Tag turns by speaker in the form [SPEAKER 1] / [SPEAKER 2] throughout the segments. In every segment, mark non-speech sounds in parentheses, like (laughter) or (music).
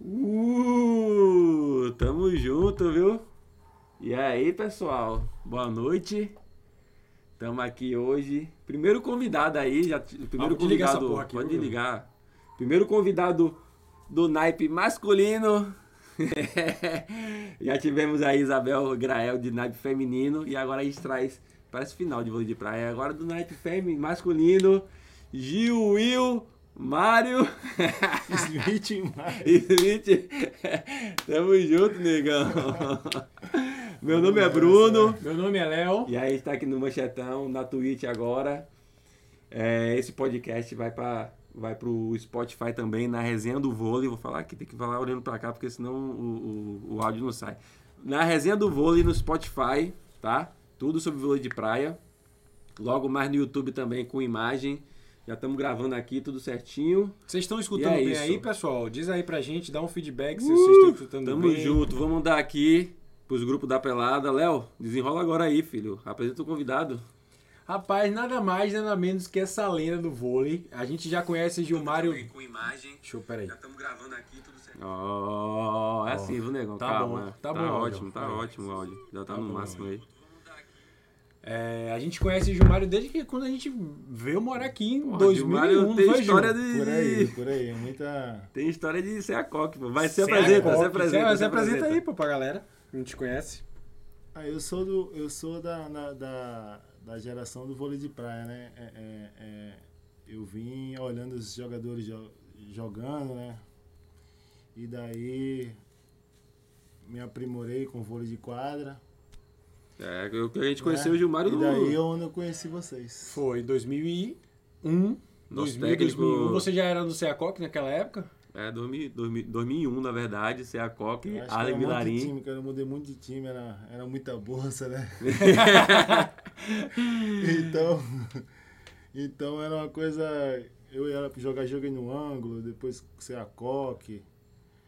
[SPEAKER 1] Uh, tamo junto, viu? E aí, pessoal, boa noite. Tamo aqui hoje. Primeiro convidado aí, já primeiro
[SPEAKER 2] vou desligar essa
[SPEAKER 1] convidado,
[SPEAKER 2] porra aqui,
[SPEAKER 1] pode
[SPEAKER 2] viu, meu?
[SPEAKER 1] ligar. Primeiro convidado do naipe masculino. (laughs) já tivemos aí Isabel Grael de naipe feminino e agora a gente traz para esse final de vôlei de praia agora do naipe feminino masculino. Gil Will Mário (laughs)
[SPEAKER 2] Ah, tá. Smith, mas-
[SPEAKER 1] E Smith, tamo junto, negão. Meu nome é Bruno.
[SPEAKER 2] Meu nome é Léo.
[SPEAKER 1] E aí, está aqui no Manchetão, na Twitch agora. É, esse podcast vai para vai pro Spotify também, na resenha do vôlei. Vou falar aqui, tem que falar olhando para cá, porque senão o, o, o áudio não sai. Na resenha do vôlei no Spotify, tá? Tudo sobre vôlei de praia. Logo mais no YouTube também com imagem. Já estamos gravando aqui, tudo certinho.
[SPEAKER 2] Vocês estão
[SPEAKER 1] E
[SPEAKER 2] escutando
[SPEAKER 1] é
[SPEAKER 2] bem
[SPEAKER 1] isso. Uh,
[SPEAKER 2] aí, pessoal? Diz aí pra gente, dá um feedback se vocês estão escutando
[SPEAKER 1] Tamo
[SPEAKER 2] bem.
[SPEAKER 1] junto, vamos dar aqui pros grupos da pelada. Léo, desenrola agora aí, filho. Apresenta o convidado.
[SPEAKER 2] Rapaz, nada mais, nada menos que essa lenda do vôlei. A gente já conhece Gilmário...
[SPEAKER 1] Com imagem.
[SPEAKER 2] Deixa eu, peraí.
[SPEAKER 1] estamos gravando aqui, tudo certo. Ó, é assim, viu, negão?
[SPEAKER 2] tá
[SPEAKER 1] Calma.
[SPEAKER 2] bom, tá bom,
[SPEAKER 1] ótimo,
[SPEAKER 2] Léo.
[SPEAKER 1] tá
[SPEAKER 2] Vai.
[SPEAKER 1] ótimo o áudio. Já tá, no
[SPEAKER 2] bom,
[SPEAKER 1] máximo aí.
[SPEAKER 2] É, a gente conhece Gilmário desde que quando a gente veio morar aqui em
[SPEAKER 1] Porra,
[SPEAKER 2] 2001.
[SPEAKER 1] Gilmário tem
[SPEAKER 2] não foi,
[SPEAKER 1] história
[SPEAKER 2] Gil?
[SPEAKER 1] de...
[SPEAKER 3] Por aí, por aí, muita.
[SPEAKER 1] Tem história de ser a coque, pô. Vai, se
[SPEAKER 2] Sério?
[SPEAKER 1] apresenta,
[SPEAKER 2] Você
[SPEAKER 1] se apresenta,
[SPEAKER 2] Você é- apresenta aí, pô, pra galera. Não te conhece.
[SPEAKER 3] Ah, eu sou do, eu sou da, na- da, da geração do vôlei de praia, né? É, é, é, eu vim olhando os jogadores jo- jogando, né? E daí me aprimorei com vôlei de quadra.
[SPEAKER 1] É, eu, a gente
[SPEAKER 3] né?
[SPEAKER 1] conheceu o Gilmário
[SPEAKER 3] E
[SPEAKER 1] do...
[SPEAKER 3] daí é onde eu conheci vocês.
[SPEAKER 2] Foi 2001.
[SPEAKER 1] Nosso
[SPEAKER 2] 2000,
[SPEAKER 1] técnico-
[SPEAKER 2] 2001. Você já era do CEACOC naquela época?
[SPEAKER 1] É, 2000, 2001, na verdade, ser a coque,
[SPEAKER 3] Eu acho que
[SPEAKER 1] Ale
[SPEAKER 3] era muito de
[SPEAKER 1] Milarim.
[SPEAKER 3] time, cara. Eu mudei muito de time, era, era muita
[SPEAKER 1] (laughs)
[SPEAKER 3] bolsa, né? então, então era uma coisa. Eu era jogar joguei no ângulo, depois ser a coque.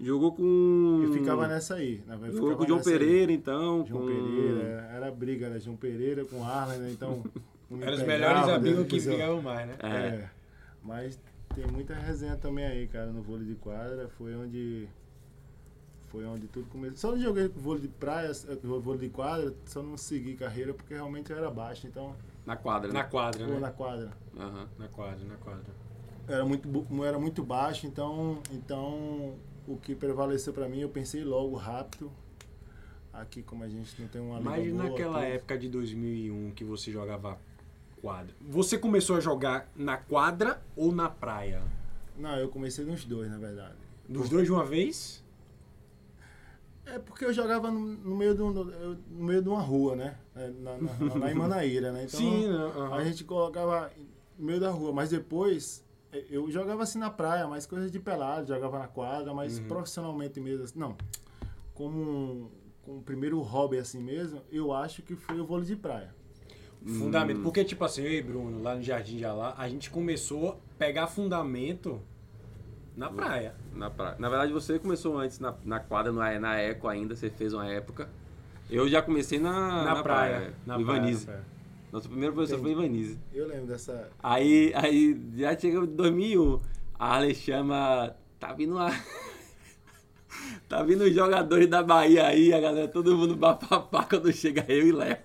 [SPEAKER 1] Jogou com...
[SPEAKER 3] Eu ficava nessa aí, na verdade.
[SPEAKER 1] Jogou
[SPEAKER 3] ficava
[SPEAKER 1] com Hum. o João
[SPEAKER 3] nessa aí.
[SPEAKER 1] Pereira, então.
[SPEAKER 3] João
[SPEAKER 1] com...
[SPEAKER 3] Pereira, é. era, era briga, era João Pereira com Arlen, né?
[SPEAKER 1] (laughs)
[SPEAKER 3] Então. não me
[SPEAKER 2] Eram os
[SPEAKER 3] pegava,
[SPEAKER 2] melhores
[SPEAKER 3] né?
[SPEAKER 2] amigos que
[SPEAKER 3] Depois eu-
[SPEAKER 2] brigavam mais, né?
[SPEAKER 1] É.
[SPEAKER 3] É. Mas tem muita resenha também aí, cara, no vôlei de quadra. Foi onde. Foi onde tudo começou. Só não joguei vôlei de praia, eh, vôlei de quadra, só não segui carreira porque realmente eu era baixo, então.
[SPEAKER 1] Na quadra,
[SPEAKER 2] Na
[SPEAKER 1] né?
[SPEAKER 2] quadra,
[SPEAKER 3] Ou
[SPEAKER 2] né?
[SPEAKER 3] na quadra.
[SPEAKER 1] Aham.
[SPEAKER 2] Na quadra, na quadra.
[SPEAKER 3] Eu era muito, bu- eu era muito baixo, então, então o que prevaleceu pra mim, eu pensei logo, rápido. Aqui, como a gente não tem uma liga
[SPEAKER 2] Mas
[SPEAKER 3] boa,
[SPEAKER 2] naquela
[SPEAKER 3] tudo.
[SPEAKER 2] época de 2001 que você jogava quadra, você começou a jogar na quadra ou na praia?
[SPEAKER 3] Não, eu comecei nos dois, na verdade.
[SPEAKER 2] Dos dois de uma vez?
[SPEAKER 3] É porque eu jogava no, no meio, de um, eu- no meio de uma rua, né? É, Na, na, na- lá em Manaíra, né? Então,
[SPEAKER 2] Sim, né? Aham.
[SPEAKER 3] a gente colocava no meio da rua, mas depois eh, eu jogava assim na praia, mais coisas de pelado, jogava na quadra,
[SPEAKER 1] Uhum.
[SPEAKER 3] mas profissionalmente mesmo, assim, não. Como um, como primeiro hobby assim mesmo, eu acho que foi o vôlei de praia.
[SPEAKER 2] Fundamento. Porque, tipo assim, eu e Bruno, lá no Jardim de Alá, a gente começou a pegar fundamento na praia.
[SPEAKER 1] Na, pra- na verdade, você começou antes na, na quadra, na, na Eco ainda, você fez uma época. Eu já comecei Ah, na,
[SPEAKER 2] Na, praia.
[SPEAKER 1] Na praia.
[SPEAKER 2] Na praia,
[SPEAKER 1] Ivanise.
[SPEAKER 2] na praia.
[SPEAKER 1] Nosso primeiro professor foi Ivanise.
[SPEAKER 3] Eu lembro dessa.
[SPEAKER 1] Aí, aí já chegamos em 2001. A Ale chama. Tá vindo uma. (laughs) tá vindo os jogadores da Bahia aí, a galera, todo mundo bapapá quando chega eu e Léo.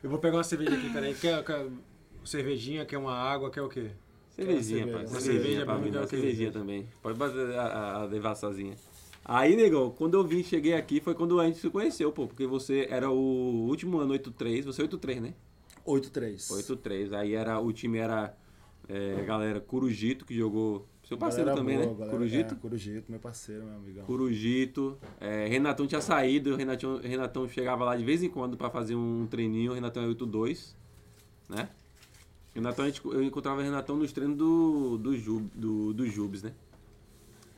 [SPEAKER 2] Eu vou pegar uma cerveja aqui, peraí. Quer, quer cervejinha, quer uma água, quer o quê?
[SPEAKER 1] Cervejinha,
[SPEAKER 3] cerveja.
[SPEAKER 1] pai.
[SPEAKER 3] Uma
[SPEAKER 1] Cervejinha
[SPEAKER 2] cerveja
[SPEAKER 1] pra
[SPEAKER 2] pra
[SPEAKER 1] mim,
[SPEAKER 2] mim,
[SPEAKER 1] uma
[SPEAKER 2] ok.
[SPEAKER 1] cervejinha também. Pode fazer a, a, a devassazinha. Aí, negão, quando eu vim, cheguei aqui, foi quando a gente se conheceu, pô. Porque você era o último ano 8-3, você é 8-3, né?
[SPEAKER 3] 8-3.
[SPEAKER 1] 8-3. Aí era, o time era é, a galera Curujito, que jogou. Seu parceiro
[SPEAKER 3] Galera
[SPEAKER 1] também,
[SPEAKER 3] boa,
[SPEAKER 1] né?
[SPEAKER 3] galera-
[SPEAKER 1] Curujito.
[SPEAKER 3] É, Corujito, meu parceiro, meu amigão.
[SPEAKER 1] Curujito. É, Renatão tinha saído, o Renatão, Renatão chegava lá de vez em quando pra fazer um treininho, o Renatão é 8-2, né? Renatão, a gente- eu encontrava o Renatão nos treinos do, do, Ju- do, do Jubes, né?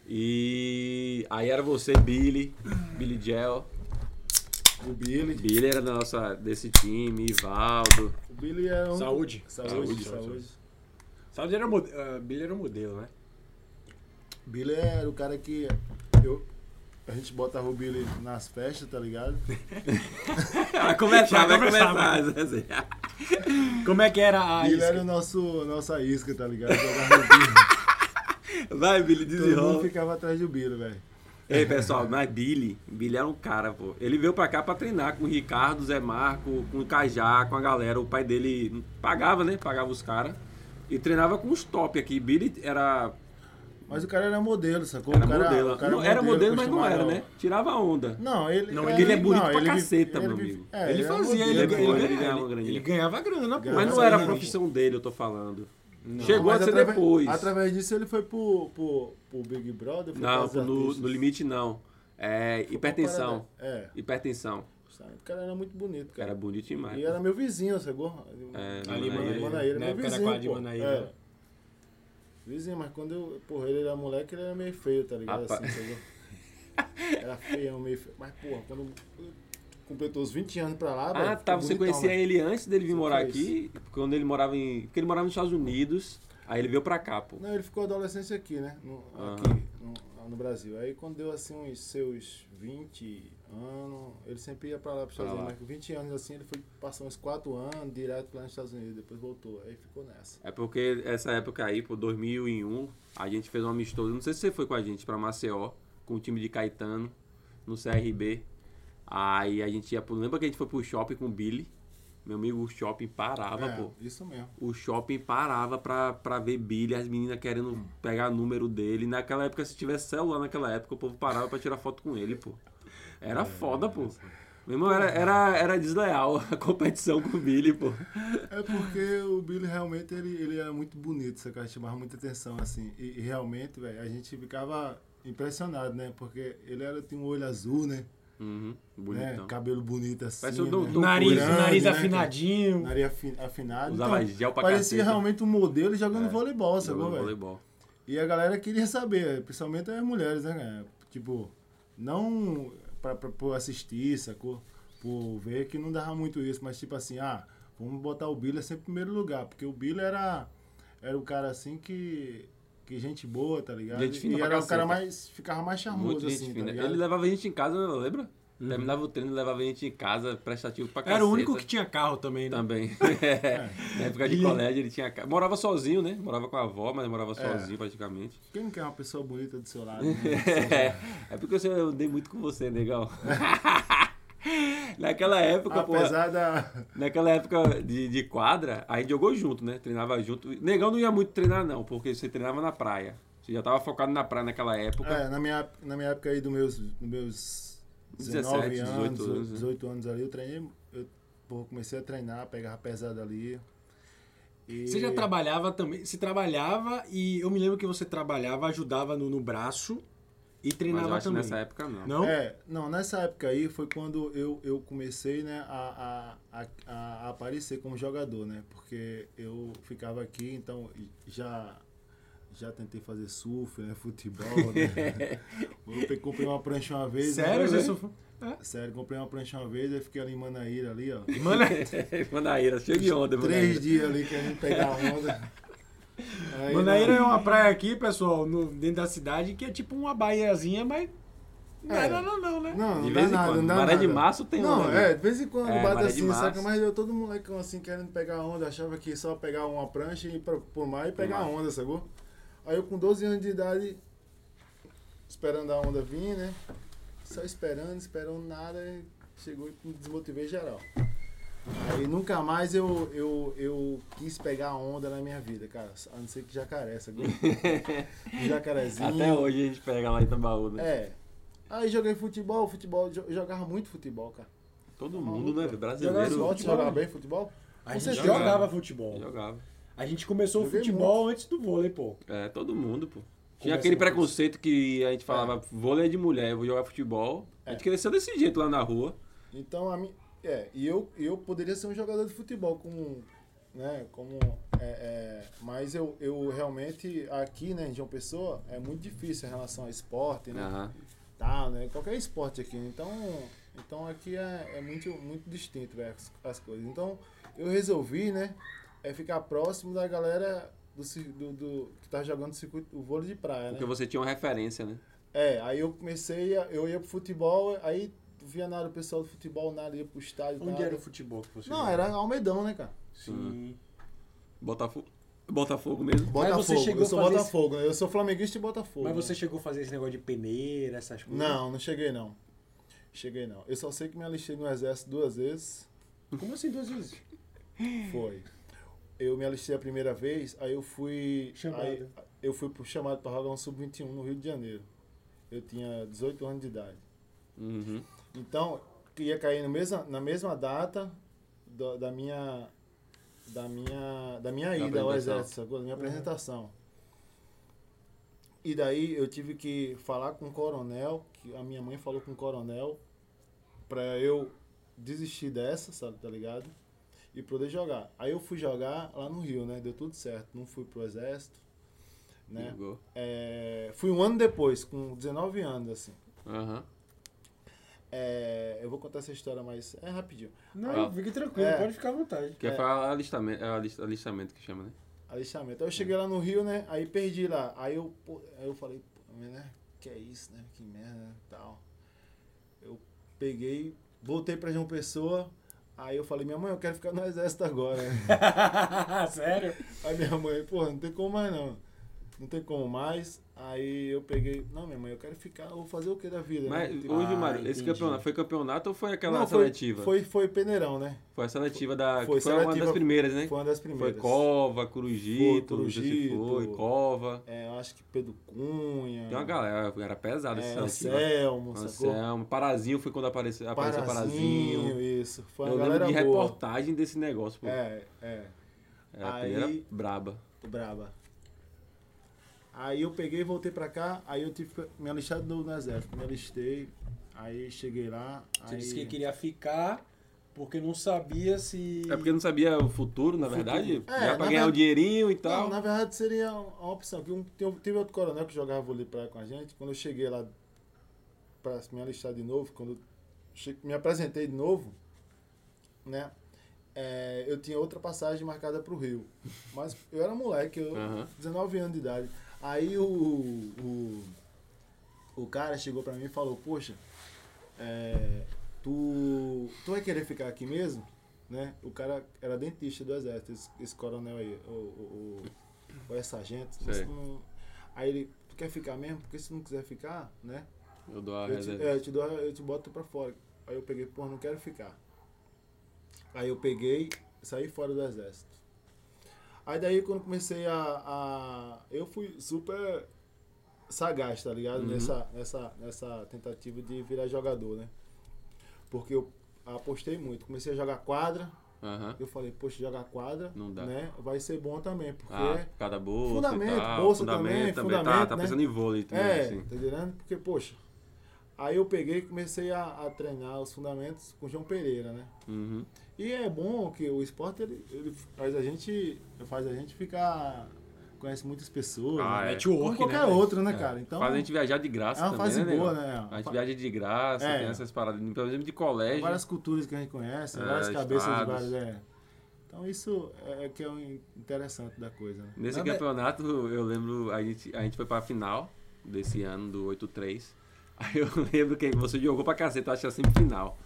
[SPEAKER 1] E aí era você, Billy, Billy Gel.
[SPEAKER 3] O Billy.
[SPEAKER 1] Billy era da nossa, desse time, Ivaldo.
[SPEAKER 3] O Billy é um.
[SPEAKER 2] Saúde.
[SPEAKER 3] Saúde,
[SPEAKER 1] Saúde,
[SPEAKER 3] saúde.
[SPEAKER 2] Saúde era, mode- ah, Billy era o modelo, né?
[SPEAKER 3] Billy era o cara que eu, a gente botava o Billy nas festas, tá
[SPEAKER 1] (laughs)
[SPEAKER 3] ligado?
[SPEAKER 1] Vai começar,
[SPEAKER 2] Já
[SPEAKER 1] vai
[SPEAKER 2] começava.
[SPEAKER 1] começar.
[SPEAKER 2] Como é que era a
[SPEAKER 3] Billy
[SPEAKER 2] isca?
[SPEAKER 3] era um o nosso nossa
[SPEAKER 1] (laughs)
[SPEAKER 3] isca, tá ligado? Jogava no Billy.
[SPEAKER 1] Vai, Billy,
[SPEAKER 3] Todo mundo
[SPEAKER 1] desenrola.
[SPEAKER 3] ficava atrás do Billy, velho.
[SPEAKER 1] Ei, pessoal, mas Billy, Billy era um cara, pô. Ele veio pra cá pra treinar com o Ricardo, Zé Marco, com o Cajá, com a galera. O pai dele pagava, né? Pagava os caras. E treinava com os top aqui. Billy era.
[SPEAKER 3] Mas o cara era modelo, sacou?
[SPEAKER 1] Era
[SPEAKER 3] o cara,
[SPEAKER 1] modelo.
[SPEAKER 3] o cara é
[SPEAKER 1] não, era modelo, mas não era,
[SPEAKER 3] costumava-
[SPEAKER 1] né? Tirava a onda.
[SPEAKER 3] Não, ele.
[SPEAKER 2] Não,
[SPEAKER 1] ele é bonito pra
[SPEAKER 3] vi-
[SPEAKER 1] caceta, meu
[SPEAKER 3] vi-
[SPEAKER 1] amigo.
[SPEAKER 3] é,
[SPEAKER 2] ele
[SPEAKER 3] era
[SPEAKER 2] fazia,
[SPEAKER 3] modelo,
[SPEAKER 2] ele,
[SPEAKER 1] ele
[SPEAKER 3] né?
[SPEAKER 1] é bom,
[SPEAKER 2] ele,
[SPEAKER 1] ele ganhava
[SPEAKER 2] ganhava
[SPEAKER 1] graninha.
[SPEAKER 2] ele ganhava grana, pô.
[SPEAKER 1] Mas não
[SPEAKER 3] Mas
[SPEAKER 1] era a
[SPEAKER 3] ele-
[SPEAKER 1] profissão dele, eu tô falando.
[SPEAKER 2] Não.
[SPEAKER 1] Chegou
[SPEAKER 3] Mas
[SPEAKER 1] a ser
[SPEAKER 3] através-
[SPEAKER 1] depois.
[SPEAKER 3] Através disso ele foi pro, pro, pro Big Brother? Foi
[SPEAKER 1] Não,
[SPEAKER 3] pras
[SPEAKER 1] no,
[SPEAKER 3] artistas?
[SPEAKER 1] no limite não. É,
[SPEAKER 3] Foi
[SPEAKER 1] hipertensão.
[SPEAKER 3] pra Paraná. É,
[SPEAKER 1] Hipertensão.
[SPEAKER 3] sabe? o cara era muito bonito,
[SPEAKER 1] O cara
[SPEAKER 3] cara.
[SPEAKER 1] era bonito demais.
[SPEAKER 3] E era meu vizinho, sacou?
[SPEAKER 1] É,
[SPEAKER 2] Ali,
[SPEAKER 1] Manaíra.
[SPEAKER 2] Manaíra.
[SPEAKER 3] Manaíra,
[SPEAKER 2] Na
[SPEAKER 3] meu
[SPEAKER 2] época era
[SPEAKER 3] vizinho,
[SPEAKER 2] quadra de
[SPEAKER 3] pô.
[SPEAKER 2] Manaíra.
[SPEAKER 3] É. Vizinho, mas quando eu. Porra, ele era moleque, ele era meio feio, tá ligado?
[SPEAKER 1] Rapaz. (laughs)
[SPEAKER 3] Assim, entendeu? Era feio, meio feio. Mas, porra, quando completou os 20 anos pra lá.
[SPEAKER 1] Ah, tá. Você conhecia
[SPEAKER 3] ele.
[SPEAKER 1] ele antes dele vir
[SPEAKER 3] né? Você
[SPEAKER 1] morar
[SPEAKER 3] fez.
[SPEAKER 1] aqui? Quando ele morava em. Porque ele morava nos Estados Unidos. Aí ele veio pra cá, pô.
[SPEAKER 3] Não, ele ficou adolescente aqui, né? No,
[SPEAKER 1] Aham.
[SPEAKER 3] Aqui, no, lá no Brasil. Aí quando deu assim uns seus 20 anos, ele sempre ia pra lá pros
[SPEAKER 1] Pra
[SPEAKER 3] Estados
[SPEAKER 1] lá.
[SPEAKER 3] Unidos. Mas com 20 anos assim, ele foi passar uns 4 anos direto lá nos Estados Unidos, depois voltou. Aí ficou nessa.
[SPEAKER 1] É porque essa época aí, pô, 2001, a gente fez um amistoso. Não sei se você foi com a gente pra Maceió, com o time de Caetano, no CRB. Aí a gente ia pro. Lembra que a gente foi pro shopping com o Billy? Meu amigo, o shopping parava,
[SPEAKER 3] é,
[SPEAKER 1] pô.
[SPEAKER 3] Isso mesmo.
[SPEAKER 1] O shopping parava pra, pra ver Billy, as meninas querendo pegar o número dele. Naquela época, se tivesse celular naquela época, o povo parava pra tirar foto com ele, pô. Era foda, pô. Meu irmão, era, era, era desleal (laughs) a competição com o Billy, pô.
[SPEAKER 3] É porque o Billy realmente ele, ele era muito bonito, essa cara chamava muita atenção, assim. E, e realmente, velho, a gente ficava impressionado, né? Porque ele era, tinha um olho azul, né?
[SPEAKER 1] Uhum,
[SPEAKER 3] né?
[SPEAKER 1] bonitão.
[SPEAKER 3] Cabelo bonito assim.
[SPEAKER 1] Parece o
[SPEAKER 3] né?
[SPEAKER 1] Dom- Dom
[SPEAKER 2] Nariz,
[SPEAKER 1] Grande,
[SPEAKER 2] nariz
[SPEAKER 3] né, cara?
[SPEAKER 2] afinadinho.
[SPEAKER 3] Nariz afi- afinado.
[SPEAKER 1] Usava
[SPEAKER 3] então,
[SPEAKER 1] gel pra
[SPEAKER 3] Parecia
[SPEAKER 1] caceta.
[SPEAKER 3] realmente um modelo jogando
[SPEAKER 1] É,
[SPEAKER 3] voleibol, sacou,
[SPEAKER 1] Jogando
[SPEAKER 3] velho?
[SPEAKER 1] voleibol.
[SPEAKER 3] E a galera queria saber, principalmente as mulheres, né, cara? Tipo, não pra, pra, por assistir, sacou? Por ver que não dava muito isso, mas tipo assim, ah, vamos botar o Billy sempre em primeiro lugar, porque o Billy era, era o cara assim que. Que gente boa, tá ligado?
[SPEAKER 1] Gente fina
[SPEAKER 3] e
[SPEAKER 1] pra
[SPEAKER 3] era o cara
[SPEAKER 1] caceta.
[SPEAKER 3] mais. Ficava mais charmoso,
[SPEAKER 1] Muito gente
[SPEAKER 3] assim, tá
[SPEAKER 1] fina.
[SPEAKER 3] ligado?
[SPEAKER 1] ele levava a gente em casa, né, lembra? Terminava o treino, levava a gente em casa, prestativo pra caceta.
[SPEAKER 2] Era o único que tinha carro também, né?
[SPEAKER 1] Também. (laughs) É. Na época de colégio, ele tinha... ca- Morava sozinho, né? Morava com a avó, mas morava sozinho, praticamente.
[SPEAKER 3] Quem quer uma pessoa bonita do seu
[SPEAKER 1] (laughs)
[SPEAKER 3] lado? né?
[SPEAKER 1] É, porque eu- eu andei muito com você, negão. (laughs) Naquela época, pô.
[SPEAKER 3] Apesar da.
[SPEAKER 1] Naquela época de, de quadra, aí jogou junto, né? Treinava junto. Negão não ia muito treinar, não, porque você treinava na praia. Você já tava focado na praia naquela época.
[SPEAKER 3] É, na minha, na minha época aí dos meus, dos meus 19
[SPEAKER 1] 17, 18
[SPEAKER 3] anos,
[SPEAKER 1] anos, né?
[SPEAKER 3] 18 anos ali, eu treinei, eu pô, comecei a treinar, pegava pesado ali. E-
[SPEAKER 2] Você já trabalhava também. Você trabalhava e eu me lembro que você trabalhava, ajudava no, no braço e
[SPEAKER 1] Mas eu
[SPEAKER 2] treinava
[SPEAKER 1] acho que
[SPEAKER 2] também.
[SPEAKER 1] nessa época não.
[SPEAKER 2] Não?
[SPEAKER 3] É, não, nessa época aí foi quando eu, eu comecei, né, a, a, a, a aparecer como jogador, né? Porque eu ficava aqui, então já já tentei fazer surf, né, futebol, né? eu comprei uma prancha uma vez, né?
[SPEAKER 2] Sério,
[SPEAKER 1] né?
[SPEAKER 2] Jesus?
[SPEAKER 3] Sério, comprei uma prancha uma vez, aí fiquei ali em Manaíra ali, ó.
[SPEAKER 2] Mano,
[SPEAKER 1] (laughs) Manaíra, cheio de onda,
[SPEAKER 3] Três
[SPEAKER 1] Manaíra.
[SPEAKER 3] dias ali que a gente pegava
[SPEAKER 2] (laughs)
[SPEAKER 3] onda. Aí,
[SPEAKER 2] Manaíra
[SPEAKER 3] né,
[SPEAKER 2] é uma praia aqui, pessoal, no- dentro da cidade, que é tipo uma baiazinha, mas. Não é
[SPEAKER 3] É.
[SPEAKER 2] nada, não, né?
[SPEAKER 3] Não,
[SPEAKER 1] De vez
[SPEAKER 3] não dá
[SPEAKER 1] em
[SPEAKER 3] nada,
[SPEAKER 1] quando.
[SPEAKER 3] não dá
[SPEAKER 1] Maré de
[SPEAKER 3] nada.
[SPEAKER 1] março tem
[SPEAKER 3] Não,
[SPEAKER 1] onda,
[SPEAKER 3] é,
[SPEAKER 1] né?
[SPEAKER 3] de vez em quando
[SPEAKER 1] É,
[SPEAKER 3] bate
[SPEAKER 1] maré de
[SPEAKER 3] assim, saca?
[SPEAKER 1] março.
[SPEAKER 3] Mas eu todo molecão assim querendo pegar onda, achava que só pegar uma prancha e ir pra, pro mar e pegar
[SPEAKER 1] mar.
[SPEAKER 3] onda, sacou? Aí eu com 12 anos de idade, esperando a onda vir, né? Só esperando, esperando nada, e chegou e me desmotivei geral. Aí nunca mais eu, eu, eu quis pegar onda na minha vida, cara. A não ser que jacaré,
[SPEAKER 1] (laughs)
[SPEAKER 3] sacou? Um jacarezinho.
[SPEAKER 1] Até hoje a gente pega lá em Tambaú, né?
[SPEAKER 3] É. Aí joguei futebol, futebol, jo- jogava muito futebol, cara.
[SPEAKER 1] Todo mundo,
[SPEAKER 3] é
[SPEAKER 1] né?
[SPEAKER 3] Jogava
[SPEAKER 1] Brasileiro.
[SPEAKER 3] futebol, tu jogava bem futebol?
[SPEAKER 2] A
[SPEAKER 3] Você
[SPEAKER 2] gente
[SPEAKER 1] joga?
[SPEAKER 2] jogava, futebol.
[SPEAKER 1] Jogava.
[SPEAKER 2] A gente começou o
[SPEAKER 3] Joguei
[SPEAKER 2] futebol antes do vôlei, pô.
[SPEAKER 1] É, todo mundo, pô. Tinha
[SPEAKER 2] Começa
[SPEAKER 1] aquele
[SPEAKER 2] com isso.
[SPEAKER 1] preconceito que a gente falava, vôlei é de mulher, eu vou jogar futebol. A
[SPEAKER 3] É.
[SPEAKER 1] gente cresceu desse jeito lá na rua.
[SPEAKER 3] Então a mim. É, e eu, eu poderia ser um jogador de futebol, como. Né, como é, é, mas eu, eu realmente, aqui, né, em João Pessoa, é muito difícil em relação a esporte, né?
[SPEAKER 1] Aham.
[SPEAKER 3] Tá, né? Qualquer esporte aqui. Então, então aqui é, é muito, muito distinto velho, as, as coisas. Então, eu resolvi, né? É ficar próximo da galera do, cir- do, do- que tá jogando o circuito, o vôlei de praia, né?
[SPEAKER 1] Porque você tinha uma referência, né?
[SPEAKER 3] É, aí eu comecei, a- eu ia pro futebol, aí via nada, o pessoal do futebol, nada, ia pro estádio,
[SPEAKER 2] Onde
[SPEAKER 3] nada.
[SPEAKER 2] era o futebol que você
[SPEAKER 3] Não,
[SPEAKER 2] jogava?
[SPEAKER 3] era Almedão, né, cara?
[SPEAKER 2] Sim.
[SPEAKER 1] Botafogo. Botafogo mesmo.
[SPEAKER 3] Botafogo.
[SPEAKER 2] você chegou
[SPEAKER 3] eu sou
[SPEAKER 2] a fazer
[SPEAKER 3] Botafogo, né? Eu sou flamenguista e Botafogo. né?
[SPEAKER 2] Mas você chegou a fazer esse negócio de peneira, essas coisas?
[SPEAKER 3] Não, não cheguei não. Cheguei não. Eu só sei que me alistei no exército duas vezes.
[SPEAKER 2] Como assim duas vezes?
[SPEAKER 3] Foi. Eu me alistei a primeira vez, aí eu fui.
[SPEAKER 2] Chamado.
[SPEAKER 3] aí eu fui pro- chamado para jogar um sub-21 no Rio de Janeiro. Eu tinha 18 anos de idade.
[SPEAKER 1] Uhum.
[SPEAKER 3] Então, ia cair no mesma, na mesma data do- da minha. Da minha. Da minha ida ao
[SPEAKER 1] apresentação.
[SPEAKER 3] exército, sacou? Da minha apresentação. E daí eu tive que falar com o coronel, que a minha mãe falou com o coronel, pra eu desistir dessa, sabe, tá ligado? E poder jogar. Aí eu fui jogar lá no Rio, né? Deu tudo certo. Não fui pro exército, né?
[SPEAKER 1] Jogou.
[SPEAKER 3] É, fui um ano depois, com 19 anos, assim.
[SPEAKER 1] Aham.
[SPEAKER 3] É, eu vou contar essa história, mas é rapidinho.
[SPEAKER 2] Não,
[SPEAKER 1] Ah.
[SPEAKER 2] fique tranquilo,
[SPEAKER 3] É.
[SPEAKER 2] pode ficar à vontade. (laughs)
[SPEAKER 1] Que é, falar alistamento, é alist- alistamento que chama, né?
[SPEAKER 3] Alistamento. Aí então eu cheguei lá no Rio, né? Aí perdi lá. Aí eu, pô, aí eu falei, pô, né? Que é isso, né? Que merda, né? Tal. Eu peguei, voltei pra João Pessoa. Aí eu falei, minha mãe, eu quero ficar no exército agora. (laughs)
[SPEAKER 2] Sério?
[SPEAKER 3] aí minha mãe, porra, não tem como mais não. Não tem como mais. Aí eu peguei, não, minha mãe, eu quero ficar, eu vou fazer o que da vida? né?
[SPEAKER 1] Mas é
[SPEAKER 3] Tipo,
[SPEAKER 1] hoje,
[SPEAKER 2] Ah,
[SPEAKER 1] Mário, esse
[SPEAKER 2] entendi.
[SPEAKER 1] campeonato foi campeonato ou foi aquela
[SPEAKER 3] não, foi-
[SPEAKER 1] seletiva?
[SPEAKER 3] Foi, foi peneirão, né?
[SPEAKER 1] Foi a seletiva da.
[SPEAKER 3] Foi
[SPEAKER 1] que foi uma
[SPEAKER 3] seletiva-
[SPEAKER 1] das primeiras, né?
[SPEAKER 3] Foi uma das
[SPEAKER 1] Foi
[SPEAKER 3] primeiras.
[SPEAKER 1] Cova, Curujito,
[SPEAKER 3] Foi
[SPEAKER 1] não sei se
[SPEAKER 3] Corujito.
[SPEAKER 1] foi, Cova.
[SPEAKER 3] É, eu acho que Pedro Cunha.
[SPEAKER 1] Tem uma galera, era pesado esse
[SPEAKER 3] É,
[SPEAKER 1] seletiva.
[SPEAKER 3] Anselmo, sacou?
[SPEAKER 1] Anselmo, Parazinho foi quando apareceu, apareceu Parazinho.
[SPEAKER 3] isso. Foi
[SPEAKER 1] Eu
[SPEAKER 3] uma
[SPEAKER 1] lembro
[SPEAKER 3] galera
[SPEAKER 1] de
[SPEAKER 3] boa.
[SPEAKER 1] reportagem desse negócio, pô.
[SPEAKER 3] É, é,
[SPEAKER 1] Era a
[SPEAKER 3] Aí-
[SPEAKER 1] primeira braba.
[SPEAKER 3] braba. Aí eu peguei e voltei pra cá, aí eu tive que me alistar do no exército, me alistei, aí cheguei lá,
[SPEAKER 2] Você
[SPEAKER 3] aí...
[SPEAKER 2] disse que queria ficar porque não sabia se.
[SPEAKER 1] É porque não sabia o futuro, na verdade.
[SPEAKER 3] É,
[SPEAKER 1] já
[SPEAKER 3] na
[SPEAKER 1] pra ganhar
[SPEAKER 3] ver-
[SPEAKER 1] o dinheirinho e
[SPEAKER 3] Não,
[SPEAKER 1] tal.
[SPEAKER 3] na verdade seria uma opção, que um, tem- teve outro coronel que jogava vôlei praia com a gente, quando eu cheguei lá pra me alistar de novo, quando eu che- me apresentei de novo, né, é, eu tinha outra passagem marcada pro Rio, mas eu era moleque, eu,
[SPEAKER 1] Aham.
[SPEAKER 3] 19 anos de idade. Aí o, o, o cara chegou pra mim e falou, poxa, é, tu, tu vai querer ficar aqui mesmo? Né? O cara era dentista do exército, esse, esse coronel aí, o, o, o, o sargento. mas
[SPEAKER 1] Sei.
[SPEAKER 3] não- Aí ele, tu quer ficar mesmo? Porque se não quiser ficar, né?
[SPEAKER 1] Eu dou a
[SPEAKER 3] Eu te,
[SPEAKER 1] reserva.
[SPEAKER 3] é, eu te dou- eu te boto pra fora. Aí eu peguei, pô, não quero ficar. Aí eu peguei, saí fora do exército. Aí daí quando comecei a. a- eu fui super sagaz, tá ligado?
[SPEAKER 1] Uhum.
[SPEAKER 3] Nessa, nessa, nessa tentativa de virar jogador, né? Porque eu apostei muito. Comecei a jogar quadra.
[SPEAKER 1] Aham.
[SPEAKER 3] Eu falei, poxa, jogar quadra,
[SPEAKER 1] Não dá.
[SPEAKER 3] né? Vai ser bom também, porque.
[SPEAKER 1] Ah, por causa da bolsa.
[SPEAKER 3] Fundamento,
[SPEAKER 1] e tal.
[SPEAKER 3] bolsa também,
[SPEAKER 1] fundamento tá,
[SPEAKER 3] fundamento,
[SPEAKER 1] tá
[SPEAKER 3] né?
[SPEAKER 1] pensando em vôlei também,
[SPEAKER 3] É,
[SPEAKER 1] assim.
[SPEAKER 3] tá entendendo? Porque, poxa, aí eu peguei e comecei a, a treinar os fundamentos com o João Pereira, né?
[SPEAKER 1] Uhum.
[SPEAKER 3] E é bom que o esporte, ele, ele faz a gente, faz a gente ficar, conhece muitas pessoas,
[SPEAKER 1] Ah,
[SPEAKER 3] né?
[SPEAKER 1] é.
[SPEAKER 2] Network,
[SPEAKER 3] Como qualquer
[SPEAKER 2] né, velho?
[SPEAKER 3] outro, né,
[SPEAKER 2] É.
[SPEAKER 3] cara? Então,
[SPEAKER 1] Faz a gente viajar de
[SPEAKER 3] é
[SPEAKER 1] graça
[SPEAKER 3] uma
[SPEAKER 1] também,
[SPEAKER 3] fase
[SPEAKER 1] né,
[SPEAKER 3] boa,
[SPEAKER 1] nego?
[SPEAKER 3] né?
[SPEAKER 1] A gente viaja de graça,
[SPEAKER 3] É.
[SPEAKER 1] tem essas paradas. Por exemplo, de
[SPEAKER 3] Tem
[SPEAKER 1] colégio.
[SPEAKER 3] várias culturas que a gente conhece,
[SPEAKER 1] É,
[SPEAKER 3] várias cabeças de
[SPEAKER 1] estados.
[SPEAKER 3] vários, é. Então isso é é que é o in- interessante da coisa, né?
[SPEAKER 1] Nesse
[SPEAKER 2] Nada-
[SPEAKER 1] campeonato, eu lembro, a gente, a gente foi pra final desse ano, do 8-3. (laughs) Aí eu lembro que você jogou pra caceta, eu acho que era sempre final.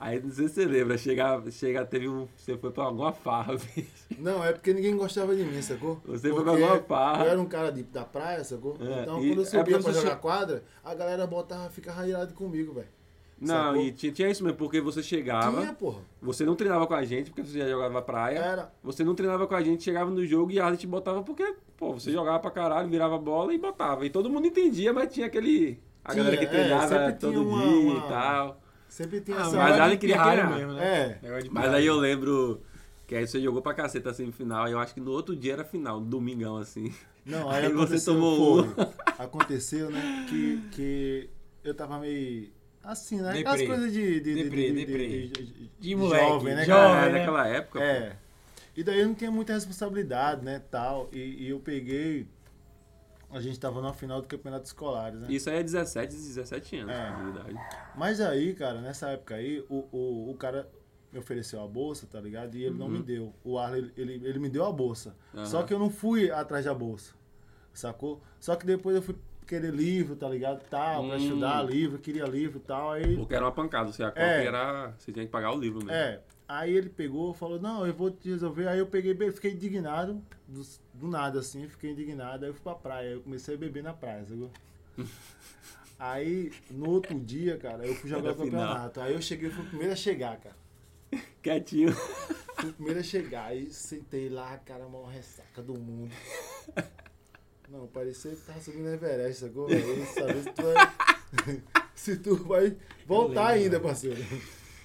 [SPEAKER 1] Aí não sei se você lembra, chega, chega teve um. Você foi pra alguma farra, (laughs) bicho.
[SPEAKER 3] Não, é porque ninguém gostava de mim, sacou?
[SPEAKER 1] Você foi
[SPEAKER 3] Porque
[SPEAKER 1] pra alguma farra.
[SPEAKER 3] Eu era um cara de- da praia, sacou?
[SPEAKER 1] É,
[SPEAKER 3] então
[SPEAKER 1] e
[SPEAKER 3] quando eu
[SPEAKER 1] é
[SPEAKER 3] subia
[SPEAKER 1] porque
[SPEAKER 3] pra
[SPEAKER 1] você
[SPEAKER 3] jogar
[SPEAKER 1] che-
[SPEAKER 3] quadra, a galera botava, ficava irada comigo, velho.
[SPEAKER 1] Não,
[SPEAKER 3] Sacou?
[SPEAKER 1] e tinha, tinha isso mesmo, porque você chegava,
[SPEAKER 3] Tinha, É. porra.
[SPEAKER 1] você não treinava com a gente, porque você já jogava praia.
[SPEAKER 3] Era.
[SPEAKER 1] Você não treinava com a gente, chegava no jogo e a gente botava porque, pô, você jogava pra caralho, virava a bola e botava. E todo mundo entendia, mas tinha aquele. A
[SPEAKER 3] Tinha,
[SPEAKER 1] galera que
[SPEAKER 3] é,
[SPEAKER 1] treinava
[SPEAKER 3] sempre
[SPEAKER 1] todo
[SPEAKER 3] tinha uma-
[SPEAKER 1] dia
[SPEAKER 3] uma-
[SPEAKER 1] e tal.
[SPEAKER 3] Sempre tinha
[SPEAKER 2] Ah,
[SPEAKER 3] essa.
[SPEAKER 1] mas
[SPEAKER 2] negócio
[SPEAKER 1] aí
[SPEAKER 2] de
[SPEAKER 1] queria
[SPEAKER 2] pirralho
[SPEAKER 1] ganhar.
[SPEAKER 3] É.
[SPEAKER 2] né? Negócio de
[SPEAKER 1] Mas
[SPEAKER 2] pirralho.
[SPEAKER 1] aí eu lembro que aí você jogou pra caceta a semifinal, e eu acho que no outro dia era final, domingão assim.
[SPEAKER 3] Não, aí,
[SPEAKER 1] Aí você
[SPEAKER 3] aconteceu,
[SPEAKER 1] tomou um.
[SPEAKER 3] foi. Aconteceu, né? Que, que eu tava meio. Assim, né? Aquelas
[SPEAKER 2] Deprê.
[SPEAKER 3] coisas de. de, de,
[SPEAKER 2] Deprê,
[SPEAKER 3] de- de-
[SPEAKER 2] deprê.
[SPEAKER 3] de- de- de- de
[SPEAKER 2] moleque,
[SPEAKER 3] jovem, né?
[SPEAKER 1] (laughs)
[SPEAKER 2] jovem,
[SPEAKER 3] cara?
[SPEAKER 1] é,
[SPEAKER 2] né?
[SPEAKER 1] naquela época. pô.
[SPEAKER 3] É. E daí eu não tinha muita responsabilidade, né? Tal. E, e eu peguei. A gente tava na final do campeonato escolar, né?
[SPEAKER 1] Isso aí é 17, 17 anos,
[SPEAKER 3] É.
[SPEAKER 1] na verdade.
[SPEAKER 3] Mas aí, cara, nessa época aí, o, o, o cara me ofereceu a bolsa, tá ligado? E ele não me deu. O Arley, ele, ele, ele me deu a bolsa.
[SPEAKER 1] Uhum. Aham.
[SPEAKER 3] Só que eu não fui atrás da bolsa, sacou? Só que depois eu fui querer livro, tá ligado? Tal, pra
[SPEAKER 1] Hum.
[SPEAKER 3] estudar livro, queria livro e tal. Aí,
[SPEAKER 1] Porque era uma pancada, você a Copa
[SPEAKER 3] É.
[SPEAKER 1] era. Você tinha que pagar o livro mesmo.
[SPEAKER 3] é, Aí ele pegou, falou, não, eu vou te resolver. Aí eu peguei, be- fiquei indignado, do, do nada assim, fiquei indignado. Aí eu fui pra praia, eu comecei a beber na
[SPEAKER 1] (laughs)
[SPEAKER 3] praia, sacou? Aí, no outro dia, cara, eu fui jogar
[SPEAKER 1] Era
[SPEAKER 3] o
[SPEAKER 1] final.
[SPEAKER 3] campeonato. Aí eu cheguei, fui o primeiro a chegar, cara.
[SPEAKER 1] Quietinho.
[SPEAKER 3] Fui o primeiro a chegar. Aí sentei lá, cara, a maior ressaca do mundo. Não, parecia que tava subindo a Everest, sacou? Aí saber se tu vai. (laughs) se tu vai voltar ainda, parceiro.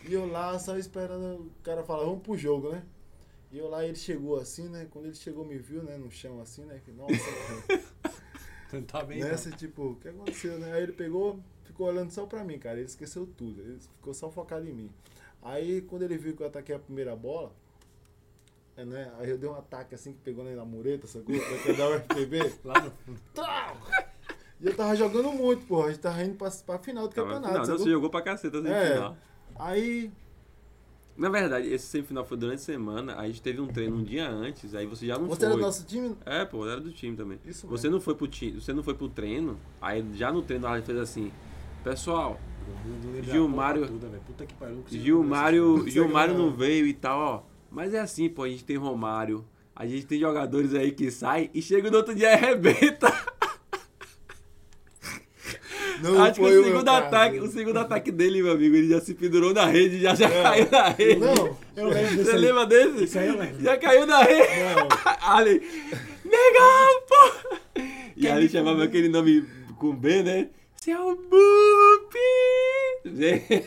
[SPEAKER 3] E eu lá só esperando o cara falar, vamos pro jogo, né? E eu lá, ele chegou assim, né? Quando ele chegou, me viu, né? No chão assim, né? Que, Nossa, cara.
[SPEAKER 2] Então tá bem. não.
[SPEAKER 3] Nessa, tipo, o que aconteceu, né? Aí ele pegou, ficou olhando só pra mim, cara. Ele esqueceu tudo. Ele ficou só focado em mim. Aí, quando ele viu que eu ataquei a primeira bola, é, né? Aí eu dei um ataque assim que pegou né, na mureta, é sacou? Pra pegar
[SPEAKER 1] (laughs)
[SPEAKER 3] o FTB.
[SPEAKER 2] Lá no fundo.
[SPEAKER 3] E eu tava jogando muito, porra. A gente tava indo pra, pra final do
[SPEAKER 1] Tava na
[SPEAKER 3] campeonato,
[SPEAKER 1] final. Não, você
[SPEAKER 3] sacou?
[SPEAKER 1] jogou pra caceta na
[SPEAKER 3] É.
[SPEAKER 1] final.
[SPEAKER 3] Aí,
[SPEAKER 1] Na verdade, esse semifinal foi durante a semana, aí a gente teve um treino um dia antes, aí você já não
[SPEAKER 3] você
[SPEAKER 1] foi.
[SPEAKER 3] era do nosso time?
[SPEAKER 1] É, pô, eu era do time também.
[SPEAKER 3] Isso mesmo.
[SPEAKER 1] você não foi pro time, você não foi pro treino, aí já no treino ela fez assim, pessoal, Gilmário-
[SPEAKER 2] Puta que pariu. que você jogou
[SPEAKER 1] Gilmário,
[SPEAKER 3] sei
[SPEAKER 1] Gilmário
[SPEAKER 3] como é.
[SPEAKER 1] não veio e tal, ó. Mas é assim, pô, a gente tem Romário, a gente tem jogadores aí que saem e chega no outro dia e arrebenta.
[SPEAKER 3] (laughs) Não
[SPEAKER 1] Acho que
[SPEAKER 3] foi
[SPEAKER 1] o
[SPEAKER 3] meu
[SPEAKER 1] segundo
[SPEAKER 3] caso.
[SPEAKER 1] ataque, o segundo ataque dele, meu amigo, ele já se pendurou na rede, já, já
[SPEAKER 3] É.
[SPEAKER 1] caiu na rede.
[SPEAKER 3] Não, eu lembro
[SPEAKER 1] Você
[SPEAKER 3] disso aí.
[SPEAKER 1] lembra desse?
[SPEAKER 2] Isso aí eu lembro.
[SPEAKER 1] Já caiu na rede.
[SPEAKER 3] Não.
[SPEAKER 1] (laughs) Ali, negão, pô! E
[SPEAKER 2] Quem
[SPEAKER 1] aí
[SPEAKER 2] me
[SPEAKER 1] ele chamava aquele nome com B, né? Você é o Bupi! Gente,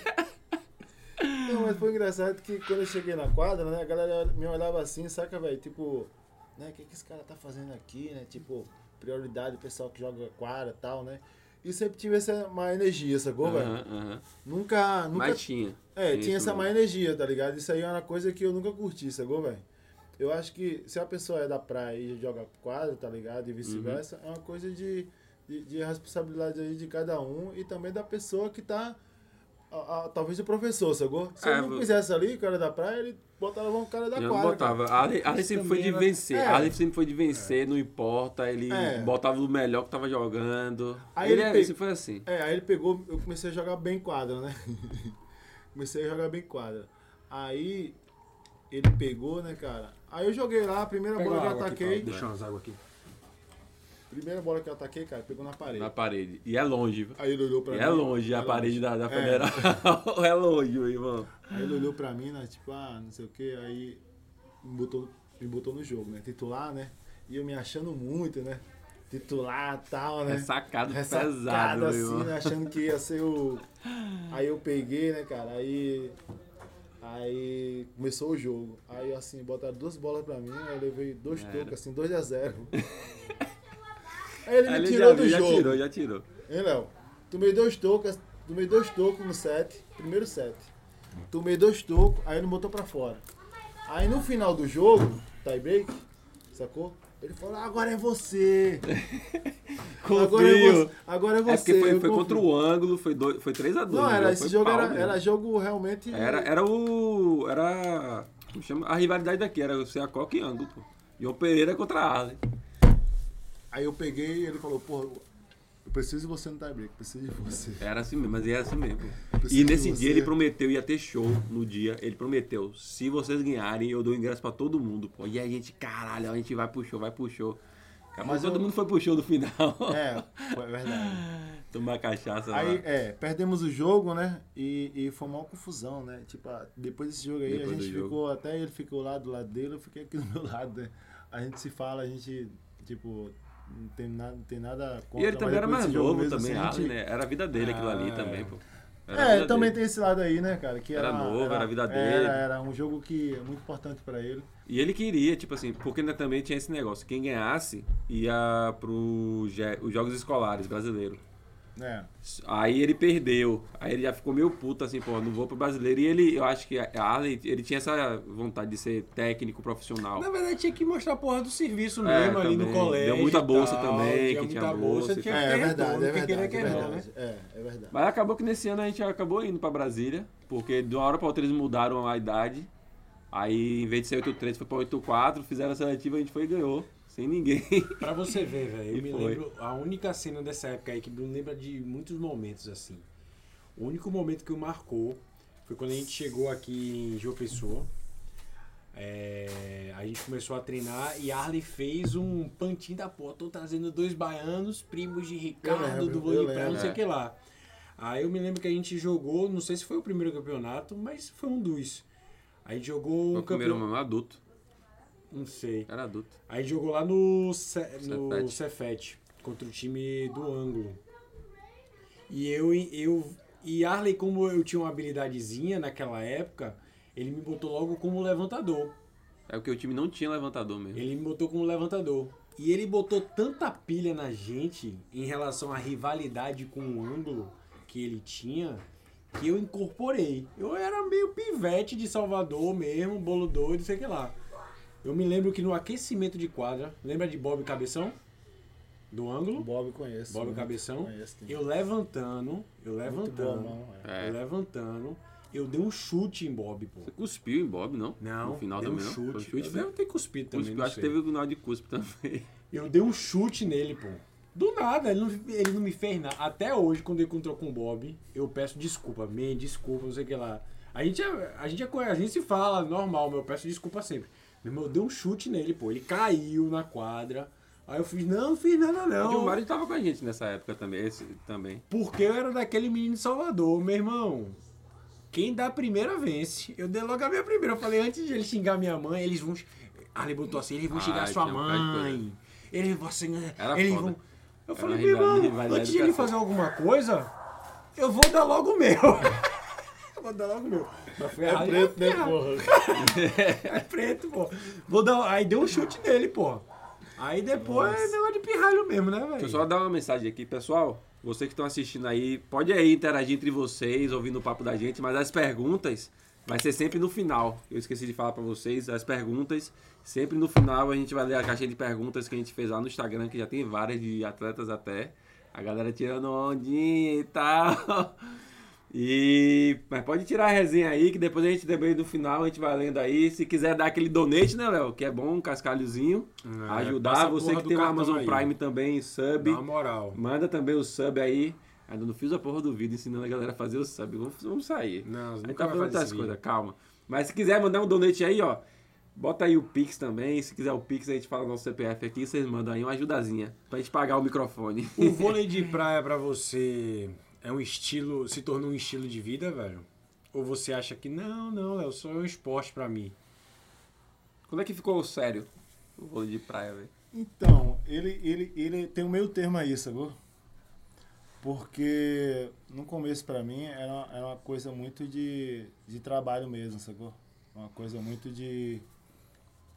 [SPEAKER 3] Não, mas foi engraçado que quando eu cheguei na quadra, né, a galera me olhava assim, saca, velho? Tipo, né, o que, que esse cara tá fazendo aqui, né? Tipo, prioridade, o pessoal que joga quadra e tal, né? E sempre tive essa má energia, sacou, velho?
[SPEAKER 1] Aham, aham.
[SPEAKER 3] Nunca, nunca.
[SPEAKER 1] Mas tinha.
[SPEAKER 3] é, tinha
[SPEAKER 1] isso
[SPEAKER 3] essa má
[SPEAKER 1] mesmo.
[SPEAKER 3] energia, tá ligado? Isso aí é uma coisa que eu nunca curti, sacou, velho? Eu acho que se a pessoa é da praia e joga quadra, tá ligado? E vice-versa,
[SPEAKER 1] Uhum.
[SPEAKER 3] é uma coisa de, de, de responsabilidade aí de cada um e também da pessoa que tá. a- a- talvez o professor, sacou? Se
[SPEAKER 1] É,
[SPEAKER 3] ele não
[SPEAKER 1] vo-
[SPEAKER 3] fizesse ali, o cara da praia, ele botava um cara da
[SPEAKER 1] Eu não
[SPEAKER 3] quadra.
[SPEAKER 1] botava.
[SPEAKER 3] cara.
[SPEAKER 1] A Ale, a Ale
[SPEAKER 2] Isso
[SPEAKER 1] sempre foi de
[SPEAKER 2] também era-
[SPEAKER 1] vencer.
[SPEAKER 3] É.
[SPEAKER 1] A Ale sempre foi de vencer, não importa. Ele
[SPEAKER 3] É.
[SPEAKER 1] botava o melhor que tava jogando.
[SPEAKER 3] Aí
[SPEAKER 1] ele
[SPEAKER 3] ele
[SPEAKER 1] é-
[SPEAKER 3] pe-
[SPEAKER 1] sempre foi assim.
[SPEAKER 3] É, aí ele pegou, eu comecei a jogar bem quadra, né? (laughs) comecei a jogar bem quadra. Aí ele pegou, né, cara? Aí eu joguei lá, a primeira
[SPEAKER 2] Pega
[SPEAKER 3] bola
[SPEAKER 2] uma
[SPEAKER 3] que eu
[SPEAKER 2] água aqui,
[SPEAKER 3] ataquei.
[SPEAKER 2] Paulo. Deixa umas águas aqui.
[SPEAKER 3] Primeira bola que eu ataquei, cara, pegou na parede.
[SPEAKER 1] Na parede. E é longe, viu?
[SPEAKER 3] Aí ele olhou pra
[SPEAKER 1] E
[SPEAKER 3] mim.
[SPEAKER 1] é longe a parede da, da
[SPEAKER 3] É.
[SPEAKER 1] federal. (laughs) é longe, meu irmão.
[SPEAKER 3] Aí ele olhou pra mim, né, tipo, ah, não sei o que, aí me botou, me botou no jogo, né? Titular, né? E eu me achando muito, né? Titular tal, né?
[SPEAKER 1] É sacado
[SPEAKER 3] Ressacado,
[SPEAKER 1] pesado, meu
[SPEAKER 3] assim,
[SPEAKER 1] irmão.
[SPEAKER 3] né? Achando que ia
[SPEAKER 1] (laughs)
[SPEAKER 3] ser o. Aí eu peguei, né, cara? Aí. Aí começou o jogo. Aí assim, botaram duas bolas pra mim, aí eu levei dois
[SPEAKER 1] Já
[SPEAKER 3] tocos,
[SPEAKER 1] era.
[SPEAKER 3] assim, 2
[SPEAKER 1] (laughs)
[SPEAKER 3] a 0 Aí ele me
[SPEAKER 1] Aí ele
[SPEAKER 3] tirou
[SPEAKER 1] já,
[SPEAKER 3] do
[SPEAKER 1] já
[SPEAKER 3] jogo.
[SPEAKER 1] tirou, já tirou.
[SPEAKER 3] Hein, Léo? Tomei dois tocos, tomei dois tocos no set, primeiro set. Tomei dois tocos, aí ele botou pra fora. Aí no final do jogo, tie break, sacou? Ele falou, agora é você.
[SPEAKER 1] (laughs)
[SPEAKER 3] Agora é
[SPEAKER 1] Confio.
[SPEAKER 3] você. Agora é
[SPEAKER 1] É
[SPEAKER 3] você.
[SPEAKER 1] porque foi,
[SPEAKER 3] eu
[SPEAKER 1] foi
[SPEAKER 3] confio."
[SPEAKER 1] contra o ângulo, foi, dois, né? foi 3x2.
[SPEAKER 3] Não, era, esse jogo era, era
[SPEAKER 1] era,
[SPEAKER 3] jogo realmente.
[SPEAKER 1] era. Era o. Era. Como chama? A rivalidade daqui era o Coca e ângulo, pô. E o Pereira contra a Arlen.
[SPEAKER 3] Aí eu peguei e ele falou, porra, eu preciso de você no tie break, preciso de
[SPEAKER 1] (laughs)
[SPEAKER 3] você.
[SPEAKER 1] Era assim mesmo, mas era assim mesmo.
[SPEAKER 3] Preciso
[SPEAKER 1] E nesse
[SPEAKER 3] de
[SPEAKER 1] dia
[SPEAKER 3] você.
[SPEAKER 1] ele prometeu, ia ter show no dia. Ele prometeu, se vocês ganharem, eu dou ingresso pra todo mundo, pô. E a gente, caralho, a gente vai pro show, vai pro show. Mas
[SPEAKER 3] Mas
[SPEAKER 1] todo
[SPEAKER 3] eu-
[SPEAKER 1] mundo foi pro show no final. (laughs)
[SPEAKER 3] É, foi verdade.
[SPEAKER 1] Tomar cachaça
[SPEAKER 3] Aí,
[SPEAKER 1] lá.
[SPEAKER 3] é, perdemos o jogo, né? E, e foi uma confusão, né? Tipo, ah, depois desse jogo aí,
[SPEAKER 1] Depois
[SPEAKER 3] a
[SPEAKER 1] do
[SPEAKER 3] gente
[SPEAKER 1] jogo.
[SPEAKER 3] ficou, até ele ficou lá do lado dele, eu fiquei aqui do (laughs) meu lado, né? A gente se fala, a gente, tipo, não tem nada, não tem nada
[SPEAKER 1] E
[SPEAKER 3] contra.
[SPEAKER 1] ele também era
[SPEAKER 3] mas depois
[SPEAKER 1] mais
[SPEAKER 3] desse jogo
[SPEAKER 1] novo
[SPEAKER 3] mesmo,
[SPEAKER 1] também,
[SPEAKER 3] assim, a
[SPEAKER 1] Arlen,
[SPEAKER 3] gente-
[SPEAKER 1] né? Era a vida dele aquilo ali
[SPEAKER 2] Ah,
[SPEAKER 1] também, pô. Era a
[SPEAKER 3] É,
[SPEAKER 1] vida
[SPEAKER 3] também
[SPEAKER 1] dele.
[SPEAKER 3] tem esse lado aí, né, cara? Que
[SPEAKER 1] Era
[SPEAKER 3] era,
[SPEAKER 1] novo, era a vida dele.
[SPEAKER 3] Era, era um jogo que é muito importante pra ele.
[SPEAKER 1] E ele queria, tipo assim, porque ainda também tinha esse negócio. Quem ganhasse ia pro ge- os Jogos Escolares brasileiro.
[SPEAKER 3] né?
[SPEAKER 1] Aí ele perdeu. Aí ele já ficou meio puto, assim, pô, não vou pro brasileiro. E ele, eu acho que a Arley, ele tinha essa vontade de ser técnico profissional.
[SPEAKER 2] Na verdade, tinha que mostrar a porra do serviço
[SPEAKER 1] É,
[SPEAKER 2] mesmo ali no
[SPEAKER 1] também.
[SPEAKER 2] colégio.
[SPEAKER 1] Deu muita
[SPEAKER 2] e
[SPEAKER 1] bolsa
[SPEAKER 2] tal,
[SPEAKER 1] também, que tinha
[SPEAKER 2] muita
[SPEAKER 1] bolsa e
[SPEAKER 2] tinha que ter
[SPEAKER 3] É, é verdade,
[SPEAKER 2] retorno,
[SPEAKER 3] é
[SPEAKER 2] quem queria,
[SPEAKER 3] verdade. É
[SPEAKER 2] quem não, né?
[SPEAKER 3] verdade. É, é verdade.
[SPEAKER 1] Mas acabou que nesse ano a gente acabou indo pra Brasília, porque de uma hora pra outra eles mudaram a idade. Aí, em vez de ser 8-3, foi pra 8-4, fizeram a seletiva, a gente foi e ganhou. Sem ninguém.
[SPEAKER 2] Pra você ver, velho,
[SPEAKER 1] E
[SPEAKER 2] eu me
[SPEAKER 1] foi.
[SPEAKER 2] lembro, a única cena dessa época aí que me lembra de muitos momentos, assim. O único momento que o marcou Foi quando a gente chegou aqui em João Pessoa. É, a gente começou a treinar e Arley fez um pantinho da porra. Tô trazendo dois baianos, primos de Ricardo,
[SPEAKER 3] Eu lembro,
[SPEAKER 2] do vôlei
[SPEAKER 3] eu
[SPEAKER 2] praia, não
[SPEAKER 3] lembro,
[SPEAKER 2] sei
[SPEAKER 1] é.
[SPEAKER 2] o que lá. Aí eu me lembro que a gente jogou, não sei se foi o primeiro campeonato, mas foi um dos. Aí jogou
[SPEAKER 1] Foi
[SPEAKER 2] um
[SPEAKER 1] o primeiro
[SPEAKER 2] campeonato.
[SPEAKER 1] mano, adulto.
[SPEAKER 2] Não sei.
[SPEAKER 1] Era adulto.
[SPEAKER 2] Aí jogou lá no, Ce- no
[SPEAKER 1] Cefete.
[SPEAKER 2] Cefete, contra o time do Ângulo. E eu, eu e Arley, como eu tinha uma habilidadezinha naquela época, ele me botou logo como levantador.
[SPEAKER 1] É porque o time não tinha levantador mesmo.
[SPEAKER 2] Ele me botou como levantador. E ele botou tanta pilha na gente em relação à rivalidade com o ângulo que ele tinha, que eu incorporei. Eu era meio pivete de Salvador mesmo, bolo doido, sei que lá. Eu me lembro que no aquecimento de quadra, lembra de Bob Cabeção? Do
[SPEAKER 3] O
[SPEAKER 2] ângulo?
[SPEAKER 3] Bob conhece.
[SPEAKER 2] Bob
[SPEAKER 3] muito,
[SPEAKER 2] Cabeção?
[SPEAKER 3] Conhece, tem.
[SPEAKER 2] Eu levantando, eu
[SPEAKER 3] Muito boa
[SPEAKER 2] levantando,
[SPEAKER 3] mão, é.
[SPEAKER 1] É.
[SPEAKER 2] eu levantando, eu dei um chute em Bob, pô.
[SPEAKER 1] Você cuspiu em Bob, não?
[SPEAKER 2] Não,
[SPEAKER 1] No final
[SPEAKER 2] dei
[SPEAKER 1] também
[SPEAKER 2] um
[SPEAKER 1] não.
[SPEAKER 2] chute.
[SPEAKER 1] Foi
[SPEAKER 2] Eu devo ter cuspido também,
[SPEAKER 1] Cuspe,
[SPEAKER 2] não
[SPEAKER 1] acho que
[SPEAKER 2] sei.
[SPEAKER 1] teve o final de cuspe também. (laughs)
[SPEAKER 2] Eu dei um chute nele, pô. Do nada, ele não, ele não me fez nada. Até hoje, quando ele encontrou com o Bob, eu peço desculpa, me desculpa, não sei o que lá. A gente, é- a gente, é co- a gente se fala normal, mas eu peço desculpa sempre. Meu irmão, eu dei um chute nele, pô. Ele caiu na quadra. Aí eu fiz, não, não fiz nada
[SPEAKER 1] O
[SPEAKER 2] não.
[SPEAKER 1] Gilmário tava com a gente nessa época também. Esse, também.
[SPEAKER 2] Porque eu era daquele menino de Salvador, meu irmão. Quem dá a primeira vence. Eu dei logo a minha primeira. Eu falei, antes de ele xingar minha mãe, eles vão. Ah, ele botou assim, eles vão
[SPEAKER 1] Ah,
[SPEAKER 2] xingar sua
[SPEAKER 1] tinha um bocado de
[SPEAKER 2] mãe. Eles vão assim.
[SPEAKER 1] Era
[SPEAKER 2] eles
[SPEAKER 1] foda.
[SPEAKER 2] vão. Eu
[SPEAKER 1] Era
[SPEAKER 2] falei,
[SPEAKER 1] uma
[SPEAKER 2] meu
[SPEAKER 1] rival-
[SPEAKER 2] irmão,
[SPEAKER 1] rivalidade
[SPEAKER 2] antes
[SPEAKER 1] do
[SPEAKER 2] de ele
[SPEAKER 1] cacete.
[SPEAKER 2] fazer alguma coisa, eu vou dar logo o meu. (laughs) Eu vou dar logo o meu. Mas foi
[SPEAKER 3] É
[SPEAKER 2] errado,
[SPEAKER 3] preto,
[SPEAKER 2] é
[SPEAKER 3] né,
[SPEAKER 2] errado.
[SPEAKER 3] porra?
[SPEAKER 2] É preto, pô. Vou dar, aí deu um chute nele, pô. Aí depois é negócio de pirralho mesmo, né,
[SPEAKER 1] Deixa eu
[SPEAKER 2] velho?
[SPEAKER 1] só dar uma mensagem aqui, pessoal. Vocês que estão assistindo aí, pode aí interagir entre vocês, ouvindo o papo da gente, mas as perguntas vai ser sempre no final. Eu esqueci de falar pra vocês, as perguntas, sempre no final a gente vai ler a caixinha de perguntas que a gente fez lá no Instagram, que já tem várias de atletas até. A galera tirando ondinha e tal. (laughs) E mas pode tirar a resenha aí que depois a gente também no final a gente vai lendo aí. Se quiser dar aquele donate, né, Léo, que é bom, um cascalhozinho,
[SPEAKER 2] É, passa
[SPEAKER 1] ajudar
[SPEAKER 2] a
[SPEAKER 1] você
[SPEAKER 2] porra
[SPEAKER 1] que
[SPEAKER 2] do
[SPEAKER 1] tem o
[SPEAKER 2] cartão
[SPEAKER 1] Amazon
[SPEAKER 2] aí.
[SPEAKER 1] Prime também, sub.
[SPEAKER 2] Dá uma moral.
[SPEAKER 1] Manda também o sub aí. Ainda não fiz a porra do vídeo ensinando a galera a fazer o sub. Vamos, vamos sair.
[SPEAKER 2] Não,
[SPEAKER 1] Aí
[SPEAKER 2] nunca
[SPEAKER 1] tá
[SPEAKER 2] vai
[SPEAKER 1] fazendo
[SPEAKER 2] fazer
[SPEAKER 1] outras
[SPEAKER 2] esse
[SPEAKER 1] coisas, calma. Mas se quiser mandar um donate aí, ó. Bota aí o Pix também. Se quiser o Pix, a gente fala nosso CPF aqui. Vocês mandam aí uma ajudazinha pra gente pagar o microfone.
[SPEAKER 2] O vôlei de praia pra você é um estilo, se tornou um estilo de vida, velho? Ou você acha que não, não, Léo, só é um esporte pra mim?
[SPEAKER 1] Quando é que ficou sério o vôlei de praia, velho?
[SPEAKER 3] Então, ele, ele, ele tem um meio termo aí, sacou? Porque no começo pra mim era uma, era uma coisa muito de, de trabalho mesmo, sacou? Uma coisa muito de.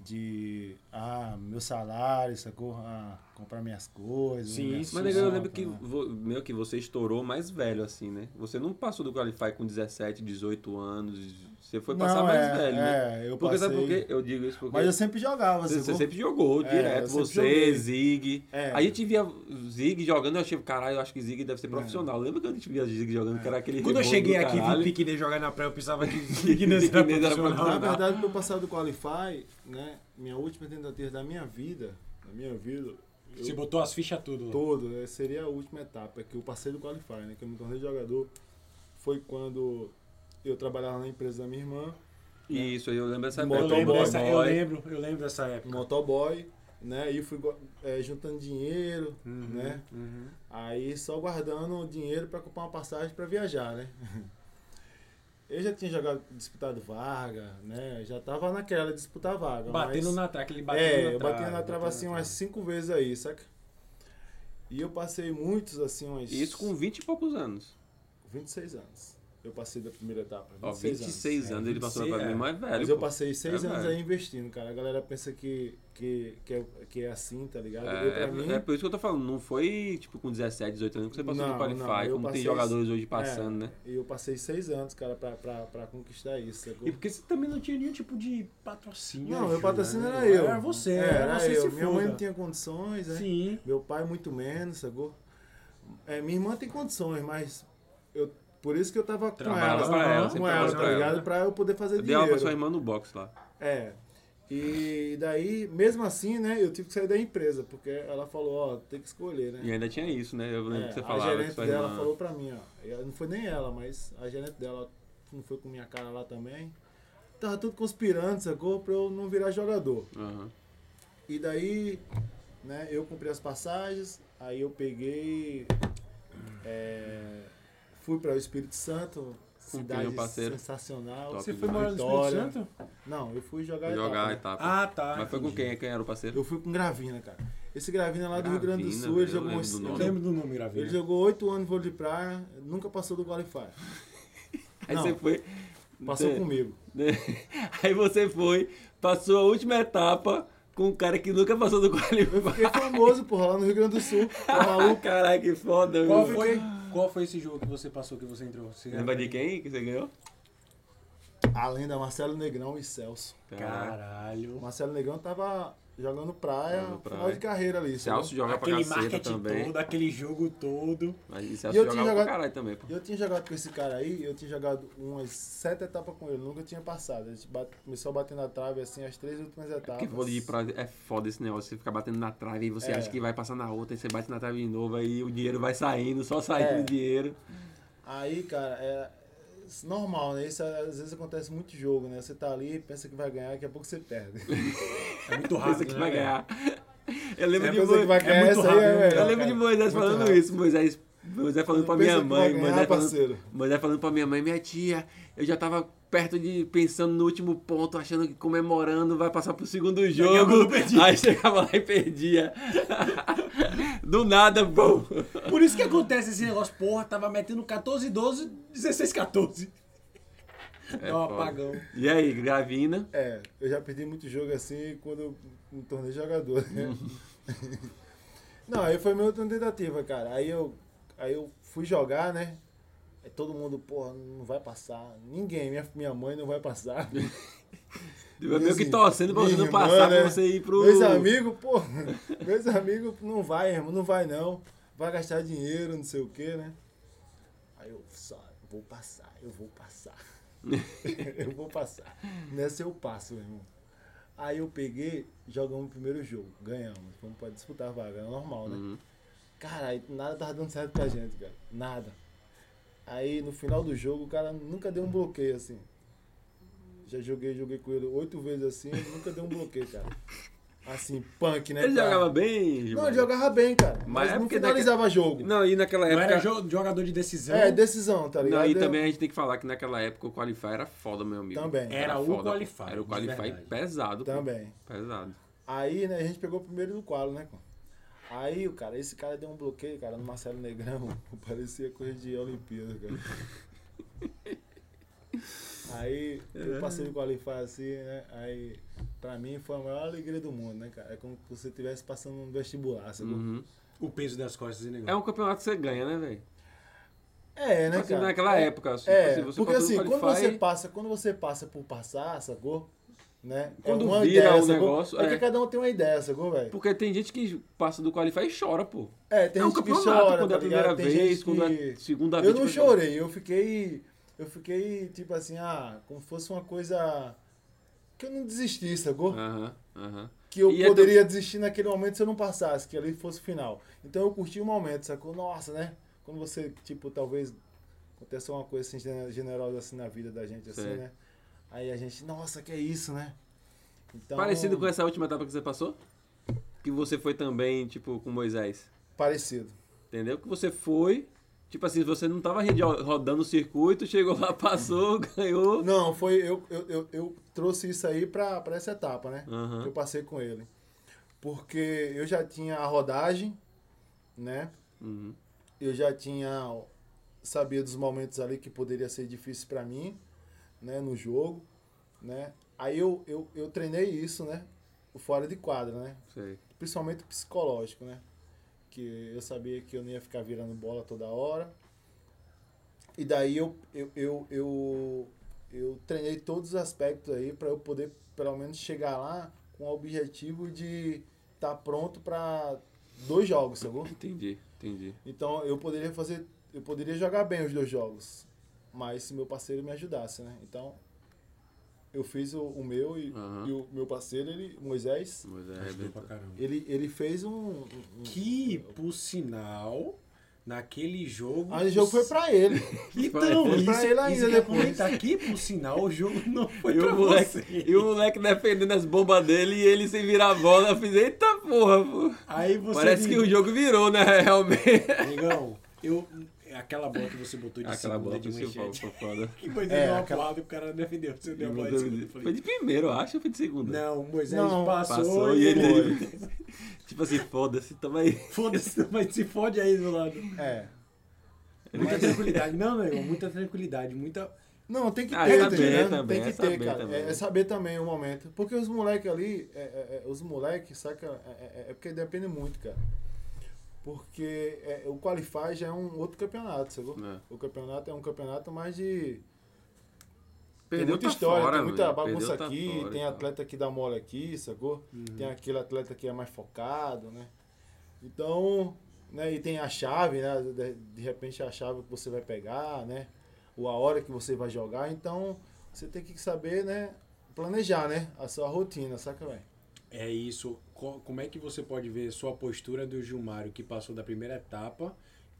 [SPEAKER 3] de. ah, meu salário, sacou? Ah, comprar minhas coisas.
[SPEAKER 2] Sim,
[SPEAKER 3] minhas
[SPEAKER 2] sim,
[SPEAKER 1] Mas,
[SPEAKER 3] coisas,
[SPEAKER 1] negão, eu lembro
[SPEAKER 3] tá,
[SPEAKER 1] que
[SPEAKER 3] né?
[SPEAKER 1] vo- meio que você estourou mais velho, assim, né? Você não passou do Qualify com 17, 18 anos. Você foi passar
[SPEAKER 3] Não,
[SPEAKER 1] mais
[SPEAKER 3] é,
[SPEAKER 1] velho, né?
[SPEAKER 3] É, eu
[SPEAKER 1] Porque
[SPEAKER 3] passei.
[SPEAKER 1] sabe por quê? Eu digo isso porque.
[SPEAKER 3] Mas eu sempre jogava,
[SPEAKER 1] Você, você
[SPEAKER 3] sacou?
[SPEAKER 1] sempre jogou
[SPEAKER 3] É,
[SPEAKER 1] direto,
[SPEAKER 3] eu sempre
[SPEAKER 1] você,
[SPEAKER 3] joguei.
[SPEAKER 1] Zig.
[SPEAKER 3] É.
[SPEAKER 1] Aí a gente via Zig jogando, eu achei, caralho, eu acho que Zig deve ser profissional. Lembra quando a gente via Zig jogando, que era aquele
[SPEAKER 2] Quando eu
[SPEAKER 1] rebote do
[SPEAKER 2] cheguei aqui e vi
[SPEAKER 1] caralho?
[SPEAKER 2] Piquenê jogar na praia, eu pensava
[SPEAKER 3] (laughs)
[SPEAKER 2] que (laughs) Piquenê era
[SPEAKER 1] Piquenês era
[SPEAKER 2] profissional.
[SPEAKER 1] profissional.
[SPEAKER 3] Na verdade, meu passado Qualify, né? Minha última tentativa da minha vida, da minha vida, eu-
[SPEAKER 2] Você botou as fichas tudo. Léo.
[SPEAKER 3] todo, né, seria a última etapa, que eu passei do Qualify, né? Que eu me tornei jogador, foi quando eu trabalhava na empresa da minha irmã, É.
[SPEAKER 1] Isso, eu lembro dessa
[SPEAKER 3] Motoboy,
[SPEAKER 2] Eu
[SPEAKER 1] época.
[SPEAKER 2] lembro, dessa, eu
[SPEAKER 1] Motoboy.
[SPEAKER 2] lembro, eu lembro dessa época.
[SPEAKER 3] um motoboy, né? E fui go- eh, juntando dinheiro, né?
[SPEAKER 2] Uhum.
[SPEAKER 3] Aí só guardando o dinheiro para comprar uma passagem para viajar, né? (laughs) Eu já tinha jogado, disputado vaga, né? Já tava naquela de disputar vaga.
[SPEAKER 2] Batendo
[SPEAKER 3] mas...
[SPEAKER 2] na trave, aquele batendo na
[SPEAKER 3] É,
[SPEAKER 2] trave.
[SPEAKER 3] eu bati na
[SPEAKER 2] batendo
[SPEAKER 3] trava assim umas cinco vezes aí, saca? E eu passei muitos assim, umas.
[SPEAKER 1] E Isso com 20 e poucos anos.
[SPEAKER 3] 26 anos. Eu passei da primeira etapa. 26,
[SPEAKER 1] Ó, 26 anos,
[SPEAKER 2] anos.
[SPEAKER 1] ele passou na
[SPEAKER 2] 26,
[SPEAKER 1] minha
[SPEAKER 2] é.
[SPEAKER 1] mãe é velho.
[SPEAKER 3] Mas eu
[SPEAKER 1] pô.
[SPEAKER 3] passei seis
[SPEAKER 1] É,
[SPEAKER 3] anos
[SPEAKER 1] velho.
[SPEAKER 3] aí investindo, cara. A galera pensa que, que, que, é, que é assim, tá ligado? eu, pra mim,
[SPEAKER 1] É, é por isso que eu tô falando, não foi tipo com 17, 18 anos que você passou
[SPEAKER 3] Não,
[SPEAKER 1] no
[SPEAKER 3] não,
[SPEAKER 1] Qualify,
[SPEAKER 3] eu
[SPEAKER 1] como tem
[SPEAKER 3] passei- assim, é.
[SPEAKER 1] jogadores hoje passando, né?
[SPEAKER 3] eu passei seis anos, cara, pra, pra, pra conquistar isso. sacou?
[SPEAKER 2] E porque você também não tinha nenhum tipo de patrocínio.
[SPEAKER 3] Não, meu
[SPEAKER 2] Ju,
[SPEAKER 3] patrocínio
[SPEAKER 2] né?
[SPEAKER 3] era eu.
[SPEAKER 2] Era você,
[SPEAKER 3] É,
[SPEAKER 2] era você se
[SPEAKER 3] eu. Minha mãe
[SPEAKER 2] foda.
[SPEAKER 3] não tinha condições, né?
[SPEAKER 2] Sim.
[SPEAKER 3] Meu pai muito menos, sacou? É, minha irmã tem condições, mas eu, por isso que eu tava com
[SPEAKER 2] Trabalha
[SPEAKER 3] ela,
[SPEAKER 2] pra ela,
[SPEAKER 3] com
[SPEAKER 2] sempre
[SPEAKER 3] ela,
[SPEAKER 2] trabalha pra
[SPEAKER 3] tá ligado?
[SPEAKER 1] ela.
[SPEAKER 3] Pra eu poder fazer
[SPEAKER 1] Eu dei aula pra
[SPEAKER 3] dinheiro.
[SPEAKER 1] sua irmã no box lá.
[SPEAKER 3] É. E daí, mesmo assim, né, eu tive que sair da empresa, porque ela falou, ó, tem que escolher, né?
[SPEAKER 1] E ainda tinha isso, né? Eu lembro
[SPEAKER 3] É,
[SPEAKER 1] que você
[SPEAKER 3] a
[SPEAKER 1] falava que
[SPEAKER 3] gerente
[SPEAKER 1] sua
[SPEAKER 3] dela
[SPEAKER 1] irmã.
[SPEAKER 3] falou pra mim, ó. e ela- Não foi nem ela, mas a gerente dela, ó, não foi com minha cara lá também. Tava tudo conspirando, sacou? Pra eu não virar jogador.
[SPEAKER 1] Aham.
[SPEAKER 3] E daí, né, eu comprei as passagens, aí eu peguei. é, fui para o Espírito Santo, cidade
[SPEAKER 1] meu parceiro.
[SPEAKER 3] sensacional.
[SPEAKER 1] Top.
[SPEAKER 2] Você foi morar no
[SPEAKER 3] Vitória.
[SPEAKER 2] Espírito Santo?
[SPEAKER 3] Não, eu fui jogar
[SPEAKER 1] Vou Jogar a
[SPEAKER 3] etapa,
[SPEAKER 1] etapa.
[SPEAKER 3] né?
[SPEAKER 2] Ah, tá.
[SPEAKER 1] Mas foi com quem? Quem era o parceiro?
[SPEAKER 3] Eu fui com Gravina, cara. Esse Gravina é lá do Rio Grande do
[SPEAKER 1] Gravina,
[SPEAKER 3] Sul, ele
[SPEAKER 1] eu
[SPEAKER 3] jogou,
[SPEAKER 1] lembro
[SPEAKER 3] uns-
[SPEAKER 1] do
[SPEAKER 2] Eu
[SPEAKER 1] nome.
[SPEAKER 2] lembro do nome, Gravina.
[SPEAKER 3] ele jogou oito anos de vôlei de praia, nunca passou do qualify.
[SPEAKER 1] Aí
[SPEAKER 3] Não.
[SPEAKER 1] você foi.
[SPEAKER 3] Passou
[SPEAKER 1] Você-
[SPEAKER 3] comigo.
[SPEAKER 1] (laughs) Aí você foi, passou a última etapa com um cara que nunca passou do
[SPEAKER 3] Eu
[SPEAKER 1] qualify.
[SPEAKER 3] fiquei famoso, porra, lá no Rio Grande do Sul. O
[SPEAKER 1] (laughs)
[SPEAKER 3] Raul,
[SPEAKER 1] Caralho, que foda,
[SPEAKER 2] Qual
[SPEAKER 1] meu.
[SPEAKER 2] foi, qual foi esse jogo que você passou, que você entrou? Você
[SPEAKER 1] Lembra de quem que você ganhou?
[SPEAKER 3] a lenda Marcelo Negrão e Celso. O
[SPEAKER 2] Caralho.
[SPEAKER 3] Marcelo Negrão tava jogando praia,
[SPEAKER 1] Jogando praia.
[SPEAKER 3] final de carreira ali. sacou?
[SPEAKER 1] Celso joga pra
[SPEAKER 2] Aquele
[SPEAKER 1] caceta
[SPEAKER 2] marketing
[SPEAKER 1] também.
[SPEAKER 2] todo, aquele jogo todo.
[SPEAKER 1] Mas e
[SPEAKER 3] E
[SPEAKER 1] Celso
[SPEAKER 3] eu tinha
[SPEAKER 1] jogava pra
[SPEAKER 3] jogado-
[SPEAKER 1] caralho também, pô.
[SPEAKER 3] E Eu tinha jogado com esse cara aí, eu tinha jogado umas sete etapas com ele, nunca tinha passado. A gente bate- começou a bater na trave assim as três últimas etapas.
[SPEAKER 1] É Porque vôlei de praia é foda esse negócio. Você fica batendo na trave e você
[SPEAKER 3] É.
[SPEAKER 1] acha que vai passar na outra, aí você bate na trave de novo, aí o dinheiro vai saindo, só saindo
[SPEAKER 3] É.
[SPEAKER 1] o dinheiro.
[SPEAKER 3] Aí, cara, é é normal, né? Isso às vezes acontece muito jogo, né? Você tá ali, pensa que vai ganhar, daqui a pouco você perde. (laughs)
[SPEAKER 2] É muito
[SPEAKER 1] Pensa
[SPEAKER 2] rápido,
[SPEAKER 1] que
[SPEAKER 2] né,
[SPEAKER 1] vai
[SPEAKER 2] velho?
[SPEAKER 1] ganhar. (laughs) Eu lembro
[SPEAKER 3] Você
[SPEAKER 1] de
[SPEAKER 3] pensa que
[SPEAKER 1] Mo-
[SPEAKER 3] vai
[SPEAKER 2] é
[SPEAKER 3] ganhar,
[SPEAKER 2] muito
[SPEAKER 3] isso aí
[SPEAKER 2] rápido, né?
[SPEAKER 3] é melhor,
[SPEAKER 1] Eu lembro de
[SPEAKER 3] cara.
[SPEAKER 1] Moisés
[SPEAKER 3] Muito
[SPEAKER 1] falando
[SPEAKER 3] rápido.
[SPEAKER 1] isso, Moisés, Moisés falando pra
[SPEAKER 3] Pensa
[SPEAKER 1] minha
[SPEAKER 3] que
[SPEAKER 1] mãe,
[SPEAKER 3] vai ganhar,
[SPEAKER 1] Moisés falando,
[SPEAKER 3] parceiro.
[SPEAKER 1] Moisés falando pra minha mãe, minha tia, eu já tava perto de pensando no último ponto, achando que comemorando vai passar pro segundo jogo.
[SPEAKER 2] eu perdi.
[SPEAKER 1] Aí chegava lá e perdia. (laughs) Do nada, bom.
[SPEAKER 2] Por isso que acontece esse negócio, porra, tava metendo 14, 12, 16, 14. É, um
[SPEAKER 1] foda.
[SPEAKER 2] apagão.
[SPEAKER 1] E aí, Gravina?
[SPEAKER 3] É, eu já perdi muito jogo assim quando eu me tornei jogador, né?
[SPEAKER 2] (laughs)
[SPEAKER 3] Não, aí foi minha outra tentativa, cara. Aí eu, aí eu fui jogar, né? Aí todo mundo, porra, não vai passar. Ninguém, minha, minha mãe não vai
[SPEAKER 2] (laughs)
[SPEAKER 3] passar.
[SPEAKER 1] Meio que
[SPEAKER 3] assim,
[SPEAKER 1] torcendo pra você não
[SPEAKER 3] (laughs) minha
[SPEAKER 1] passar,
[SPEAKER 3] irmã,
[SPEAKER 1] pra
[SPEAKER 3] né?
[SPEAKER 1] você ir pro...
[SPEAKER 3] Meus amigos, pô, (laughs) meus amigos, não vai, irmão, não vai não. Vai gastar dinheiro, não sei o que, né? Aí eu só, vou passar, eu vou passar. (laughs) eu vou passar. Nessa eu passo, meu irmão. Aí eu peguei, jogamos o primeiro jogo, ganhamos. Vamos pra disputar a vaga, é normal, né?
[SPEAKER 1] Uhum.
[SPEAKER 3] Cara, aí nada tava dando certo pra gente, cara. Nada. Aí no final do jogo, o cara nunca deu um bloqueio assim. Já joguei, joguei com ele oito vezes assim, ele nunca deu um bloqueio, cara. Assim, punk, né?
[SPEAKER 1] Ele
[SPEAKER 3] cara?
[SPEAKER 1] jogava bem,
[SPEAKER 3] Não,
[SPEAKER 1] Gilmar?
[SPEAKER 3] ele jogava bem, cara. Mas,
[SPEAKER 1] é
[SPEAKER 3] não
[SPEAKER 1] porque
[SPEAKER 3] finalizava jogo.
[SPEAKER 1] Não, e naquela
[SPEAKER 2] Não
[SPEAKER 1] época...
[SPEAKER 2] era jo- jogador de decisão.
[SPEAKER 3] É, decisão, tá ligado?
[SPEAKER 1] Não, e
[SPEAKER 3] Eu-
[SPEAKER 1] também a gente tem que falar que naquela época o Qualify era foda, meu amigo.
[SPEAKER 3] Também.
[SPEAKER 2] Era o
[SPEAKER 1] foda, pô.
[SPEAKER 2] Qualify,
[SPEAKER 1] Era o
[SPEAKER 2] de
[SPEAKER 1] Qualify
[SPEAKER 2] verdade.
[SPEAKER 1] pesado. pô.
[SPEAKER 3] Também.
[SPEAKER 1] Pesado.
[SPEAKER 3] Aí, né, a gente pegou o primeiro do quadro, né, cara? Aí, o cara, esse cara deu um bloqueio, cara, no Marcelo Negrão. (laughs) Parecia coisa de Olimpíada, cara.
[SPEAKER 1] (laughs)
[SPEAKER 3] Aí,
[SPEAKER 1] É.
[SPEAKER 3] eu passei o qualify assim, né? Aí, pra mim, foi a maior alegria do mundo, né, cara? É como se você estivesse passando um vestibular, sabe?
[SPEAKER 1] Uhum.
[SPEAKER 2] O peso das costas e negócio.
[SPEAKER 1] É um campeonato que você ganha, né, velho?
[SPEAKER 3] É, né,
[SPEAKER 1] Assim,
[SPEAKER 3] cara?
[SPEAKER 1] naquela
[SPEAKER 3] É,
[SPEAKER 1] época, assim,
[SPEAKER 3] É,
[SPEAKER 1] se você
[SPEAKER 3] porque
[SPEAKER 1] passou
[SPEAKER 3] assim,
[SPEAKER 1] no
[SPEAKER 3] quando
[SPEAKER 1] qualify-
[SPEAKER 3] você passa, quando você passa por passar, sacou? Né?
[SPEAKER 1] Quando
[SPEAKER 3] é uma
[SPEAKER 1] vira
[SPEAKER 3] ideia,
[SPEAKER 1] o
[SPEAKER 3] sacou?
[SPEAKER 1] negócio,
[SPEAKER 3] é,
[SPEAKER 1] é.
[SPEAKER 3] que cada um tem uma ideia, sacou, velho?
[SPEAKER 1] Porque tem gente que passa do Qualify e chora, pô.
[SPEAKER 3] É, tem
[SPEAKER 1] é um
[SPEAKER 3] gente que
[SPEAKER 1] campeonato
[SPEAKER 3] chora,
[SPEAKER 1] quando é
[SPEAKER 3] tá
[SPEAKER 1] a primeira
[SPEAKER 3] ligado? Tem
[SPEAKER 1] vez,
[SPEAKER 3] gente
[SPEAKER 1] quando é
[SPEAKER 3] que-
[SPEAKER 1] a segunda
[SPEAKER 3] Eu
[SPEAKER 1] vez. assim.
[SPEAKER 3] não
[SPEAKER 1] que
[SPEAKER 3] chorei, eu fiquei. Eu fiquei, tipo assim, ah, como fosse uma coisa. Que eu não desisti, sacou?
[SPEAKER 1] Aham, aham.
[SPEAKER 3] Que eu
[SPEAKER 1] Ah. E é
[SPEAKER 3] poderia desistir naquele momento se eu não passasse, que ali fosse o final. Então eu curti o momento, sacou? Nossa, né? Quando você, tipo, talvez aconteça uma coisa assim, gene- generosa assim na vida da gente, assim,
[SPEAKER 1] Sei.
[SPEAKER 3] né? Aí a gente, nossa, que é isso, né? Então,
[SPEAKER 1] Parecido com essa última etapa que você passou? Que você foi também, tipo, com Moisés.
[SPEAKER 3] Parecido.
[SPEAKER 1] Entendeu? Que você foi. Tipo assim, você não tava redi- rodando o circuito, chegou lá, passou, (laughs) ganhou.
[SPEAKER 3] Não, foi. Eu, eu, eu, eu trouxe isso aí pra, pra essa etapa, né?
[SPEAKER 1] Aham.
[SPEAKER 3] Eu passei com ele. Porque eu já tinha a rodagem, né?
[SPEAKER 1] Uhum.
[SPEAKER 3] Eu já tinha. Sabia dos momentos ali que poderia ser difícil pra mim, né? No jogo, né? Aí eu, eu, eu treinei isso, né? Fora de quadra, né?
[SPEAKER 1] Sei.
[SPEAKER 3] principalmente psicológico, né? Que eu sabia que eu não ia ficar virando bola toda hora. E daí eu, eu, eu, eu, eu treinei todos os aspectos aí para eu poder, pelo menos, chegar lá com o objetivo de estar pronto para dois jogos, sacou?
[SPEAKER 1] Entendi, entendi.
[SPEAKER 3] Então eu poderia fazer, eu poderia jogar bem os dois jogos, mas se meu parceiro me ajudasse, né? Então eu fiz o, o meu e,
[SPEAKER 1] Aham.
[SPEAKER 3] e o meu parceiro, ele, Moisés,
[SPEAKER 1] Moisés
[SPEAKER 2] Ajudou
[SPEAKER 1] arrebentou.
[SPEAKER 2] pra caramba.
[SPEAKER 3] ele, ele fez um- um- um
[SPEAKER 2] Que, por sinal, Naquele jogo.
[SPEAKER 3] Aí o Ah, jogo foi pra ele.
[SPEAKER 2] Então,
[SPEAKER 1] Foi
[SPEAKER 2] isso,
[SPEAKER 3] pra ele ainda
[SPEAKER 2] isso que eu ia
[SPEAKER 3] depois.
[SPEAKER 2] comentar tá aqui, por sinal, o jogo (laughs) não foi
[SPEAKER 1] E
[SPEAKER 2] pra
[SPEAKER 1] o, moleque,
[SPEAKER 2] você.
[SPEAKER 1] e o moleque defendendo as bombas dele e ele sem virar a bola. Eu fiz, eita porra, pô.
[SPEAKER 2] Aí você
[SPEAKER 1] Parece que
[SPEAKER 2] me-
[SPEAKER 1] o jogo virou, né? (laughs) Realmente.
[SPEAKER 2] Amigão, eu. Aquela bola que você botou de
[SPEAKER 1] Aquela bola
[SPEAKER 2] de
[SPEAKER 1] que se
[SPEAKER 2] manchete.
[SPEAKER 1] foi foda.
[SPEAKER 2] (laughs) Que Moisés
[SPEAKER 3] É,
[SPEAKER 2] deu uma
[SPEAKER 3] aquela-
[SPEAKER 2] porrada, o cara defendeu. Você deu a bola de segunda. Eu falei,
[SPEAKER 1] Foi de primeiro, eu acho, ou foi de segunda?
[SPEAKER 2] Não, Moisés
[SPEAKER 3] Não,
[SPEAKER 2] passou,
[SPEAKER 1] Passou e ele. (laughs) tipo assim, foda-se, tamo aí.
[SPEAKER 2] Foda-se, (laughs) mas se fode aí do lado.
[SPEAKER 3] É.
[SPEAKER 2] Muita tranquilidade. Não, meu, irmão, muita tranquilidade, muita.
[SPEAKER 3] Não, tem que
[SPEAKER 1] Ah,
[SPEAKER 3] ter,
[SPEAKER 1] é
[SPEAKER 3] tá
[SPEAKER 1] saber
[SPEAKER 3] entendendo?
[SPEAKER 1] também,
[SPEAKER 3] tem
[SPEAKER 1] é
[SPEAKER 3] que ter,
[SPEAKER 1] saber
[SPEAKER 3] cara.
[SPEAKER 1] também.
[SPEAKER 3] É, é saber também o momento. Porque os moleques ali, é, é, é, os moleques, saca? É, é- é porque depende muito, cara. Porque é, o Qualify já é um outro campeonato, sacou?
[SPEAKER 1] É.
[SPEAKER 3] O campeonato é um campeonato mais de. tem
[SPEAKER 1] Perdeu
[SPEAKER 3] muita
[SPEAKER 1] tá
[SPEAKER 3] história,
[SPEAKER 1] fora,
[SPEAKER 3] tem muita
[SPEAKER 1] velho.
[SPEAKER 3] bagunça
[SPEAKER 1] Perdeu tá
[SPEAKER 3] aqui,
[SPEAKER 1] fora e
[SPEAKER 3] tem
[SPEAKER 1] tal. Uhum.
[SPEAKER 3] atleta que dá mole aqui, sacou? Tem aquele atleta que é mais focado, né? Então, né, e tem a chave, né? De, de repente é a chave que você vai pegar, né? Ou a hora que você vai jogar, então você tem que saber, né? Planejar, né? A sua rotina, saca, velho?
[SPEAKER 2] É isso. Co- Como é que você pode ver sua postura do Gilmário que passou da primeira etapa?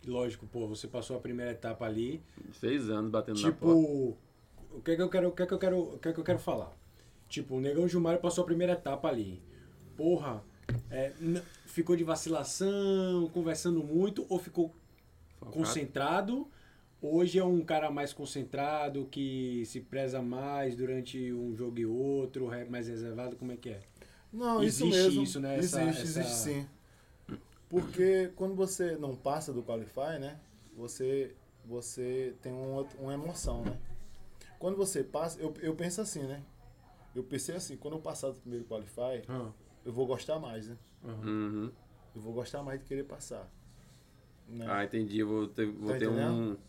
[SPEAKER 2] Lógico, pô, você passou a primeira etapa ali.
[SPEAKER 1] Seis anos batendo na porta.
[SPEAKER 2] Tipo, o que é que eu quero, o que é que eu quero, o que é que eu quero falar? Tipo, o Negão Gilmário passou a primeira etapa ali. Porra, é, n- ficou de vacilação, conversando muito ou ficou concentrado? Hoje é um cara mais concentrado que se preza mais durante um jogo e outro, é mais reservado, como é que é?
[SPEAKER 3] Não, isso
[SPEAKER 2] Existe
[SPEAKER 3] mesmo.
[SPEAKER 2] isso, né?
[SPEAKER 3] Existe,
[SPEAKER 2] Essa-
[SPEAKER 3] existe
[SPEAKER 2] essa-
[SPEAKER 3] sim. Porque quando você não passa do qualify, né? Você, você tem um, outro- uma emoção, né? Quando você passa, eu, eu penso assim, né? Eu pensei assim, quando eu passar do primeiro qualify,
[SPEAKER 2] Ah.
[SPEAKER 3] eu vou gostar mais, né?
[SPEAKER 1] Uhum.
[SPEAKER 3] Eu vou gostar mais de querer passar. né?
[SPEAKER 1] Ah, entendi. Eu Vou ter, vou
[SPEAKER 3] Tá
[SPEAKER 1] ter um.
[SPEAKER 3] entendendo?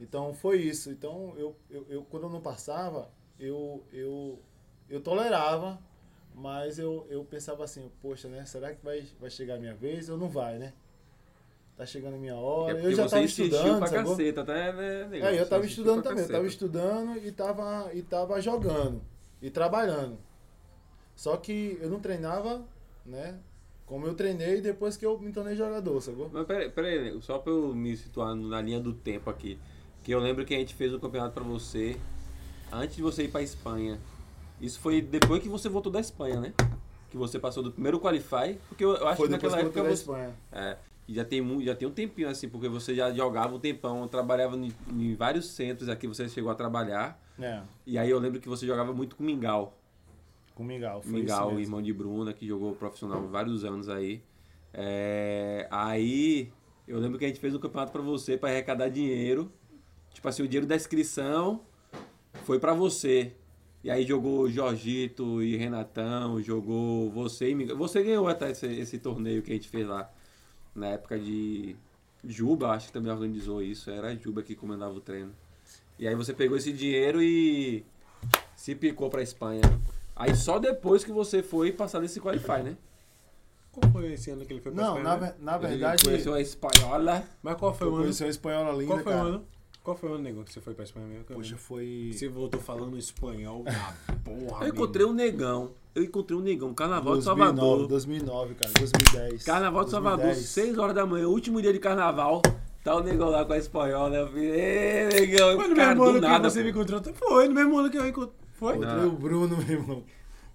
[SPEAKER 3] Então foi isso. Então eu, eu, eu- quando eu não passava, eu eu, eu tolerava, mas eu, eu pensava assim, poxa, né? Será que vai, vai chegar a minha vez ou não vai, né? Tá chegando a minha
[SPEAKER 1] É
[SPEAKER 3] hora.
[SPEAKER 1] porque
[SPEAKER 3] eu já
[SPEAKER 1] você
[SPEAKER 3] estava
[SPEAKER 1] insistiu
[SPEAKER 3] estudando,
[SPEAKER 1] pra
[SPEAKER 3] sacou?
[SPEAKER 1] caceta, tá? né, negão?
[SPEAKER 3] É, eu
[SPEAKER 1] Você
[SPEAKER 3] tava
[SPEAKER 1] insistiu
[SPEAKER 3] estudando
[SPEAKER 1] pra
[SPEAKER 3] também, eu tava
[SPEAKER 1] caceta.
[SPEAKER 3] estudando e tava, e tava jogando e trabalhando. Só que eu não treinava, né? Como eu treinei depois que eu me tornei jogador, sacou?
[SPEAKER 1] Mas peraí, peraí, nego, só pra eu me situar na linha do tempo aqui. Que eu lembro que a gente fez um campeonato pra você antes de você ir pra Espanha. Isso foi depois que você voltou da Espanha, né? Que você passou do primeiro qualify, porque eu, eu acho
[SPEAKER 3] Foi
[SPEAKER 1] que
[SPEAKER 3] depois
[SPEAKER 1] naquela
[SPEAKER 3] que
[SPEAKER 1] época
[SPEAKER 3] eu voltei da
[SPEAKER 1] você.
[SPEAKER 3] Espanha.
[SPEAKER 1] É, e já tem, mu- já tem um tempinho assim, porque você já jogava um tempão, trabalhava em, em vários centros aqui, você chegou a trabalhar.
[SPEAKER 3] É,
[SPEAKER 1] E aí eu lembro que você jogava muito com Mingau.
[SPEAKER 3] com o Mingau. Foi isso
[SPEAKER 1] Mingau,
[SPEAKER 3] mesmo.
[SPEAKER 1] irmão de Bruna, que jogou profissional vários anos aí. É, aí eu lembro que a gente fez um campeonato pra você pra arrecadar dinheiro. Tipo assim, o dinheiro da inscrição foi pra você. E aí jogou Jorgito e Renatão, jogou você e Mingau. Você ganhou até esse, esse torneio que a gente fez lá. Na época de Juba, acho que também organizou isso. Era Juba que comandava o treino. E aí você pegou esse dinheiro e se picou pra Espanha. Aí só depois que você foi passar desse qualify, né?
[SPEAKER 2] Qual foi esse ano que ele foi pra
[SPEAKER 3] Não,
[SPEAKER 2] Espanha,
[SPEAKER 3] na,
[SPEAKER 2] né?
[SPEAKER 3] ver- na
[SPEAKER 1] Ele
[SPEAKER 3] verdade.
[SPEAKER 1] Conheceu a espanhola.
[SPEAKER 2] Mas qual foi
[SPEAKER 3] Eu
[SPEAKER 2] o ano?
[SPEAKER 3] conheci a espanhola linda,
[SPEAKER 2] Qual foi
[SPEAKER 3] cara.
[SPEAKER 2] o ano? Qual foi o ano, Negão, que você foi pra Espanha mesmo? Que eu
[SPEAKER 3] Poxa,
[SPEAKER 2] lembro.
[SPEAKER 3] foi.
[SPEAKER 2] Você voltou falando
[SPEAKER 3] (laughs)
[SPEAKER 2] espanhol da porra,
[SPEAKER 1] Eu encontrei um negão. Eu encontrei um negão. Carnaval de
[SPEAKER 3] 2009,
[SPEAKER 1] Salvador.
[SPEAKER 3] 2009, cara. 2010.
[SPEAKER 1] Carnaval de Salvador,
[SPEAKER 3] 2010.
[SPEAKER 1] 6 horas da manhã, último dia de carnaval. Tá o negão lá com a espanhola. Eu falei, Ê, negão.
[SPEAKER 2] Foi no
[SPEAKER 1] cara,
[SPEAKER 2] mesmo
[SPEAKER 1] do
[SPEAKER 2] ano
[SPEAKER 1] nada,
[SPEAKER 2] é que você
[SPEAKER 1] pô.
[SPEAKER 2] me encontrou? Foi no mesmo ano que eu encontrei. Foi?
[SPEAKER 3] Encontrei o Bruno, (laughs) meu irmão.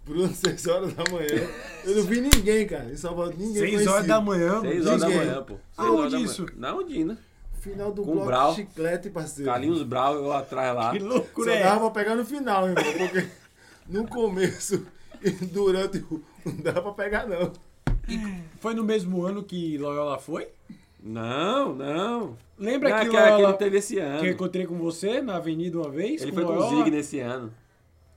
[SPEAKER 3] Bruno, 6 horas da manhã.
[SPEAKER 1] (laughs)
[SPEAKER 3] Eu não vi ninguém, cara. Em Salvador, ninguém.
[SPEAKER 2] 6
[SPEAKER 3] conhecido.
[SPEAKER 2] horas da manhã, mano.
[SPEAKER 1] 6 horas da
[SPEAKER 3] Ninguém.
[SPEAKER 1] manhã, pô. Seis
[SPEAKER 2] é. Aonde
[SPEAKER 1] horas da manhã.
[SPEAKER 2] isso?
[SPEAKER 1] Na Undina.
[SPEAKER 3] Final do
[SPEAKER 1] Com
[SPEAKER 3] bloco
[SPEAKER 1] Brau.
[SPEAKER 3] chiclete, parceiro.
[SPEAKER 1] Carlinhos Brau, eu atrás lá.
[SPEAKER 2] Que
[SPEAKER 3] Só
[SPEAKER 2] loucura é
[SPEAKER 3] dava
[SPEAKER 2] essa?
[SPEAKER 3] pra pegar no final, meu irmão. Porque (laughs) no começo (laughs) e durante o. Não dava pra pegar, não.
[SPEAKER 2] Foi no mesmo ano que Loyola foi?
[SPEAKER 1] Não, não.
[SPEAKER 2] Lembra
[SPEAKER 1] Não,
[SPEAKER 2] que
[SPEAKER 1] aquela que
[SPEAKER 2] Loyola
[SPEAKER 1] ele teve esse ano.
[SPEAKER 2] que eu encontrei com você na avenida uma vez?
[SPEAKER 1] Ele foi com o
[SPEAKER 2] Loyola?
[SPEAKER 1] Zig nesse ano.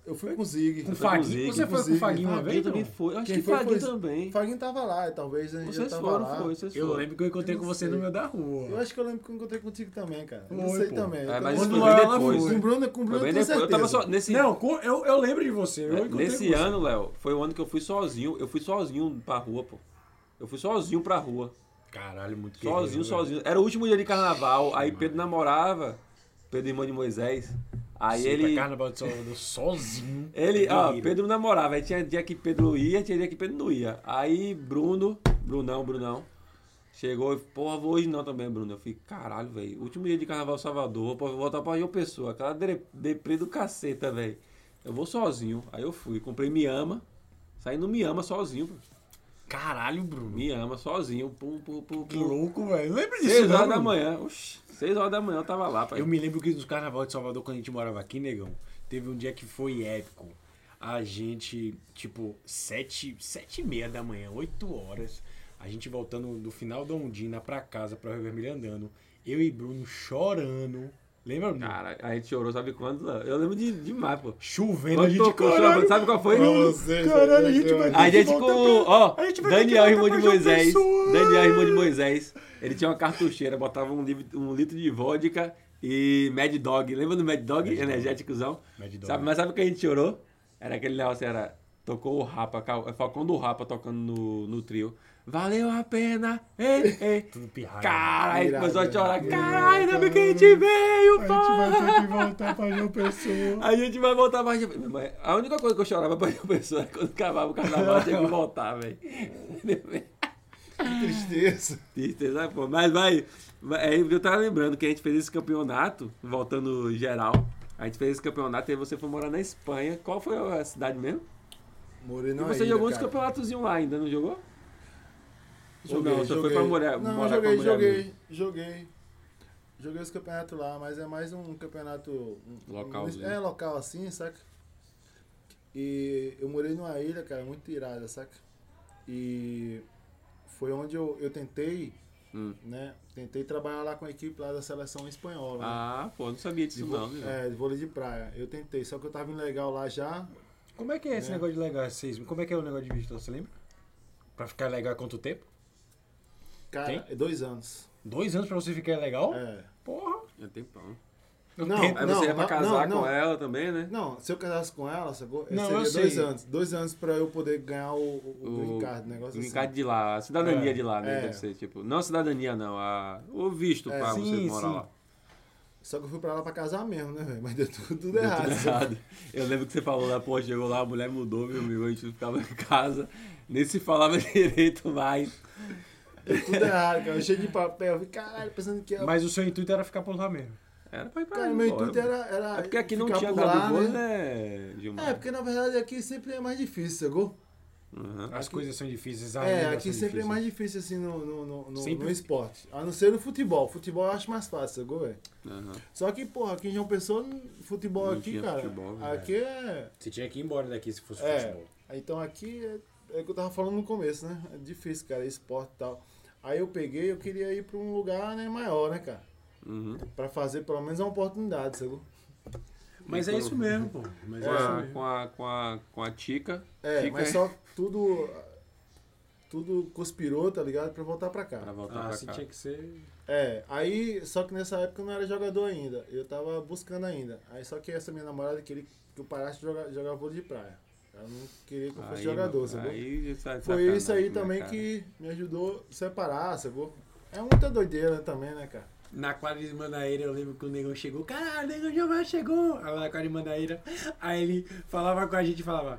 [SPEAKER 3] Eu fui com o Zig.
[SPEAKER 2] Com
[SPEAKER 1] foi com
[SPEAKER 2] o
[SPEAKER 1] o
[SPEAKER 2] Faguinho?
[SPEAKER 1] Zig.
[SPEAKER 2] Você foi com o
[SPEAKER 3] Inclusive,
[SPEAKER 2] Faguinho uma vez?
[SPEAKER 1] Faguinho também
[SPEAKER 2] não?
[SPEAKER 1] foi. Eu acho
[SPEAKER 3] Quem
[SPEAKER 1] que
[SPEAKER 3] foi,
[SPEAKER 1] Faguinho
[SPEAKER 3] foi-
[SPEAKER 1] também.
[SPEAKER 3] Faguinho tava lá, talvez. A gente
[SPEAKER 1] Vocês
[SPEAKER 3] já tava
[SPEAKER 1] foram,
[SPEAKER 3] lá.
[SPEAKER 1] foi. Vocês
[SPEAKER 2] Eu
[SPEAKER 1] foram.
[SPEAKER 2] lembro que eu encontrei
[SPEAKER 3] Eu
[SPEAKER 2] com
[SPEAKER 3] não
[SPEAKER 2] você no
[SPEAKER 3] sei.
[SPEAKER 2] meio da
[SPEAKER 3] Eu
[SPEAKER 2] rua.
[SPEAKER 3] acho que eu lembro que eu encontrei contigo também, cara. Eu não
[SPEAKER 2] Foi,
[SPEAKER 3] sei
[SPEAKER 2] pô.
[SPEAKER 3] também.
[SPEAKER 1] É,
[SPEAKER 3] Eu
[SPEAKER 1] mas
[SPEAKER 3] também-
[SPEAKER 1] isso
[SPEAKER 2] Quando
[SPEAKER 1] foi
[SPEAKER 2] lá
[SPEAKER 1] bem
[SPEAKER 2] ela
[SPEAKER 1] depois.
[SPEAKER 2] foi.
[SPEAKER 3] Com o Bruno, com o
[SPEAKER 1] Foi
[SPEAKER 3] Bruno,
[SPEAKER 1] bem
[SPEAKER 3] eu tenho
[SPEAKER 1] depois.
[SPEAKER 3] certeza.
[SPEAKER 1] Eu tava só nesse
[SPEAKER 2] Não, com- eu, eu lembro de você. Eu encontrei
[SPEAKER 1] Nesse
[SPEAKER 2] com você.
[SPEAKER 1] ano, Léo, foi o ano que eu fui sozinho. Eu fui sozinho pra rua, pô. Eu fui sozinho pra rua.
[SPEAKER 2] Caralho, muito
[SPEAKER 1] Sozinho, sozinho. Era o último dia de carnaval. Aí Pedro namorava. Pedro, irmão de Moisés. Aí ele.
[SPEAKER 2] Carnaval de Salvador sozinho.
[SPEAKER 1] Ele, ó,
[SPEAKER 2] Guerreiro.
[SPEAKER 1] Pedro namorava. Aí tinha dia que Pedro ia, tinha dia que Pedro não ia. Aí Bruno, Brunão, Brunão, Chegou e, porra, vou hoje não também, Bruno. Eu fiquei, caralho, velho. Último dia de Carnaval em Salvador, pô, vou voltar pra João Pessoa. Aquela dre- deprê do caceta, velho. Eu vou sozinho. Aí eu fui, comprei Me Ama. Saí no Me Ama sozinho, pô.
[SPEAKER 2] Caralho, Bruno.
[SPEAKER 1] Me Ama sozinho. Pum, pum, pum,
[SPEAKER 2] Que
[SPEAKER 1] pum.
[SPEAKER 2] louco, velho. Não lembro disso,
[SPEAKER 1] 6
[SPEAKER 2] não,
[SPEAKER 1] horas da
[SPEAKER 2] Bruno.
[SPEAKER 1] manhã. Oxi, 6 horas da manhã eu tava lá, pai.
[SPEAKER 2] Eu me lembro que nos carnaval de Salvador, quando a gente morava aqui, negão, teve um dia que foi épico. A gente, tipo, sete, sete e meia da manhã, oito horas, a gente voltando do final da Ondina pra casa, pra Rio Vermelho andando. Eu e Bruno chorando. Lembra, Bruno?
[SPEAKER 1] Cara, a gente chorou, sabe quando? Léo? Eu lembro de, demais, pô.
[SPEAKER 2] Chovendo, a
[SPEAKER 1] Quando
[SPEAKER 2] gente
[SPEAKER 1] tocou,
[SPEAKER 2] caralho,
[SPEAKER 1] sabe qual foi?
[SPEAKER 3] Pra vocês,
[SPEAKER 2] Caralho, a
[SPEAKER 3] né,
[SPEAKER 2] gente vai-
[SPEAKER 3] eu-
[SPEAKER 1] A
[SPEAKER 2] Tem que
[SPEAKER 1] gente com.
[SPEAKER 2] voltar pra-
[SPEAKER 1] tipo, Ó,
[SPEAKER 2] a gente vai ter
[SPEAKER 1] Daniel,
[SPEAKER 2] que voltar
[SPEAKER 1] irmão
[SPEAKER 2] pra
[SPEAKER 1] de
[SPEAKER 2] João
[SPEAKER 1] Moisés.
[SPEAKER 2] Pessoa.
[SPEAKER 1] Daniel, irmão de Moisés. Ele tinha uma cartucheira, botava um, livro- um litro de vodka e Mad Dog. Lembra do Mad Dog?
[SPEAKER 2] Mad Dog.
[SPEAKER 1] Energéticozão.
[SPEAKER 2] Mad Dog.
[SPEAKER 1] Sabe, mas sabe o que a gente chorou? Era aquele negócio, era. Tocou o Rapa, Cal- é, Falcão do Rapa tocando no, no trio. Valeu a pena! Ei, ei.
[SPEAKER 2] Tudo pirralho. né?
[SPEAKER 1] Caralho,
[SPEAKER 3] Irado,
[SPEAKER 1] começou a chorar.
[SPEAKER 3] irado.
[SPEAKER 1] Caralho, ainda bem que a gente veio,
[SPEAKER 3] A gente
[SPEAKER 1] pô!
[SPEAKER 3] vai ter que voltar pra João Pessoa.
[SPEAKER 1] A gente vai voltar mais. Minha mãe, A única coisa que eu chorava pra minha pessoa é quando acabava o carnaval, tinha que voltar,
[SPEAKER 3] (laughs)
[SPEAKER 1] velho.
[SPEAKER 3] Que tristeza.
[SPEAKER 1] Tristeza, pô. Mas vai. vai- é, Eu tava lembrando que a gente fez esse campeonato, voltando geral. A gente fez esse campeonato e aí você foi morar na Espanha. Qual foi a cidade mesmo?
[SPEAKER 3] Morei na
[SPEAKER 1] e você
[SPEAKER 3] é ilha,
[SPEAKER 1] jogou uns
[SPEAKER 3] cara.
[SPEAKER 1] campeonatozinhos lá ainda, não jogou? Ou
[SPEAKER 3] Joguei,
[SPEAKER 1] não, só foi
[SPEAKER 3] joguei.
[SPEAKER 1] pra mulher.
[SPEAKER 3] Não,
[SPEAKER 1] morar
[SPEAKER 3] joguei,
[SPEAKER 1] com a mulher
[SPEAKER 3] joguei,
[SPEAKER 1] mesmo.
[SPEAKER 3] joguei. Joguei os campeonatos lá, mas é mais um campeonato. um- um-
[SPEAKER 1] Localzinho.
[SPEAKER 3] é, local assim, saca? E eu morei numa ilha, cara, muito irada, saca? E foi onde eu, eu tentei,
[SPEAKER 1] Hum.
[SPEAKER 3] né? Tentei trabalhar lá com a equipe lá da seleção espanhola. né?
[SPEAKER 1] Ah, pô, não sabia disso
[SPEAKER 3] De
[SPEAKER 1] não,
[SPEAKER 3] vo-
[SPEAKER 1] né?
[SPEAKER 3] É, de vôlei de praia. Eu tentei, só que eu tava indo legal lá já.
[SPEAKER 2] Como é que é esse
[SPEAKER 3] É.
[SPEAKER 2] negócio de legal? Vocês, como é que é o negócio de visto, você lembra? Pra ficar legal há quanto tempo?
[SPEAKER 3] Cara, é dois anos.
[SPEAKER 2] Dois anos pra você ficar legal?
[SPEAKER 3] É.
[SPEAKER 2] Porra.
[SPEAKER 1] Já tem pão.
[SPEAKER 2] eu
[SPEAKER 3] Não,
[SPEAKER 2] tento.
[SPEAKER 1] Aí você ia pra
[SPEAKER 3] não,
[SPEAKER 1] casar
[SPEAKER 3] não,
[SPEAKER 1] com
[SPEAKER 3] não.
[SPEAKER 1] ela também, né?
[SPEAKER 3] Não, se eu casasse com ela, sacou?
[SPEAKER 2] Não,
[SPEAKER 3] seria
[SPEAKER 2] eu
[SPEAKER 3] dois
[SPEAKER 2] sei.
[SPEAKER 3] anos. Dois anos pra eu poder ganhar o, o, o green card, um negócio
[SPEAKER 1] green
[SPEAKER 3] assim.
[SPEAKER 1] card de lá, a cidadania
[SPEAKER 2] É,
[SPEAKER 1] de lá, né?
[SPEAKER 3] é.
[SPEAKER 1] Deve ser, tipo, não a cidadania, não, a, o visto
[SPEAKER 3] É,
[SPEAKER 1] pra
[SPEAKER 2] sim,
[SPEAKER 1] você morar
[SPEAKER 2] sim.
[SPEAKER 1] lá.
[SPEAKER 3] Só que eu fui pra lá pra casar mesmo, né, velho? Mas deu tudo, tudo
[SPEAKER 1] Deu
[SPEAKER 3] errado.
[SPEAKER 1] tudo
[SPEAKER 3] sabe?
[SPEAKER 1] errado. Tá Eu lembro que você falou lá, pô, chegou lá, a mulher mudou, meu amigo, a gente ficava em casa, nem se falava (laughs) direito mais.
[SPEAKER 3] (laughs) Deu tudo errado, cara. Eu cheio de papel. Eu falei, caralho, pensando que... é
[SPEAKER 2] Mas o seu intuito era ficar por lá mesmo.
[SPEAKER 1] Era pra ir pra
[SPEAKER 3] cara,
[SPEAKER 1] lá,
[SPEAKER 3] meu
[SPEAKER 1] embora.
[SPEAKER 3] intuito era, era
[SPEAKER 1] É porque aqui não
[SPEAKER 3] ficar
[SPEAKER 1] tinha
[SPEAKER 3] por
[SPEAKER 1] dado
[SPEAKER 3] lá,
[SPEAKER 1] voo,
[SPEAKER 3] né?
[SPEAKER 1] né, Gilmar?
[SPEAKER 3] É, porque na verdade aqui sempre é mais difícil, sacou?
[SPEAKER 1] Aham.
[SPEAKER 2] As coisas são difíceis,
[SPEAKER 1] Tá,
[SPEAKER 2] ainda
[SPEAKER 3] É,
[SPEAKER 1] né,
[SPEAKER 2] são
[SPEAKER 3] aqui sempre é
[SPEAKER 2] difíceis.
[SPEAKER 3] mais difícil assim no, no, no, no,
[SPEAKER 2] Sempre.
[SPEAKER 3] no esporte. A não ser no futebol. Futebol eu acho mais fácil, sacou, velho?
[SPEAKER 1] aham.
[SPEAKER 3] Só que, porra, aqui em João Pessoa, futebol
[SPEAKER 1] Não
[SPEAKER 3] aqui,
[SPEAKER 1] tinha
[SPEAKER 3] cara.
[SPEAKER 1] futebol, né?
[SPEAKER 3] aqui é.
[SPEAKER 2] Você tinha que ir embora daqui se fosse
[SPEAKER 3] É.
[SPEAKER 2] futebol.
[SPEAKER 3] Então aqui é, é o que eu tava falando no começo, né? É difícil, cara, esporte e tal. Aí eu peguei, eu queria ir pra um lugar né, maior, né, cara?
[SPEAKER 1] Uhum.
[SPEAKER 3] Pra fazer pelo menos uma oportunidade, sacou?
[SPEAKER 2] Mas é isso mesmo, pô. Mas
[SPEAKER 1] Com,
[SPEAKER 2] é isso
[SPEAKER 1] a,
[SPEAKER 2] mesmo.
[SPEAKER 1] com, a, com, a, com a Tica.
[SPEAKER 3] É,
[SPEAKER 1] Tica,
[SPEAKER 3] mas
[SPEAKER 1] hein?
[SPEAKER 3] só tudo. Tudo conspirou, tá ligado? Pra voltar pra
[SPEAKER 1] Pra
[SPEAKER 3] cá.
[SPEAKER 1] voltar
[SPEAKER 2] Ah,
[SPEAKER 1] pra
[SPEAKER 2] se
[SPEAKER 1] cá.
[SPEAKER 2] tinha que ser.
[SPEAKER 3] É, aí, só que nessa época eu não era jogador ainda. Eu tava buscando ainda. Aí só que essa minha namorada queria que eu parasse de jogar, jogar vôlei de praia. Ela não queria que eu fosse
[SPEAKER 1] Aí,
[SPEAKER 3] jogador,
[SPEAKER 1] mano,
[SPEAKER 3] sacou?
[SPEAKER 1] aí já tá de
[SPEAKER 3] Foi isso aí
[SPEAKER 1] sacanagem, né,
[SPEAKER 3] também
[SPEAKER 1] cara?
[SPEAKER 3] que me ajudou a separar, sacou? É muita doideira também, né, cara?
[SPEAKER 2] Na quadra de Manaíra, eu lembro que o negão chegou. Caralho, o negão Giovanni chegou! Aí lá na quadra de Manaíra. Aí ele falava com a gente e falava.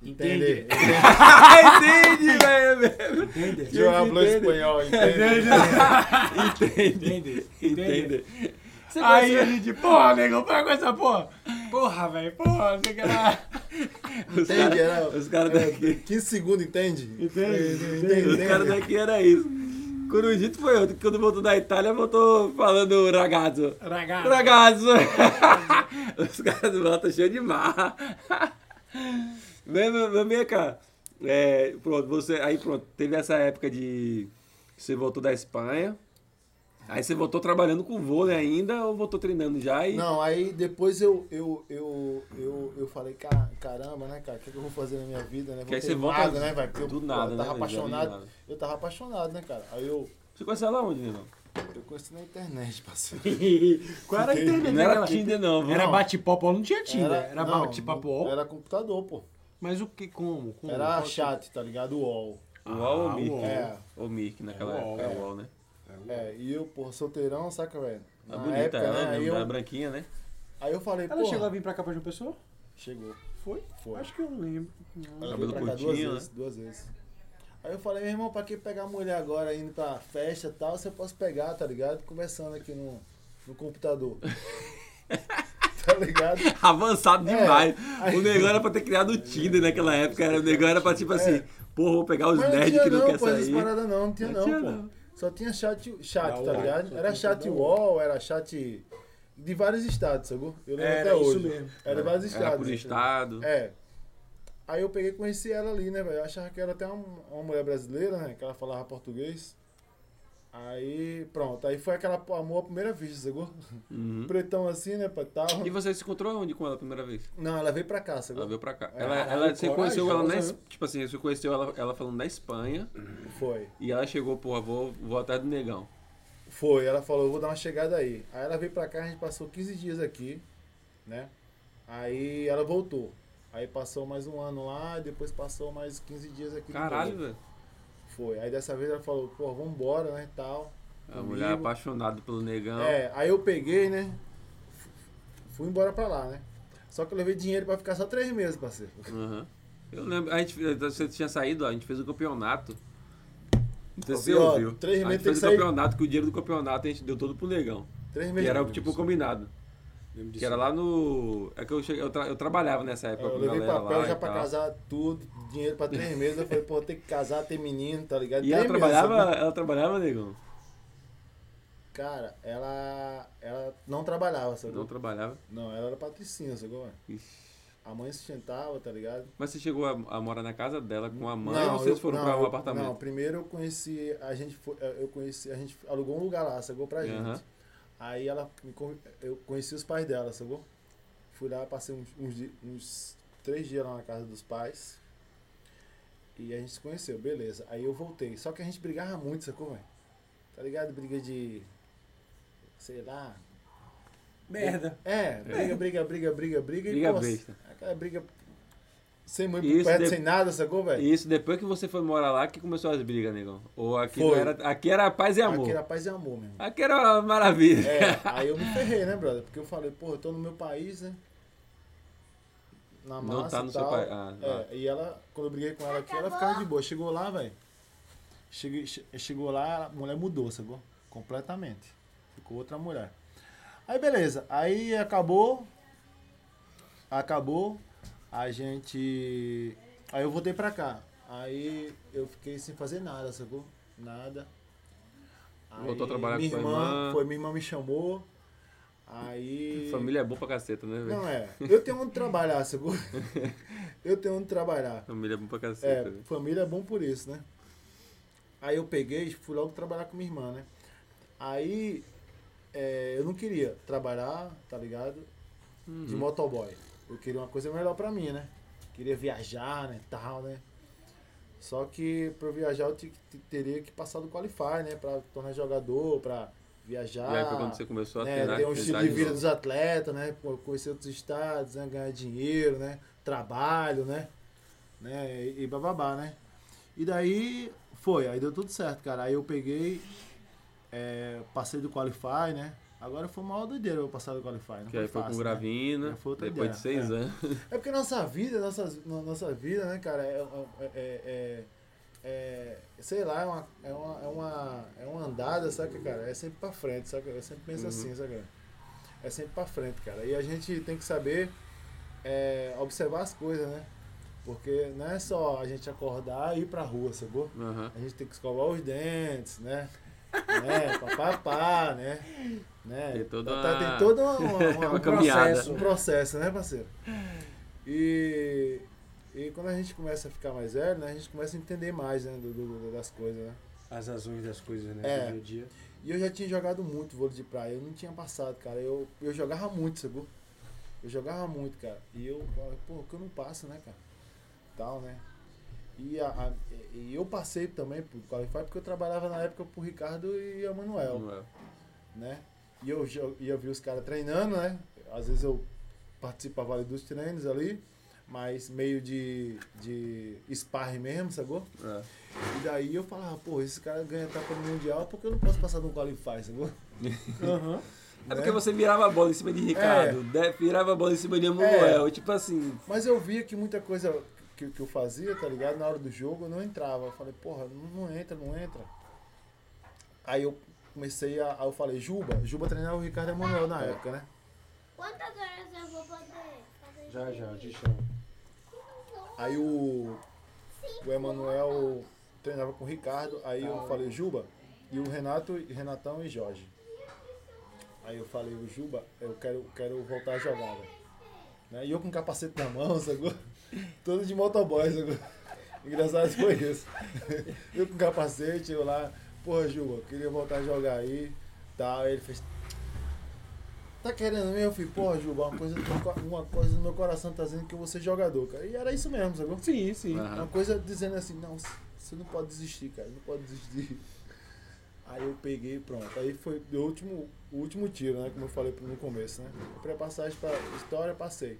[SPEAKER 3] Entender.
[SPEAKER 1] (laughs)
[SPEAKER 2] Entende?
[SPEAKER 1] Ah, (laughs) entendi, velho.
[SPEAKER 2] Entende?
[SPEAKER 3] Eu hablo espanhol, entende?
[SPEAKER 2] Entende? Entende?
[SPEAKER 1] Entende?
[SPEAKER 2] Você Aí a gente, porra, negão, para com essa porra! Porra, velho, porra, você quer lá.
[SPEAKER 1] Os
[SPEAKER 3] Entende?
[SPEAKER 1] cara-
[SPEAKER 3] Era,
[SPEAKER 1] Os caras daqui.
[SPEAKER 3] 15 segundos, entende?
[SPEAKER 2] Entende?
[SPEAKER 1] Os
[SPEAKER 3] Entende?
[SPEAKER 1] caras daqui era isso. Corujito foi outro que quando voltou da Itália voltou falando ragazzo.
[SPEAKER 2] Ragazzo.
[SPEAKER 1] Ragazzo! (laughs) Os caras do volta cheio de marra. Meu cara, é, pronto, você. Aí pronto, teve essa época de. Você voltou da Espanha. Aí você voltou trabalhando com vôlei ainda ou voltou treinando já? E...
[SPEAKER 3] Não, aí depois eu, eu, eu, eu, eu falei, "Ca- caramba, né, cara, o que, que eu vou fazer na minha vida, né? Vou
[SPEAKER 1] Que aí
[SPEAKER 3] ter
[SPEAKER 1] você volta
[SPEAKER 3] nada, né, velho? Porque
[SPEAKER 1] do
[SPEAKER 3] eu, pô,
[SPEAKER 1] nada,
[SPEAKER 3] eu
[SPEAKER 1] né,
[SPEAKER 3] tava
[SPEAKER 1] velho? Já do
[SPEAKER 3] apaixonado.
[SPEAKER 1] nada.
[SPEAKER 3] Eu tava apaixonado, né, cara? Aí eu,
[SPEAKER 1] Você conheceu ela onde, Nenão?
[SPEAKER 3] eu conheci na internet, parceiro.
[SPEAKER 2] Qual era a internet?
[SPEAKER 1] Não era
[SPEAKER 2] daquela?
[SPEAKER 1] Tinder, não, viu?
[SPEAKER 2] Era
[SPEAKER 3] Não.
[SPEAKER 2] bate-papo, não tinha Tinder. Era,
[SPEAKER 3] não,
[SPEAKER 2] bate-papo UOL.
[SPEAKER 3] Era computador, pô.
[SPEAKER 2] Mas o que, como? como?
[SPEAKER 3] Era
[SPEAKER 1] Hum,
[SPEAKER 2] Qual- é?
[SPEAKER 3] chat, tá ligado? UOL.
[SPEAKER 1] O UOL ou
[SPEAKER 2] Ah,
[SPEAKER 1] o Mirk?
[SPEAKER 2] UOL.
[SPEAKER 1] né? Ou Mirk naquela
[SPEAKER 2] É, UOL,
[SPEAKER 1] época, é
[SPEAKER 3] é.
[SPEAKER 1] o UOL, né?
[SPEAKER 3] É, e eu, pô, solteirão, saca, velho?
[SPEAKER 1] Tá
[SPEAKER 3] Na
[SPEAKER 1] bonita
[SPEAKER 3] época,
[SPEAKER 1] ela,
[SPEAKER 3] né?
[SPEAKER 1] né?
[SPEAKER 3] Aí
[SPEAKER 1] Ela
[SPEAKER 3] eu,
[SPEAKER 1] branquinha, né?
[SPEAKER 3] aí eu falei,
[SPEAKER 2] Ela
[SPEAKER 3] pô.
[SPEAKER 2] chegou a vir pra cá pra João Pessoa?
[SPEAKER 3] Chegou.
[SPEAKER 2] Foi?
[SPEAKER 3] Foi.
[SPEAKER 2] Acho que eu lembro.
[SPEAKER 3] Ela
[SPEAKER 1] Cabelo
[SPEAKER 3] veio pra cá
[SPEAKER 1] curtinho,
[SPEAKER 3] duas
[SPEAKER 1] né?
[SPEAKER 3] vezes, duas vezes. Aí eu falei, meu irmão, pra que pegar mulher agora indo pra festa e tal, se eu posso pegar, tá ligado? Conversando aqui no, no computador. (laughs) tá ligado?
[SPEAKER 1] (laughs) Avançado
[SPEAKER 3] É.
[SPEAKER 1] demais.
[SPEAKER 3] Aí-
[SPEAKER 1] O negão era pra ter criado o Tinder naquela época. Era, o negão era pra tipo assim, porra, vou pegar os
[SPEAKER 3] Mas não
[SPEAKER 1] nerds
[SPEAKER 3] tinha
[SPEAKER 1] que não
[SPEAKER 3] não,
[SPEAKER 1] quer
[SPEAKER 3] pô, essas
[SPEAKER 1] sair.
[SPEAKER 3] paradas não, não tinha
[SPEAKER 1] Não
[SPEAKER 3] não,
[SPEAKER 1] tinha
[SPEAKER 3] pô.
[SPEAKER 1] não.
[SPEAKER 3] Só tinha chat, chat
[SPEAKER 2] Da
[SPEAKER 3] tá
[SPEAKER 2] UOL,
[SPEAKER 3] ligado?
[SPEAKER 2] só
[SPEAKER 3] Era
[SPEAKER 2] tinha
[SPEAKER 3] chat
[SPEAKER 2] da
[SPEAKER 3] wall, era chat de vários estados, sacou? Eu lembro
[SPEAKER 2] Era
[SPEAKER 3] até
[SPEAKER 2] isso
[SPEAKER 3] hoje.
[SPEAKER 2] mesmo.
[SPEAKER 3] Era de vários estados.
[SPEAKER 1] Era por estado.
[SPEAKER 3] É. Aí eu peguei e conheci ela ali, né, velho? Eu achava que era até um- uma mulher brasileira, né? Que ela falava português. Aí, pronto. Aí foi aquela pô, amor à primeira vista, sacou?
[SPEAKER 1] Uhum.
[SPEAKER 3] (laughs) Pretão assim, né, pra tal.
[SPEAKER 1] E você se encontrou onde com ela a primeira vez?
[SPEAKER 3] Não, ela veio pra cá, sacou?
[SPEAKER 1] Ela veio pra cá.
[SPEAKER 3] É,
[SPEAKER 1] ela,
[SPEAKER 2] caralho,
[SPEAKER 1] ela, você conheceu ela
[SPEAKER 2] corajosa,
[SPEAKER 1] na, es-
[SPEAKER 2] né?
[SPEAKER 1] tipo assim, você conheceu ela, ela falando da Espanha
[SPEAKER 3] Foi.
[SPEAKER 1] e ela chegou, porra, vou, vou atrás do negão.
[SPEAKER 3] Foi, ela falou, eu vou dar uma chegada aí. Aí ela veio pra cá, a gente passou 15 dias aqui, né? Aí ela voltou. Aí passou mais um ano lá, depois passou mais 15 dias aqui. de
[SPEAKER 1] Caralho,
[SPEAKER 3] novo.
[SPEAKER 1] velho.
[SPEAKER 3] Foi. Aí dessa vez ela falou, pô, vambora, né, e tal.
[SPEAKER 1] A mulher
[SPEAKER 3] Comigo.
[SPEAKER 1] apaixonada pelo negão.
[SPEAKER 3] É, aí eu peguei, né? F- Fui embora pra lá, né? Só que eu levei dinheiro pra ficar só três meses, parceiro.
[SPEAKER 1] Aham. Eu lembro, a gente, você tinha saído, ó, a gente fez o campeonato. Não sei se você
[SPEAKER 3] Ó,
[SPEAKER 1] ouviu.
[SPEAKER 3] três
[SPEAKER 1] A gente
[SPEAKER 3] meses tem
[SPEAKER 1] fez
[SPEAKER 3] que
[SPEAKER 1] o
[SPEAKER 3] sair.
[SPEAKER 1] campeonato, que o dinheiro do campeonato a gente deu todo pro negão.
[SPEAKER 3] Três meses.
[SPEAKER 1] E era
[SPEAKER 3] meu
[SPEAKER 1] tipo
[SPEAKER 3] Deus.
[SPEAKER 1] combinado.
[SPEAKER 2] Lembro disso.
[SPEAKER 1] Que era lá no. É que eu, cheguei, eu, tra- eu trabalhava nessa
[SPEAKER 3] É,
[SPEAKER 1] época
[SPEAKER 3] Eu
[SPEAKER 1] com a
[SPEAKER 3] levei
[SPEAKER 1] galera
[SPEAKER 3] papel
[SPEAKER 1] lá.
[SPEAKER 3] já
[SPEAKER 1] e
[SPEAKER 3] pra
[SPEAKER 1] tal.
[SPEAKER 3] casar tudo, dinheiro pra três meses. Eu falei, pô, tem que casar, ter menino, tá ligado?
[SPEAKER 1] E ela
[SPEAKER 3] Três meses,
[SPEAKER 1] trabalhava,
[SPEAKER 3] sabe?
[SPEAKER 1] ela trabalhava, negão?
[SPEAKER 3] Cara, ela, ela não trabalhava, sabe?
[SPEAKER 1] Não
[SPEAKER 3] Não,
[SPEAKER 1] trabalhava.
[SPEAKER 3] ela era patricinha, sacou?
[SPEAKER 1] Ixi.
[SPEAKER 3] A mãe sustentava, tá ligado?
[SPEAKER 1] Mas você chegou a, a morar na casa dela com a mãe ou vocês
[SPEAKER 3] eu-
[SPEAKER 1] foram
[SPEAKER 3] não,
[SPEAKER 1] pra um
[SPEAKER 3] eu-
[SPEAKER 1] apartamento?
[SPEAKER 3] Não, primeiro eu conheci, a gente foi, eh, eu conheci, a gente alugou um lugar lá, sacou pra
[SPEAKER 1] Aham.
[SPEAKER 3] gente. Aí ela me conv- eu conheci os pais dela, sacou? Fui lá, passei uns, uns di- uns três dias lá na casa dos pais. E a gente se conheceu, beleza. Aí eu voltei. Só que a gente brigava muito, sacou, velho? Tá ligado? Briga de. Sei lá.
[SPEAKER 2] Merda.
[SPEAKER 3] É, briga, briga, briga, briga, briga.
[SPEAKER 1] Briga
[SPEAKER 3] e, pô,
[SPEAKER 1] besta.
[SPEAKER 3] Aquela briga sem mãe
[SPEAKER 1] Isso
[SPEAKER 3] por perto,
[SPEAKER 1] de-
[SPEAKER 3] sem nada, sacou, velho?
[SPEAKER 1] E isso depois que você foi morar lá que começou as brigas, negão. Ou aqui não
[SPEAKER 3] Foi.
[SPEAKER 1] era. Aqui era paz e amor.
[SPEAKER 3] Aqui era paz e é amor, meu irmão.
[SPEAKER 1] Aqui era maravilha. (laughs)
[SPEAKER 3] É, aí eu me ferrei, né, brother? Porque eu falei, porra, eu tô no meu país, né? Na massa
[SPEAKER 1] Não tá no
[SPEAKER 3] e
[SPEAKER 1] seu
[SPEAKER 3] tal.
[SPEAKER 1] país. Ah,
[SPEAKER 3] É, e ela, quando eu briguei com ela aqui, ela ficava de boa. Chegou lá, velho. Cheguei- che- Chegou lá, a mulher mudou, sacou? Completamente. Ficou outra mulher. Aí beleza. Aí acabou. Acabou. A gente. Aí eu voltei pra cá. Aí eu fiquei sem fazer nada, sacou? Nada.
[SPEAKER 1] Voltou a trabalhar
[SPEAKER 3] minha
[SPEAKER 1] com sua irmã.
[SPEAKER 3] Foi, minha irmã me chamou. Aí.
[SPEAKER 1] Família é boa pra caceta, né, velho?
[SPEAKER 3] Não é. Eu tenho onde trabalhar,
[SPEAKER 1] (laughs)
[SPEAKER 3] sacou? eu tenho onde trabalhar.
[SPEAKER 1] Família é boa pra
[SPEAKER 3] É,
[SPEAKER 1] caceta, velho.
[SPEAKER 3] família é bom por isso, né? Aí eu peguei e fui logo trabalhar com minha irmã, né? Aí é, eu não queria trabalhar, tá ligado? De
[SPEAKER 1] Uhum.
[SPEAKER 3] motoboy. Eu queria uma coisa melhor pra mim, né? Queria viajar, né? Tal, né? Só que pra eu viajar eu ti- ti- teria que passar do Qualify, né? Pra tornar jogador, pra viajar.
[SPEAKER 1] E aí foi quando você começou a
[SPEAKER 3] né,
[SPEAKER 1] treinar.
[SPEAKER 3] ter um estilo
[SPEAKER 1] treinar
[SPEAKER 3] de
[SPEAKER 1] de
[SPEAKER 3] vida
[SPEAKER 1] novo.
[SPEAKER 3] dos atletas, né? pô, Conhecer outros estados, né, ganhar dinheiro, né? Trabalho, né? né e, e bababá, né? E daí foi, aí deu tudo certo, cara. Aí eu peguei, é, passei do Qualify, né? Agora foi uma maior doideira eu passar do Qualify. Não
[SPEAKER 1] Que aí foi
[SPEAKER 3] fácil,
[SPEAKER 1] com
[SPEAKER 3] né?
[SPEAKER 1] Gravina,
[SPEAKER 3] Já foi outra
[SPEAKER 1] depois de
[SPEAKER 3] ideia,
[SPEAKER 1] seis
[SPEAKER 3] é.
[SPEAKER 1] anos. (laughs)
[SPEAKER 3] É porque nossa vida, nossa, no- nossa vida, né, cara, é, é- é- é- é- sei lá, é uma, é, uma, é, uma, é uma andada, saca, cara? É sempre pra frente, saca? Eu sempre
[SPEAKER 1] Uhum.
[SPEAKER 3] penso assim, saca? É sempre pra frente, cara. E a gente tem que saber é, observar as coisas, né? Porque não é só a gente acordar e ir pra rua, sacou?
[SPEAKER 1] Aham.
[SPEAKER 3] A gente tem que escovar os dentes, né? né? Papapá, né? né?
[SPEAKER 1] Tem toda
[SPEAKER 3] Tá-
[SPEAKER 1] uma-
[SPEAKER 3] tem toda uma, uma,
[SPEAKER 1] (laughs) Uma
[SPEAKER 3] uma-
[SPEAKER 1] caminhada.
[SPEAKER 3] um processo, né, parceiro? E, e quando a gente começa a ficar mais velho, né, a gente começa a entender mais né, do- do- das coisas, né?
[SPEAKER 2] As razões das coisas, né?
[SPEAKER 3] É.
[SPEAKER 2] Do dia a dia.
[SPEAKER 3] E eu já tinha jogado muito vôlei de praia, eu não tinha passado, cara. Eu, eu jogava muito, sacou? Eu jogava muito, cara. E eu, pô, que eu não passo, né, cara? Tal, né? E, a, a- e eu passei também por Qualify porque eu trabalhava na época pro Ricardo e a Manuel
[SPEAKER 1] Não é.
[SPEAKER 3] né? E eu, jo- e eu vi os caras treinando, né? Às vezes eu participava ali dos treinos ali, mas meio de, de sparring mesmo, sacou?
[SPEAKER 1] É.
[SPEAKER 3] E daí eu falava, pô, esse cara ganha etapa no mundial porque eu não posso passar no qualify, sacou? (laughs)
[SPEAKER 2] Aham.
[SPEAKER 1] É
[SPEAKER 3] Né?
[SPEAKER 1] porque você virava a bola em né?
[SPEAKER 3] É.
[SPEAKER 1] cima de Ricardo, de- virava a bola em cima de Manuel. Tipo assim,
[SPEAKER 3] Mas eu via que muita coisa que, que eu fazia, tá ligado? Na hora do jogo eu não entrava. Eu falei, porra, não, não entra, não entra. Aí eu comecei a. Aí eu falei, Juba, Juba treinava o Ricardo Emanuel na época, né?
[SPEAKER 4] Quantas horas eu vou poder fazer
[SPEAKER 2] Já,
[SPEAKER 4] isso
[SPEAKER 2] já,
[SPEAKER 4] aqui?
[SPEAKER 2] de chão.
[SPEAKER 3] Aí o, o Emanuel treinava com o Ricardo, aí eu falei Juba, e o Renato, e Renatão e Jorge. Aí eu falei, o Juba, eu quero, quero voltar a jogar, velho. Né? E eu com capacete na mão, (laughs) sacou? Todo de motoboy, sacou? Engraçado foi isso. Eu com capacete, eu lá, porra, Juba, eu queria voltar a jogar aí, tal. Aí ele fez, Tá querendo mesmo? Eu falei, porra, Juba, uma coisa, uma coisa no meu coração tá dizendo que eu vou ser jogador, cara. E era isso mesmo, sacou?
[SPEAKER 2] Sim, sim.
[SPEAKER 1] Ah.
[SPEAKER 3] Uma coisa dizendo assim, não, você não pode desistir, cara, não pode desistir. (laughs) Aí eu peguei e pronto. Aí foi o último, o último tiro, né? Como eu falei no começo, né? Pra passagem pra história, passei.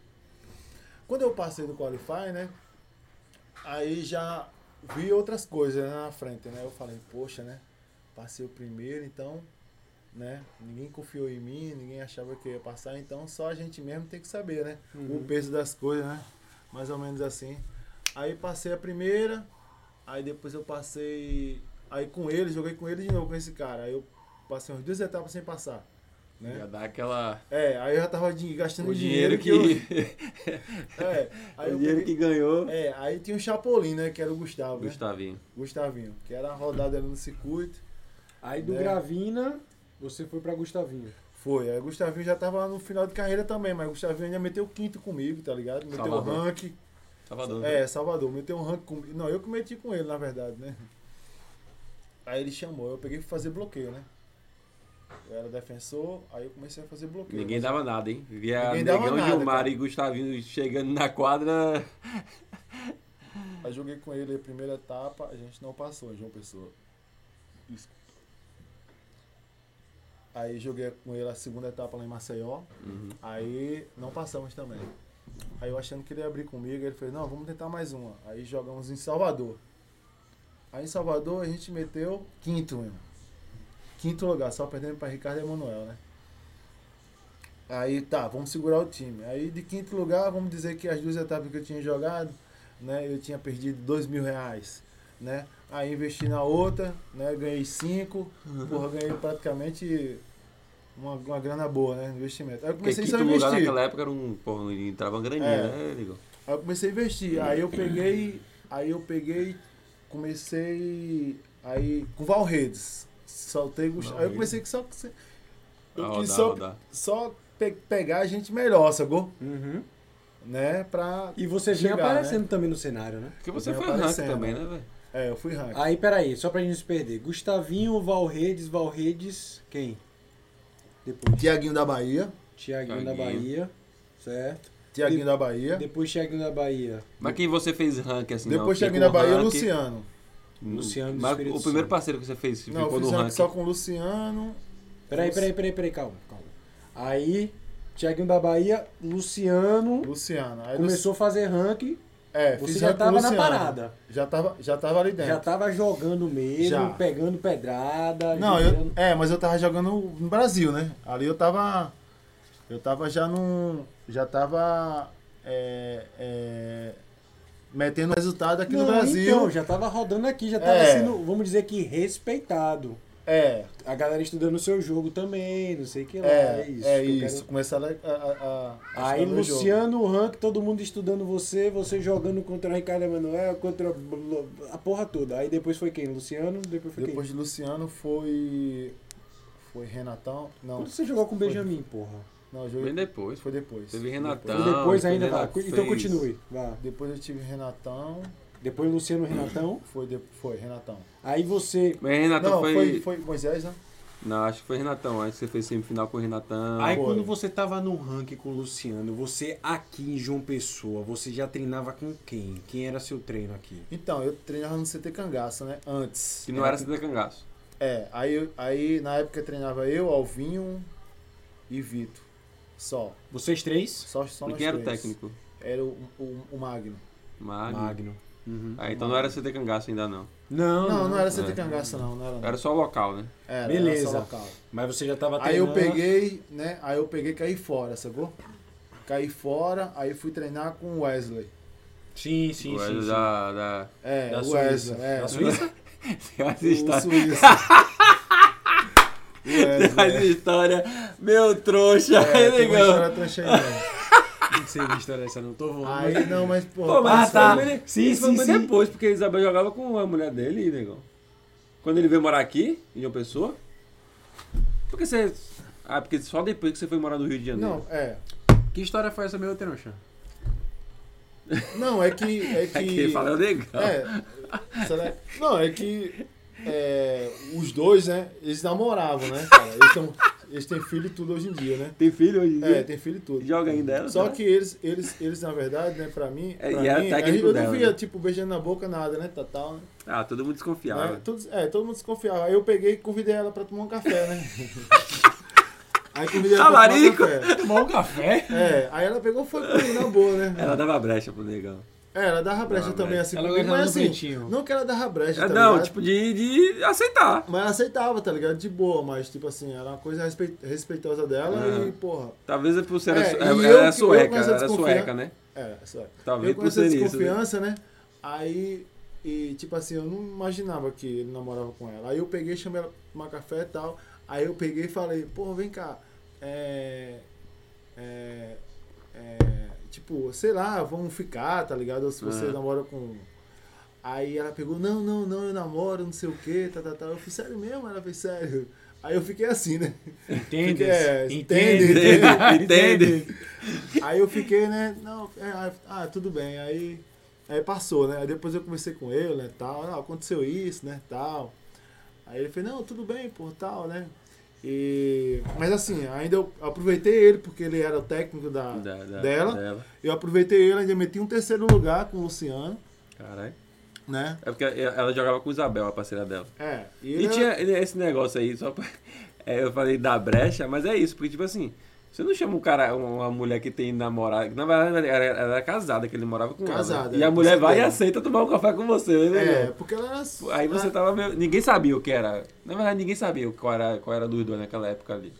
[SPEAKER 3] Quando eu passei do Qualify, né? Aí já vi outras coisas né, na frente, né? Eu falei, poxa, né? Passei o primeiro, então, né? Ninguém confiou em mim, ninguém achava que eu ia passar, então só a gente mesmo tem que saber, né? O peso das coisas, né? Mais ou menos assim. Aí passei a primeira, aí depois eu passei. Aí com ele, joguei com ele de novo com esse cara. Aí eu passei umas duas etapas sem passar.
[SPEAKER 1] Já
[SPEAKER 3] Né?
[SPEAKER 1] dá aquela.
[SPEAKER 3] É, aí eu já tava de- gastando
[SPEAKER 1] O dinheiro que. (laughs)
[SPEAKER 3] eu- (laughs) é, aí
[SPEAKER 1] o
[SPEAKER 3] eu
[SPEAKER 1] dinheiro
[SPEAKER 3] peguei-
[SPEAKER 1] que ganhou.
[SPEAKER 3] É, aí tinha o Chapolin, né? Que era o Gustavo, né?
[SPEAKER 1] Gustavinho.
[SPEAKER 3] Gustavinho, que era rodado ali no circuito.
[SPEAKER 2] Aí do
[SPEAKER 3] Né?
[SPEAKER 2] Gravina, você foi pra Gustavinho.
[SPEAKER 3] Foi, aí o Gustavinho já tava no final de carreira também, mas o Gustavinho ainda meteu o quinto comigo, tá ligado? Meteu o
[SPEAKER 1] Salvador.
[SPEAKER 3] ranking.
[SPEAKER 1] Salvador. né?
[SPEAKER 3] É, Salvador, meteu um ranking comigo. Não, eu que meti com ele, na verdade, né? Aí ele chamou, eu peguei pra fazer bloqueio, né? Eu era defensor, aí eu comecei a fazer bloqueio.
[SPEAKER 1] Ninguém dava nada, hein? Via
[SPEAKER 3] Ninguém dava
[SPEAKER 1] Negão,
[SPEAKER 3] nada,
[SPEAKER 1] Gilmar
[SPEAKER 3] cara.
[SPEAKER 1] e Gustavinho chegando na quadra.
[SPEAKER 3] né? Aí joguei com ele a primeira etapa, a gente não passou em João Pessoa. Isso. Aí joguei com ele a segunda etapa lá em Maceió,
[SPEAKER 1] Uhum.
[SPEAKER 3] aí não passamos também. Aí eu achando que ele ia abrir comigo, ele fez, não, vamos tentar mais uma. Aí jogamos em Salvador. Aí em Salvador a gente meteu quinto, meu. Quinto lugar, só perdendo para Ricardo Emanuel, né? Aí tá, vamos segurar o time. Aí de quinto lugar, vamos dizer que as duas etapas que eu tinha jogado, né? Eu tinha perdido dois mil reais, né? Aí investi na outra, né? Ganhei cinco,
[SPEAKER 1] Uhum.
[SPEAKER 3] porra, ganhei praticamente uma, uma grana boa, né? no Investimento. Aí eu
[SPEAKER 1] Porque
[SPEAKER 3] comecei só a
[SPEAKER 1] quinto lugar
[SPEAKER 3] investir.
[SPEAKER 1] naquela época era um. Porra, entrava uma graninha,
[SPEAKER 3] É.
[SPEAKER 1] né, Negão?
[SPEAKER 3] Aí eu comecei a investir. Aí eu peguei. Aí eu peguei. Comecei. Aí. Com Valredes. Soltei Gustavo. Aí eu comecei que só. Eu
[SPEAKER 1] Ah,
[SPEAKER 3] quis
[SPEAKER 1] dá,
[SPEAKER 3] só,
[SPEAKER 1] dá.
[SPEAKER 3] só pe- pegar a gente melhor, sacou?
[SPEAKER 2] Uhum.
[SPEAKER 3] Né? Pra.
[SPEAKER 2] E você vinha
[SPEAKER 3] Chegar,
[SPEAKER 2] aparecendo também no cenário, né?
[SPEAKER 1] Porque você
[SPEAKER 3] Vem
[SPEAKER 1] foi ranking
[SPEAKER 3] aparecendo.
[SPEAKER 1] também, né, velho?
[SPEAKER 3] É, eu fui ranking.
[SPEAKER 2] Aí, peraí, só pra gente não se perder. Gustavinho, Valredes, Valredes, quem? Depois.
[SPEAKER 3] Tiaguinho da Bahia.
[SPEAKER 2] Tiaguinho da
[SPEAKER 1] Thiaguinho.
[SPEAKER 2] Bahia, certo?
[SPEAKER 3] Tiaguinho
[SPEAKER 2] De-
[SPEAKER 3] da Bahia.
[SPEAKER 2] Depois Tiaguinho da Bahia.
[SPEAKER 1] Mas quem você fez ranking assim? não?
[SPEAKER 3] Depois
[SPEAKER 1] Ficou
[SPEAKER 3] Tiaguinho da Bahia,
[SPEAKER 1] ranking-
[SPEAKER 3] Luciano.
[SPEAKER 2] Luciano do
[SPEAKER 1] Mas
[SPEAKER 2] Espírito
[SPEAKER 1] o primeiro
[SPEAKER 2] Santo.
[SPEAKER 1] parceiro que você fez
[SPEAKER 3] Não, eu
[SPEAKER 1] ficou
[SPEAKER 3] fiz
[SPEAKER 1] no
[SPEAKER 3] ranking
[SPEAKER 1] ranking.
[SPEAKER 3] só com o Luciano.
[SPEAKER 2] Peraí, peraí, peraí, peraí, calma, calma. Aí, Tiaguinho da Bahia, Luciano
[SPEAKER 3] Luciano. Aí
[SPEAKER 2] começou a fazer ranking,
[SPEAKER 3] Luci- É,
[SPEAKER 2] você
[SPEAKER 3] fiz
[SPEAKER 2] já
[SPEAKER 3] ranking com o
[SPEAKER 2] tava na
[SPEAKER 3] Luciano.
[SPEAKER 2] parada.
[SPEAKER 3] Já tava, já tava ali dentro.
[SPEAKER 2] já tava jogando mesmo,
[SPEAKER 3] É. Já.
[SPEAKER 2] pegando pedrada.
[SPEAKER 3] Não, eu,
[SPEAKER 2] girando.
[SPEAKER 3] é, mas eu tava jogando no Brasil, né? Ali eu tava. Eu tava já num. Já tava. É, é, metendo resultado aqui
[SPEAKER 2] Não,
[SPEAKER 3] no Brasil.
[SPEAKER 2] Então, já tava rodando aqui, já tava
[SPEAKER 3] É.
[SPEAKER 2] sendo, vamos dizer que respeitado.
[SPEAKER 3] É,
[SPEAKER 2] A galera estudando o seu jogo também, não sei o que lá.
[SPEAKER 3] é,
[SPEAKER 2] Então, isso.
[SPEAKER 3] é
[SPEAKER 2] que eu
[SPEAKER 3] isso.
[SPEAKER 2] quero-
[SPEAKER 3] Começaram a. a- a- a
[SPEAKER 2] Aí,
[SPEAKER 3] estudar meu jogo.
[SPEAKER 2] Luciano, Rank, todo mundo estudando você, você jogando contra o Ricardo Emanuel, contra a porra toda. Aí depois foi quem? Luciano? Depois foi
[SPEAKER 3] Depois de Luciano foi. Foi Renatão.
[SPEAKER 2] quem?
[SPEAKER 3] Não,
[SPEAKER 2] Quando você jogou com o Benjamin, porra?
[SPEAKER 3] não, eu
[SPEAKER 1] Bem
[SPEAKER 3] joguei.
[SPEAKER 1] depois.
[SPEAKER 3] Foi depois.
[SPEAKER 1] Teve
[SPEAKER 3] Depois.
[SPEAKER 1] Renatão.
[SPEAKER 2] E depois
[SPEAKER 1] teve
[SPEAKER 2] ainda, vá.
[SPEAKER 1] Então, Renato
[SPEAKER 2] Então
[SPEAKER 1] fez.
[SPEAKER 2] continue. Vá.
[SPEAKER 3] Depois eu tive Renatão.
[SPEAKER 2] Depois Luciano Renatão.
[SPEAKER 3] Foi, de, foi Renatão.
[SPEAKER 2] Aí você.
[SPEAKER 1] Mas Renatão
[SPEAKER 3] Não,
[SPEAKER 1] foi...
[SPEAKER 3] foi, foi Moisés, né?
[SPEAKER 1] Não, acho que foi Renatão. Acho que você fez semifinal com o Renatão.
[SPEAKER 2] Aí
[SPEAKER 3] foi.
[SPEAKER 2] quando você tava no ranking com o Luciano, você aqui em João Pessoa, você já treinava com quem? Quem era seu treino aqui?
[SPEAKER 3] Então, eu treinava no CT Cangaço, né? Antes.
[SPEAKER 1] que não era Cida Cangaço.
[SPEAKER 3] É, aí, eu- aí na época treinava eu, Alvinho e Vito. Só.
[SPEAKER 2] Vocês três?
[SPEAKER 3] Só, só
[SPEAKER 1] E
[SPEAKER 3] nós
[SPEAKER 1] quem era o
[SPEAKER 3] três.
[SPEAKER 1] técnico?
[SPEAKER 3] Era o, o, o Magno.
[SPEAKER 1] Magno.
[SPEAKER 2] Magno. Uhum.
[SPEAKER 1] Ah, então não era CT Cangaço ainda não.
[SPEAKER 2] Não,
[SPEAKER 3] Não, não era
[SPEAKER 1] É.
[SPEAKER 3] CT Cangaça, não. não era, não.
[SPEAKER 1] Era só local, né?
[SPEAKER 3] Era, era
[SPEAKER 2] Beleza.
[SPEAKER 3] só local.
[SPEAKER 2] Mas você já tava
[SPEAKER 3] Aí eu
[SPEAKER 2] treinando.
[SPEAKER 3] peguei, né? Aí eu peguei e caí fora, sacou? Caí fora, aí fui treinar com o Wesley.
[SPEAKER 2] Sim, sim,
[SPEAKER 1] o
[SPEAKER 2] sim.
[SPEAKER 1] Wesley
[SPEAKER 2] sim.
[SPEAKER 1] da, da...
[SPEAKER 3] É,
[SPEAKER 2] Da
[SPEAKER 3] o
[SPEAKER 2] Suíça.
[SPEAKER 3] Wesley.
[SPEAKER 2] (laughs)
[SPEAKER 3] É,
[SPEAKER 2] Da Suíça?
[SPEAKER 1] Tem umas
[SPEAKER 3] (laughs) O
[SPEAKER 1] histórias-
[SPEAKER 2] (laughs)
[SPEAKER 3] Suíça. o
[SPEAKER 1] tem umas
[SPEAKER 3] Wesley.
[SPEAKER 1] histórias, meu trouxa,
[SPEAKER 3] É,
[SPEAKER 1] é,
[SPEAKER 3] tem uma
[SPEAKER 1] legal.
[SPEAKER 3] história tão cheia. né?
[SPEAKER 2] Não sei que história é essa, não. Tô voando.
[SPEAKER 3] Aí, não, mas, pô...
[SPEAKER 1] Pô, mas
[SPEAKER 2] Ah, tá.
[SPEAKER 1] isso foi-
[SPEAKER 2] Sim,
[SPEAKER 1] isso foi
[SPEAKER 2] sim, sim.
[SPEAKER 1] depois, porque Isabel jogava com a mulher dele, negão. Quando ele veio morar aqui, em uma pessoa. Porque você. Ah, porque só depois que você foi morar no Rio de Janeiro.
[SPEAKER 3] Não, é.
[SPEAKER 2] Que história foi essa, meu trouxa?
[SPEAKER 3] Não, é que...
[SPEAKER 2] (laughs)
[SPEAKER 3] É
[SPEAKER 1] (laughs)
[SPEAKER 3] que,
[SPEAKER 1] É que fala legal.
[SPEAKER 3] É, será- Não, é que é, os dois, né? Eles namoravam, né, cara? Eles, tão- eles têm filho e tudo hoje em dia, né?
[SPEAKER 1] Tem filho hoje em dia?
[SPEAKER 3] É, tem filho e tudo.
[SPEAKER 1] Joga ainda ela?
[SPEAKER 3] Só
[SPEAKER 1] será?
[SPEAKER 3] que eles, eles, eles, na verdade, né, pra mim,
[SPEAKER 1] É,
[SPEAKER 3] pra
[SPEAKER 1] e era
[SPEAKER 3] mim
[SPEAKER 1] técnico
[SPEAKER 3] eu
[SPEAKER 1] dela,
[SPEAKER 3] não via,
[SPEAKER 1] né?
[SPEAKER 3] tipo, beijando na boca, nada, né, tal, tal, né?
[SPEAKER 1] Ah, todo mundo desconfiava.
[SPEAKER 3] Né? Todos- é, todo mundo desconfiava. Aí eu peguei e convidei ela pra tomar um café,
[SPEAKER 1] (laughs)
[SPEAKER 3] né? Aí convidei ela
[SPEAKER 1] Talarico!
[SPEAKER 3] pra tomar um café.
[SPEAKER 2] Tomar um café?
[SPEAKER 3] É, aí ela pegou e foi comigo, na boa, né?
[SPEAKER 1] Ela dava brecha pro negão.
[SPEAKER 3] É, ela dava brecha
[SPEAKER 1] Não,
[SPEAKER 3] também,
[SPEAKER 1] mas-
[SPEAKER 3] assim,
[SPEAKER 2] Ela
[SPEAKER 3] comigo,
[SPEAKER 2] gostava
[SPEAKER 3] mas
[SPEAKER 2] do
[SPEAKER 3] assim,
[SPEAKER 2] pretinho.
[SPEAKER 3] não que ela dava brecha,
[SPEAKER 1] É,
[SPEAKER 3] tá
[SPEAKER 1] não,
[SPEAKER 3] ligado?
[SPEAKER 1] tipo, de, de aceitar.
[SPEAKER 3] Mas ela aceitava, tá ligado? De boa, mas, tipo assim, era uma coisa respe- respeitosa dela
[SPEAKER 1] Aham.
[SPEAKER 3] e, porra,
[SPEAKER 1] Talvez é por ser. Ela
[SPEAKER 3] É,
[SPEAKER 1] su-
[SPEAKER 3] e
[SPEAKER 1] ela
[SPEAKER 3] eu
[SPEAKER 1] era
[SPEAKER 3] que- eu
[SPEAKER 1] sueca,
[SPEAKER 3] com essa
[SPEAKER 1] ela era
[SPEAKER 3] desconfian-
[SPEAKER 1] sueca, né?
[SPEAKER 3] É, sabe?
[SPEAKER 1] Talvez
[SPEAKER 3] eu com
[SPEAKER 1] por
[SPEAKER 3] essa
[SPEAKER 1] ser isso,
[SPEAKER 3] desconfiança, né? Aí, e tipo assim, eu não imaginava que ele namorava com ela. Aí eu peguei, chamei ela pra tomar café e tal. Aí eu peguei e falei, pô, vem cá, é, é, é, tipo, sei lá, vamos ficar, tá ligado? Ou se você
[SPEAKER 1] Ah.
[SPEAKER 3] namora com... um." Aí ela pegou, não, não, não, eu namoro, não sei o que, tá, tá, tá. Eu fui, sério mesmo? Ela fez, sério. Aí eu fiquei assim, né?
[SPEAKER 2] Entende?
[SPEAKER 3] É,
[SPEAKER 2] Entende?
[SPEAKER 3] entende.
[SPEAKER 1] Entende? Entende?
[SPEAKER 3] Aí eu fiquei, né? Não, é, aí, ah, tudo bem. Aí, aí passou, né? Aí depois eu conversei com ele, né? Tal, ah, aconteceu isso, né? Tal. Aí ele fez, não, tudo bem, pô, tal, né? E, mas assim, ainda eu aproveitei ele, porque ele era o técnico da,
[SPEAKER 1] Da- da-
[SPEAKER 3] Ah, dela.
[SPEAKER 1] dela.
[SPEAKER 3] Eu aproveitei ele, ainda meti um terceiro lugar com o Luciano,
[SPEAKER 1] Caralho.
[SPEAKER 3] né?
[SPEAKER 1] É porque ela jogava com Isabel, a parceira dela.
[SPEAKER 3] É. E
[SPEAKER 1] E
[SPEAKER 3] ele
[SPEAKER 1] tinha esse negócio aí, só pra... (laughs) é, eu falei da brecha, mas é isso, porque tipo assim, você não chama um cara, uma mulher que tem namorado, que na verdade ela era, ela era casada, que ele morava com ela.
[SPEAKER 3] Casada,
[SPEAKER 1] né?
[SPEAKER 3] é,
[SPEAKER 1] E a
[SPEAKER 3] com
[SPEAKER 1] mulher vai e
[SPEAKER 3] certeza.
[SPEAKER 1] aceita tomar um café com você, né?
[SPEAKER 3] É, Ah.
[SPEAKER 1] meu?
[SPEAKER 3] porque ela era. é,
[SPEAKER 1] Aí você tá- tava meio... Ninguém sabia o que era. Na verdade, ninguém sabia qual era, qual era dos dois naquela época ali.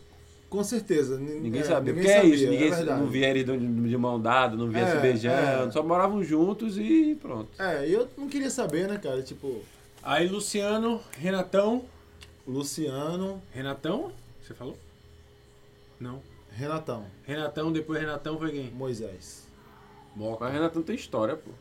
[SPEAKER 3] Com certeza. nin-
[SPEAKER 1] Ninguém
[SPEAKER 3] é,
[SPEAKER 1] sabia.
[SPEAKER 3] Ninguém
[SPEAKER 1] porque
[SPEAKER 3] sabia,
[SPEAKER 1] é isso, ninguém
[SPEAKER 3] verdade.
[SPEAKER 1] não via eles de, de mão dada, não via
[SPEAKER 3] É,
[SPEAKER 1] se beijando,
[SPEAKER 3] é.
[SPEAKER 1] só moravam juntos e pronto.
[SPEAKER 3] É, e eu não queria saber, né, cara? Tipo,
[SPEAKER 2] Aí, Luciano, Renatão.
[SPEAKER 3] Luciano,
[SPEAKER 2] Renatão? Você falou? Não.
[SPEAKER 3] Renatão,
[SPEAKER 2] Renatão, depois Renatão foi quem?
[SPEAKER 3] Moisés.
[SPEAKER 1] Mas Renatão tem história, pô.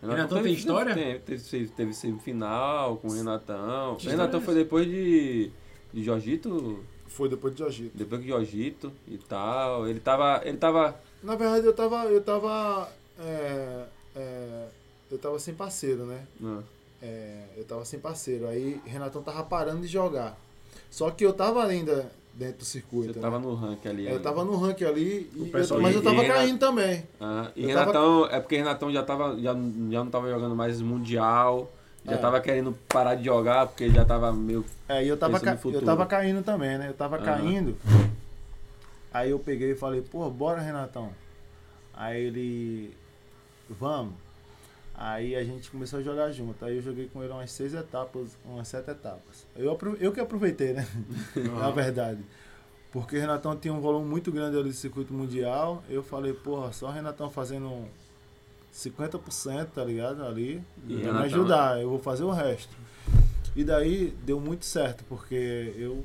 [SPEAKER 2] Renatão tem história?
[SPEAKER 1] Teve, teve, teve semifinal com o Renatão.
[SPEAKER 2] Que
[SPEAKER 1] O Renatão
[SPEAKER 2] história é
[SPEAKER 1] foi depois de, de Jorgito,
[SPEAKER 3] Foi depois de Jorgito.
[SPEAKER 1] depois que Jorgito e tal. Ele tava, ele tava,
[SPEAKER 3] Na verdade, eu tava. Eu tava. é, é, eu tava sem parceiro, né?
[SPEAKER 1] não,
[SPEAKER 3] É, eu tava sem parceiro. Aí Renatão tava parando de jogar. Só que eu tava ainda dentro do circuito.
[SPEAKER 1] ele tava
[SPEAKER 3] né?
[SPEAKER 1] no ranking ali.
[SPEAKER 3] Eu
[SPEAKER 1] ainda.
[SPEAKER 3] tava no ranking ali, e
[SPEAKER 2] O
[SPEAKER 3] eu-
[SPEAKER 2] pessoal- né?
[SPEAKER 3] mas eu tava
[SPEAKER 1] e- e-
[SPEAKER 3] caindo também.
[SPEAKER 1] Aham. E
[SPEAKER 3] eu
[SPEAKER 1] Renatão, é porque Renatão já tava, já, já não tava jogando mais mundial. Já
[SPEAKER 3] É.
[SPEAKER 1] tava querendo parar de jogar porque já tava meio
[SPEAKER 3] É, e eu tava,
[SPEAKER 1] Pensa no
[SPEAKER 3] ca- eu
[SPEAKER 1] futuro.
[SPEAKER 3] tava caindo também, né? Eu tava
[SPEAKER 1] Aham.
[SPEAKER 3] caindo. Aí eu peguei e falei, pô, bora, Renatão. Aí ele, vamos. Aí a gente começou a jogar junto. Aí eu joguei com ele umas seis etapas, umas sete etapas. Eu, apro- eu que aproveitei,
[SPEAKER 1] (laughs)
[SPEAKER 3] né? Na verdade. Porque o Renatão tinha um volume muito grande ali do circuito mundial. Eu falei, porra, só o Renatão fazendo um 50%, tá ligado? Ali.
[SPEAKER 1] E
[SPEAKER 3] vai
[SPEAKER 1] Renatão, né?"
[SPEAKER 3] me ajudar, eu vou fazer o resto. E daí deu muito certo, porque eu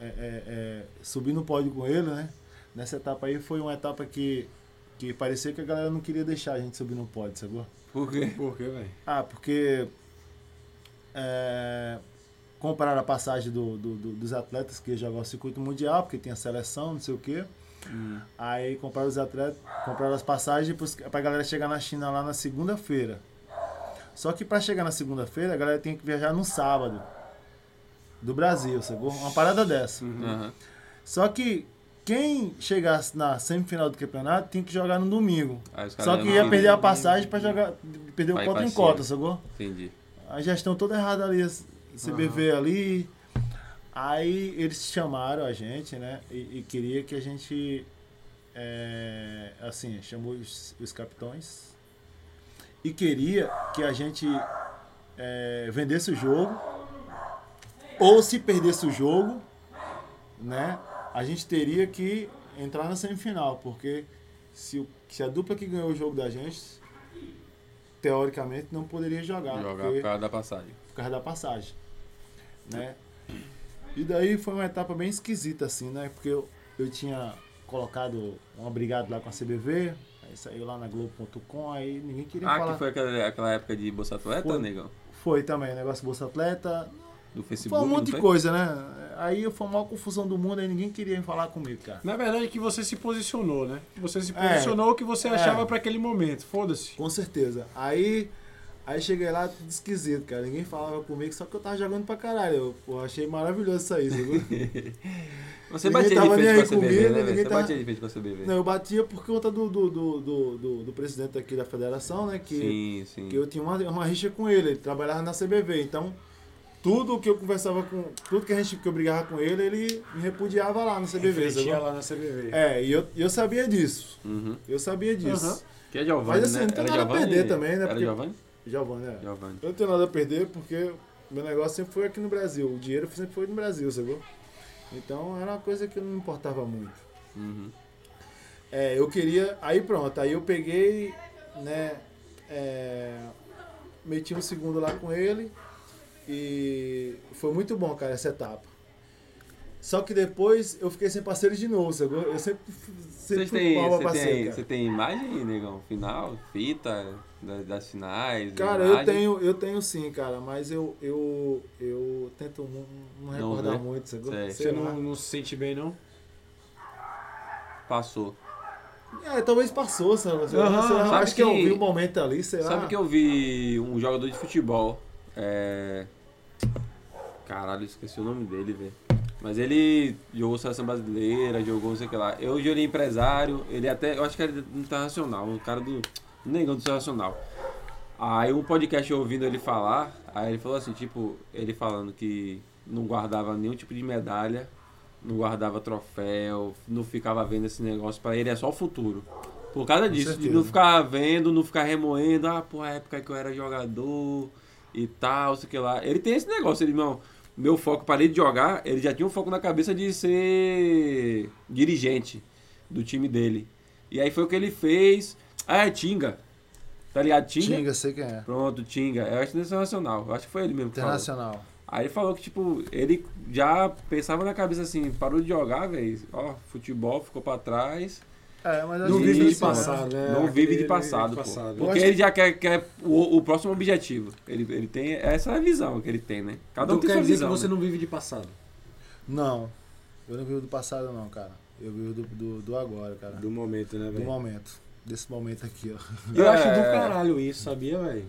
[SPEAKER 3] é, é, é, subi no pódio com ele, né? Nessa etapa aí foi uma etapa que, que parecia que a galera não queria deixar a gente subir no pódio, sacou?
[SPEAKER 1] porque
[SPEAKER 2] Por quê, velho?
[SPEAKER 3] Ah, porque é, compraram a passagem do- do- do- dos atletas que jogam o circuito mundial, porque tem a seleção, não sei o quê.
[SPEAKER 1] Hum.
[SPEAKER 3] Aí compraram os atletas, compraram as passagens pros, pra galera chegar na China lá na segunda-feira. Só que pra chegar na segunda-feira, a galera tem que viajar no sábado. Do Brasil, sacou? Uma parada dessa.
[SPEAKER 1] Aham.
[SPEAKER 3] Só que quem chegasse na semifinal do campeonato tinha que jogar no domingo.
[SPEAKER 1] Aí os caras
[SPEAKER 3] Só
[SPEAKER 1] já não
[SPEAKER 3] que ia
[SPEAKER 1] queriam.
[SPEAKER 3] perder a passagem pra jogar. Perder
[SPEAKER 1] Vai
[SPEAKER 3] o cota em
[SPEAKER 1] passeio.
[SPEAKER 3] cota, sacou?
[SPEAKER 1] Entendi.
[SPEAKER 3] a gestão toda errada ali, a CBV ali. Aí eles chamaram a gente, né? E, e queria que a gente. é, assim, chamou os, os capitões. E queria que a gente é, vendesse o jogo. Ou se perdesse o jogo, né? A gente teria que entrar na semifinal, porque se, o- se a dupla que ganhou o jogo da gente teoricamente, não poderia jogar,
[SPEAKER 1] Jogar
[SPEAKER 3] porque-
[SPEAKER 1] por causa da passagem.
[SPEAKER 3] por causa da passagem. Né? E daí foi uma etapa bem esquisita, assim, né? Porque eu, eu tinha colocado um obrigado lá com a CBV, aí saiu lá na Globo.com, aí ninguém queria
[SPEAKER 1] Ah,
[SPEAKER 3] falar.
[SPEAKER 1] que foi aquela, aquela época de Bolsa Atleta,
[SPEAKER 3] Foi.
[SPEAKER 1] negão?
[SPEAKER 3] Foi também, negócio Bolsa Atleta,
[SPEAKER 1] Do Facebook.
[SPEAKER 3] foi um
[SPEAKER 1] não
[SPEAKER 3] monte de
[SPEAKER 1] foi?
[SPEAKER 3] coisa, né? Aí foi a maior confusão do mundo, aí ninguém queria falar comigo, cara.
[SPEAKER 2] Na verdade é que você se posicionou, né? Você se
[SPEAKER 3] É.
[SPEAKER 2] posicionou o que você
[SPEAKER 3] É.
[SPEAKER 2] achava pra aquele momento. Foda-se.
[SPEAKER 3] Com certeza. Aí, aí cheguei lá tudo esquisito, cara. Ninguém falava comigo, só que eu tava jogando pra caralho. Eu pô, achei maravilhoso isso aí, viu?
[SPEAKER 1] Você
[SPEAKER 3] Ninguém
[SPEAKER 1] batia de
[SPEAKER 3] tava nem
[SPEAKER 1] frente
[SPEAKER 3] aí
[SPEAKER 1] com a CBV,
[SPEAKER 3] comigo,
[SPEAKER 1] né, velho?
[SPEAKER 3] ninguém
[SPEAKER 1] Você
[SPEAKER 3] tava-
[SPEAKER 1] batia de frente com a CBV.
[SPEAKER 3] Não, eu batia por conta do, do, do, do, do- do presidente aqui da federação, né? Que,
[SPEAKER 1] Sim, sim.
[SPEAKER 3] que eu tinha uma, uma rixa com ele, ele trabalhava na CBV, então tudo que eu conversava com. Tudo que a gente que eu brigava com ele, ele me repudiava lá na CBV.
[SPEAKER 2] Refletia
[SPEAKER 3] sabe?
[SPEAKER 2] lá na CBV.
[SPEAKER 3] É, e eu, eu sabia disso.
[SPEAKER 1] Uhum.
[SPEAKER 3] Eu sabia disso.
[SPEAKER 2] Aham.
[SPEAKER 1] Que é Giovanni,
[SPEAKER 3] Mas assim,
[SPEAKER 1] né?
[SPEAKER 3] não tem
[SPEAKER 1] Era
[SPEAKER 3] nada a
[SPEAKER 1] Giovanni?
[SPEAKER 3] perder também, né?
[SPEAKER 1] Era
[SPEAKER 3] Porque-
[SPEAKER 1] Giovanni?
[SPEAKER 3] Giovanni, né?
[SPEAKER 1] Giovanni.
[SPEAKER 3] Eu não tenho nada a perder porque meu negócio sempre foi aqui no Brasil. O dinheiro sempre foi no Brasil, sacou? Então era uma coisa que não me importava muito.
[SPEAKER 1] Uhum.
[SPEAKER 3] É, eu queria. Aí pronto, aí eu peguei, né? é, meti um segundo lá com ele e foi muito bom, cara, essa etapa. Só que depois eu fiquei sem parceiro de novo, sacou? Eu sempre, sempre
[SPEAKER 1] Vocês
[SPEAKER 3] fui
[SPEAKER 1] têm,
[SPEAKER 3] mal pra
[SPEAKER 1] você tem,
[SPEAKER 3] parceiro.
[SPEAKER 1] você
[SPEAKER 3] cara.
[SPEAKER 1] tem imagem aí, negão? Final, fita da- das finais?
[SPEAKER 3] Cara,
[SPEAKER 1] imagem?
[SPEAKER 3] eu tenho, eu tenho sim, cara, mas eu, eu, eu tento não-
[SPEAKER 1] Não,
[SPEAKER 3] não recordar
[SPEAKER 1] né?
[SPEAKER 3] muito, sacou?
[SPEAKER 1] Sei.
[SPEAKER 2] Você
[SPEAKER 3] Sei lá.
[SPEAKER 2] não, não se sente bem, não?
[SPEAKER 1] Passou.
[SPEAKER 3] É, talvez passou, sabe? Eu
[SPEAKER 2] Aham.
[SPEAKER 3] sei lá, eu
[SPEAKER 1] Sabe
[SPEAKER 3] acho que, eu
[SPEAKER 1] que-
[SPEAKER 3] vi o momento ali, sei lá.
[SPEAKER 1] Sabe que eu vi um jogador de futebol. É. Caralho, esqueci o nome dele, velho. Mas ele jogou seleção brasileira, jogou não sei o que lá. Eu hoje ele é empresário, ele até. Eu acho que era do internacional, um cara do. Um negão do internacional. Aí um podcast eu ouvindo ele falar, aí ele falou assim, tipo, ele falando que não guardava nenhum tipo de medalha, não guardava troféu, não ficava vendo esse negócio, pra ele é só o futuro. Por causa disso, de
[SPEAKER 3] certeza.
[SPEAKER 1] não ficar vendo, não ficar remoendo, ah, pô, a época que eu era jogador e tal, sei que lá. Ele tem esse negócio, ele, irmão, meu foco, parei de jogar, ele já tinha um foco na cabeça de ser dirigente do time dele. E aí foi o que ele fez. Ah, é Tinga. Tá ligado? Tinga.
[SPEAKER 3] Tinga, sei quem é.
[SPEAKER 1] Pronto, Tinga. Eu acho que internacional. Eu acho que foi ele mesmo. que falou.
[SPEAKER 3] Internacional.
[SPEAKER 1] Aí ele falou que, tipo, ele já pensava na cabeça assim, parou de jogar, velho. Ó, futebol ficou pra trás.
[SPEAKER 3] É, mas acho
[SPEAKER 2] Não
[SPEAKER 3] que
[SPEAKER 1] vive
[SPEAKER 2] vive
[SPEAKER 1] de
[SPEAKER 2] de
[SPEAKER 1] isso, mano.
[SPEAKER 2] passado, né?
[SPEAKER 1] não vive de
[SPEAKER 2] Aquele
[SPEAKER 1] passado, pô.
[SPEAKER 2] passado.
[SPEAKER 3] Eu
[SPEAKER 1] Porque
[SPEAKER 3] acho
[SPEAKER 1] ele já quer, quer o, o próximo objetivo. Ele, ele tem essa é a visão que ele tem, né? Cada um
[SPEAKER 2] Então
[SPEAKER 1] tem
[SPEAKER 2] quer
[SPEAKER 1] sua
[SPEAKER 2] dizer
[SPEAKER 1] visão.
[SPEAKER 2] que você
[SPEAKER 1] né?
[SPEAKER 2] não vive de passado.
[SPEAKER 3] Não. Eu não vivo do passado, não, cara. Eu vivo do, do, do agora, cara. Do,
[SPEAKER 2] momento, né,
[SPEAKER 3] momento. Desse momento aqui, ó.
[SPEAKER 2] Eu
[SPEAKER 1] É.
[SPEAKER 2] acho do caralho isso, sabia, velho?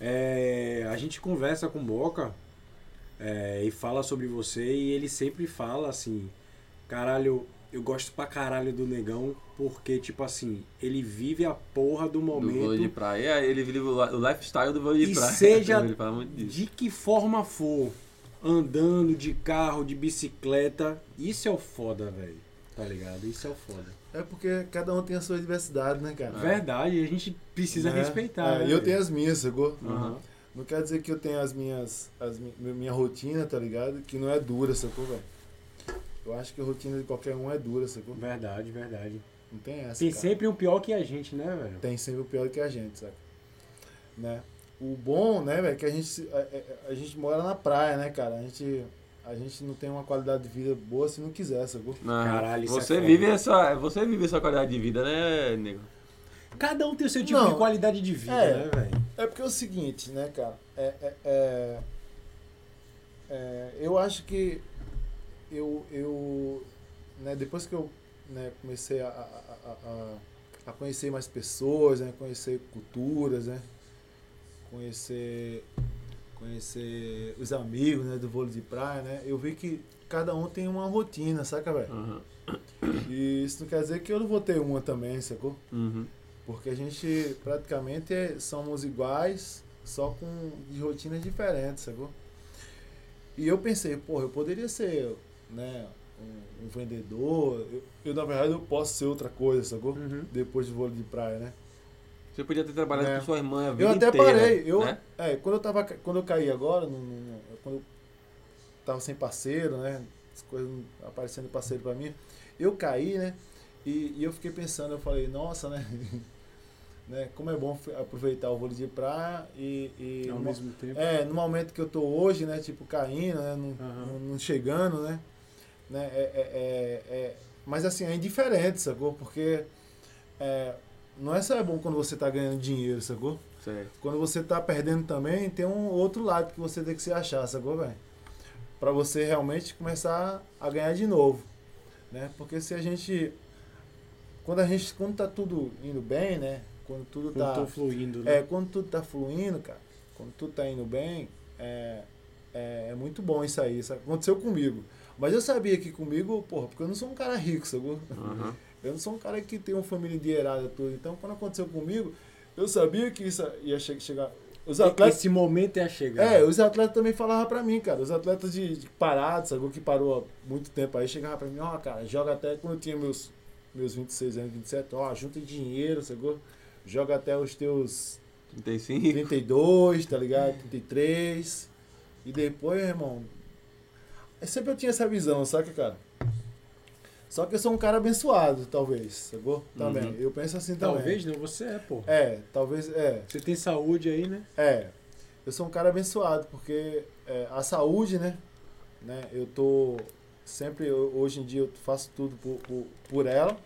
[SPEAKER 2] É, a gente conversa com o Boca é, e fala sobre você e ele sempre fala assim, caralho, eu gosto pra caralho do Negão porque, tipo assim, ele vive a porra do
[SPEAKER 1] Do vôlei de
[SPEAKER 2] momento
[SPEAKER 1] praia, ele vive o li- o lifestyle do vôlei de
[SPEAKER 2] E
[SPEAKER 1] praia.
[SPEAKER 2] seja-
[SPEAKER 1] (laughs) Ele fala muito disso.
[SPEAKER 2] de que forma for, andando de carro, de bicicleta, isso é o foda, velho. Tá ligado? Isso é o foda.
[SPEAKER 3] É porque cada um tem a sua diversidade, né,
[SPEAKER 1] Ah.
[SPEAKER 3] cara?
[SPEAKER 2] Verdade, a gente precisa
[SPEAKER 3] Né?
[SPEAKER 2] respeitar.
[SPEAKER 3] É,
[SPEAKER 2] né,
[SPEAKER 3] eu
[SPEAKER 2] velho?
[SPEAKER 3] tenho as minhas, sacou?
[SPEAKER 2] Aham.
[SPEAKER 3] Não quer dizer que eu tenho as minhas. As, mi- minha rotina, tá ligado? Que não é dura, sacou, velho? Eu acho que a rotina de qualquer um é dura, sacou?
[SPEAKER 2] Verdade, verdade.
[SPEAKER 3] Não tem essa.
[SPEAKER 2] Tem
[SPEAKER 3] Assim, cara.
[SPEAKER 2] sempre um pior que a gente, né, velho?
[SPEAKER 3] tem sempre o pior que a gente, saca? Né? O bom, né, velho, que a gente, se- a, a- a gente mora na praia, né, cara? A gente, a gente não tem uma qualidade de vida boa se não quiser, sacou?
[SPEAKER 1] Não,
[SPEAKER 2] Caralho, isso é
[SPEAKER 1] você
[SPEAKER 2] foda.
[SPEAKER 1] vive essa, Você vive essa qualidade de vida, né, nego?
[SPEAKER 2] Cada um tem o seu tipo
[SPEAKER 3] Não.
[SPEAKER 2] de qualidade de vida,
[SPEAKER 3] É.
[SPEAKER 2] né, velho?
[SPEAKER 3] É porque é o seguinte, né, cara? É, é- é- é, eu acho que eu, eu né, depois que eu né, comecei a, a- a- a- a conhecer mais pessoas, né, conhecer culturas, né, conhecer, conhecer os amigos né, do vôlei de praia, né, eu vi que cada um tem uma rotina, saca, velho?
[SPEAKER 1] Aham.
[SPEAKER 3] E isso não quer dizer que eu não vou ter uma também, sacou?
[SPEAKER 1] Uhum.
[SPEAKER 3] Porque a gente praticamente é- somos iguais, só com de rotinas diferentes, sacou? E eu pensei, porra, eu poderia ser, né, um, um vendedor. Eu, eu, na verdade, eu posso ser outra coisa, sacou?
[SPEAKER 2] Uhum.
[SPEAKER 3] Depois do vôlei de praia, né?
[SPEAKER 1] Você podia ter trabalhado
[SPEAKER 3] É.
[SPEAKER 1] com sua irmã a vida
[SPEAKER 3] Eu até
[SPEAKER 1] inteira,
[SPEAKER 3] parei. Eu,
[SPEAKER 1] né?
[SPEAKER 3] é, quando eu tava, ca- quando eu caí agora, no, no- no- quando eu tava sem parceiro, né? As coisas não aparecendo parceiro pra mim, eu caí, né? E, e eu fiquei pensando, eu falei, nossa, né? (laughs) né? Como é bom fe- aproveitar o vôlei de praia e, e
[SPEAKER 1] um
[SPEAKER 2] Ao
[SPEAKER 3] no-
[SPEAKER 2] mesmo tempo.
[SPEAKER 3] é, no momento que eu tô hoje, né? Tipo, caindo, né? Não,
[SPEAKER 2] Aham.
[SPEAKER 3] não- não chegando, né? né é, é- é- é- mas assim, é indiferente, sacou? Porque é, não é só é bom quando você tá ganhando dinheiro, sacou?
[SPEAKER 1] Certo.
[SPEAKER 3] Quando você tá perdendo também, tem um outro lado que você tem que se achar, sacou, velho? Pra você realmente começar a ganhar de novo, né? Porque se a gente... Quando a gente... Quando tá tudo indo bem, né? Quando tudo
[SPEAKER 2] Quando
[SPEAKER 3] tá...
[SPEAKER 2] tô fluindo, né?
[SPEAKER 3] É, quando tudo tá fluindo, cara, quando tudo tá indo bem, é, é, é muito bom isso aí. Isso aconteceu comigo. Mas eu sabia que comigo, porra, porque eu não sou um cara rico, sacou?
[SPEAKER 1] Aham.
[SPEAKER 3] (laughs) Eu não sou um cara que tem uma família endinheirada tudo. Então, quando aconteceu comigo, eu sabia que isso ia che- chegar. Os atletas.
[SPEAKER 2] Esse momento é a chegada.
[SPEAKER 3] É, os atletas também falavam pra mim, cara. Os atletas de, de parado, sacou? Que parou há muito tempo aí, chegava pra mim, ó, cara, joga até quando eu tinha meus, meus 26 anos, 27, ó, junta dinheiro, sacou? Joga até os teus
[SPEAKER 1] 35.
[SPEAKER 3] 32, tá ligado? 33. E depois, irmão. eu Sempre eu tinha essa visão, saca, cara? Só que eu sou um cara abençoado, talvez, sacou? Também.
[SPEAKER 1] Uhum.
[SPEAKER 3] Eu penso assim também.
[SPEAKER 2] Talvez não, você é, pô.
[SPEAKER 3] É, talvez. É,
[SPEAKER 2] Você tem saúde aí, né?
[SPEAKER 3] é. Eu sou um cara abençoado, porque é, a saúde, né? né? Eu tô. Sempre, eu- hoje em dia, eu faço tudo por, por, por ela,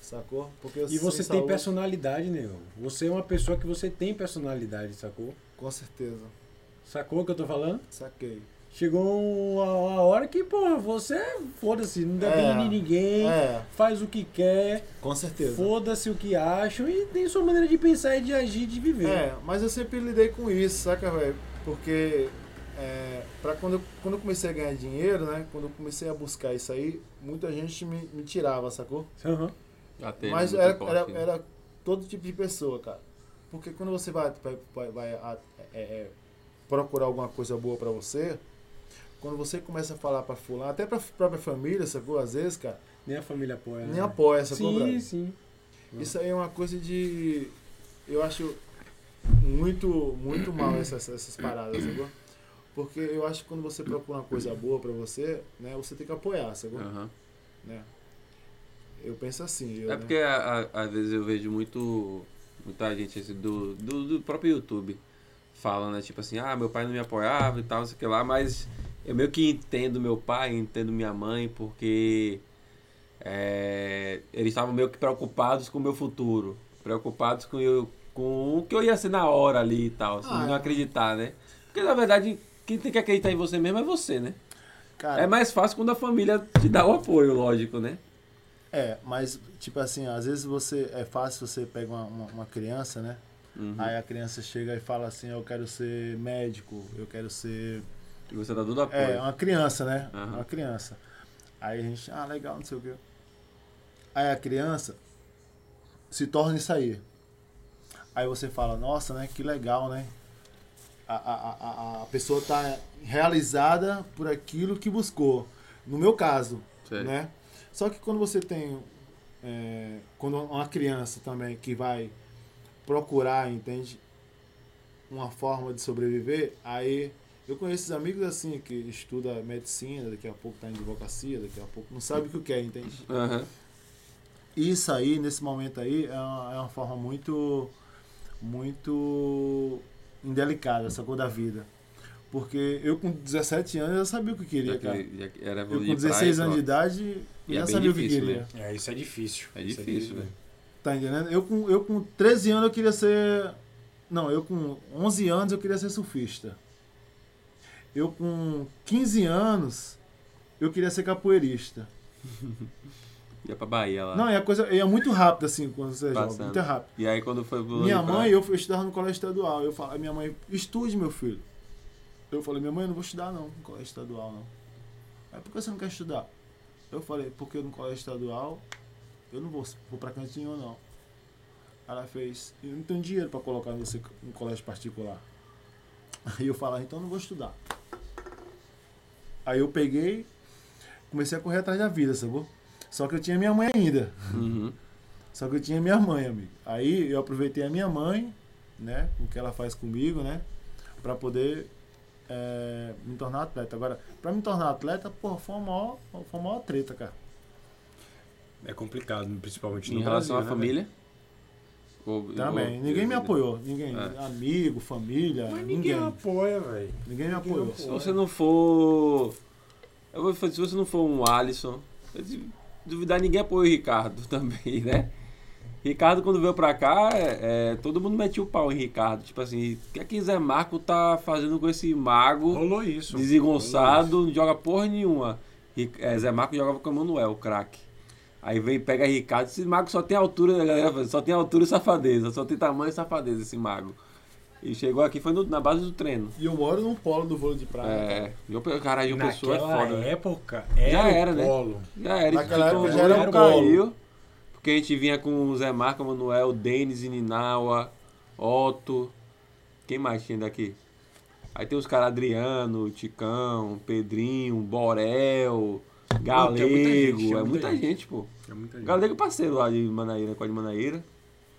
[SPEAKER 3] sacou? Porque eu
[SPEAKER 2] E você
[SPEAKER 3] sem
[SPEAKER 2] tem
[SPEAKER 3] saúde-
[SPEAKER 2] personalidade, negão. Você é uma pessoa que você tem personalidade, sacou?
[SPEAKER 3] Com certeza,
[SPEAKER 2] Sacou o que eu tô falando?
[SPEAKER 3] saquei.
[SPEAKER 2] Chegou uma, uma hora que, porra, você é foda-se, não depende
[SPEAKER 3] É.
[SPEAKER 2] de ninguém,
[SPEAKER 3] É,
[SPEAKER 2] faz o que quer,
[SPEAKER 3] com certeza.
[SPEAKER 2] foda-se o que acham e tem sua maneira de pensar e de agir, de viver.
[SPEAKER 3] É, mas eu sempre lidei com isso, saca, velho? Porque é, pra quando, eu, quando eu comecei a ganhar dinheiro, né? Quando eu comecei a buscar isso aí, muita gente me, me tirava, sacou?
[SPEAKER 2] Aham.
[SPEAKER 1] Até
[SPEAKER 3] mas
[SPEAKER 1] muito
[SPEAKER 3] era,
[SPEAKER 1] forte,
[SPEAKER 3] era,
[SPEAKER 1] né?
[SPEAKER 3] era todo tipo de pessoa, cara. Porque quando você vai, vai, vai- vai a- é, é, procurar alguma coisa boa pra você, quando você começa a falar pra fulano, até pra própria família, sacou? Às vezes, cara,
[SPEAKER 2] Nem a família apoia.
[SPEAKER 3] nem
[SPEAKER 2] né?
[SPEAKER 3] apoia essa
[SPEAKER 2] Sim,
[SPEAKER 3] cobrança.
[SPEAKER 2] sim.
[SPEAKER 3] Isso aí é uma coisa de. Eu acho muito, muito mal essas, essas paradas, sacou? Porque eu acho que quando você procura uma coisa boa pra você, né, você tem que apoiar, sacou?
[SPEAKER 1] Aham.
[SPEAKER 3] Né? Eu penso assim. Eu,
[SPEAKER 1] É porque a- a- às vezes eu vejo muito muita gente assim, do, do, do próprio YouTube falando, né? Tipo assim, ah, meu pai não me apoiava e tal, não sei o que lá, mas eu meio que entendo meu pai, entendo minha mãe, porque é, eles estavam meio que preocupados com o meu futuro, preocupados com, eu, com o que eu ia ser na hora ali e tal, assim,
[SPEAKER 3] Ah,
[SPEAKER 1] não
[SPEAKER 3] é.
[SPEAKER 1] acreditar, né? Porque na verdade, quem tem que acreditar em você mesmo é você, né?
[SPEAKER 3] né?
[SPEAKER 1] É
[SPEAKER 3] Cara,
[SPEAKER 1] mais fácil quando a família te dá o apoio, lógico, né?
[SPEAKER 3] é, mas, tipo assim, às vezes você. É fácil você pega uma, uma, uma criança, né?
[SPEAKER 1] Uhum.
[SPEAKER 3] Aí a criança chega e fala assim, eu quero ser médico, eu quero ser
[SPEAKER 1] E você dá todo apoio.
[SPEAKER 3] É, uma criança, né?
[SPEAKER 1] Aham.
[SPEAKER 3] Uma criança. Aí a gente, ah, legal, não sei o quê. Aí a criança se torna isso aí. Aí você fala, nossa, né? Que legal, né? A, a, a- a, a pessoa tá realizada por aquilo que buscou. No meu caso,
[SPEAKER 1] Sei.
[SPEAKER 3] né? Só que quando você tem é, quando uma criança também que vai procurar, entende, uma forma de sobreviver, aí eu conheço esses amigos assim que estuda medicina, daqui a pouco tá em advocacia, daqui a pouco não sabe o que quer, entende?
[SPEAKER 1] Aham.
[SPEAKER 3] Isso aí, nesse momento aí, é uma, é uma forma muito, muito indelicada, sacou da vida. Porque eu com 17 anos já sabia o que
[SPEAKER 1] Já
[SPEAKER 3] queria,
[SPEAKER 1] que-
[SPEAKER 3] cara.
[SPEAKER 1] já que era
[SPEAKER 3] Eu
[SPEAKER 1] vôlei
[SPEAKER 3] com
[SPEAKER 1] de praia,
[SPEAKER 3] 16 anos de
[SPEAKER 1] pronto.
[SPEAKER 3] idade,
[SPEAKER 1] E
[SPEAKER 3] já
[SPEAKER 1] é bem
[SPEAKER 3] sabia o que
[SPEAKER 1] difícil,
[SPEAKER 3] queria.
[SPEAKER 1] né?
[SPEAKER 2] É, isso é difícil.
[SPEAKER 1] É
[SPEAKER 2] Isso
[SPEAKER 1] difícil, velho.
[SPEAKER 3] Tá entendendo? Eu com, eu com 13 anos eu queria ser. Não, eu com 11 anos eu queria ser surfista. Eu com 15 anos eu queria ser capoeirista.
[SPEAKER 1] Ia pra Bahia lá.
[SPEAKER 3] Não, é a coisa. É muito rápido assim quando você
[SPEAKER 1] Tá. Passando.
[SPEAKER 3] joga. Muito rápido.
[SPEAKER 1] E aí quando foi pro vôlei
[SPEAKER 3] Minha
[SPEAKER 1] de praia-
[SPEAKER 3] mãe, eu, fui- eu estudava no colégio estadual. Eu falava, minha mãe, estude, meu filho. Eu falei, minha mãe, eu não vou estudar não no colégio estadual, não. Mas por que você não quer estudar? Eu falei, porque no colégio estadual eu não vou, vou pra cantinho, não. Ela fez, eu não tenho dinheiro pra colocar você no colégio particular. Aí eu falei, então eu não vou estudar. Aí eu peguei, comecei a correr atrás da vida, sacou? Só que eu tinha minha mãe ainda.
[SPEAKER 1] Uhum.
[SPEAKER 3] Só que eu tinha minha mãe, amigo. Aí eu aproveitei a minha mãe, né? O que ela faz comigo, né? Pra poder é, me tornar atleta. Agora, pra me tornar atleta, porra, foi uma maior, foi a maior treta, cara.
[SPEAKER 2] É complicado, principalmente
[SPEAKER 1] Em relação à família? ficou.
[SPEAKER 3] Também.
[SPEAKER 1] envolvido.
[SPEAKER 3] Tá ninguém me apoiou. Ninguém.
[SPEAKER 1] É.
[SPEAKER 3] Amigo, família,
[SPEAKER 2] Mas ninguém
[SPEAKER 3] ninguém.
[SPEAKER 2] apoia, velho.
[SPEAKER 3] Ninguém
[SPEAKER 2] ninguém
[SPEAKER 3] me apoiou.
[SPEAKER 1] Se
[SPEAKER 2] apoia.
[SPEAKER 1] você não for. Eu vou falar, se você não for um Alisson. se Duvidar, ninguém apoia o Ricardo (laughs) também, né? Ricardo, quando veio pra cá, é, é, todo mundo metia o pau em Ricardo. Tipo assim, o que é que Zé Marco tá fazendo com esse mago
[SPEAKER 2] Rolou isso.
[SPEAKER 1] desengonçado, não joga porra nenhuma? Ri- é, Zé Marco jogava com o Manuel, o craque. Aí vem e pega Ricardo. Esse mago só tem altura, né, galera? fala, Só tem altura e safadeza. Só tem tamanho e safadeza esse mago. E chegou aqui, foi no- na base do treino.
[SPEAKER 3] E eu moro num polo do vôlei de praia.
[SPEAKER 1] É, João Pe- cara, João Pessoa é
[SPEAKER 2] Naquela
[SPEAKER 1] foda. né?
[SPEAKER 2] época, era
[SPEAKER 1] Já
[SPEAKER 2] o
[SPEAKER 1] era, né?
[SPEAKER 2] polo.
[SPEAKER 1] Já era,
[SPEAKER 3] Naquela
[SPEAKER 1] então,
[SPEAKER 3] época
[SPEAKER 2] já era
[SPEAKER 1] João
[SPEAKER 2] um bolo.
[SPEAKER 1] caiu, porque a gente vinha com o Zé Marco, Manuel, Denis, Ininawa, Otto, quem mais tinha daqui? Aí tem os caras Adriano, Ticão, Pedrinho, Borel, Galego,
[SPEAKER 2] tem muita gente, tem
[SPEAKER 1] é
[SPEAKER 2] muita
[SPEAKER 1] muita
[SPEAKER 2] gente.
[SPEAKER 1] gente, pô.
[SPEAKER 2] É muita gente.
[SPEAKER 1] Galego é parceiro lá de Manaíra, com a de Manaíra.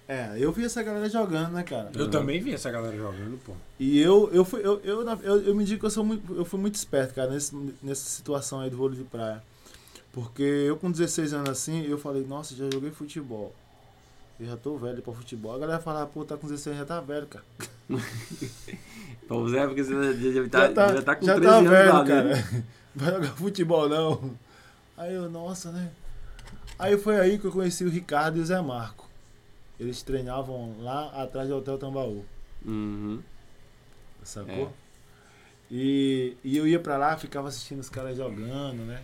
[SPEAKER 3] É, eu vi essa galera jogando, né, cara?
[SPEAKER 1] É.
[SPEAKER 2] Eu também vi essa galera jogando, pô.
[SPEAKER 3] E eu, eu, fui, eu, eu, na- eu, eu me digo que eu, sou muito, eu fui muito esperto, cara, nesse, nessa situação aí do vôlei de praia. Porque eu com 16 anos assim, eu falei, nossa, já joguei futebol. Eu já tô velho pra futebol. A galera falava, pô, tá com 16, já tá velho, cara.
[SPEAKER 1] Então, Zé, porque você já deve tá, já tá com
[SPEAKER 3] já
[SPEAKER 1] 13
[SPEAKER 3] tá
[SPEAKER 1] anos
[SPEAKER 3] velho,
[SPEAKER 1] lá,
[SPEAKER 3] cara. (laughs)
[SPEAKER 1] né?
[SPEAKER 3] Vai jogar futebol, não. Aí eu, nossa, né? Aí foi aí que eu conheci o Ricardo e o Zé Marco. Eles treinavam lá atrás do Hotel Tambaú.
[SPEAKER 1] Uhum.
[SPEAKER 3] sacou?
[SPEAKER 1] É.
[SPEAKER 3] E, e eu ia pra lá, ficava assistindo os caras jogando, né?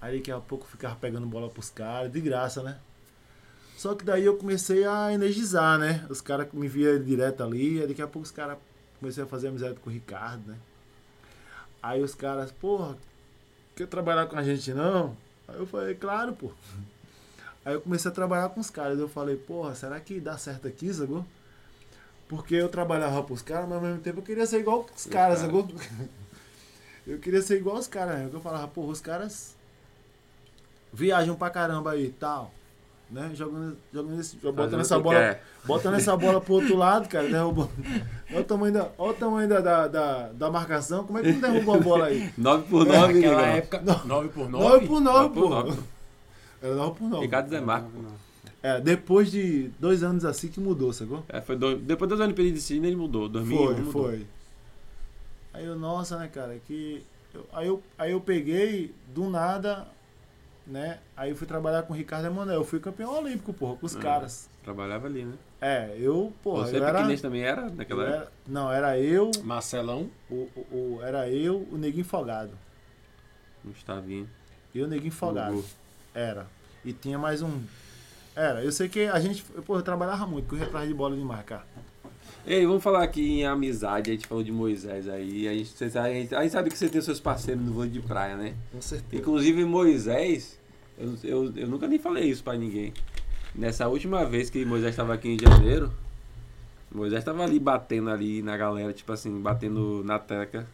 [SPEAKER 3] Aí daqui a pouco eu ficava pegando bola pros caras, de graça, né? Só que daí eu comecei a energizar, né? Os caras me via direto ali, aí daqui a pouco os caras comecei a fazer amizade com o Ricardo, né? Aí os caras, porra, quer trabalhar com a gente não? Aí eu falei, claro, pô. Aí eu comecei a trabalhar com os caras. Eu falei, porra, será que dá certo aqui, Zagô? Porque eu trabalhava pros caras, mas ao mesmo tempo eu queria ser igual os
[SPEAKER 1] cara.
[SPEAKER 3] caras, Zagô. (laughs) Eu queria ser igual os caras, né? Eu falava, porra, os caras viajam pra caramba aí e tal. Né? Jogando, jogando esse, botando
[SPEAKER 1] Fazendo
[SPEAKER 3] essa
[SPEAKER 1] o que
[SPEAKER 3] bola.
[SPEAKER 1] quer.
[SPEAKER 3] Botando essa bola pro outro lado, cara,
[SPEAKER 1] (laughs)
[SPEAKER 3] derrubou. Olha o tamanho da, olha o tamanho da, da, da, da marcação. Como é que não derrubou a bola aí?
[SPEAKER 1] 9
[SPEAKER 3] (laughs)
[SPEAKER 1] por 9,
[SPEAKER 2] Naquela
[SPEAKER 1] Ricardo.
[SPEAKER 2] época, 9 por 9?
[SPEAKER 3] 9 por 9,
[SPEAKER 1] Nove por
[SPEAKER 3] É, pô.
[SPEAKER 1] nove.
[SPEAKER 3] Era 9 por 9.
[SPEAKER 1] Ricardo e Zé Marco.
[SPEAKER 3] É, depois de dois anos assim que mudou, sacou?
[SPEAKER 1] É, foi dois- depois das Olimpíadas de Sydney ele mudou, 2001
[SPEAKER 3] Foi,
[SPEAKER 1] mudou.
[SPEAKER 3] foi. Aí eu, nossa, né, cara, que. eu- aí, eu, aí eu peguei, do nada, né? Aí eu fui trabalhar com o Ricardo Emanuel. Eu fui campeão olímpico, porra, com os
[SPEAKER 1] Ah.
[SPEAKER 3] caras.
[SPEAKER 1] Trabalhava ali, né?
[SPEAKER 3] É, eu, porra,
[SPEAKER 1] Você
[SPEAKER 3] eu era,
[SPEAKER 1] pequenês também era
[SPEAKER 3] eu
[SPEAKER 1] naquela época?
[SPEAKER 3] era. Não, era eu,
[SPEAKER 2] Marcelão.
[SPEAKER 3] o, o, o- era eu, o Neguinho Folgado.
[SPEAKER 1] Um Gustavinho.
[SPEAKER 3] Eu, Neguinho Folgado.
[SPEAKER 1] Gugu.
[SPEAKER 3] Era. E tinha mais um. Era. Eu sei que a gente. Pô, eu trabalhava muito, corria atrás de bola de marcar.
[SPEAKER 1] Ei, vamos falar aqui em amizade, a gente falou de Moisés aí, a gente, você sabe- a gente, a gente sabe que você tem seus parceiros no vôlei de praia, né?
[SPEAKER 3] Com certeza.
[SPEAKER 1] Inclusive Moisés, eu, eu, eu nunca nem falei isso pra ninguém. Nessa última vez que Moisés estava aqui em janeiro, Moisés estava ali batendo ali na galera, tipo assim, batendo na teca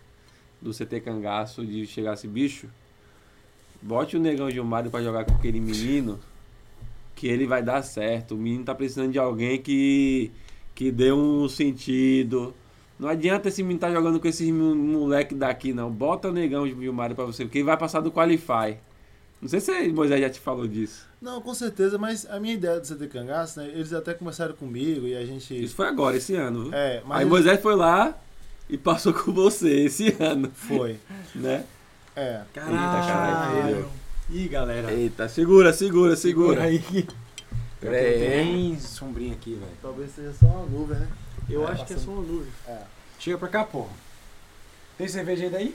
[SPEAKER 1] do CT Cangaço de chegar esse bicho. Bote o negão Gilmário pra jogar com aquele menino, que ele vai dar certo. O menino tá precisando de alguém que, que dê um sentido. Não adianta esse menino tá jogando com esses mo- moleque daqui, não. Bota o negão Gilmário pra você, porque ele vai passar do Qualify. Não sei se o Moisés já te falou disso.
[SPEAKER 3] Não, com certeza, mas a minha ideia do CT Cangaço, né? Eles até conversaram comigo e a gente.
[SPEAKER 1] Isso foi agora, esse ano. viu?
[SPEAKER 3] É, mas
[SPEAKER 1] Aí Moisés foi lá e passou com você esse (laughs) ano,
[SPEAKER 3] foi.
[SPEAKER 1] né?
[SPEAKER 3] É.
[SPEAKER 1] caralho.
[SPEAKER 2] Ih, galera.
[SPEAKER 1] Eita, segura, segura, segura.
[SPEAKER 2] aí que.
[SPEAKER 1] Pera aí.
[SPEAKER 2] Tem sombrinha aqui, velho.
[SPEAKER 3] Talvez seja só uma nuvem, né?
[SPEAKER 2] Eu
[SPEAKER 3] É,
[SPEAKER 2] acho que é só
[SPEAKER 3] passando.
[SPEAKER 2] uma nuvem.
[SPEAKER 3] É.
[SPEAKER 2] Chega pra cá, porra. Tem cerveja aí daí?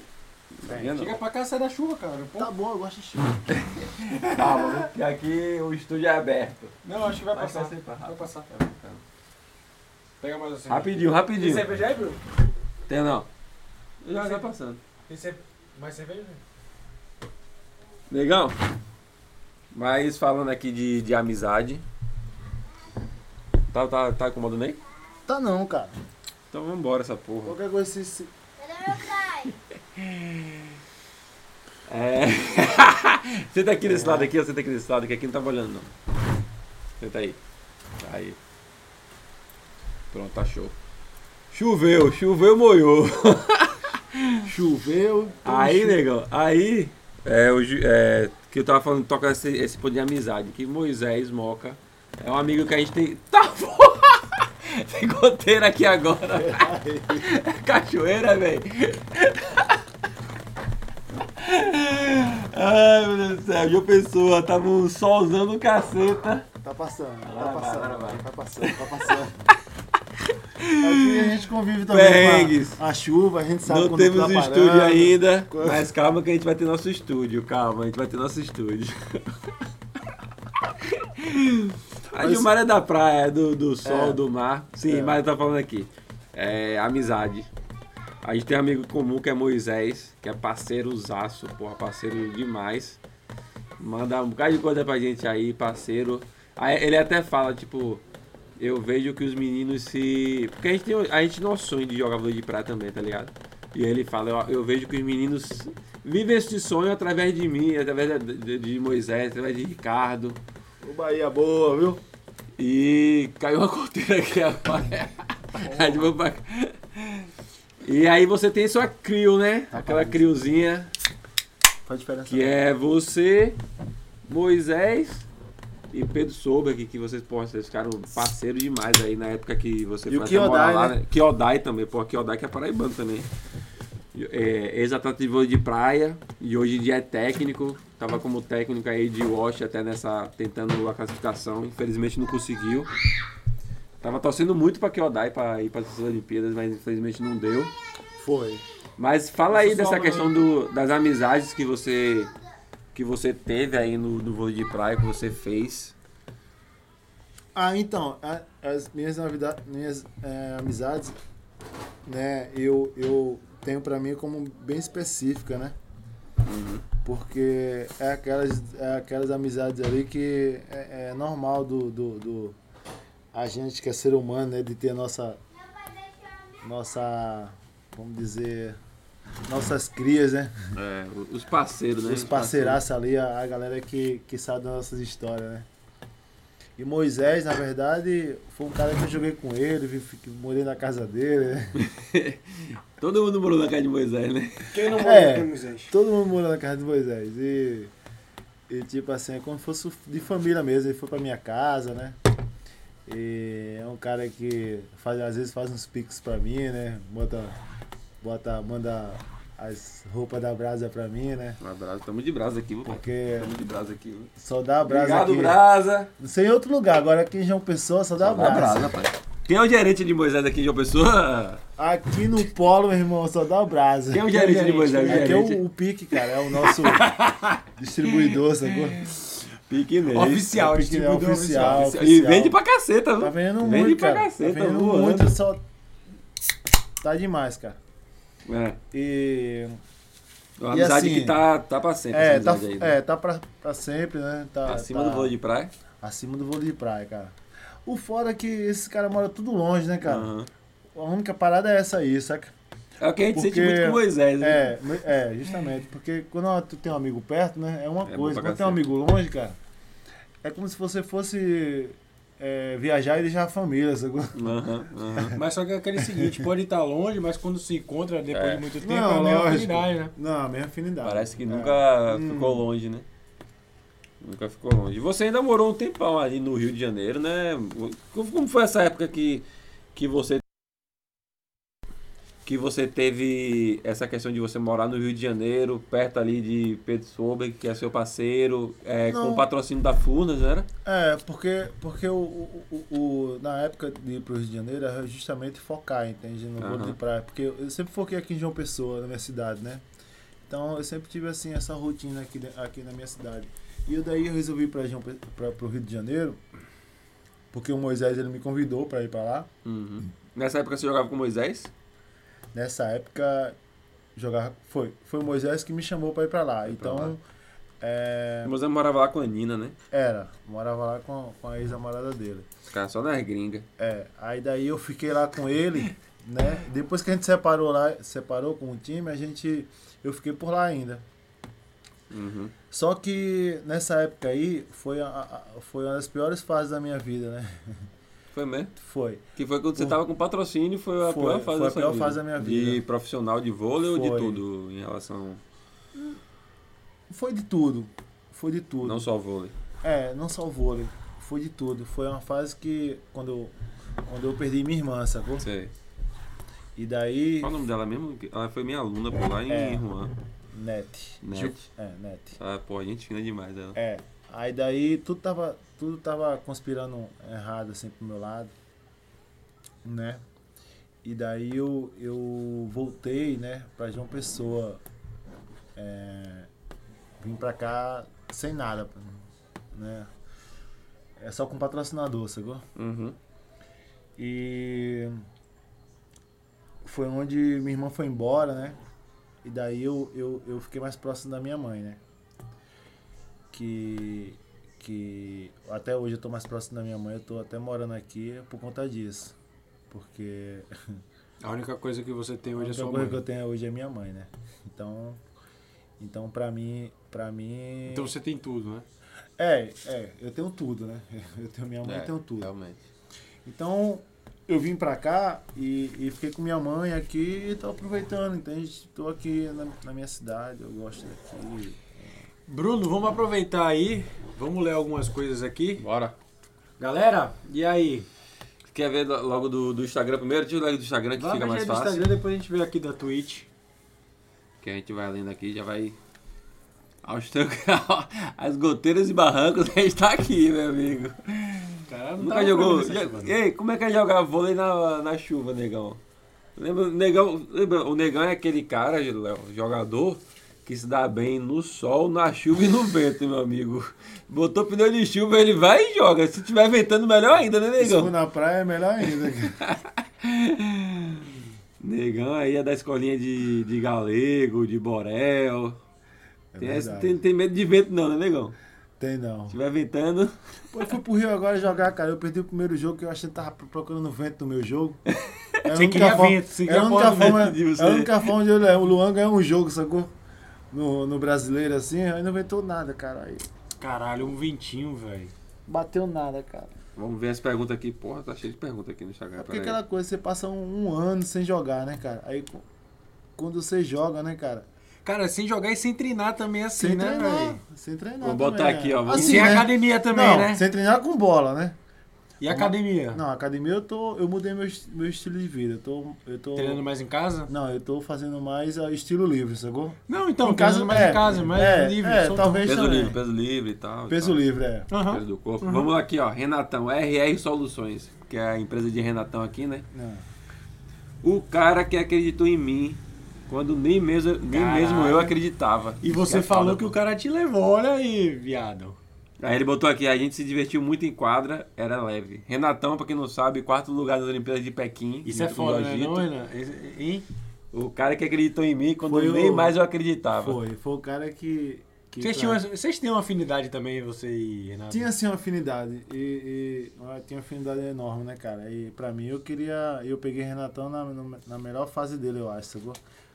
[SPEAKER 1] Tá vendo?
[SPEAKER 2] Chega pra cá, sai da chuva, cara. Pô.
[SPEAKER 3] Tá bom, eu gosto de chuva.
[SPEAKER 1] Calma, que aqui o estúdio é aberto.
[SPEAKER 2] Não, acho que vai
[SPEAKER 1] Mas
[SPEAKER 2] passar.
[SPEAKER 1] vai ser pra-
[SPEAKER 2] Vai passar. Pega mais assim.
[SPEAKER 1] Rapidinho,
[SPEAKER 2] Tem
[SPEAKER 1] rapidinho.
[SPEAKER 2] cerveja aí, Bruno?
[SPEAKER 1] Tem não. Já tá passando.
[SPEAKER 2] Tem cerve- mais cerveja?
[SPEAKER 1] Negão, mas falando aqui de, de amizade. Tá, tá, tá incomodando aí?
[SPEAKER 3] Tá não, cara.
[SPEAKER 1] Então vambora essa porra.
[SPEAKER 3] Qualquer coisa se. se-
[SPEAKER 4] Cadê meu pai?
[SPEAKER 1] É. (laughs) senta aqui desse lado aqui, ó, senta aqui desse lado, que aqui não tava olhando não. Senta aí. Aí. Pronto, tá show. Choveu, choveu, moiou.
[SPEAKER 3] Choveu. então
[SPEAKER 1] Aí,
[SPEAKER 3] chu-
[SPEAKER 1] negão, aí. É, o Ju- é, que eu tava falando, toca esse, esse poder de amizade. Que Moisés Moca é um amigo que a gente tem. (laughs) Tá porra! Tem goteira aqui agora. (laughs) Cachoeira, velho. Ai, meu Deus do céu. João Pessoa, tava um solzão no caceta.
[SPEAKER 3] Tá passando, tá
[SPEAKER 1] né? Vai, vai,
[SPEAKER 3] passando,
[SPEAKER 1] vai, vai.
[SPEAKER 3] tá passando, tá passando. Aqui a gente convive também
[SPEAKER 1] Perrengues.
[SPEAKER 3] com a, a chuva, a gente sabe
[SPEAKER 1] Não
[SPEAKER 3] quando
[SPEAKER 1] temos
[SPEAKER 3] tá
[SPEAKER 1] o
[SPEAKER 3] parando.
[SPEAKER 1] estúdio ainda,
[SPEAKER 3] Quando-
[SPEAKER 1] mas calma que a gente vai ter nosso estúdio, calma, a gente vai ter nosso estúdio. A
[SPEAKER 3] Mas-
[SPEAKER 1] Gilmar é da praia, do, do sol,
[SPEAKER 3] É.
[SPEAKER 1] do mar. Sim,
[SPEAKER 3] É.
[SPEAKER 1] mas eu tava falando aqui. É, amizade. A gente tem um amigo comum que é Moisés, que é parceiro zaço, porra, parceiro demais. Manda um bocado de coisa pra gente aí, parceiro. Aí ele até fala, tipo, eu vejo que os meninos se. Porque a gente, tem, a gente não sonha de jogador de praia também, tá ligado? E ele fala, eu, eu vejo que os meninos vivem esse sonho através de mim, através de, de- de Moisés, através de Ricardo.
[SPEAKER 3] O Bahia é boa, viu?
[SPEAKER 1] E caiu uma corteira aqui agora. (laughs) Aí de boa pra cá. E aí você tem sua crio, né? Aquela
[SPEAKER 3] Rapaz.
[SPEAKER 1] criozinha
[SPEAKER 3] Faz diferença.
[SPEAKER 1] que é você, Moisés e Pedro Sober, que, que vocês, pô, vocês ficaram parceiros demais aí na época que você
[SPEAKER 3] E o
[SPEAKER 1] até morar
[SPEAKER 3] Kiodai,
[SPEAKER 1] lá.
[SPEAKER 3] né?
[SPEAKER 1] Kiodai também, pô, Kiodai que é paraibano também. E, É, Ex-atleta de vôlei de praia e hoje em dia é técnico. Tava como técnico aí de Wash até nessa, tentando a classificação, infelizmente não conseguiu. Tava torcendo muito pra Kiodai pra ir para as Olimpíadas, mas infelizmente não deu.
[SPEAKER 3] Foi.
[SPEAKER 1] Mas fala aí
[SPEAKER 3] Essa
[SPEAKER 1] dessa
[SPEAKER 3] sobra-
[SPEAKER 1] questão do- das amizades que você que você teve aí no, no vôlei de praia, que você fez.
[SPEAKER 3] Ah, então, a- as minhas, navida- minhas é, amizades, né, eu, eu tenho pra mim como bem específica, né? Porque é aquelas, é aquelas amizades ali que é, é normal do, do, do- a gente que é ser humano, né, de ter nossa, nossa, vamos dizer, nossas crias, né?
[SPEAKER 1] É, o- os parceiros, né?
[SPEAKER 3] Os parceiraços ali, a, a galera que, que sabe das nossas histórias, né? E Moisés, na verdade, foi um cara que eu joguei com ele, vi- fi- morei na casa dele, né? (laughs)
[SPEAKER 1] Todo mundo morou na casa de Moisés, né?
[SPEAKER 2] Quem não
[SPEAKER 3] É.
[SPEAKER 2] mora com Moisés?
[SPEAKER 3] Todo mundo morou na casa de Moisés. E, e tipo assim, é como se fosse de família mesmo, ele foi pra minha casa, né? E é um cara que faz, às vezes faz uns pix pra mim, né? Bota, bota, manda as roupas da brasa pra mim, né?
[SPEAKER 1] Um abraço, tamo de brasa aqui, pô.
[SPEAKER 3] Porque
[SPEAKER 1] Tamo de brasa aqui. viu?
[SPEAKER 3] só dá a brasa
[SPEAKER 1] Obrigado,
[SPEAKER 3] aqui.
[SPEAKER 1] brasa.
[SPEAKER 3] Não sei em outro lugar, agora aqui em João Pessoa só dá brasa.
[SPEAKER 1] pai. Quem é o gerente de Moisés aqui de uma pessoa? (laughs)
[SPEAKER 3] Aqui no Polo, meu irmão, só dá brasa.
[SPEAKER 1] Quem é o gerente de
[SPEAKER 2] gerente?
[SPEAKER 1] Moisés?
[SPEAKER 3] Aqui é
[SPEAKER 1] Gerente.
[SPEAKER 3] o, o pique, cara, é o
[SPEAKER 1] (laughs)
[SPEAKER 3] nosso distribuidor, sacou?
[SPEAKER 1] Pequenês.
[SPEAKER 2] Oficial,
[SPEAKER 3] é pequeno,
[SPEAKER 2] distribuidor
[SPEAKER 3] é
[SPEAKER 2] oficial.
[SPEAKER 3] oficial.
[SPEAKER 1] E vende pra caceta, viu?
[SPEAKER 3] Tá vendendo
[SPEAKER 1] vende
[SPEAKER 3] muito,
[SPEAKER 1] pra
[SPEAKER 3] cara.
[SPEAKER 1] caceta, né?
[SPEAKER 3] tá vendendo
[SPEAKER 1] voando.
[SPEAKER 3] muito, só... Tá demais, cara.
[SPEAKER 1] É,
[SPEAKER 3] E...
[SPEAKER 1] uma
[SPEAKER 3] E
[SPEAKER 1] amizade
[SPEAKER 3] assim,
[SPEAKER 1] que tá, tá pra sempre.
[SPEAKER 3] É,
[SPEAKER 1] essa
[SPEAKER 3] tá,
[SPEAKER 1] amizade aí, né?
[SPEAKER 3] é, tá pra, pra sempre, né? Tá,
[SPEAKER 1] Acima
[SPEAKER 3] tá
[SPEAKER 1] do vôlei de praia.
[SPEAKER 3] Acima do vôlei de praia, cara. O fora é que esses caras moram tudo longe, né, cara?
[SPEAKER 1] Aham.
[SPEAKER 3] A única parada é essa aí, saca?
[SPEAKER 1] É o que a gente sente
[SPEAKER 3] Porque-
[SPEAKER 1] muito com Moisés, né?
[SPEAKER 3] É, me- é, justamente. Porque quando tu tem um amigo perto, né? É uma
[SPEAKER 1] bom
[SPEAKER 3] coisa.
[SPEAKER 1] pra
[SPEAKER 3] Quando tem um
[SPEAKER 1] cacete.
[SPEAKER 3] amigo longe, cara, é como se você fosse é, viajar e deixar a família. (laughs) sacou?
[SPEAKER 1] Aham, aham.
[SPEAKER 2] Mas só que é aquele seguinte, pode estar longe, mas quando se encontra depois
[SPEAKER 1] É.
[SPEAKER 2] de muito tempo, é
[SPEAKER 3] Não,
[SPEAKER 2] a mesma
[SPEAKER 3] lógico.
[SPEAKER 2] afinidade, né?
[SPEAKER 3] Não, a minha afinidade.
[SPEAKER 1] Ah, Parece que
[SPEAKER 3] É.
[SPEAKER 1] nunca
[SPEAKER 3] Hum.
[SPEAKER 1] ficou longe, né? Nunca ficou longe. E você ainda morou um tempão ali no Rio de Janeiro, né? Como, como foi essa época que, que você que você teve essa questão de você morar no Rio de Janeiro, perto ali de Pedro Sober, que é seu parceiro, é, com
[SPEAKER 3] Não.
[SPEAKER 1] o patrocínio da Furnas, né?
[SPEAKER 3] É, porque, porque o, o, o- o- na época de ir pro Rio de Janeiro era justamente focar, entende? No vôlei
[SPEAKER 1] Aham.
[SPEAKER 3] de praia. Porque eu eu sempre foquei aqui em João Pessoa, na minha cidade, né? Então eu sempre tive assim essa rotina aqui, de- aqui na minha cidade. E eu daí eu resolvi ir pra, João, Pe- pra, pro Rio de Janeiro, porque o Moisés ele me convidou para ir para lá.
[SPEAKER 1] Uhum. Nessa época você jogava com Moisés?
[SPEAKER 3] Nessa época jogava. Foi, foi o Moisés que me chamou para ir para lá.
[SPEAKER 1] Foi pra
[SPEAKER 3] então.
[SPEAKER 1] lá.
[SPEAKER 3] é,
[SPEAKER 1] O Moisés morava lá com a Nina, né?
[SPEAKER 3] era, morava lá com, com a ex-namorada dele.
[SPEAKER 1] Ficava só nas gringas.
[SPEAKER 3] É, aí daí eu fiquei lá com ele, né? Depois que a gente separou lá, separou com o time, a gente eu fiquei por lá ainda.
[SPEAKER 1] Uhum.
[SPEAKER 3] Só que nessa época aí foi a, a- foi uma das piores fases da minha vida, né? (laughs)
[SPEAKER 1] Foi mesmo?
[SPEAKER 3] Foi.
[SPEAKER 1] Que foi quando você
[SPEAKER 3] Por-
[SPEAKER 1] tava com patrocínio, foi a
[SPEAKER 3] Foi,
[SPEAKER 1] pior fase,
[SPEAKER 3] foi a
[SPEAKER 1] da sua
[SPEAKER 3] pior
[SPEAKER 1] vida.
[SPEAKER 3] fase da minha vida.
[SPEAKER 1] De profissional de vôlei ou de
[SPEAKER 3] Foi.
[SPEAKER 1] tudo em relação.
[SPEAKER 3] Foi de tudo. Foi de tudo.
[SPEAKER 1] Não só vôlei.
[SPEAKER 3] É, não só o vôlei. Foi de tudo. Foi uma fase que quando eu Quando eu perdi minha irmã, sacou?
[SPEAKER 1] Sei.
[SPEAKER 3] E daí.
[SPEAKER 1] Qual o nome dela mesmo? Ela foi minha aluna por lá em
[SPEAKER 3] É.
[SPEAKER 1] Rouen.
[SPEAKER 3] Net.
[SPEAKER 1] Net.
[SPEAKER 3] É, Net.
[SPEAKER 1] Ah, pô, a gente fina demais ela.
[SPEAKER 3] É. Aí daí tudo tava, tudo tava conspirando errado assim pro meu lado, né? E daí eu, eu voltei, né, pra João Pessoa. É, vim pra cá sem nada, né? É só com patrocinador, sacou?
[SPEAKER 1] Uhum.
[SPEAKER 3] E foi onde minha irmã foi embora, né? E daí eu, eu, eu fiquei mais próximo da minha mãe, né? Que, que até hoje eu tô mais próximo da minha mãe, eu tô até morando aqui por conta disso. Porque
[SPEAKER 2] A única coisa que você tem hoje é
[SPEAKER 3] a
[SPEAKER 2] sua
[SPEAKER 3] única coisa
[SPEAKER 2] mãe.
[SPEAKER 3] que eu tenho hoje é minha mãe, né? Então, então pra mim, pra mim...
[SPEAKER 2] Então você tem tudo, né?
[SPEAKER 3] É, é, eu tenho tudo, né? (laughs) Eu tenho minha
[SPEAKER 2] É,
[SPEAKER 3] mãe, eu tenho tudo.
[SPEAKER 1] Realmente.
[SPEAKER 3] Então, eu vim pra cá e, e fiquei com minha mãe aqui e tô aproveitando, entende? Tô aqui na, na minha cidade, eu gosto daqui.
[SPEAKER 2] Bruno, vamos aproveitar aí. Vamos ler algumas coisas aqui.
[SPEAKER 1] Bora.
[SPEAKER 2] Galera, e aí?
[SPEAKER 1] Quer ver lo- logo do, do Instagram primeiro? Deixa eu ler do Instagram que
[SPEAKER 2] Vai
[SPEAKER 1] fica
[SPEAKER 2] pra
[SPEAKER 3] é
[SPEAKER 1] mais
[SPEAKER 2] gente do
[SPEAKER 1] fácil.
[SPEAKER 2] Instagram, depois a gente vê aqui da Twitch.
[SPEAKER 1] Que a gente vai lendo aqui, já vai. Aos trancos, (laughs) as goteiras e barrancos, a gente tá aqui, meu amigo.
[SPEAKER 3] É,
[SPEAKER 2] Cara,
[SPEAKER 1] Nunca jogou. Ei, como é que é jogar vôlei na, na chuva, negão? Lembra, o negão? Lembra, o negão é aquele cara, Léo, jogador, que se dá bem no sol, na chuva e no vento, meu amigo. Botou pneu de chuva, ele vai e joga. Se tiver ventando, melhor ainda, né,
[SPEAKER 3] Se for
[SPEAKER 1] negão?
[SPEAKER 3] na praia é melhor ainda. cara.
[SPEAKER 1] Negão aí é da escolinha de, de galego, de borel.
[SPEAKER 3] É
[SPEAKER 1] tem, essa-
[SPEAKER 3] verdade.
[SPEAKER 1] tem, tem medo de vento, não, né, negão?
[SPEAKER 3] Tem não.
[SPEAKER 1] Se tiver ventando.
[SPEAKER 3] Pô, eu fui pro Rio agora jogar, cara. Eu perdi o primeiro jogo que eu achei que tava procurando vento no meu jogo. Era a
[SPEAKER 2] Você
[SPEAKER 3] única
[SPEAKER 2] queria
[SPEAKER 3] forma-
[SPEAKER 2] vento, você
[SPEAKER 3] era a
[SPEAKER 2] queria
[SPEAKER 3] única
[SPEAKER 2] pôr o
[SPEAKER 3] forma-
[SPEAKER 1] vento de você.
[SPEAKER 3] Era a única forma de eu- o Luan ganhar um jogo, sacou? No, no brasileiro assim, aí não inventou nada, cara. Aí
[SPEAKER 2] Caralho, um ventinho, velho.
[SPEAKER 3] bateu nada, cara.
[SPEAKER 1] Vamos ver as perguntas aqui. Porra, tá cheio de perguntas aqui no Instagram.
[SPEAKER 3] É porque
[SPEAKER 1] peraí.
[SPEAKER 3] aquela coisa, você passa um, um ano sem jogar, né, cara? Aí cu- quando você joga, né, cara?
[SPEAKER 2] Cara, sem jogar e sem treinar também é assim,
[SPEAKER 3] Sem
[SPEAKER 2] né,
[SPEAKER 3] treinar.
[SPEAKER 2] velho?
[SPEAKER 3] Sem treinar.
[SPEAKER 1] Vou botar
[SPEAKER 3] também,
[SPEAKER 1] aqui,
[SPEAKER 3] né?
[SPEAKER 1] ó, vou-
[SPEAKER 2] E
[SPEAKER 3] Assim,
[SPEAKER 2] sem
[SPEAKER 3] né?
[SPEAKER 2] academia também,
[SPEAKER 3] Não,
[SPEAKER 2] né?
[SPEAKER 3] Sem treinar com bola, né?
[SPEAKER 2] E academia?
[SPEAKER 3] Não, academia eu tô. Eu mudei meu, est- meu estilo de vida. Eu tô. Eu tô
[SPEAKER 2] Treinando mais em casa?
[SPEAKER 3] Não, eu tô fazendo mais ah, estilo livre, sacou?
[SPEAKER 2] Não, então,
[SPEAKER 3] Em
[SPEAKER 2] treinando
[SPEAKER 3] casa-
[SPEAKER 2] mais
[SPEAKER 3] é,
[SPEAKER 2] em casa, mais
[SPEAKER 3] é,
[SPEAKER 2] livre.
[SPEAKER 3] é,
[SPEAKER 2] soltão.
[SPEAKER 3] talvez-
[SPEAKER 1] Peso
[SPEAKER 3] também.
[SPEAKER 1] livre, peso livre e tal. e
[SPEAKER 3] Peso
[SPEAKER 1] tal.
[SPEAKER 3] livre, é.
[SPEAKER 2] Aham.
[SPEAKER 1] Peso do corpo. Vamos aqui, ó. Renatão, RR Soluções, que é a empresa de Renatão aqui, né?
[SPEAKER 2] É.
[SPEAKER 3] Não.
[SPEAKER 1] O cara que acreditou em mim quando nem mesmo, nem
[SPEAKER 2] Caralho.
[SPEAKER 1] mesmo eu acreditava.
[SPEAKER 2] E você
[SPEAKER 1] é
[SPEAKER 2] falou
[SPEAKER 1] foda,
[SPEAKER 2] que o
[SPEAKER 1] pô.
[SPEAKER 2] cara te levou, olha aí, viado.
[SPEAKER 1] Aí ele botou aqui, a gente se divertiu muito em quadra, era leve. Renatão, pra quem não sabe, quarto lugar nas Olimpíadas de Pequim.
[SPEAKER 2] Isso é
[SPEAKER 1] junto com o
[SPEAKER 2] foda, né,
[SPEAKER 1] Egito.
[SPEAKER 2] não, Renan? Esse- Hein?
[SPEAKER 1] O cara que acreditou em mim quando
[SPEAKER 3] Foi
[SPEAKER 1] nem
[SPEAKER 3] o-
[SPEAKER 1] mais eu
[SPEAKER 2] Ah,
[SPEAKER 1] acreditava.
[SPEAKER 3] Foi, foi o cara que. que
[SPEAKER 2] Vocês
[SPEAKER 3] pra-
[SPEAKER 2] tinham, vocês têm uma afinidade também, você e
[SPEAKER 1] Tá
[SPEAKER 2] Renato?
[SPEAKER 3] Tinha assim uma afinidade. E, e ó, tinha uma afinidade enorme, né, cara? E pra mim eu queria. Eu peguei Renatão na, no- na melhor fase dele, eu acho, sacou?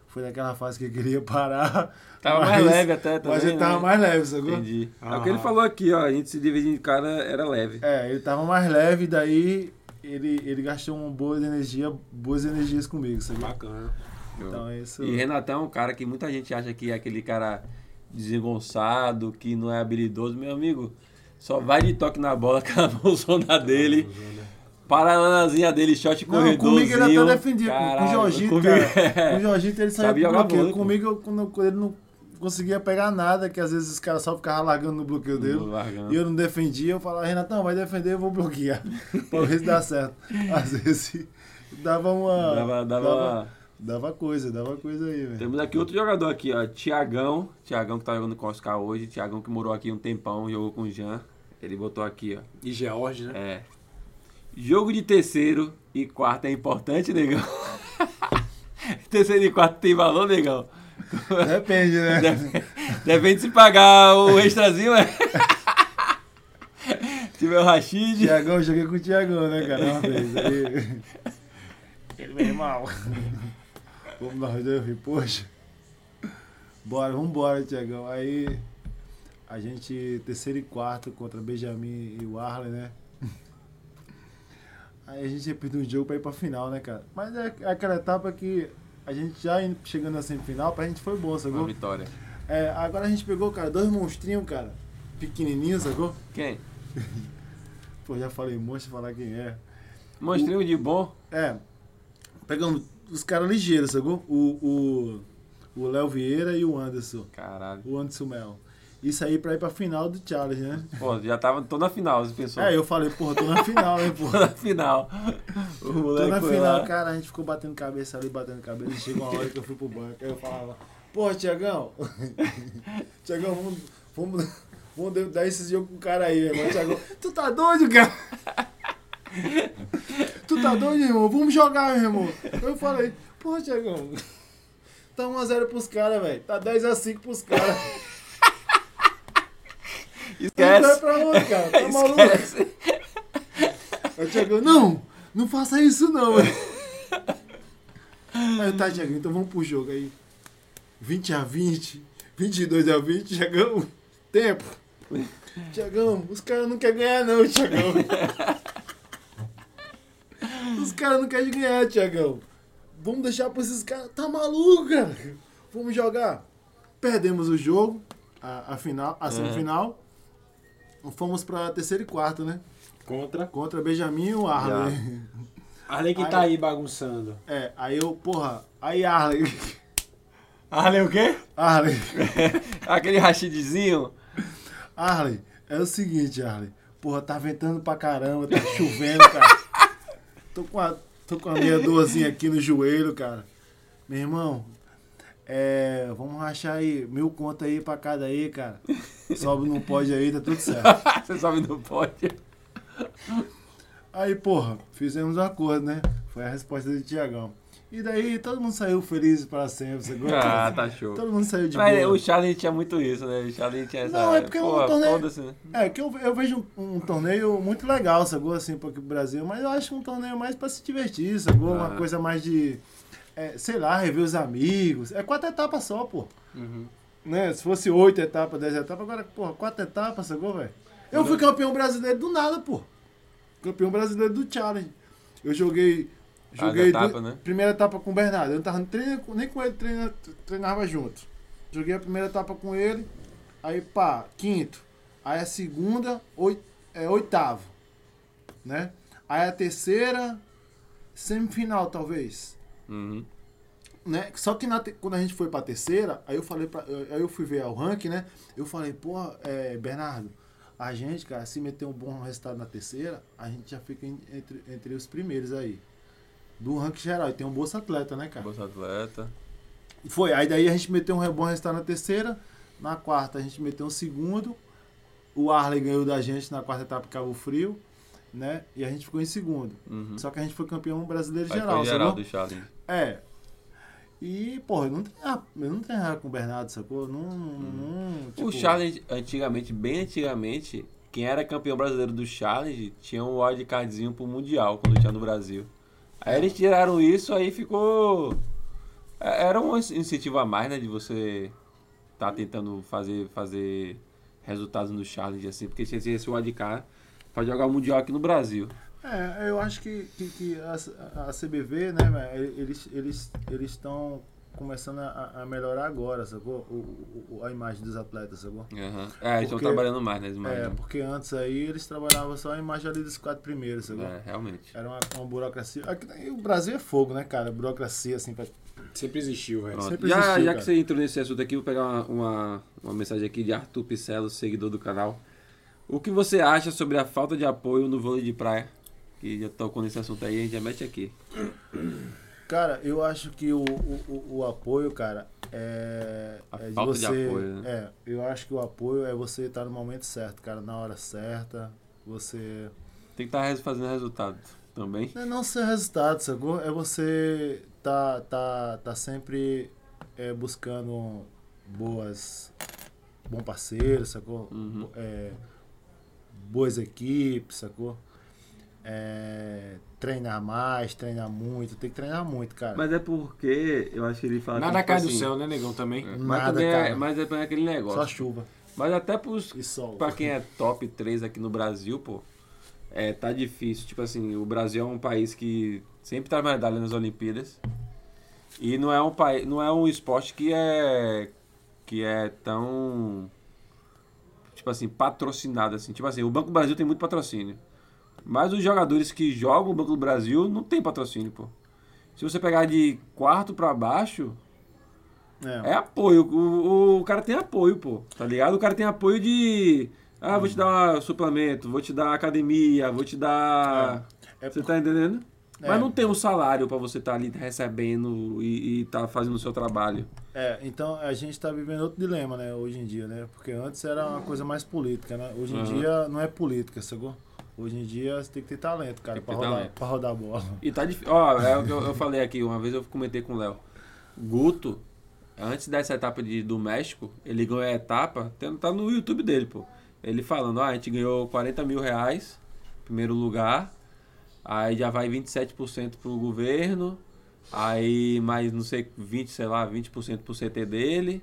[SPEAKER 3] Foi daquela fase que eu queria parar.
[SPEAKER 1] (laughs) Tava
[SPEAKER 3] mas-
[SPEAKER 1] mais leve até também,
[SPEAKER 3] Mas ele tava
[SPEAKER 1] né?
[SPEAKER 3] mais leve, sacou?
[SPEAKER 1] Entendi. É o que
[SPEAKER 2] Aham.
[SPEAKER 1] ele falou aqui, ó. A gente se dividindo em cara era leve.
[SPEAKER 3] É, ele tava mais leve, daí ele, ele gastou uma boa energia, boas energias comigo, sacou?
[SPEAKER 2] Bacana. Tá.
[SPEAKER 3] Então é isso.
[SPEAKER 1] E Renatão é um cara que muita gente acha que é aquele cara desengonçado, que não é habilidoso. Meu amigo, só vai de toque na bola (laughs) com a mãozona dele. Paralanazinha dele, shot
[SPEAKER 3] Não,
[SPEAKER 1] corredorzinho.
[SPEAKER 3] comigo ele até defendia. com- com o
[SPEAKER 1] Caralho,
[SPEAKER 3] Jorgito,
[SPEAKER 1] (laughs) comigo- É.
[SPEAKER 3] cara. Com o Jorgito ele saía
[SPEAKER 1] Sabia
[SPEAKER 3] pro
[SPEAKER 1] jogar
[SPEAKER 3] bloqueio.
[SPEAKER 1] vôlei, pô.
[SPEAKER 3] comigo eu, quando, quando ele não conseguia pegar nada, que às vezes os caras só ficavam largando no bloqueio dele.
[SPEAKER 1] largando.
[SPEAKER 3] E eu não defendia, eu falava, Renatão, vai defender, eu vou bloquear. (laughs) pra ver se dá certo. Às vezes dava uma.
[SPEAKER 1] Dava- dava-
[SPEAKER 3] ah, dava coisa, dava coisa aí, velho.
[SPEAKER 1] Temos aqui outro jogador aqui, ó. Tiagão. Tiagão que tá jogando com o Oscar hoje. Tiagão que morou aqui um tempão, jogou com o Jean. Ele botou aqui, ó.
[SPEAKER 2] E George, né?
[SPEAKER 1] É. Jogo de terceiro e quarto é importante, negão? (laughs) terceiro e quarto tem valor, negão?
[SPEAKER 3] Depende, né?
[SPEAKER 1] (laughs)
[SPEAKER 3] (laughs)
[SPEAKER 1] Deve- Depende se pagar o extrazinho, é. Se tiver o Rashid.
[SPEAKER 3] Tiagão, eu joguei com o Tiagão, né, cara? Uma vez. Aí... Ele veio mal. Vamos nós dois, eu falei, poxa. Bora, vambora, Tiagão. Aí a gente, terceiro e quarto contra Benjamin e o Arlen, né? Aí a gente repetiu um jogo pra ir pra final, né, cara? Mas é aquela etapa que a gente já indo- chegando na semifinal, pra gente foi bom,
[SPEAKER 1] Uma
[SPEAKER 3] sacou?
[SPEAKER 1] vitória.
[SPEAKER 3] É, agora a gente pegou, cara, dois monstrinhos, cara, pequenininhos, sacou?
[SPEAKER 1] Quem?
[SPEAKER 3] Pô, já falei monstro, falar quem é.
[SPEAKER 1] Monstrinho de bom.
[SPEAKER 3] É. Pegamos os caras ligeiros, sacou? O o- o Léo Vieira e o Anderson.
[SPEAKER 1] Caralho.
[SPEAKER 3] O Anderson Mel. Isso aí pra ir pra final do challenge, né?
[SPEAKER 1] Pô, já tava tô na final, você pensou?
[SPEAKER 3] É, eu falei, porra, tô na final, hein,
[SPEAKER 1] Tô
[SPEAKER 3] porra.
[SPEAKER 1] na final. O
[SPEAKER 3] Tô
[SPEAKER 1] moleque
[SPEAKER 3] na
[SPEAKER 1] foi
[SPEAKER 3] final,
[SPEAKER 1] lá.
[SPEAKER 3] cara, a gente ficou batendo cabeça ali, batendo cabeça. e Chegou uma hora que eu fui pro banco. Aí eu falava, porra, Tiagão, (laughs) Tiagão, vamos, vamos, vamos dar esse jogo com o cara aí, irmão. Tiagão, tu tá doido, cara? (laughs) tu tá doido, irmão? Vamos jogar, meu irmão. Eu falei, porra, Tiagão, tá 1x0 pros caras, velho. Tá 10x5 pros caras. Não vai
[SPEAKER 1] Esquece.
[SPEAKER 3] pra onde,
[SPEAKER 1] (laughs)
[SPEAKER 3] cara? Tá maluco?
[SPEAKER 1] Esquece.
[SPEAKER 3] Aí o Tiagão, não, não faça isso não. Aí eu, tá, Tiagão, então vamos pro jogo aí. 20 a 20, 22 a 20, Tiagão, tempo. Tiagão, os caras não querem ganhar não, Tiagão. Os caras não querem ganhar, Tiagão. Vamos deixar pra esses caras. Tá maluco, cara? Vamos jogar. Perdemos o jogo, a, a final, a semifinal. Fomos pra terceiro e quarto, né?
[SPEAKER 2] Contra.
[SPEAKER 3] Contra Benjamin e o Arley.
[SPEAKER 2] Arley que tá aí bagunçando.
[SPEAKER 3] (laughs) É, aí eu, porra, aí Arley. (laughs)
[SPEAKER 2] Arley o quê?
[SPEAKER 3] Arley,
[SPEAKER 1] (laughs) Aquele rachidzinho.
[SPEAKER 3] Arley, é o seguinte, Arley. Porra, tá ventando pra caramba, tá chovendo, cara. Tô com a, tô com a minha dorzinha aqui no joelho, cara. Meu irmão, é, vamos rachar aí mil conto aí pra cada aí, cara. Sobe não pode aí, tá tudo certo.
[SPEAKER 1] você sobe no pote.
[SPEAKER 3] Aí, porra, fizemos um acordo, né? Foi a resposta do Tiagão. E daí todo mundo saiu feliz pra sempre, você gostou?
[SPEAKER 1] Ah, tá show.
[SPEAKER 3] Todo mundo saiu de
[SPEAKER 1] Mas é,
[SPEAKER 3] boa.
[SPEAKER 1] o Charlie tinha muito isso, né? O Charlie tinha essa.
[SPEAKER 3] Não, é porque eu
[SPEAKER 1] Pô,
[SPEAKER 3] não tornei-
[SPEAKER 1] foda-se, né?
[SPEAKER 3] É, que eu, eu vejo um, um torneio muito legal, sacou? Assim, pro Brasil, mas eu acho um torneio mais pra se divertir, sacou? Uma
[SPEAKER 1] Ah.
[SPEAKER 3] coisa mais de. é, sei lá, rever os amigos. É quatro etapas só, pô.
[SPEAKER 1] Uhum.
[SPEAKER 3] Né? Se fosse oito etapas, dez etapas, agora, porra, quatro etapas, sacou, velho? Eu fui campeão brasileiro do nada, pô. Campeão brasileiro do Challenge. Eu joguei.
[SPEAKER 1] As
[SPEAKER 3] Joguei.
[SPEAKER 1] etapas,
[SPEAKER 3] du-
[SPEAKER 1] né?
[SPEAKER 3] Primeira etapa com o Bernardo. Eu não tava no treino, nem com ele treina- treinava junto. Joguei a primeira etapa com ele. Aí, pá, quinto. Aí a segunda, oi- é, oitavo. Né? Aí a terceira, semifinal, talvez.
[SPEAKER 1] Uhum.
[SPEAKER 3] Né? Só que na te- quando a gente foi pra terceira, aí eu falei pra, eu- aí eu fui ver o ranking, né? Eu falei, porra, é, Bernardo, a gente, cara, se meter um bom resultado na terceira, a gente já fica en- entre, entre os primeiros aí. Do ranking geral. E tem um Bolsa Atleta, né, cara?
[SPEAKER 1] Bolsa atleta.
[SPEAKER 3] Foi, aí daí a gente meteu um bom resultado na terceira, na quarta a gente meteu um segundo, o Arley ganhou da gente na quarta etapa em Cabo Frio, né? E a gente ficou em segundo.
[SPEAKER 1] Uhum.
[SPEAKER 3] Só que a gente foi campeão brasileiro
[SPEAKER 1] Aí
[SPEAKER 3] geral,
[SPEAKER 1] foi geral
[SPEAKER 3] sacou?
[SPEAKER 1] do Charlie.
[SPEAKER 3] É. E, porra, eu não treinava, eu não treinava com o Bernardo, sacou? Eu Não, não, tipo,
[SPEAKER 1] Hum. O Challenge, antigamente, bem antigamente, quem era campeão brasileiro do Challenge tinha um wildcardzinho pro Mundial, quando tinha no Brasil. Aí eles tiraram isso, aí ficou. é, Era um in- incentivo a mais, né? De você tá tentando fazer, fazer resultados no Challenge, assim, porque tinha esse wildcard pra jogar o Mundial aqui no Brasil.
[SPEAKER 3] É, eu acho que, que, que a, a CBV, né, velho, eles eles eles estão começando a, a melhorar agora, sacou? O, o- a imagem dos atletas, sacou?
[SPEAKER 1] Aham. É, eles estão
[SPEAKER 3] Porque-
[SPEAKER 1] trabalhando mais, né? Mais,
[SPEAKER 3] É,
[SPEAKER 1] né?
[SPEAKER 3] porque antes aí eles trabalhavam só a imagem ali dos quatro primeiros, sacou?
[SPEAKER 1] É, realmente.
[SPEAKER 3] Era uma, uma burocracia. Aqui, e o Brasil é fogo, né, cara? Burocracia, assim, pra...
[SPEAKER 2] Sempre existiu, velho.
[SPEAKER 1] Pronto.
[SPEAKER 3] sempre
[SPEAKER 1] Já, já
[SPEAKER 3] existiu, cara.
[SPEAKER 1] que você entrou nesse assunto aqui, vou pegar uma, uma, uma mensagem aqui de Arthur Picello, seguidor do canal. O que você acha sobre a falta de apoio no vôlei de praia? Que já tocou nesse assunto aí, a gente já mete aqui.
[SPEAKER 3] Cara, eu acho que o, o, o- o apoio, cara, é,
[SPEAKER 1] A
[SPEAKER 3] é
[SPEAKER 1] falta de
[SPEAKER 3] você.
[SPEAKER 1] apoio, né?
[SPEAKER 3] É, eu acho que o apoio é você estar no momento certo, cara, na hora certa. Você.
[SPEAKER 1] Tem que estar fazendo resultado também.
[SPEAKER 3] Não é não ser resultado, sacou? É você tá, tá, tá sempre é, buscando boas. Bom parceiro, sacou?
[SPEAKER 1] Uhum.
[SPEAKER 3] É, boas equipes, sacou? É, treinar mais, treinar muito, tem que treinar muito, cara.
[SPEAKER 1] Mas é porque eu acho que ele fala.
[SPEAKER 2] Nada
[SPEAKER 1] tipo
[SPEAKER 2] cai do
[SPEAKER 1] assim,
[SPEAKER 2] céu, né, negão, também?
[SPEAKER 1] é, Mas,
[SPEAKER 3] Nada,
[SPEAKER 1] também é,
[SPEAKER 3] cara.
[SPEAKER 1] mas é pra aquele
[SPEAKER 3] Só
[SPEAKER 1] negócio.
[SPEAKER 3] chuva
[SPEAKER 1] Mas até pros
[SPEAKER 3] e sol.
[SPEAKER 1] Pra quem é top 3 aqui no Brasil, pô, é, tá difícil. Tipo assim, o Brasil é um país que sempre traz medalha nas Olimpíadas. E não é um país, não é um esporte que é que é tão tipo assim, patrocinado assim. Tipo assim, o Banco do Brasil tem muito patrocínio. Mas os jogadores que jogam o Banco do Brasil não tem patrocínio, pô. Se você pegar de quarto pra baixo,
[SPEAKER 3] É.
[SPEAKER 1] é apoio. O, o- o cara tem apoio, pô. Tá ligado? O cara tem apoio de. Ah, vou te
[SPEAKER 3] Uhum.
[SPEAKER 1] dar suplemento, vou te dar academia, vou te dar.
[SPEAKER 3] É. É
[SPEAKER 1] você tá entendendo?
[SPEAKER 3] É.
[SPEAKER 1] Mas não tem um salário pra você estar tá ali recebendo e, e tá fazendo o seu trabalho.
[SPEAKER 3] É, então a gente tá vivendo outro dilema, né, hoje em dia, né? Porque antes era uma coisa mais política, né? Hoje em
[SPEAKER 1] Aham.
[SPEAKER 3] dia não é política, sacou? Hoje em dia você tem que ter talento, cara,
[SPEAKER 1] que
[SPEAKER 3] pra
[SPEAKER 1] ter
[SPEAKER 3] rodar,
[SPEAKER 1] talento.
[SPEAKER 3] pra rodar a bola.
[SPEAKER 1] E tá difícil. Ó, é o que eu, eu falei aqui, uma vez eu comentei com o Léo. Guto, antes dessa etapa de, do México, ele ganhou a etapa, tem- tá no YouTube dele, pô. Ele falando, ah, a gente ganhou 40 mil reais, primeiro lugar, aí já vai 27% pro governo, aí mais não sei, 20, sei lá, 20% pro CT dele.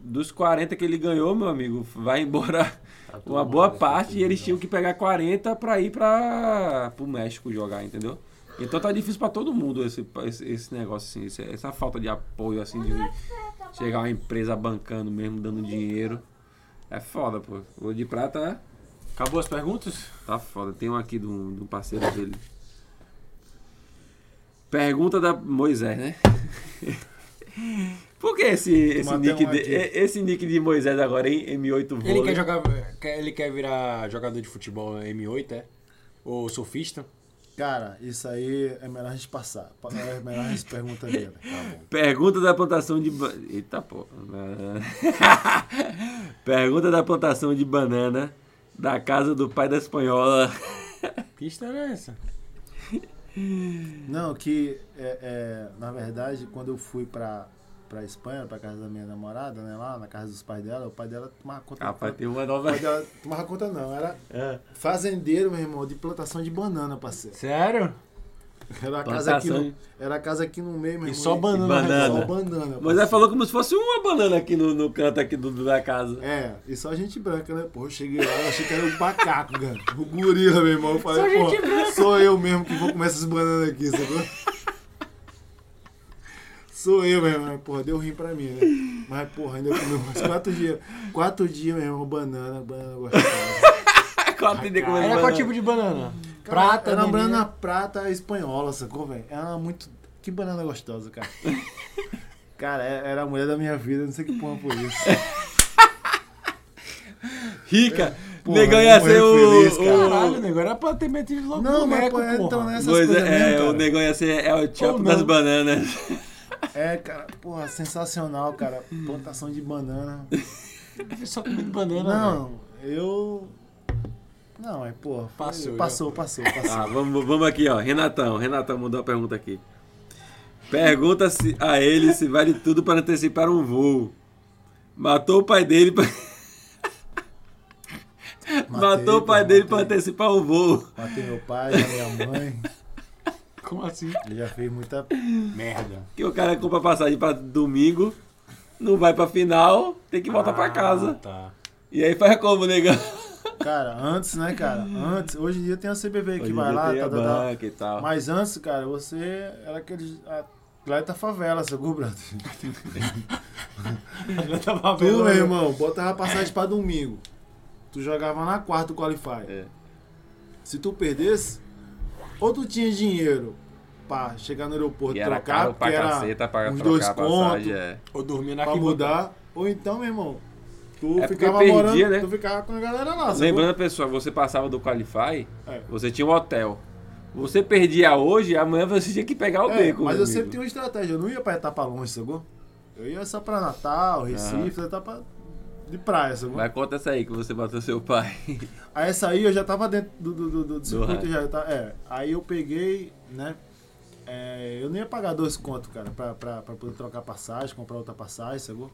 [SPEAKER 1] Dos 40 que ele ganhou, meu amigo, vai embora (laughs)
[SPEAKER 2] Tá todo
[SPEAKER 1] uma
[SPEAKER 2] mundo
[SPEAKER 1] boa
[SPEAKER 2] desse
[SPEAKER 1] parte e
[SPEAKER 2] time,
[SPEAKER 1] eles
[SPEAKER 2] né?
[SPEAKER 1] tinham que pegar 40 pra ir para pro México jogar, entendeu? Então tá difícil pra todo mundo esse, esse, esse negócio assim, esse- essa falta de apoio assim de chegar uma empresa bancando mesmo, dando dinheiro. É foda, pô. O de prata
[SPEAKER 2] Acabou as perguntas?
[SPEAKER 1] tá foda. Tem um aqui de um, de um parceiro dele. Pergunta da Moisés, né? (laughs) Por que esse, esse,
[SPEAKER 3] Matei
[SPEAKER 1] nick
[SPEAKER 3] um
[SPEAKER 1] de,
[SPEAKER 3] aqui.
[SPEAKER 1] e- esse nick de Moisés agora, hein? M8
[SPEAKER 2] Ele quer
[SPEAKER 1] vôlei.
[SPEAKER 2] jogar. quer- Ele quer virar jogador de futebol né, M8, é? Ou surfista?
[SPEAKER 3] Cara, isso aí é melhor a gente passar. Pa- É melhor a gente
[SPEAKER 1] (laughs)
[SPEAKER 3] pergunta dele.
[SPEAKER 1] Tá Pergunta da plantação de. Ba... Eita porra. (laughs) Pergunta da plantação de banana da casa do pai da espanhola.
[SPEAKER 2] Que história é essa?
[SPEAKER 3] Não, que é, é, na verdade, quando eu fui pra, pra Espanha, pra casa da minha namorada, né? Lá na casa dos pais dela, o pai dela tomava conta
[SPEAKER 1] Rapaz,
[SPEAKER 3] do
[SPEAKER 1] tem uma nova.
[SPEAKER 3] pai dela tomava conta não, era
[SPEAKER 1] É.
[SPEAKER 3] fazendeiro, meu irmão, de plantação de banana, parceiro.
[SPEAKER 2] Sério?
[SPEAKER 3] Era a casa aqui
[SPEAKER 1] Plantação.
[SPEAKER 3] no, era a casa aqui no meio, meu irmão.
[SPEAKER 2] E só banana. né?
[SPEAKER 1] banana.
[SPEAKER 3] Só banana.
[SPEAKER 1] Moisés
[SPEAKER 3] parceiro.
[SPEAKER 1] falou como se fosse uma banana aqui no, no canto aqui do, do- da casa.
[SPEAKER 3] É, e só gente branca, né? Pô, eu cheguei lá, eu achei que era um macaco, cara. O gorila, meu irmão. Eu falei, pô, sou eu mesmo que vou comer essas bananas aqui, sacou? sou eu, meu irmão. Porra, deu ruim pra mim, né? Mas, porra, ainda comeu uns quatro dias. Quatro dias, meu irmão, banana, banana gostosa.
[SPEAKER 1] Qual tem É de comer
[SPEAKER 2] Era qual
[SPEAKER 1] banana?
[SPEAKER 2] tipo de banana?
[SPEAKER 3] Cara,
[SPEAKER 2] Prata,
[SPEAKER 3] Era uma
[SPEAKER 2] menina.
[SPEAKER 3] banana prata espanhola, sacou, velho? Era uma muito... Que banana
[SPEAKER 2] (laughs)
[SPEAKER 3] gostosa, cara. Cara, é- era a mulher da minha vida, não sei que porra por isso.
[SPEAKER 2] É
[SPEAKER 1] Rica.
[SPEAKER 3] Porra,
[SPEAKER 1] Negão ia
[SPEAKER 3] eu
[SPEAKER 1] ser
[SPEAKER 3] morri feliz,
[SPEAKER 1] o. o-
[SPEAKER 3] cara.
[SPEAKER 2] Caralho, é nego, era pra ter metido logo
[SPEAKER 3] Não,
[SPEAKER 2] no
[SPEAKER 3] mas
[SPEAKER 2] um boneco,
[SPEAKER 3] pô, é, então,
[SPEAKER 2] porra.
[SPEAKER 3] né? Essas
[SPEAKER 1] Moisés,
[SPEAKER 3] coisas mesmo,
[SPEAKER 1] é, o
[SPEAKER 3] cara.
[SPEAKER 1] negão ia ser é o
[SPEAKER 2] Ou
[SPEAKER 1] tchapo
[SPEAKER 2] não.
[SPEAKER 1] das bananas.
[SPEAKER 3] É, cara, porra, sensacional, cara. Plantação de banana.
[SPEAKER 2] Só um comendo banana. velho.
[SPEAKER 3] Não, eu. Não, é, porra. foi-
[SPEAKER 2] Passou,
[SPEAKER 3] Passou, passou, passou.
[SPEAKER 1] Ah, vamos, vamos aqui, ó. Renatão, Renatão mandou uma pergunta aqui. Pergunta se, a ele se vale tudo para antecipar um voo. Matou o pai dele
[SPEAKER 3] (laughs)
[SPEAKER 1] pra... Matou o pai
[SPEAKER 3] pô,
[SPEAKER 1] dele para
[SPEAKER 3] matei.
[SPEAKER 1] antecipar o voo.
[SPEAKER 3] Matei meu pai, a minha mãe.
[SPEAKER 2] Como assim?
[SPEAKER 3] Ele já fez muita.
[SPEAKER 2] Merda.
[SPEAKER 1] Que o cara compra passagem para domingo, não vai para final, tem que voltar
[SPEAKER 3] Ah.
[SPEAKER 1] para casa.
[SPEAKER 2] Tá.
[SPEAKER 1] E aí faz como, negão?
[SPEAKER 3] Cara, antes, né, cara? Antes. Hoje em dia tem a CBV que
[SPEAKER 1] Hoje em
[SPEAKER 3] vai
[SPEAKER 1] dia
[SPEAKER 3] lá,
[SPEAKER 1] tem a
[SPEAKER 3] tá, tá, tá.
[SPEAKER 1] banca e tal.
[SPEAKER 3] Mas antes, cara, você era aquele. Atleta favela, sacou, brother? (laughs)
[SPEAKER 2] Eu tava
[SPEAKER 3] Tu,
[SPEAKER 1] né?
[SPEAKER 3] meu irmão,
[SPEAKER 1] (laughs)
[SPEAKER 3] botava passagem pra domingo. Tu jogava na quarta o Qualify.
[SPEAKER 1] É.
[SPEAKER 3] Se tu perdesse, ou tu tinha dinheiro pra chegar no aeroporto
[SPEAKER 1] E
[SPEAKER 3] e
[SPEAKER 1] era
[SPEAKER 3] trocar,
[SPEAKER 1] caro pra
[SPEAKER 3] porque era
[SPEAKER 1] caceta tá pra
[SPEAKER 3] uns
[SPEAKER 1] trocar
[SPEAKER 3] dois
[SPEAKER 1] a
[SPEAKER 3] contos
[SPEAKER 1] passagem. É.
[SPEAKER 2] Ou dormia na
[SPEAKER 3] pra
[SPEAKER 2] arquibancada.
[SPEAKER 3] mudar, ou então, meu irmão, tu
[SPEAKER 1] É porque
[SPEAKER 3] ficava
[SPEAKER 1] perdia,
[SPEAKER 3] morando,
[SPEAKER 1] né?
[SPEAKER 3] tu ficava com a galera lá. sacou?
[SPEAKER 1] Lembrando, pessoal, você passava do Qualify,
[SPEAKER 3] É.
[SPEAKER 1] você tinha um hotel. Você perdia hoje, amanhã você tinha que pegar o
[SPEAKER 3] É,
[SPEAKER 1] beco.
[SPEAKER 3] mas
[SPEAKER 1] meu
[SPEAKER 3] eu sempre
[SPEAKER 1] amigo.
[SPEAKER 3] tinha uma estratégia, eu não ia pra etapa longe, sacou? Eu ia só pra
[SPEAKER 1] Ah.
[SPEAKER 3] Natal, Recife, etapa de praia, sacou?
[SPEAKER 1] Mas conta essa aí que você bateu seu pai. (laughs)
[SPEAKER 3] Aí essa aí eu já tava dentro do, do, do, do, do circuito,
[SPEAKER 1] rádio.
[SPEAKER 3] já tá, é. Aí eu peguei, né? é, eu nem ia pagar dois contos, cara, pra, pra, pra poder trocar passagem, comprar outra passagem, sacou?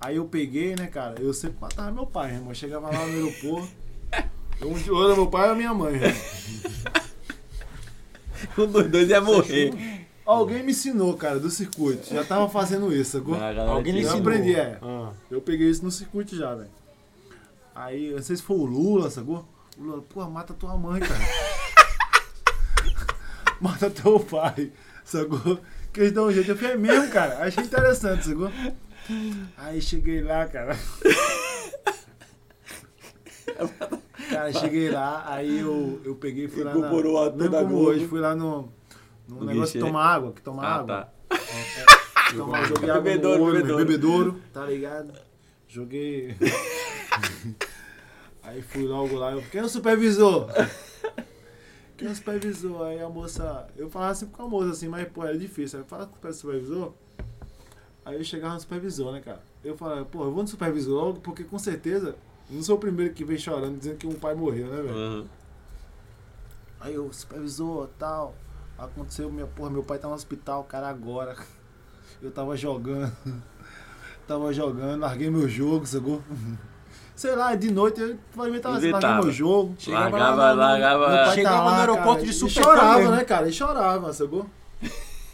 [SPEAKER 3] Aí eu peguei, né, cara? Eu sempre matava meu pai, irmão. Eu chegava lá no aeroporto. Eu, um de olho era meu pai e a minha mãe. irmão.
[SPEAKER 1] Um dos dois ia morrer.
[SPEAKER 3] Alguém me ensinou, cara, do circuito. Já tava fazendo isso, sacou?
[SPEAKER 1] Ah, galera,
[SPEAKER 2] Alguém lhe
[SPEAKER 1] tinha-
[SPEAKER 2] ensinou.
[SPEAKER 3] um- aprendi, é.
[SPEAKER 2] Ah.
[SPEAKER 3] Eu peguei isso no circuito já, velho. Aí, eu não sei se foi o Lula, sacou? O Lula, pô, mata tua mãe, cara. (laughs) mata teu pai, sacou? Que eles dão um jeito. Eu falei, é mesmo, cara. Achei interessante, sacou?
[SPEAKER 1] (laughs)
[SPEAKER 3] Aí cheguei lá, cara. Cara, cheguei lá, aí eu, eu peguei e fui lá. Na,
[SPEAKER 1] Incorporou a-
[SPEAKER 3] mesmo
[SPEAKER 1] toda a
[SPEAKER 3] como
[SPEAKER 1] Globo.
[SPEAKER 3] hoje, fui lá no, no,
[SPEAKER 1] No
[SPEAKER 3] negócio
[SPEAKER 1] guichê.
[SPEAKER 3] de tomar água, que toma
[SPEAKER 1] Ah,
[SPEAKER 3] água.
[SPEAKER 1] tá.
[SPEAKER 3] Então, eu joguei água
[SPEAKER 1] Bebedouro,
[SPEAKER 3] no
[SPEAKER 1] bebedouro.
[SPEAKER 3] olho, bebedouro. bebedouro, tá ligado? Joguei. (laughs) Aí fui logo lá, eu, quem é o supervisor? (laughs) Quem é o supervisor? Aí a moça, eu falava sempre com a moça assim, mas pô, era difícil. Aí eu falava com o supervisor, aí eu chegava no supervisor, né, cara? Eu falava, pô, eu vou no supervisor logo, porque com certeza, eu não sou o primeiro que vem chorando dizendo que um pai morreu, né, velho?
[SPEAKER 1] Aham.
[SPEAKER 3] Aí eu, supervisor, tal, aconteceu, minha porra, meu pai tá no hospital, cara, agora. (laughs) Eu tava jogando, (laughs) tava jogando, larguei meu jogo, sacou? (laughs) Sei lá, de noite eu vai inventar assim,
[SPEAKER 1] Inventava.
[SPEAKER 3] larguei meu jogo.
[SPEAKER 5] Chegava
[SPEAKER 1] Largava,
[SPEAKER 5] lá no-
[SPEAKER 1] largava.
[SPEAKER 3] Meu pai
[SPEAKER 5] Chegava no aeroporto de
[SPEAKER 3] e
[SPEAKER 5] supetão
[SPEAKER 3] chorava,
[SPEAKER 5] mesmo.
[SPEAKER 3] né, cara? E chorava, sacou?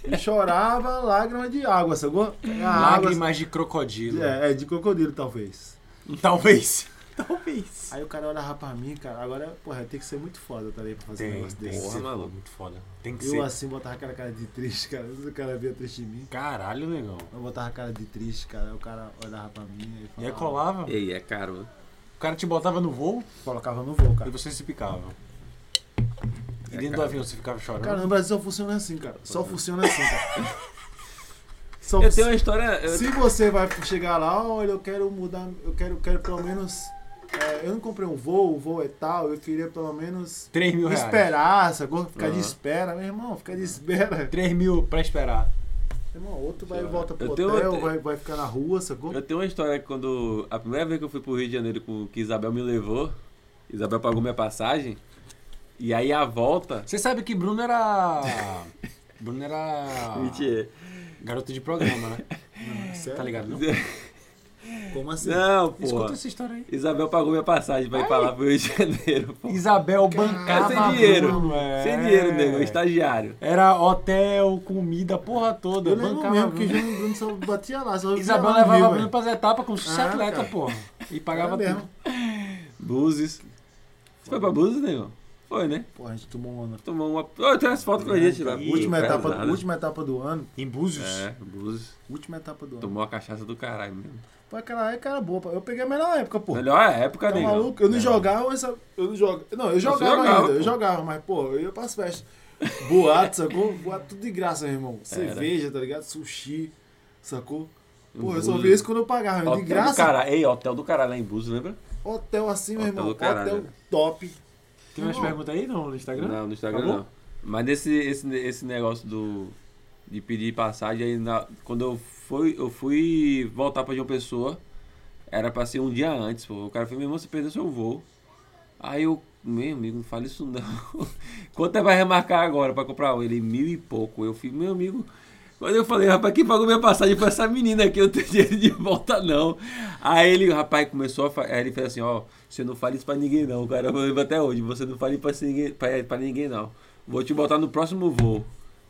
[SPEAKER 3] E chorava (laughs) lágrimas de água, sacou? A água,
[SPEAKER 5] Lágrimas de crocodilo.
[SPEAKER 3] é, é, de crocodilo, talvez.
[SPEAKER 5] Talvez. Talvez.
[SPEAKER 3] Aí o cara olhava pra mim, cara, agora, porra, tem que ser muito foda, tá ligado, pra fazer um negócio
[SPEAKER 5] tem
[SPEAKER 3] desse.
[SPEAKER 5] que
[SPEAKER 1] Porra,
[SPEAKER 5] ser
[SPEAKER 1] maluco.
[SPEAKER 5] muito foda. Tem que
[SPEAKER 3] Eu
[SPEAKER 5] ser.
[SPEAKER 3] assim botava aquela cara de triste, cara. Às vezes O cara via triste em mim.
[SPEAKER 5] Caralho, negão.
[SPEAKER 3] Eu botava a cara de triste, cara. Aí o cara olhava pra mim e
[SPEAKER 5] E aí
[SPEAKER 3] falava.
[SPEAKER 5] colava.
[SPEAKER 1] E aí, é caro. né?
[SPEAKER 5] O cara te botava no voo
[SPEAKER 3] Colocava no voo,
[SPEAKER 5] e
[SPEAKER 3] cara.
[SPEAKER 5] você se picava. E dentro do avião você ficava chorando.
[SPEAKER 3] Cara, no Brasil só funciona assim, cara. Só funciona assim, cara.
[SPEAKER 1] (laughs)
[SPEAKER 3] Só
[SPEAKER 1] Eu tenho uma história. eu-
[SPEAKER 3] Se você vai chegar lá, olha, eu quero mudar, eu quero, quero pelo menos. é, eu não comprei um voo, o voo é tal, eu queria pelo menos
[SPEAKER 5] 3 mil reais.
[SPEAKER 3] esperar, sacou? Ficar
[SPEAKER 1] Aham.
[SPEAKER 3] de espera, meu irmão, ficar de espera.
[SPEAKER 5] 3 mil pra esperar.
[SPEAKER 3] Meu irmão, outro vai e volta pro
[SPEAKER 1] Eu
[SPEAKER 3] hotel,
[SPEAKER 1] tenho outra-
[SPEAKER 3] vai, vai ficar na rua, sacou?
[SPEAKER 1] Eu tenho uma história que quando. A primeira vez que eu fui pro Rio de Janeiro com, que Isabel me levou, Isabel pagou minha passagem. E aí a volta.
[SPEAKER 5] Você sabe que Bruno era. Bruno era.
[SPEAKER 1] Mentira.
[SPEAKER 5] Garoto de programa, né?
[SPEAKER 3] Sério?
[SPEAKER 5] Tá ligado? Não?
[SPEAKER 3] Como assim?
[SPEAKER 1] Não, pô.
[SPEAKER 5] Escuta essa história aí.
[SPEAKER 1] Isabel pagou minha passagem pra ir pra lá pro Rio de Janeiro,
[SPEAKER 3] (laughs)
[SPEAKER 1] pô.
[SPEAKER 5] Isabel
[SPEAKER 1] Cara,
[SPEAKER 3] Ah,
[SPEAKER 5] bancava.
[SPEAKER 1] sem dinheiro.
[SPEAKER 5] Bruno, é.
[SPEAKER 1] Sem dinheiro, nego, estagiário.
[SPEAKER 5] Era hotel, comida, porra toda.
[SPEAKER 3] Eu lembro
[SPEAKER 5] bancava.
[SPEAKER 3] mesmo que o
[SPEAKER 5] Bruno.
[SPEAKER 3] Júnior Bruno só batia lá. Só
[SPEAKER 5] Isabel
[SPEAKER 3] via lá no
[SPEAKER 5] levava
[SPEAKER 3] Rio,
[SPEAKER 5] Bruno pras etapas como se fosse
[SPEAKER 3] Ah,
[SPEAKER 5] atleta,
[SPEAKER 3] cara.
[SPEAKER 5] porra. E pagava
[SPEAKER 3] É mesmo.
[SPEAKER 5] tudo.
[SPEAKER 1] Búzios. Você foi pra Búzios, nego? Foi, né?
[SPEAKER 3] Pô, a gente tomou uma.
[SPEAKER 1] Tomou uma. Ô, tem umas fotos com a gente lá.
[SPEAKER 5] Ih,
[SPEAKER 3] última,
[SPEAKER 1] pesada.
[SPEAKER 3] etapa, última etapa do ano.
[SPEAKER 5] Em Búzios.
[SPEAKER 1] É, Búzios.
[SPEAKER 3] Última etapa do ano.
[SPEAKER 1] Tomou a cachaça do caralho mesmo.
[SPEAKER 3] Pô, aquela época era boa. pô. Eu peguei a melhor época, pô.
[SPEAKER 1] Melhor época,
[SPEAKER 3] Tá
[SPEAKER 1] nego.
[SPEAKER 3] maluco? Eu não jogava essa. Eu não jogava. Não, eu jogava
[SPEAKER 1] jogava,
[SPEAKER 3] ainda.
[SPEAKER 1] pô.
[SPEAKER 3] Eu jogava, mas, pô, eu ia pras festas. Boato, sacou? Boato tudo de graça, meu irmão. Cerveja, tá ligado? Sushi, sacou? Pô, eu só
[SPEAKER 1] Búzios.
[SPEAKER 3] via isso quando eu pagava.
[SPEAKER 1] Hotel
[SPEAKER 3] de
[SPEAKER 1] do
[SPEAKER 3] graça.
[SPEAKER 1] caralho. Ei, hotel do caralho lá em Búzios, lembra?
[SPEAKER 3] Hotel assim, meu
[SPEAKER 1] Hotel
[SPEAKER 3] irmão.
[SPEAKER 1] do caralho,
[SPEAKER 3] Hotel
[SPEAKER 1] né?
[SPEAKER 3] top.
[SPEAKER 5] Tem umas
[SPEAKER 3] Irmão.
[SPEAKER 5] perguntas aí não, no Instagram?
[SPEAKER 1] Não, no Instagram
[SPEAKER 5] Acabou?
[SPEAKER 1] não. Mas nesse esse, esse negócio do de pedir passagem aí na- quando eu fui eu fui voltar pra João Pessoa, era pra ser um dia antes, pô. O cara falou: "Meu irmão, você perdeu seu voo". Aí eu, meu amigo, não fala isso não. (laughs) Quanto é vai remarcar agora pra comprar um? Ele mil e pouco. Eu fui, meu amigo, quando eu falei, rapaz, quem pagou minha passagem foi essa menina aqui, eu não tenho (laughs) dinheiro de volta, não. Aí ele, o rapaz, começou a fa- Aí ele fez assim, ó, você não fale isso pra ninguém, não, cara. Eu lembro até hoje, você não fale pra esse ninguém, pra, pra ninguém, não. Vou te botar no próximo voo.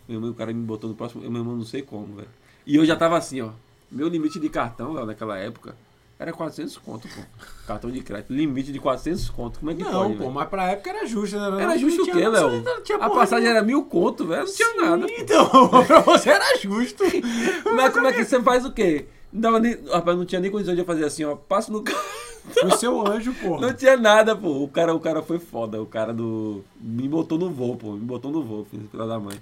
[SPEAKER 1] Meu irmão, o cara me botou no próximo. Eu, meu irmão, não sei como, velho. E eu já tava assim, ó. Meu limite de cartão, velho, naquela época, era 400 conto, pô. Cartão de crédito. Limite de 400 conto. Como é que
[SPEAKER 5] Não,
[SPEAKER 1] pode,
[SPEAKER 5] pô,
[SPEAKER 1] velho?
[SPEAKER 5] mas pra época era justo, né?
[SPEAKER 1] Era
[SPEAKER 5] Não
[SPEAKER 1] justo o
[SPEAKER 5] tinha-
[SPEAKER 1] quê,
[SPEAKER 5] não
[SPEAKER 1] Léo?
[SPEAKER 5] tinha- não tinha
[SPEAKER 1] A
[SPEAKER 5] porra
[SPEAKER 1] passagem
[SPEAKER 5] nenhuma.
[SPEAKER 1] era mil conto, velho. Não tinha
[SPEAKER 5] Sim,
[SPEAKER 1] nada.
[SPEAKER 5] Então, (laughs) pra você era justo.
[SPEAKER 1] Mas como é que você faz o quê? Não, dava nem, rapaz, não tinha nem condição de eu fazer assim, ó. Passo no carro.
[SPEAKER 5] Foi seu anjo, porra.
[SPEAKER 1] (laughs) Não tinha nada, pô. O cara, o cara foi foda. O cara do. Me botou no voo, pô. Me botou no voo, filho filha da mãe.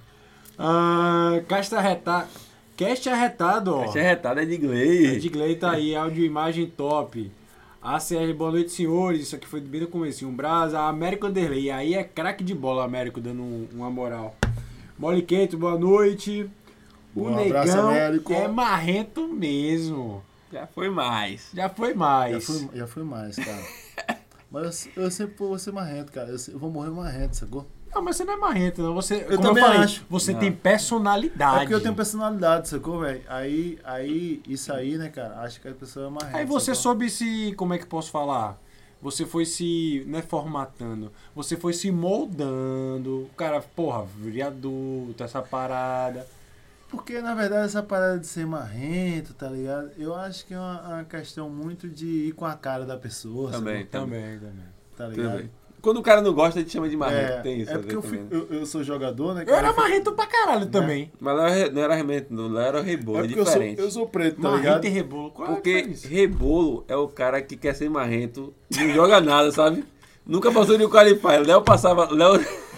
[SPEAKER 5] Ah, casta arretado. Cast arretado, ó.
[SPEAKER 1] Achei retado, é de
[SPEAKER 5] É
[SPEAKER 1] inglês.
[SPEAKER 5] de Gley tá aí, áudio e imagem top. ACR, boa noite, senhores. Isso aqui foi bem no começo. Um brasa, Américo Anderley. Aí é craque de bola, Américo, dando um- uma moral. Mole Quento, boa noite. O
[SPEAKER 3] Um
[SPEAKER 5] negão
[SPEAKER 3] abraço, Américo.
[SPEAKER 5] é marrento mesmo.
[SPEAKER 1] Já foi mais.
[SPEAKER 5] Já foi
[SPEAKER 3] Já
[SPEAKER 5] mais.
[SPEAKER 3] fui, já fui mais, cara. Mas eu, eu sempre vou ser marrento, cara. Eu, se- eu vou morrer marrento, sacou?
[SPEAKER 5] Não, mas você não é marrento, não. Você, como
[SPEAKER 3] também
[SPEAKER 5] eu falei,
[SPEAKER 3] acho.
[SPEAKER 5] Você
[SPEAKER 1] Não.
[SPEAKER 5] tem personalidade.
[SPEAKER 3] É porque eu tenho personalidade, sacou, velho? Aí, aí, isso aí, né, cara? Acho que a pessoa é marrenta.
[SPEAKER 5] Aí você
[SPEAKER 3] sacou?
[SPEAKER 5] soube se. Como é que eu posso falar? Você foi se. Não é formatando. Você foi se moldando. O cara, porra, virei adulto, essa parada.
[SPEAKER 3] Porque, na verdade, essa parada de ser marrento, tá ligado? Eu acho que é uma, uma questão muito de ir com a cara da pessoa,
[SPEAKER 1] Também,
[SPEAKER 3] sacou?
[SPEAKER 5] Também, também.
[SPEAKER 3] Tá ligado?
[SPEAKER 1] Também. Quando o cara não gosta, a gente chama de marrento.
[SPEAKER 3] É,
[SPEAKER 1] tem isso,
[SPEAKER 3] é porque eu,
[SPEAKER 1] também,
[SPEAKER 3] fui-
[SPEAKER 1] né?
[SPEAKER 3] eu- eu sou jogador, né?
[SPEAKER 5] Eu
[SPEAKER 3] cara?
[SPEAKER 5] era marrento pra caralho também.
[SPEAKER 1] Mas lá era- não era arrebento, não. Lá era o rebolo,
[SPEAKER 3] É
[SPEAKER 1] é
[SPEAKER 3] porque eu sou,
[SPEAKER 1] diferente.
[SPEAKER 3] eu sou preto, tá
[SPEAKER 5] Marrento e
[SPEAKER 3] ligado?
[SPEAKER 5] rebolo. Qual é a
[SPEAKER 1] Porque
[SPEAKER 5] diferença?
[SPEAKER 1] rebolo é o cara que quer ser marrento, não joga nada, sabe? Nunca passou de um qualify. Léo passava. Léo. (laughs)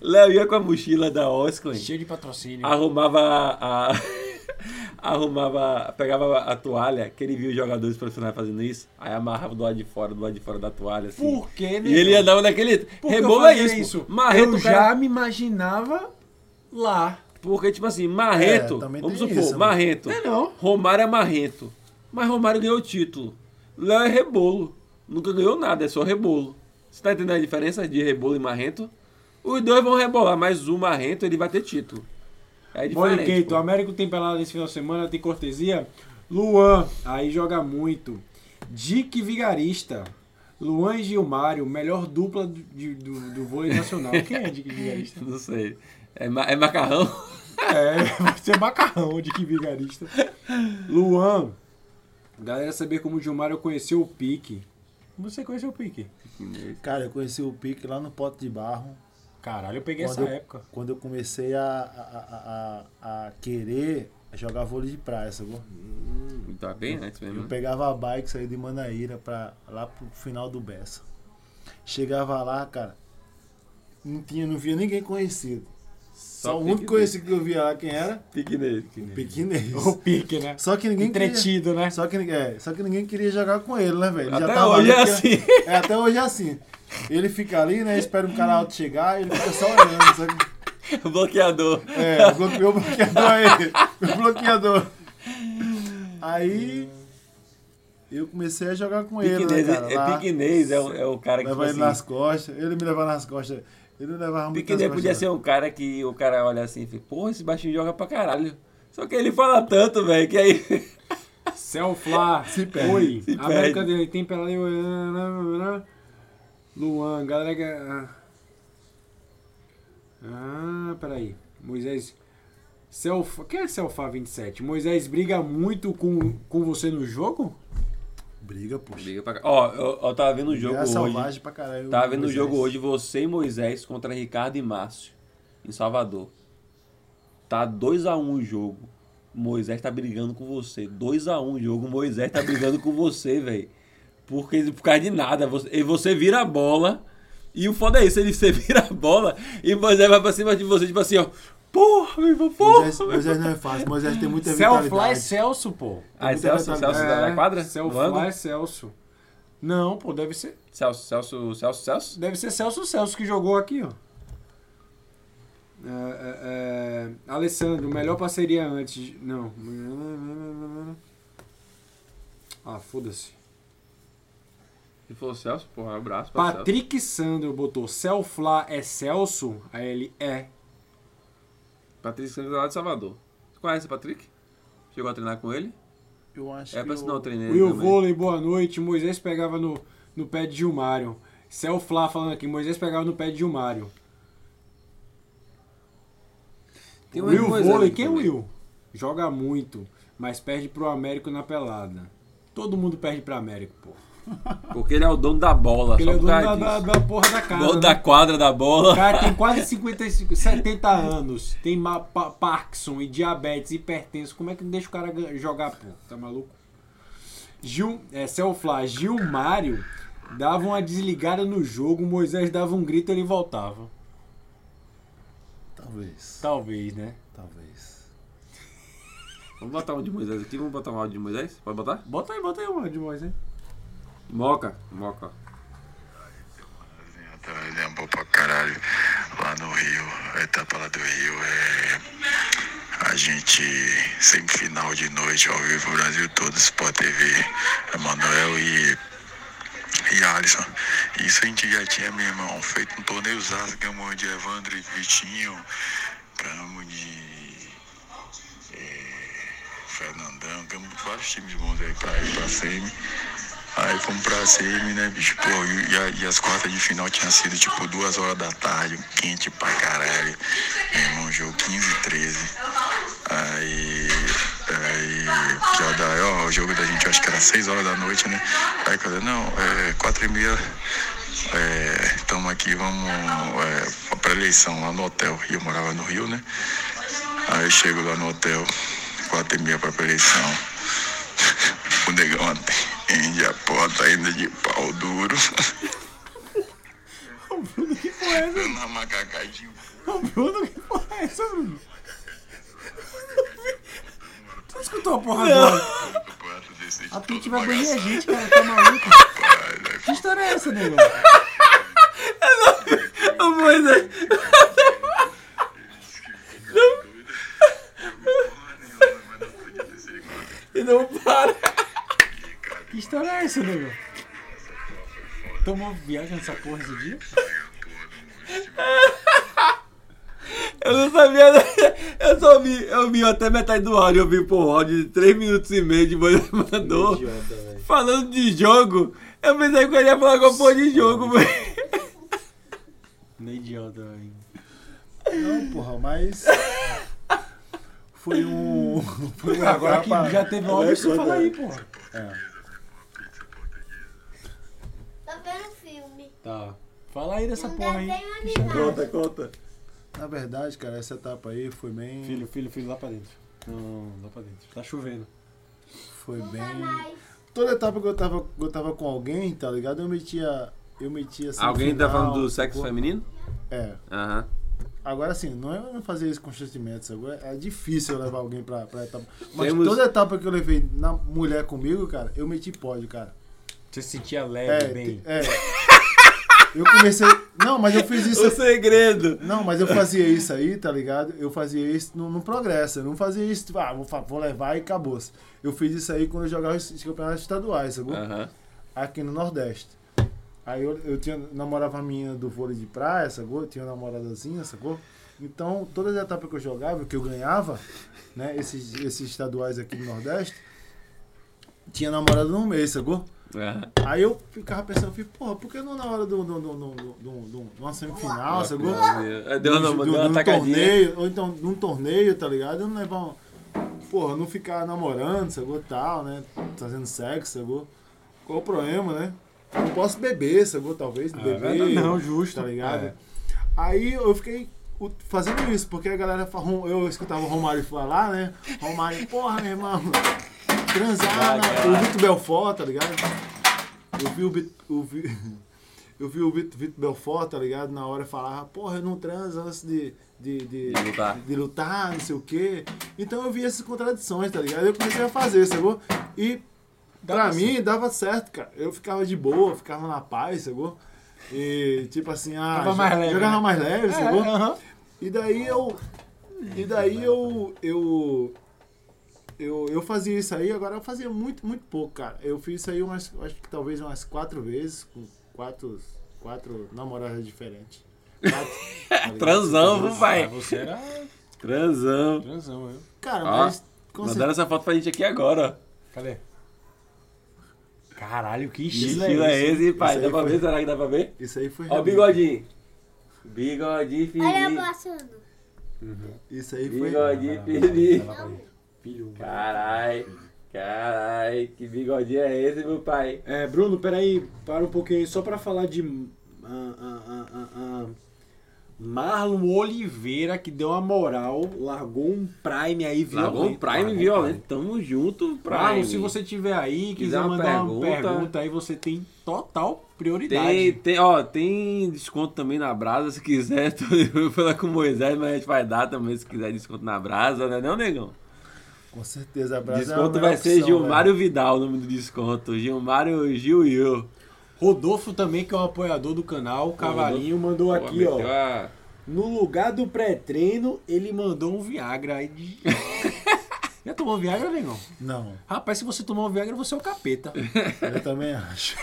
[SPEAKER 1] Léo ia com a mochila da Osclen.
[SPEAKER 5] Cheio de patrocínio.
[SPEAKER 1] arrumava a, (laughs) arrumava pegava a toalha que ele via os jogadores profissionais fazendo isso aí amarrava do lado de fora do lado de fora da toalha assim
[SPEAKER 5] Por que, né?
[SPEAKER 1] e ele andava naquele
[SPEAKER 5] Por que eu
[SPEAKER 1] rebola é
[SPEAKER 5] fazia
[SPEAKER 1] isso,
[SPEAKER 5] isso?
[SPEAKER 1] marreto
[SPEAKER 5] eu
[SPEAKER 1] o cara-
[SPEAKER 5] já me imaginava lá.
[SPEAKER 1] porque tipo assim marreto
[SPEAKER 3] É, também
[SPEAKER 1] vamos
[SPEAKER 3] tem
[SPEAKER 1] supor
[SPEAKER 3] isso, né?
[SPEAKER 1] marreto
[SPEAKER 5] Não é não.
[SPEAKER 1] Romário é marrento mas Romário ganhou o título Léo é rebolo nunca ganhou nada é só rebolo você tá entendendo a diferença de rebolo e marrento os dois vão rebolar mas o marrento ele vai ter título é diferente
[SPEAKER 5] Moniqueito,
[SPEAKER 1] pô.
[SPEAKER 5] o Américo tem pelada nesse final de semana, tem cortesia. Luan, aí joga muito. Dick Vigarista. Luan e Gilmário, melhor dupla do, de- do, do vôlei nacional. Quem é Dick Vigarista?
[SPEAKER 1] Não sei. É, ma- é macarrão?
[SPEAKER 5] É, vai ser macarrão de que vigarista. Luan, galera saber como o Gilmário conheceu o Pique. Você conheceu o Pique?
[SPEAKER 3] Cara, eu conheci o Pique lá no Pote de Barro.
[SPEAKER 5] Caralho, eu peguei
[SPEAKER 3] Quando
[SPEAKER 5] essa
[SPEAKER 3] eu-
[SPEAKER 5] época.
[SPEAKER 3] Quando eu comecei a, a, a- a, a querer jogar vôlei de praia, sacou?
[SPEAKER 1] Uhum. Tá bem antes mesmo.
[SPEAKER 3] Eu
[SPEAKER 1] né?
[SPEAKER 3] pegava a bike, saía de Manaíra pra, lá pro final do Bessa. Chegava lá, cara, não, tinha, não via ninguém conhecido. Só,
[SPEAKER 1] Só Uhum.
[SPEAKER 3] o único
[SPEAKER 1] pique
[SPEAKER 3] conhecido que eu via lá, quem era?
[SPEAKER 1] Pique nele.
[SPEAKER 3] Piquinês.
[SPEAKER 5] O Pique, né?
[SPEAKER 3] Só que ninguém queria,
[SPEAKER 5] Entretido, né?
[SPEAKER 3] só que, ninguém- é, só que ninguém queria jogar com ele, né, velho? Ele
[SPEAKER 1] Até
[SPEAKER 3] tava
[SPEAKER 1] hoje
[SPEAKER 3] ali
[SPEAKER 1] é
[SPEAKER 3] porque-
[SPEAKER 1] assim.
[SPEAKER 3] É, até hoje é assim. Ele fica ali, né? Espera um cara alto chegar, ele fica só olhando, sabe?
[SPEAKER 1] Bloqueador.
[SPEAKER 3] É, blo- meu bloqueador aí. Meu bloqueador. Aí eu comecei a jogar com ele, né,
[SPEAKER 1] Piquinês,
[SPEAKER 3] cara?
[SPEAKER 1] é,
[SPEAKER 3] Lá,
[SPEAKER 1] piquinês é, o- é o cara que
[SPEAKER 3] Leva ele
[SPEAKER 1] tipo
[SPEAKER 3] nas
[SPEAKER 1] assim,
[SPEAKER 3] costas, ele me levava nas costas. Ele me levava muito nas
[SPEAKER 1] Piquinês
[SPEAKER 3] costas.
[SPEAKER 1] podia ser um cara que o cara olha assim e fala, porra, esse baixinho joga pra caralho. Só que ele fala tanto, velho, que aí.
[SPEAKER 5] Selfla. Se
[SPEAKER 3] perde.
[SPEAKER 5] Oi.
[SPEAKER 1] Se
[SPEAKER 5] a América
[SPEAKER 1] perde.
[SPEAKER 5] dele tem pela lei. Luan, galera. que- ah. Ah, peraí. Moisés. Selfa. Quem é Selfa 27? Moisés briga muito com, com você no jogo?
[SPEAKER 3] Briga, poxa.
[SPEAKER 1] Liga pra cá. (laughs) Ó, eu, eu tava vendo o um jogo
[SPEAKER 3] Jogo
[SPEAKER 1] hoje.
[SPEAKER 3] selvagem pra caralho.
[SPEAKER 1] Tava vendo o
[SPEAKER 3] Moisés.
[SPEAKER 1] jogo hoje, você e Moisés contra Ricardo e Márcio, em Salvador. Tá 2x1 o jogo. Moisés tá brigando com você. 2x1 o jogo, Moisés tá brigando com você, velho. Porque por causa de nada. Você, e você vira a bola. E o foda é isso, ele você (laughs) vira a bola e Moisés vai pra cima de você, tipo assim, ó. Porra, meu irmão, porra!
[SPEAKER 3] Moisés, Moisés não é fácil, Moisés tem muita
[SPEAKER 5] Selfla é
[SPEAKER 3] vitalidade.
[SPEAKER 5] Celso, pô.
[SPEAKER 1] Aí Celso, Celso da- da quadra? Do
[SPEAKER 5] Selfla
[SPEAKER 1] ângulo?
[SPEAKER 5] é Celso. Não, pô, deve ser,
[SPEAKER 1] Celso, Celso, Celso, Celso?
[SPEAKER 5] deve ser Celso Celso que jogou aqui, ó. É, é, é, Alessandro, melhor parceria antes. de- Não. Ah, foda-se.
[SPEAKER 1] Se for Celso, porra, um abraço pra Celso.
[SPEAKER 5] Patrick Sandro botou Selfla é Celso? Aí ele é.
[SPEAKER 1] Patrick Santos lá de Salvador. Você conhece o Patrick? Chegou a treinar com ele?
[SPEAKER 3] Eu acho
[SPEAKER 1] É
[SPEAKER 3] que
[SPEAKER 1] pra
[SPEAKER 3] eu-
[SPEAKER 1] assinar o treineiro.
[SPEAKER 5] Will
[SPEAKER 1] também.
[SPEAKER 5] Vôlei, boa noite. Moisés pegava no, no pé de Gilmário. Selfla falando aqui, Moisés pegava no pé de Gilmário.
[SPEAKER 1] Tem um
[SPEAKER 5] Will
[SPEAKER 1] Moisés
[SPEAKER 5] Vôlei,
[SPEAKER 1] aqui
[SPEAKER 5] quem é
[SPEAKER 1] também.
[SPEAKER 5] Will? Joga muito, mas perde pro Américo na pelada. Todo mundo perde pro Américo, pô.
[SPEAKER 1] Porque ele é o dono da bola.
[SPEAKER 5] Porque ele
[SPEAKER 1] só
[SPEAKER 5] é o
[SPEAKER 1] por causa
[SPEAKER 5] dono da, da,
[SPEAKER 1] disso.
[SPEAKER 5] da porra da casa.
[SPEAKER 1] dono
[SPEAKER 5] né?
[SPEAKER 1] da quadra da
[SPEAKER 5] (laughs) O
[SPEAKER 1] bola.
[SPEAKER 5] cara tem quase 55, 70 anos, tem ma- pa- Parkinson e diabetes, hipertenso. Como é que não deixa o cara gan- jogar, pô? Tá maluco? Gil, é, Selfla, Gilmário dava uma desligada no jogo, Moisés dava um grito e ele voltava.
[SPEAKER 3] Talvez.
[SPEAKER 5] Talvez, né?
[SPEAKER 3] Talvez.
[SPEAKER 1] Vamos botar um de Moisés aqui. Vamos botar um áudio de Moisés? Pode botar?
[SPEAKER 5] Bota aí, bota aí uma de Moisés.
[SPEAKER 1] Moca. Moca.
[SPEAKER 6] Ele é bom pra caralho lá no Rio, a etapa lá do Rio é a gente semifinal de noite ao vivo o Brasil todo, Sport TV, Emanuel e, e Alisson. Isso a gente já tinha, meu irmão, feito um torneio Zaz, ganhamos de Evandro e Vitinho, ganhamos de eh, Fernandão, ganhamos vários times bons aí pra ir pra semi. Aí fomos pra semi, né, bicho? Pô, e, a- e as quartas de final tinham sido tipo duas horas da tarde, um quente pra caralho. Meu irmão, jogo 15 e 13. Aí. Aí. Já daí, ó, o jogo da gente acho que era 6 horas da noite, né? Aí eu falei, não, é 4 e meia. Estamos aqui, vamos é, pra eleição lá no hotel. E eu morava no Rio, né? Aí eu chego lá no hotel, quatro e meia pra eleição. O negão atende a porta ainda de pau duro.
[SPEAKER 2] porra é essa?
[SPEAKER 6] Dando uma macacadinha.
[SPEAKER 2] Ô, Bruno, que porra é essa, Bruno? Tu escutou a porra agora?
[SPEAKER 6] Quatro, dezesseis,
[SPEAKER 2] A
[SPEAKER 6] todo
[SPEAKER 2] Twitch vai banir a
[SPEAKER 6] bagaçado.
[SPEAKER 2] gente, cara, tá maluco? Que história é essa, nego?
[SPEAKER 7] Ô, Moisés,
[SPEAKER 6] Porra nenhuma, mas não podia ter sido igual.
[SPEAKER 7] e não para.
[SPEAKER 2] Que história é essa, nego? Tomou viagem nessa porra esse dia?
[SPEAKER 7] Eu não sabia, né? eu só vi, eu vi até metade do áudio, eu vi por áudio de 3 minutos e meio de Moisés mandou.
[SPEAKER 2] Idiota, velho.
[SPEAKER 7] Falando de jogo, eu pensei que eu ia falar com a porra de jogo, velho.
[SPEAKER 2] Não é idiota, velho.
[SPEAKER 3] Não, porra, mas. (laughs) Foi um. Foi uma
[SPEAKER 2] Agora é que
[SPEAKER 3] etapa-
[SPEAKER 2] já teve um áudio, você fala aí, porra.
[SPEAKER 4] Tô vendo filme.
[SPEAKER 2] Tá. Fala aí dessa
[SPEAKER 4] um
[SPEAKER 2] porra aí.
[SPEAKER 4] desenho
[SPEAKER 2] Que história é
[SPEAKER 4] animado.
[SPEAKER 2] essa?
[SPEAKER 3] Na verdade, cara, essa etapa aí foi bem.
[SPEAKER 2] Filho, filho, filho, lá pra dentro. Não, lá pra dentro. Tá chovendo.
[SPEAKER 3] Foi
[SPEAKER 4] Nunca
[SPEAKER 3] bem.
[SPEAKER 4] mais.
[SPEAKER 3] Toda etapa que eu tava, que eu tava com alguém, tá ligado? Eu metia. Eu metia assim.
[SPEAKER 1] Alguém tá
[SPEAKER 3] final,
[SPEAKER 1] falando do sexo
[SPEAKER 3] pô.
[SPEAKER 1] feminino?
[SPEAKER 3] É.
[SPEAKER 1] Aham.
[SPEAKER 3] Agora assim, não é eu fazer isso constantemente, sabe? É difícil eu levar alguém pra, pra etapa. Mas
[SPEAKER 1] Temos-
[SPEAKER 3] toda etapa que eu levei na mulher comigo, cara, eu meti pódio, cara.
[SPEAKER 2] Você se sentia leve,
[SPEAKER 3] É,
[SPEAKER 2] bem.
[SPEAKER 3] é. (laughs) Eu comecei. Não, mas eu fiz
[SPEAKER 5] é
[SPEAKER 3] isso.
[SPEAKER 7] O segredo.
[SPEAKER 3] Não, mas eu fazia isso aí, tá ligado? Eu fazia isso no, no progresso. Eu não fazia isso, tipo, ah, vou, fa- vou levar e acabou. -se. Eu fiz isso aí quando eu jogava os os campeonatos estaduais, sacou?
[SPEAKER 1] Aham.
[SPEAKER 3] Aqui no Nordeste. Aí eu, eu tinha, namorava a menina do vôlei de praia, sacou? Eu tinha uma namoradozinha, sacou? Então, todas as etapas que eu jogava, que eu ganhava, né? Esses, esses estaduais aqui do Nordeste, tinha namorado no mês, sacou?
[SPEAKER 1] Aham.
[SPEAKER 3] Aí eu ficava pensando, eu falei, porra, por que não na hora de do, do, do, do, do, do, do, de uma semifinal, sacou?
[SPEAKER 1] É, Deu
[SPEAKER 3] de,
[SPEAKER 1] uma,
[SPEAKER 3] de-
[SPEAKER 1] deu
[SPEAKER 3] de
[SPEAKER 1] uma
[SPEAKER 3] um
[SPEAKER 1] tacadinha.
[SPEAKER 3] torneio, ou então num torneio, tá ligado? Eu não levar um. Porra, não ficar namorando, sacou? Tal, né? Fazendo sexo, sacou? Qual o problema, né? Não posso beber, sacou? Talvez, beber.
[SPEAKER 2] não, justo.
[SPEAKER 3] Tá ligado?
[SPEAKER 2] É.
[SPEAKER 3] Aí eu fiquei o- fazendo isso, porque a galera. fa- Rom- Eu escutava o Romário falar, né? Romário, porra, meu irmão. Transar, na- o Vitor Belfort, tá ligado? Eu vi o Bit- o Vi- (laughs) eu vi o Vitor Vitor Belfort, tá ligado? Na hora falava, porra, eu não transo antes de, de, de,
[SPEAKER 1] De lutar.
[SPEAKER 3] de lutar, não sei o quê. Então eu vi essas contradições, tá ligado? Eu comecei a fazer, sacou? E pra mim dava certo, cara. Eu ficava de boa, ficava na paz, sacou? E tipo assim, ah,
[SPEAKER 2] Tava mais
[SPEAKER 3] jo-
[SPEAKER 2] leve,
[SPEAKER 3] jogava
[SPEAKER 2] né?
[SPEAKER 3] mais leve,
[SPEAKER 2] É,
[SPEAKER 3] sacou?
[SPEAKER 2] aham.
[SPEAKER 3] E daí eu. E daí eu. Eu, eu, eu fazia isso aí, agora eu fazia muito, muito pouco, cara. Eu fiz isso aí umas, acho que talvez umas quatro vezes, com quatro, quatro namoradas diferentes. Quatro,
[SPEAKER 1] Transão, viu,
[SPEAKER 2] Ah,
[SPEAKER 1] pai.
[SPEAKER 2] você era
[SPEAKER 1] Transão.
[SPEAKER 2] transão, eu.
[SPEAKER 3] Cara,
[SPEAKER 1] Ó,
[SPEAKER 3] mas. com certeza-
[SPEAKER 1] Mandaram essa foto pra gente aqui agora, ó.
[SPEAKER 2] Cadê? É. Caralho, que
[SPEAKER 1] Que
[SPEAKER 2] estilo
[SPEAKER 1] estilo é esse, pai?
[SPEAKER 3] Isso
[SPEAKER 1] Dá
[SPEAKER 3] aí
[SPEAKER 1] pra
[SPEAKER 3] foi-
[SPEAKER 1] ver? Será que dá pra ver?
[SPEAKER 3] Isso aí foi.
[SPEAKER 1] Ó o
[SPEAKER 3] realmente-
[SPEAKER 1] bigodinho. Bigodinho
[SPEAKER 4] Olha eu
[SPEAKER 1] fininho.
[SPEAKER 4] passando.
[SPEAKER 3] Isso aí foi.
[SPEAKER 1] Bigodinho fininho.
[SPEAKER 2] Filho.
[SPEAKER 1] Carai. Carai. Que bigodinho é esse, meu pai?
[SPEAKER 2] É, Bruno, peraí, para um pouquinho aí, só pra falar de. ah, ah, ah, ah, ah, Marlon Oliveira, que deu uma moral, largou um Prime aí violento.
[SPEAKER 1] Largou um Prime
[SPEAKER 2] Largou
[SPEAKER 1] violento. Tamo junto, Prime.
[SPEAKER 2] Marlon, se você tiver aí, quiser
[SPEAKER 1] uma
[SPEAKER 2] mandar uma pergunta.
[SPEAKER 1] pergunta.
[SPEAKER 2] aí, você tem total prioridade.
[SPEAKER 1] Tem, tem, ó, tem desconto também na Brasa, se quiser. (laughs) Tô- Eu vou falar com o Moisés, mas a gente vai dar também se quiser desconto na Brasa, né não, negão?
[SPEAKER 3] Com certeza, é abraço.
[SPEAKER 1] desconto vai ser Gilmário Vidal, o nome do desconto. Gilmário Gil e eu.
[SPEAKER 2] Rodolfo também, que é um apoiador do canal, o Cavalinho, mandou aqui,
[SPEAKER 1] Pô,
[SPEAKER 2] ó.
[SPEAKER 1] meteu a-
[SPEAKER 2] No lugar do pré-treino, ele mandou um Viagra. aí (laughs) de- Já tomou Viagra, negão?
[SPEAKER 3] Não,
[SPEAKER 2] Rapaz, se você tomar um Viagra, você é o capeta.
[SPEAKER 3] eu também acho.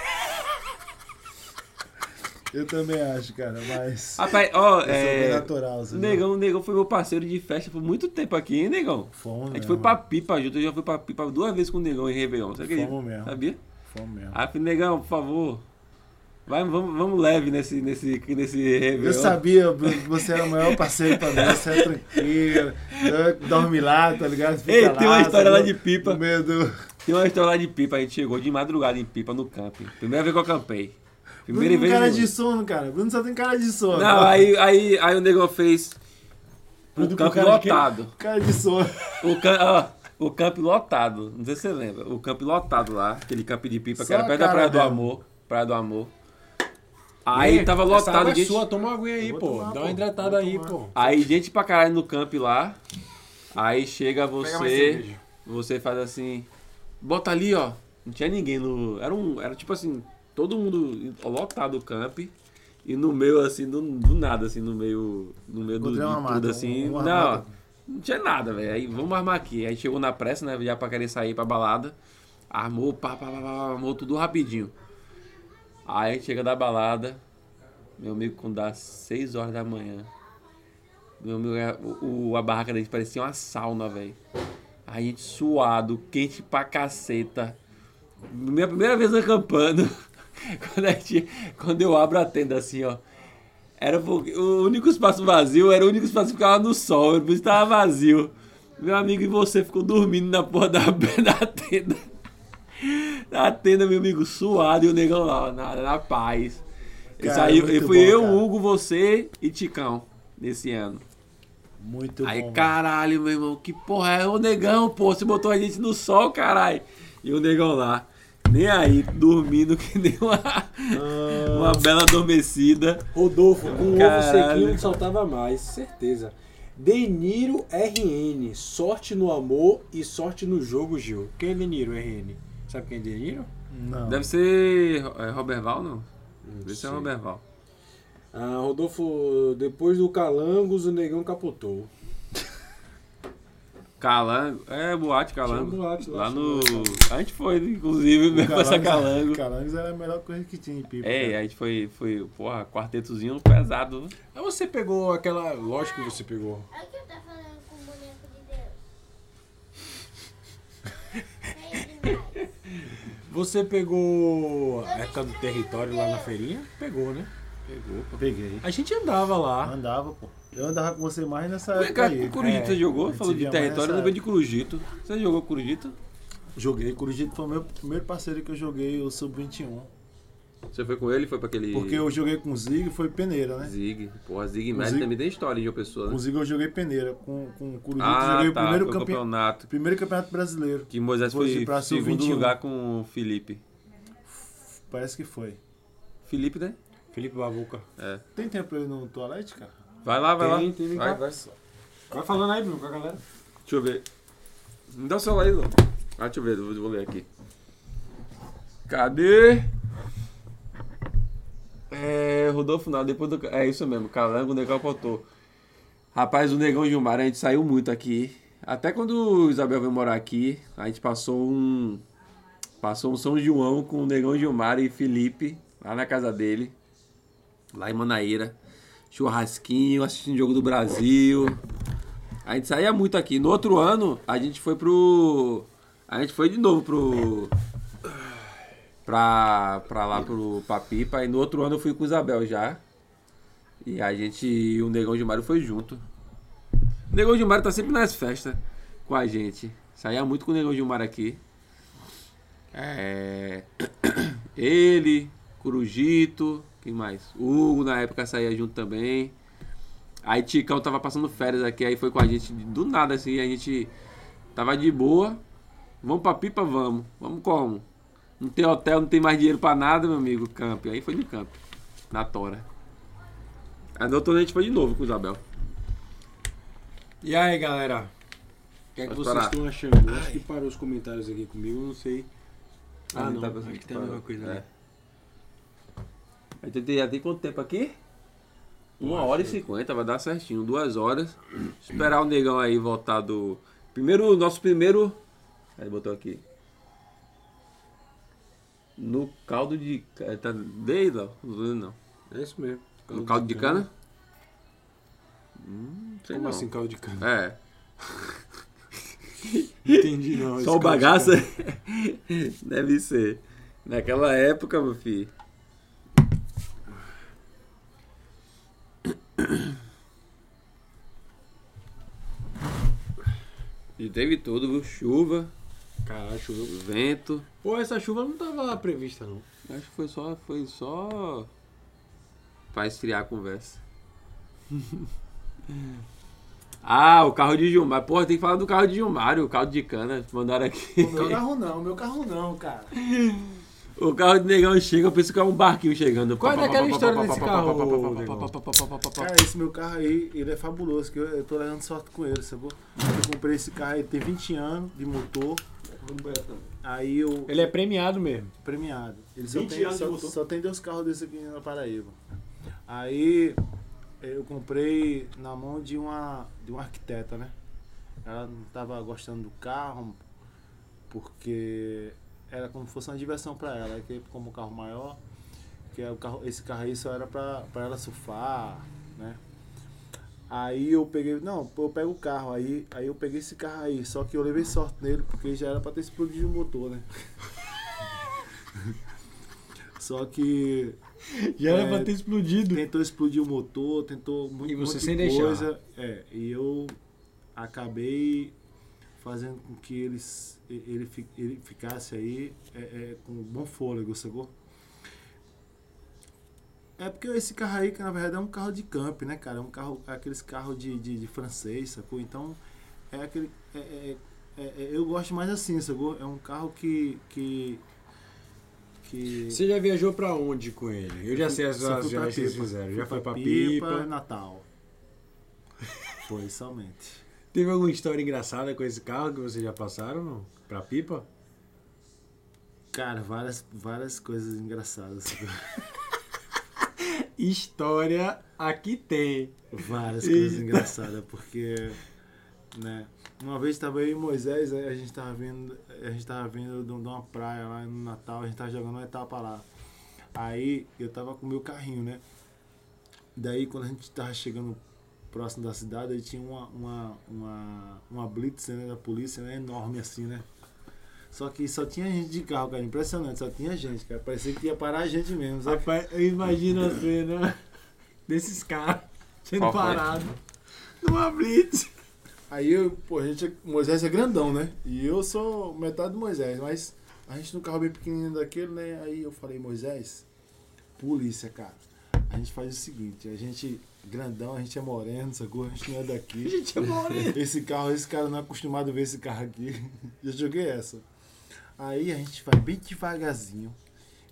[SPEAKER 3] eu também acho, cara, mas.
[SPEAKER 1] Rapaz, ó,
[SPEAKER 3] Eu sou bem
[SPEAKER 1] Ah, é...
[SPEAKER 3] natural, assim.
[SPEAKER 1] O Negão, o Negão foi meu parceiro de festa por muito tempo aqui, hein, Negão?
[SPEAKER 3] Fomos
[SPEAKER 1] A gente
[SPEAKER 3] mesmo.
[SPEAKER 1] foi pra pipa junto, eu já fui pra pipa duas vezes com o Negão em Réveillon, você acredita?
[SPEAKER 3] Fomos mesmo.
[SPEAKER 1] Sabia?
[SPEAKER 3] Fomos mesmo.
[SPEAKER 1] Ah, falei, Negão, por favor, vai, vamos, vamos leve nesse, nesse, nesse Réveillon.
[SPEAKER 3] Eu sabia, Bruno, que você era o maior parceiro pra mim, você é tranquilo, eu- dorme lá, tá ligado? Fica
[SPEAKER 1] Ei, tem uma história lá
[SPEAKER 3] sacou?
[SPEAKER 1] de pipa.
[SPEAKER 3] No meio do...
[SPEAKER 1] Tem uma história lá de pipa, a gente chegou de madrugada em pipa no camping. Primeira vez que eu acampei. Primeira
[SPEAKER 3] Bruno tem cara
[SPEAKER 1] vez.
[SPEAKER 3] de sono, cara. Bruno só tem cara de sono.
[SPEAKER 1] Não, é. aí, aí, aí o Negão fez. O
[SPEAKER 2] Tudo com
[SPEAKER 1] camping
[SPEAKER 2] cara de quê?
[SPEAKER 1] lotado.
[SPEAKER 3] Cara de sono.
[SPEAKER 1] O, cam ó, o camp lotado, não sei se você lembra. O camp lotado lá, aquele camp de pipa que
[SPEAKER 3] Só
[SPEAKER 1] era
[SPEAKER 3] a
[SPEAKER 1] perto da
[SPEAKER 3] cara
[SPEAKER 1] Praia do
[SPEAKER 3] dela.
[SPEAKER 1] Amor. Praia do Amor. Aí tava
[SPEAKER 2] Essa água
[SPEAKER 1] lotado,
[SPEAKER 2] é
[SPEAKER 1] gente.
[SPEAKER 2] sua, toma uma aguinha aí,
[SPEAKER 3] Vou
[SPEAKER 2] pô.
[SPEAKER 3] tomar,
[SPEAKER 2] Dá
[SPEAKER 3] pô.
[SPEAKER 2] uma hidratada
[SPEAKER 3] Vou
[SPEAKER 2] aí,
[SPEAKER 3] tomar.
[SPEAKER 2] pô.
[SPEAKER 1] Aí gente pra caralho no camp lá. Aí chega
[SPEAKER 2] Pega mais
[SPEAKER 1] você,
[SPEAKER 2] cerveja.
[SPEAKER 1] você faz assim, bota ali, ó. Não tinha ninguém no, era um, era tipo assim, todo mundo lotado o camp e no meio assim, do, do nada assim, no meio, no meio do, de
[SPEAKER 3] Encontrei uma
[SPEAKER 1] tudo
[SPEAKER 3] mata,
[SPEAKER 1] assim.
[SPEAKER 3] um- uma
[SPEAKER 1] não,
[SPEAKER 3] mata.
[SPEAKER 1] não tinha nada, velho. Aí vamos armar aqui. Aí chegou na pressa, né, já pra querer sair pra balada. Armou, pá, pá, pá, pá, pá, armou tudo rapidinho. Aí chega da balada, meu amigo, quando dá 6 horas da manhã, meu amigo, a- o, o- a barraca deles parecia uma sauna, velho. A gente suado, quente pra caceta. Minha primeira vez acampando. (laughs) Quando, a gente- quando eu abro a tenda assim, ó. Era porque o único espaço vazio, era o único espaço que ficava no sol, por isso tava vazio. Meu amigo e você ficou dormindo na porra da, (laughs) da tenda. Na tenda, meu amigo, suado e o negão lá, na, na paz.
[SPEAKER 3] Cara, é
[SPEAKER 1] Saiu,
[SPEAKER 3] muito
[SPEAKER 1] fui
[SPEAKER 3] bom,
[SPEAKER 1] eu,
[SPEAKER 3] cara.
[SPEAKER 1] Hugo, você e Ticão nesse ano.
[SPEAKER 3] Muito
[SPEAKER 1] Aí,
[SPEAKER 3] bom.
[SPEAKER 1] caralho, meu irmão, que porra é o negão, pô? Você botou a gente no sol, caralho. E o negão lá, nem aí, dormindo que nem uma, uma bela adormecida.
[SPEAKER 2] Rodolfo, com um
[SPEAKER 1] Caralho.
[SPEAKER 2] ovo sequinho não saltava mais, certeza. Deniro RN, sorte no amor e sorte no jogo, Gil. Quem é Deniro RN? Sabe quem é Deniro?
[SPEAKER 3] Não.
[SPEAKER 1] Deve ser é, Robert Val, não? Deve ser
[SPEAKER 2] sei.
[SPEAKER 1] Robert Val.
[SPEAKER 2] Ah, Rodolfo, depois do Calangos, o negão capotou.
[SPEAKER 1] Calango, é boate Calango.
[SPEAKER 2] Tinha um boate lá,
[SPEAKER 1] lá
[SPEAKER 2] tinha
[SPEAKER 1] no.
[SPEAKER 2] um
[SPEAKER 1] A gente (laughs) foi, inclusive, mesmo pra essa Calango.
[SPEAKER 3] Calangos era a melhor coisa que tinha em Pipa.
[SPEAKER 1] É,
[SPEAKER 3] cara.
[SPEAKER 1] a gente foi, foi, porra, quartetozinho pesado.
[SPEAKER 2] Aí você pegou aquela. Lógico que você pegou.
[SPEAKER 4] Olha o que eu tô falando com o boneco
[SPEAKER 2] (laughs)
[SPEAKER 4] de Deus. Feio demais.
[SPEAKER 2] Você pegou a época do território lá na feirinha? Pegou, né?
[SPEAKER 3] Peguei.
[SPEAKER 2] A gente andava lá.
[SPEAKER 3] Andava, pô. Eu andava com você mais nessa
[SPEAKER 1] Vem
[SPEAKER 3] época
[SPEAKER 1] cá,
[SPEAKER 3] aí.
[SPEAKER 1] Curujito
[SPEAKER 2] é,
[SPEAKER 1] você
[SPEAKER 3] a
[SPEAKER 1] jogou?
[SPEAKER 3] gente
[SPEAKER 1] Falou de
[SPEAKER 3] via mais
[SPEAKER 1] território, eu
[SPEAKER 3] essa-
[SPEAKER 1] lembrei de Curujito. Você jogou Curujito?
[SPEAKER 3] Joguei. Corujito foi o meu primeiro parceiro que eu joguei, o Sub-21.
[SPEAKER 1] Você foi com ele? Foi pra aquele.
[SPEAKER 3] Porque eu joguei com o Zig foi peneira, né?
[SPEAKER 1] Zig. Porra, Zig Mad
[SPEAKER 3] Zig-
[SPEAKER 1] também tem história de uma pessoa,
[SPEAKER 3] Com
[SPEAKER 1] né?
[SPEAKER 3] o Zig eu joguei peneira. Com, com o Corujito eu
[SPEAKER 1] Ah,
[SPEAKER 3] joguei
[SPEAKER 1] tá.
[SPEAKER 3] o primeiro,
[SPEAKER 1] foi o
[SPEAKER 3] campe...
[SPEAKER 1] campeonato.
[SPEAKER 3] primeiro campeonato brasileiro.
[SPEAKER 1] Que Moisés
[SPEAKER 3] Foi
[SPEAKER 1] foi,
[SPEAKER 3] pra
[SPEAKER 1] segundo
[SPEAKER 3] sub-21.
[SPEAKER 1] lugar com o Felipe.
[SPEAKER 3] Parece que foi.
[SPEAKER 1] Felipe, né?
[SPEAKER 2] Felipe Babuca.
[SPEAKER 3] Tem tempo pra ir no
[SPEAKER 1] (laughs)
[SPEAKER 3] toalete, cara?
[SPEAKER 1] Vai lá, vai lá.
[SPEAKER 2] Tem, tem,
[SPEAKER 1] vai,
[SPEAKER 2] vai.
[SPEAKER 1] vai.
[SPEAKER 2] Vai falando aí, Bruno, com a galera.
[SPEAKER 1] Deixa eu ver. Me dá o celular aí, Lu. Ah, deixa eu ver, eu vou ler aqui. Cadê? É, Rodolfo Naldo, depois do. É isso mesmo, Calango, o Negão Potou. Rapaz, o Negão Gilmar, a gente saiu muito aqui. Até quando o Isabel veio morar aqui, a gente passou um. Passou um São João com o Negão Gilmar e Felipe, lá na casa dele, lá em Manaíra. Churrasquinho, assistindo Jogo do Brasil. A gente saía muito aqui. No outro ano, a gente foi pro. A gente foi de novo pro. Pra, pra lá pro pra Pipa. E no outro ano eu fui com o Isabel já. E a gente. E o Negão de Mário foi junto. O Negão de Mário tá sempre nas festas com a gente. Saía muito com o Negão de Mário aqui. É. Ele, Curujito, quem mais? Hugo na época saía junto também. Aí Ticão tava passando férias aqui, aí foi com a gente do nada assim, a gente tava de boa. Vamos pra pipa, vamos. Vamos como? Não tem hotel, não tem mais dinheiro pra nada, meu amigo. Camp. Aí foi de camp. Na Tora. Aí no outro ano a gente foi de novo com o Isabel.
[SPEAKER 2] E aí, galera? O que é que
[SPEAKER 1] Pode
[SPEAKER 2] vocês
[SPEAKER 1] parar.
[SPEAKER 2] estão achando? Eu Acho que parou os comentários aqui comigo, eu não sei. Ah,
[SPEAKER 1] Aí
[SPEAKER 2] não,
[SPEAKER 1] tá
[SPEAKER 2] acho que tem a mesma coisa,
[SPEAKER 1] é.
[SPEAKER 2] né?
[SPEAKER 1] Aí tem- tem- já tem quanto tempo aqui? Uma hora e cinquenta, vai dar certinho. Duas horas. Esperar o negão aí voltar do. Primeiro, nosso primeiro. Aí botou aqui. No caldo de. ca- Tá desde lá? Não, não.
[SPEAKER 2] É isso mesmo.
[SPEAKER 1] No caldo de cana? Hum, sei
[SPEAKER 2] Como
[SPEAKER 1] não.
[SPEAKER 2] assim, caldo de cana?
[SPEAKER 1] É.
[SPEAKER 2] (laughs) Entendi, não.
[SPEAKER 1] Só o bagaço? (laughs) Deve ser. Naquela época, meu filho. E teve tudo, viu? Chuva,
[SPEAKER 2] Caralho, choveu.
[SPEAKER 1] vento.
[SPEAKER 2] Pô, essa chuva não tava prevista, não.
[SPEAKER 1] Acho que foi só. Foi só. Pra esfriar a conversa. (laughs) ah, o carro de Gilmar. Porra, tem que falar do (laughs) carro de Gilmar, o carro de cana. Mandaram aqui.
[SPEAKER 3] Meu carro não, meu carro não, cara.
[SPEAKER 1] O carro de negão chega, eu penso que é um barquinho chegando.
[SPEAKER 2] Qual é aquela história desse carro?
[SPEAKER 1] negão?
[SPEAKER 3] Cara, esse meu carro aí, ele é fabuloso, que eu, eu tô levando sorte com ele, sacou? Eu comprei esse carro aí, tem 20 anos de motor, aí eu...
[SPEAKER 2] Ele é premiado mesmo.
[SPEAKER 3] premiado. Ele só
[SPEAKER 8] 20
[SPEAKER 3] tem,
[SPEAKER 8] anos de
[SPEAKER 3] só,
[SPEAKER 8] motor.
[SPEAKER 3] só tem dois carros desse aqui na Paraíba. Aí eh, eu comprei na mão de uma, de uma arquiteta, né? Ela não tava gostando do carro, porque era como se fosse uma diversão para ela, que como o carro maior, que é o carro, esse carro aí só era para ela surfar, né? Aí eu peguei, não, pô, eu pego o carro, aí, aí eu peguei esse carro aí, só que eu levei sorte nele, porque já era para ter explodido o motor, né? Só que
[SPEAKER 2] Já era
[SPEAKER 3] É,
[SPEAKER 2] pra ter explodido.
[SPEAKER 3] tentou explodir o motor, tentou muito
[SPEAKER 2] E você
[SPEAKER 3] monte
[SPEAKER 2] sem
[SPEAKER 3] de
[SPEAKER 2] deixar.
[SPEAKER 3] coisa. É, e eu acabei fazendo com que eles, e- ele, fi- ele ficasse aí é, é, com um bom fôlego, sacou? É porque esse carro aí, que na verdade é um carro de camp, né, cara? É um carro, é aqueles carros de, de, de francês, sacou? Então, é aquele. é- é- é- é- eu gosto mais assim, sacou? É um carro que. que, que
[SPEAKER 2] Você já viajou pra onde com ele? Eu já sei as
[SPEAKER 3] só
[SPEAKER 2] suas
[SPEAKER 3] fui pra
[SPEAKER 2] viagens que vocês
[SPEAKER 3] Pipa.
[SPEAKER 2] fizeram.
[SPEAKER 3] Fui
[SPEAKER 2] Já foi pra pipa.
[SPEAKER 3] Natal. (laughs) Foi somente.
[SPEAKER 2] Teve alguma história engraçada com esse carro que vocês já passaram? Não? Pra pipa?
[SPEAKER 3] Cara, várias, várias coisas engraçadas. (laughs)
[SPEAKER 2] História aqui tem.
[SPEAKER 3] Várias coisas engraçadas, porque, né? Uma vez tava aí em Moisés, aí a gente tava vindo, a gente tava vindo de uma praia lá no Natal, a gente tava jogando uma etapa lá. Aí eu tava com o meu carrinho, né? Daí quando a gente tava chegando próximo da cidade, aí tinha uma, uma, uma, uma blitz né, da polícia, né? Enorme assim, né? Só que só tinha gente de carro, cara. Impressionante, só tinha gente, cara. Parecia que ia parar a gente mesmo. Só
[SPEAKER 2] Rapaz, eu imagino a cena desses caras sendo
[SPEAKER 1] Qual foi?
[SPEAKER 2] parados numa blitz.
[SPEAKER 3] Aí eu, pô, a gente, é- Moisés é grandão, né? E eu sou metade do Moisés, mas a gente no carro bem pequenininho daquele, né? Aí eu falei, Moisés, polícia, cara. A gente faz o seguinte, a gente grandão, a gente é moreno, sacou? A gente não é daqui. (laughs) A gente é moreno. Esse carro, esse cara não é acostumado a ver esse carro aqui. (laughs) Já joguei essa. Aí a gente vai bem devagarzinho,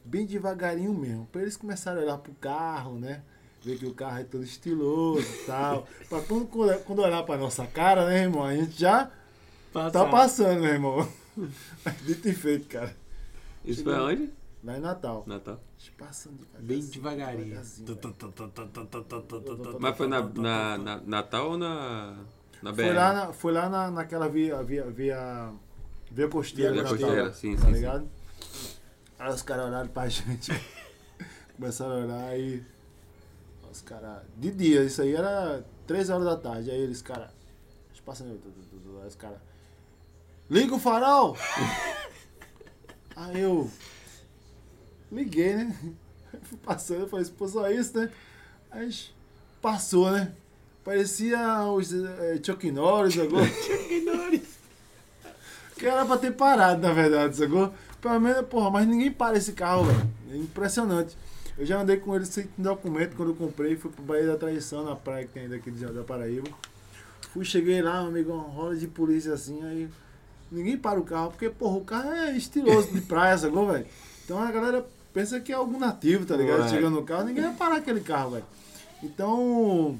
[SPEAKER 3] bem devagarinho mesmo, pra eles começarem a olhar pro carro, né? Ver que o carro é todo estiloso e (laughs) tal. Pra quando, quando olhar pra nossa cara, né, irmão? A gente já tá
[SPEAKER 2] Passar.
[SPEAKER 3] passando, né, irmão? (laughs) Dito e feito, cara.
[SPEAKER 1] Isso foi onde?
[SPEAKER 3] Lá em Natal.
[SPEAKER 1] Natal.
[SPEAKER 2] Tá,
[SPEAKER 3] A gente passando devagarzinho.
[SPEAKER 2] Bem devagarinho.
[SPEAKER 3] devagarzinho, velho.
[SPEAKER 2] tá,
[SPEAKER 1] Mas foi na, na, na- Natal ou na, na BR?
[SPEAKER 3] Foi lá, na, foi lá na, naquela via, via, via, via costeira.
[SPEAKER 1] Via
[SPEAKER 3] né,
[SPEAKER 1] costeira,
[SPEAKER 3] tá-
[SPEAKER 1] sim,
[SPEAKER 3] tá
[SPEAKER 1] sim,
[SPEAKER 3] ligado? Aí os caras olharam pra (laughs) gente, começaram a olhar e... Os caras... De dia, isso aí era 3 horas da tarde. Aí eles, cara... Eles passando... tu, tu, tu, tu, Aí os caras... Liga o farol! (laughs) aí eu... Liguei, né? (laughs) Fui passando, eu falei, pô, só isso, né? Aí passou, né? Parecia os eh, Chuck Norris agora. que era pra ter parado, na verdade, sacou? Pelo menos, porra, mas ninguém para esse carro, velho. É impressionante. Eu já andei com ele sem documento quando eu comprei, fui pro Bahia da Traição, na praia que tem ainda aqui de- da Paraíba. Fui, cheguei lá, meu amigo, uma roda de polícia assim, aí ninguém para o carro, porque, porra, o carro é estiloso de praia, sacou, velho? Então a galera pensa que é algum nativo, tá ligado?
[SPEAKER 1] Ué.
[SPEAKER 3] Chegando no carro, ninguém vai parar aquele carro, velho. Então,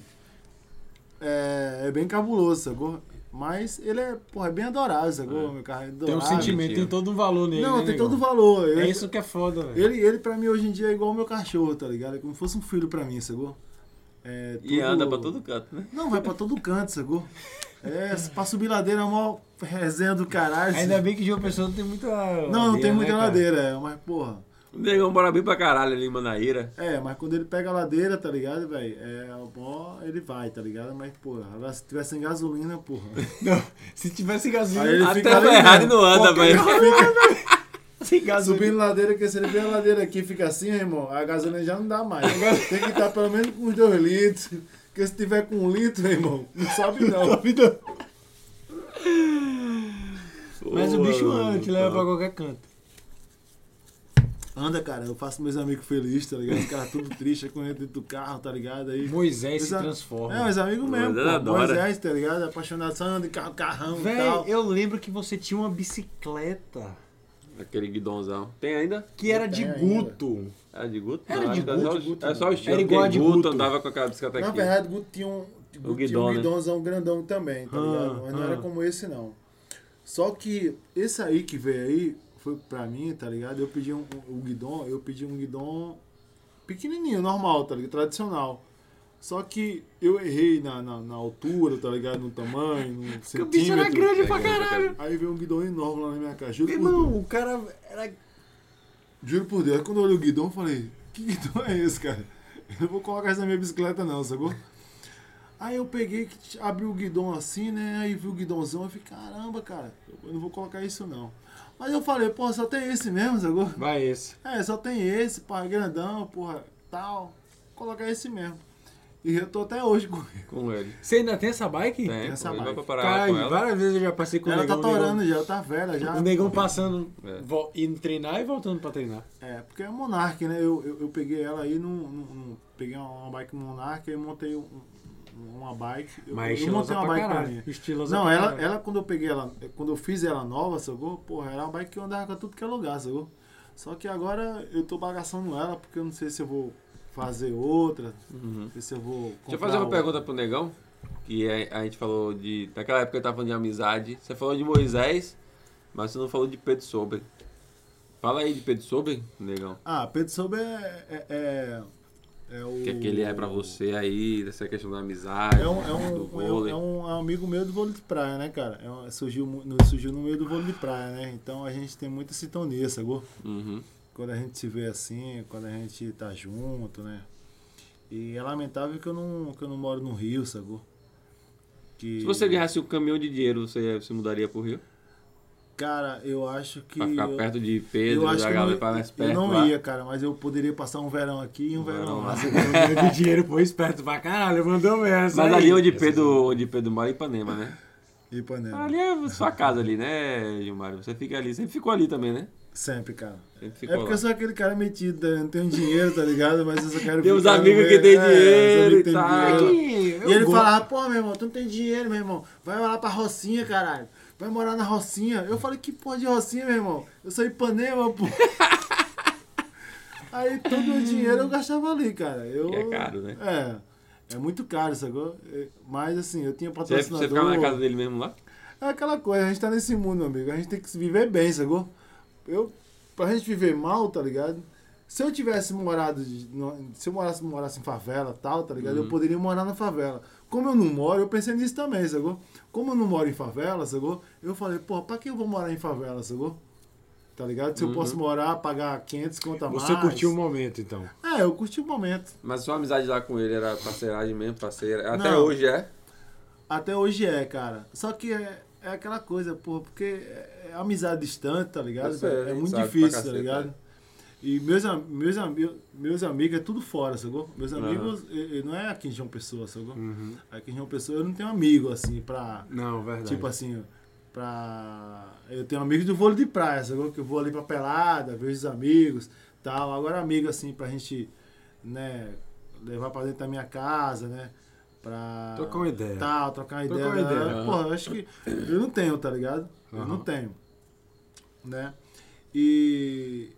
[SPEAKER 3] é, é bem cabuloso, sacou? Mas ele é, porra, é bem adorável, sacou? Meu carro é
[SPEAKER 2] Tem um
[SPEAKER 3] adorável.
[SPEAKER 2] sentimento, tem todo um valor nele.
[SPEAKER 3] Não,
[SPEAKER 2] né,
[SPEAKER 3] tem
[SPEAKER 2] negão?
[SPEAKER 3] todo o valor. Eu-
[SPEAKER 2] É isso que é foda, velho.
[SPEAKER 3] Ele, ele pra mim hoje em dia é igual o meu cachorro, tá ligado? É como se fosse um filho pra mim, sacou? É,
[SPEAKER 1] E
[SPEAKER 3] tudo-
[SPEAKER 1] anda pra todo canto, né?
[SPEAKER 3] Não, vai pra todo canto, sacou? É, pra subir ladeira é uma resenha do caralho.
[SPEAKER 2] Ainda bem que João Pessoa não tem muita.
[SPEAKER 3] Não, não tem muita
[SPEAKER 2] né, cara?
[SPEAKER 3] ladeira, é, mas porra.
[SPEAKER 1] O negão mora bem pra caralho ali em Manaíra.
[SPEAKER 3] É, mas quando ele pega a ladeira, tá ligado, velho? É, o bom, ele vai, tá ligado? Mas, porra, agora se tiver sem gasolina, porra.
[SPEAKER 2] (laughs) Não, se tivesse gasolina,
[SPEAKER 3] Aí ele
[SPEAKER 1] Até
[SPEAKER 3] fica ali
[SPEAKER 1] vai errado e
[SPEAKER 3] mesmo.
[SPEAKER 1] não anda,
[SPEAKER 3] Qualquer
[SPEAKER 1] velho.
[SPEAKER 3] um fica-
[SPEAKER 2] sem gasolina.
[SPEAKER 3] Subindo ladeira, porque se ele vem a ladeira aqui e fica assim, irmão, a gasolina já não dá mais. Tem que estar pelo menos com uns dois litros. Porque se tiver com um litro, meu irmão, não sobe
[SPEAKER 1] (laughs)
[SPEAKER 3] não.
[SPEAKER 2] Mas o bicho né? anda, te leva pra qualquer canto.
[SPEAKER 3] Anda, cara, eu faço meus amigos felizes, tá ligado? Os caras tudo tristes quando entra dentro do carro, tá ligado? Aí.
[SPEAKER 2] Moisés se
[SPEAKER 3] Exa- É,
[SPEAKER 2] transforma.
[SPEAKER 3] meus amigos mesmo,
[SPEAKER 1] Moisés
[SPEAKER 3] pô.
[SPEAKER 1] adora.
[SPEAKER 3] Moisés, tá ligado? Apaixonado, só anda em carro, carrão e
[SPEAKER 2] Véi,
[SPEAKER 3] é um tal.
[SPEAKER 2] eu lembro que você tinha uma bicicleta.
[SPEAKER 1] Aquele guidonzão. Tem ainda?
[SPEAKER 2] Que era de
[SPEAKER 3] Tem ainda.
[SPEAKER 2] Guto.
[SPEAKER 1] Era de Guto?
[SPEAKER 2] Era
[SPEAKER 1] Não,
[SPEAKER 2] de
[SPEAKER 1] acho que
[SPEAKER 2] Guto,
[SPEAKER 1] só o-
[SPEAKER 3] de Guto,
[SPEAKER 1] Era só o
[SPEAKER 3] não.
[SPEAKER 1] estilo.
[SPEAKER 2] Era igual
[SPEAKER 1] porque
[SPEAKER 2] a de Guto. é-
[SPEAKER 1] andava com aquela bicicleta
[SPEAKER 3] Na
[SPEAKER 1] aqui.
[SPEAKER 3] verdade, o Guto tinha um, Guto tinha
[SPEAKER 1] guidão,
[SPEAKER 3] um
[SPEAKER 1] né?
[SPEAKER 3] guidãozão grandão também, tá
[SPEAKER 1] Ah,
[SPEAKER 3] ligado? Mas não era
[SPEAKER 1] ah.
[SPEAKER 3] como esse, não. Só que esse aí que veio aí, foi pra mim, tá ligado? Eu pedi um, um- o guidão, eu pedi um guidão pequenininho, normal, tá ligado? Tradicional. Só que eu errei na, na, na altura, tá ligado? No tamanho, no centímetro. tá
[SPEAKER 1] pra caralho.
[SPEAKER 3] Aí veio um guidão enorme lá na minha casa. Juro por Deus.
[SPEAKER 2] Irmão, o cara era
[SPEAKER 3] Juro por Deus. Aí Quando eu olhei o guidão, eu falei, que guidão é esse, cara? Eu não vou colocar isso na minha bicicleta não, sacou? Aí eu peguei, que- abri o guidão assim, né? Aí vi o guidãozão e falei, caramba, cara, eu não vou colocar isso não. Mas eu falei, pô, só tem esse mesmo, sacou?
[SPEAKER 2] Vai esse.
[SPEAKER 3] É, só tem esse, pá, é grandão, porra, tal. Vou colocar esse mesmo. E eu tô até hoje com ele.
[SPEAKER 1] Com ele.
[SPEAKER 2] Você ainda tem essa bike?
[SPEAKER 1] Tem,
[SPEAKER 3] essa
[SPEAKER 1] pô, ele vai
[SPEAKER 3] bike.
[SPEAKER 1] pra parar
[SPEAKER 2] Caralho,
[SPEAKER 1] com ela.
[SPEAKER 2] várias vezes eu já passei É, com o
[SPEAKER 3] Ela tá
[SPEAKER 2] negão. o negão-
[SPEAKER 3] torando já, tá velha já.
[SPEAKER 2] O negão passando,
[SPEAKER 1] É.
[SPEAKER 2] vo- indo treinar e voltando pra treinar.
[SPEAKER 3] É, porque é Monark, né? Eu, eu, eu peguei ela aí num. num- num- peguei uma, uma bike Monark e montei um- um- uma bike. Eu,
[SPEAKER 1] é
[SPEAKER 2] Mas
[SPEAKER 3] eu
[SPEAKER 2] estilosa
[SPEAKER 3] montei uma
[SPEAKER 2] pra
[SPEAKER 3] bike
[SPEAKER 2] caralho.
[SPEAKER 3] pra mim.
[SPEAKER 2] Estilosa
[SPEAKER 3] Não,
[SPEAKER 2] pra
[SPEAKER 3] ela,
[SPEAKER 2] caralho.
[SPEAKER 3] ela, quando eu peguei ela, quando eu fiz ela nova, sacou? Porra, era uma bike que eu andava pra tudo que é lugar, sacou? Só que agora eu tô bagaçando ela porque eu não sei se eu vou fazer outra, não sei se eu vou.
[SPEAKER 1] Uhum. Deixa eu
[SPEAKER 3] comprar
[SPEAKER 1] fazer uma
[SPEAKER 3] outra.
[SPEAKER 1] pergunta pro Negão. Que é, a, a gente falou de. Naquela época eu tava falando de amizade. Você falou de Moisés, mas você não falou de Pedro Sober. Fala aí de Pedro Sober, Negão.
[SPEAKER 3] Ah, Pedro Sober é. é, é, é o.
[SPEAKER 1] O que é que ele é pra você aí, dessa questão da amizade,
[SPEAKER 3] É um, é, um,
[SPEAKER 1] do
[SPEAKER 3] é um-
[SPEAKER 1] vôlei.
[SPEAKER 3] é um amigo meu do vôlei de praia, né, cara? É um- surgiu, mu- no- surgiu no meio do vôlei de praia, né? Então a gente tem muita sintonia, sacou?
[SPEAKER 1] Uhum.
[SPEAKER 3] Quando a gente se vê assim, quando a gente tá junto, né? E é lamentável que eu não, que eu não moro no Rio, sacou? Que,
[SPEAKER 1] Se você ganhasse um caminhão de dinheiro, você se mudaria pro Rio?
[SPEAKER 3] Cara, eu acho que.
[SPEAKER 1] Pra ficar
[SPEAKER 3] eu-
[SPEAKER 1] perto de
[SPEAKER 3] eu
[SPEAKER 1] Pedro,
[SPEAKER 3] acho
[SPEAKER 1] da
[SPEAKER 3] que eu
[SPEAKER 1] galera
[SPEAKER 3] não,
[SPEAKER 1] pra mais perto.
[SPEAKER 3] eu não
[SPEAKER 1] lá.
[SPEAKER 3] ia, cara, mas eu poderia passar um verão aqui e um verão
[SPEAKER 1] verão
[SPEAKER 3] lá.
[SPEAKER 1] lá.
[SPEAKER 3] sacou?
[SPEAKER 2] Ganhou de dinheiro, pô, esperto pra caralho, mandou essa.
[SPEAKER 1] Mas
[SPEAKER 3] é
[SPEAKER 2] aí.
[SPEAKER 1] ali é onde Pedro, onde Pedro mora é Ipanema, né?
[SPEAKER 3] E Ipanema.
[SPEAKER 1] (laughs) Ali é sua casa ali, né, Gilmário? Você fica ali, sempre ficou ali também, né?
[SPEAKER 3] Sempre, cara.
[SPEAKER 1] Sempre
[SPEAKER 3] É
[SPEAKER 1] ficou
[SPEAKER 3] porque
[SPEAKER 1] lá.
[SPEAKER 3] eu sou aquele cara metido, tá? eu não tenho dinheiro, tá ligado? Mas eu só
[SPEAKER 1] (laughs)
[SPEAKER 3] quero
[SPEAKER 1] Tem uns
[SPEAKER 3] ficar no
[SPEAKER 1] amigos
[SPEAKER 3] meio-
[SPEAKER 1] que tem
[SPEAKER 3] é, os
[SPEAKER 1] dinheiro
[SPEAKER 3] amigos
[SPEAKER 1] e
[SPEAKER 3] têm
[SPEAKER 1] tal. É
[SPEAKER 3] dinheiro.
[SPEAKER 2] Eu
[SPEAKER 3] E ele
[SPEAKER 2] gosto.
[SPEAKER 3] falava, porra, meu irmão, tu não tem dinheiro, meu irmão. Vai lá pra Rocinha, caralho. Vai morar na Rocinha. Eu falei, que porra de Rocinha, meu irmão? Eu sou Ipanema, pô. (laughs) Aí todo o dinheiro eu gastava ali, cara. Eu,
[SPEAKER 1] Que é caro, né?
[SPEAKER 3] É. É muito caro, sacou? É, Mas assim, eu tinha
[SPEAKER 1] Você,
[SPEAKER 3] patrocinador.
[SPEAKER 1] você ficava na casa dele mesmo lá?
[SPEAKER 3] É aquela coisa, a gente tá nesse mundo, meu amigo. A gente tem que se viver bem, sacou? Eu, pra gente viver mal, tá ligado? Se eu tivesse morado. de- no- se eu morasse, morasse em favela tal, tá ligado?
[SPEAKER 2] Uhum.
[SPEAKER 3] Eu poderia morar na favela. Como eu não moro, eu pensei nisso também, sacou? Como eu não moro em favela, sacou? Eu falei, pô, pra que eu vou morar em favela, sacou? Tá ligado? Se eu posso morar, pagar 500 conta mais.
[SPEAKER 2] Uhum. Você curtiu o momento, então.
[SPEAKER 3] É, eu curti o momento.
[SPEAKER 1] Mas sua amizade lá com ele era parceiragem mesmo, parceira. Até
[SPEAKER 3] Não.
[SPEAKER 1] hoje é.
[SPEAKER 3] Até hoje é, cara. Só que é, é aquela coisa, porra, porque é é amizade distante, tá ligado?
[SPEAKER 1] Eu sei,
[SPEAKER 3] velho? é
[SPEAKER 1] a gente
[SPEAKER 3] muito
[SPEAKER 1] sabe pra
[SPEAKER 3] difícil, tá
[SPEAKER 1] caceta,
[SPEAKER 3] ligado?
[SPEAKER 1] né?
[SPEAKER 3] E meus, am- meus, ami- meus amigos é tudo fora, sacou? Meus amigos eh, eh, não é aqui em João Pessoa, sacou?
[SPEAKER 1] Uhum.
[SPEAKER 3] Aqui em João Pessoa eu não tenho amigo, assim, pra.
[SPEAKER 2] Não, verdade.
[SPEAKER 3] Tipo assim, pra. Eu tenho amigos do vôlei de praia, sacou? Que eu vou ali pra pelada, vejo os amigos tal. Agora, amigo, assim, pra gente, né, levar pra dentro da minha casa, né? Pra.
[SPEAKER 2] Trocar uma ideia.
[SPEAKER 3] Tal, trocar uma
[SPEAKER 2] Trocar
[SPEAKER 3] ideia.
[SPEAKER 2] uma
[SPEAKER 3] né?
[SPEAKER 2] ideia.
[SPEAKER 3] Porra, eu acho que. Eu não tenho, tá ligado? Eu não
[SPEAKER 2] Aham.
[SPEAKER 3] tenho. Né? E.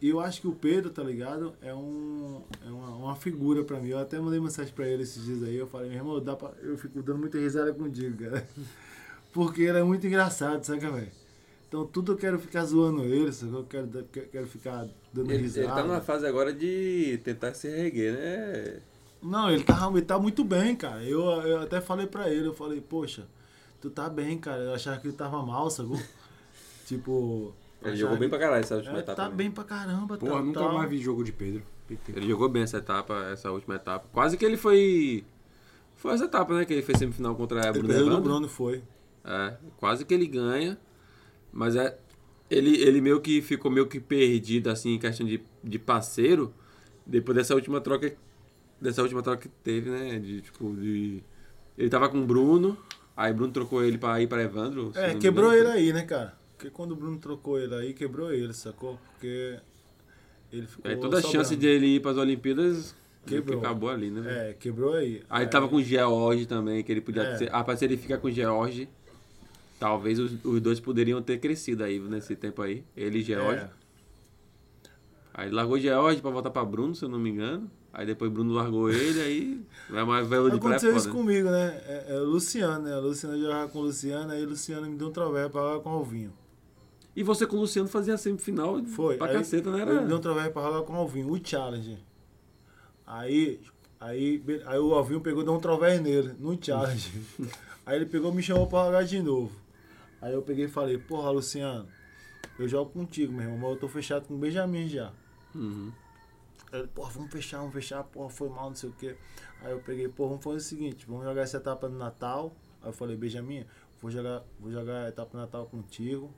[SPEAKER 3] e eu acho que o Pedro, tá ligado? É, um, é uma, uma figura pra mim. Eu até mandei mensagem pra ele esses dias aí. Eu falei, meu irmão, dá pra... eu fico dando muita risada contigo, cara. Porque ele é muito engraçado, saca, velho? Então tudo eu quero ficar zoando ele, saca? Eu quero, dar- que- quero ficar dando
[SPEAKER 1] Ele,
[SPEAKER 3] risada.
[SPEAKER 1] ele tá numa fase agora de tentar se reguer, né?
[SPEAKER 3] Não, ele tá, ele tá muito bem, cara. Eu, eu até falei pra ele, eu falei, poxa, tu tá bem, cara. Eu achava que ele tava mal, sacou? tipo. eu
[SPEAKER 1] Ele
[SPEAKER 3] achava
[SPEAKER 1] jogou bem pra caralho essa
[SPEAKER 3] (laughs)
[SPEAKER 1] última
[SPEAKER 3] É,
[SPEAKER 1] etapa.
[SPEAKER 3] tá
[SPEAKER 1] mesmo.
[SPEAKER 3] bem pra caramba,
[SPEAKER 2] Porra,
[SPEAKER 3] tá,
[SPEAKER 2] nunca
[SPEAKER 3] tá.
[SPEAKER 2] mais vi jogo de Pedro.
[SPEAKER 1] Ele jogou bem essa etapa, essa última etapa. Quase que ele foi. Foi essa etapa, né? Que ele fez semifinal contra a
[SPEAKER 3] Ele
[SPEAKER 1] Bruno
[SPEAKER 3] perdeu do
[SPEAKER 1] Evandro.
[SPEAKER 3] Bruno, foi.
[SPEAKER 1] É, quase que ele ganha, mas é ele, ele meio que ficou meio que perdido assim em questão de, de parceiro depois dessa última troca dessa última troca que teve, né, de tipo de ele tava com o Bruno, aí Bruno trocou ele pra ir pra Evandro. se não
[SPEAKER 3] É,
[SPEAKER 1] me
[SPEAKER 3] quebrou
[SPEAKER 1] engano.
[SPEAKER 3] ele aí, né, cara? Porque quando o Bruno trocou ele aí, quebrou ele, sacou? Porque ele ficou.
[SPEAKER 1] Aí É, toda a
[SPEAKER 3] sobrando.
[SPEAKER 1] chance dele ir pras Olimpíadas meio que
[SPEAKER 3] Quebrou.
[SPEAKER 1] acabou ali, né? velho?
[SPEAKER 3] É, quebrou aí.
[SPEAKER 1] Ah, Aí tava com o George também, que ele podia
[SPEAKER 3] É.
[SPEAKER 1] ser. Ah, parece que ele fica com o George. Talvez os, os dois poderiam ter crescido aí nesse tempo aí. Ele e George.
[SPEAKER 3] É.
[SPEAKER 1] Aí largou George pra voltar pra Bruno, se eu não me engano. Aí depois Bruno largou ele, aí vai mais velho de praia, é
[SPEAKER 3] Aconteceu
[SPEAKER 1] foda.
[SPEAKER 3] isso comigo, né? É, é o Luciano, né? O Luciano eu jogava com o Luciano, aí o Luciano me deu um trovéreo pra jogar com o Alvinho.
[SPEAKER 1] E você com o Luciano fazia semifinal
[SPEAKER 3] Foi.
[SPEAKER 1] pra
[SPEAKER 3] aí,
[SPEAKER 1] caceta, né?
[SPEAKER 3] aí Me deu um
[SPEAKER 1] Era...
[SPEAKER 3] trovéreo pra jogar com o Alvinho, o challenge. Aí, aí, be- aí o Alvinho pegou e deu um trovéreo nele, no
[SPEAKER 1] (laughs)
[SPEAKER 3] challenge. aí ele pegou e me chamou pra jogar de novo. Aí eu peguei e falei, porra, Luciano, eu jogo contigo, meu irmão, mas eu tô fechado com o Benjamin já.
[SPEAKER 1] Uhum.
[SPEAKER 3] Aí ele, porra, vamos fechar, vamos fechar, porra, foi mal, não sei o quê. Aí eu peguei, porra, vamos fazer o seguinte, vamos jogar essa etapa no Natal. Aí eu falei, Benjamin, vou jogar, vou jogar a etapa no Natal contigo,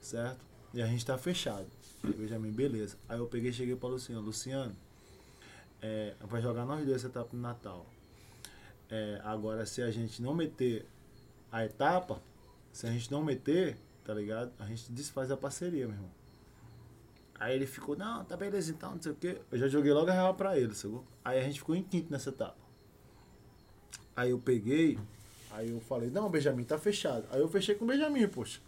[SPEAKER 3] certo? E a gente tá fechado. Aí, Benjamin, beleza. Aí eu peguei e cheguei pra Luciano, Luciano, é, vai jogar nós dois essa etapa no Natal. É, agora, se a gente não meter a etapa, se a gente não meter, tá ligado? A gente desfaz a parceria, meu irmão. Aí ele ficou, não, tá beleza então, não sei o quê. Eu já joguei logo a real pra ele, sacou? Aí a gente ficou em quinto nessa etapa. Aí eu peguei, aí eu falei, não, Benjamin, tá fechado. Aí eu fechei com o Benjamin, poxa.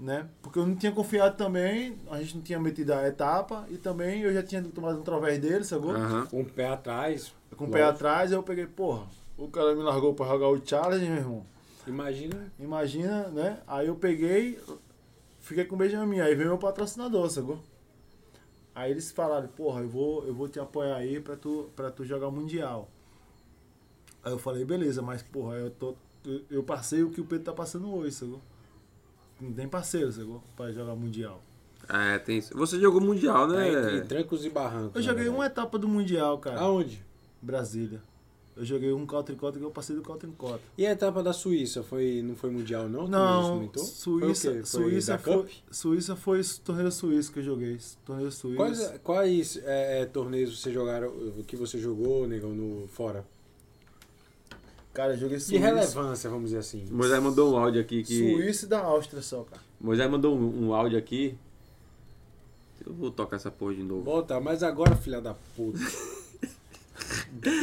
[SPEAKER 3] Né? Porque eu não tinha confiado também, a gente não tinha metido a etapa e também eu já tinha tomado um través dele, sacou?
[SPEAKER 1] Aham.
[SPEAKER 2] Com o Um pé atrás.
[SPEAKER 3] Com o pé atrás, aí eu peguei, porra, o cara me largou pra jogar o challenge, meu irmão.
[SPEAKER 2] Imagina.
[SPEAKER 3] Imagina, né? Aí eu peguei, fiquei com o Benjamin. Aí veio meu patrocinador, sacou? Aí eles falaram, porra, eu vou, eu vou te apoiar aí pra tu, pra tu jogar Mundial. Aí eu falei, beleza, mas porra, eu tô. eu- Eu passei o que o Pedro tá passando hoje, sacou? Não tem parceiro, sacou? Pra jogar Mundial.
[SPEAKER 1] É, tem isso. Você jogou Mundial,
[SPEAKER 2] Tá
[SPEAKER 1] né?
[SPEAKER 2] entre trancos e barrancos.
[SPEAKER 3] Eu joguei
[SPEAKER 2] né?
[SPEAKER 3] uma etapa do Mundial, cara.
[SPEAKER 2] Aonde?
[SPEAKER 3] Brasília. Eu joguei um cautra em cota que eu passei do cautra em cota.
[SPEAKER 2] E a etapa da Suíça? Foi, não foi mundial, não? que você
[SPEAKER 3] Não,
[SPEAKER 2] comentou?
[SPEAKER 3] Suíça,
[SPEAKER 2] Foi o quê? Foi
[SPEAKER 3] Suíça,
[SPEAKER 2] da
[SPEAKER 3] foi,
[SPEAKER 2] Cup?
[SPEAKER 3] Suíça foi esse torneio suíço que eu joguei. esse Torneio suíço.
[SPEAKER 2] Quais, quais é, é, torneios você jogaram, o que você jogou, negão, no fora?
[SPEAKER 3] Cara, eu joguei
[SPEAKER 2] De
[SPEAKER 3] suíço.
[SPEAKER 2] relevância, vamos dizer assim.
[SPEAKER 1] Moisés mandou um áudio aqui que.
[SPEAKER 3] Suíça e da Áustria só, cara.
[SPEAKER 1] Moisés mandou um, um áudio aqui. Eu vou tocar essa porra de novo.
[SPEAKER 2] Bota, mas agora, filha da
[SPEAKER 3] (laughs)
[SPEAKER 2] puta.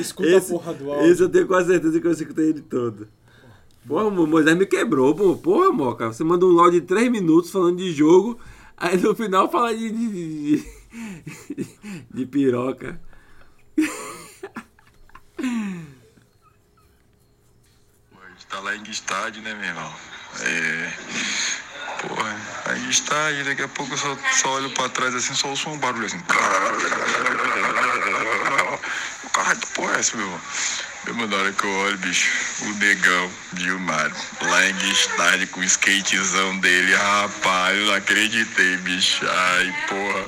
[SPEAKER 2] Escuta a porra do áudio.
[SPEAKER 1] esse eu tenho quase certeza que eu escutei ele todo. Porra, Mo- Moisés me quebrou, pô. Porra, Moca. Você manda um áudio de 3 minutos falando de jogo, aí no final fala de. de, de, de- (laughs) de piroca.
[SPEAKER 6] A gente tá lá em estádio, né, meu irmão? É. Porra, a gente tá aí, daqui a pouco eu só, só olho pra trás assim, só ouço um barulho assim. Caralho, que porra é essa, meu irmão? Meu irmão, na hora que eu olho, bicho, o negão Gilmário, lá em estádio com o skatezão dele, rapaz, eu não acreditei, bicho. Ai, porra.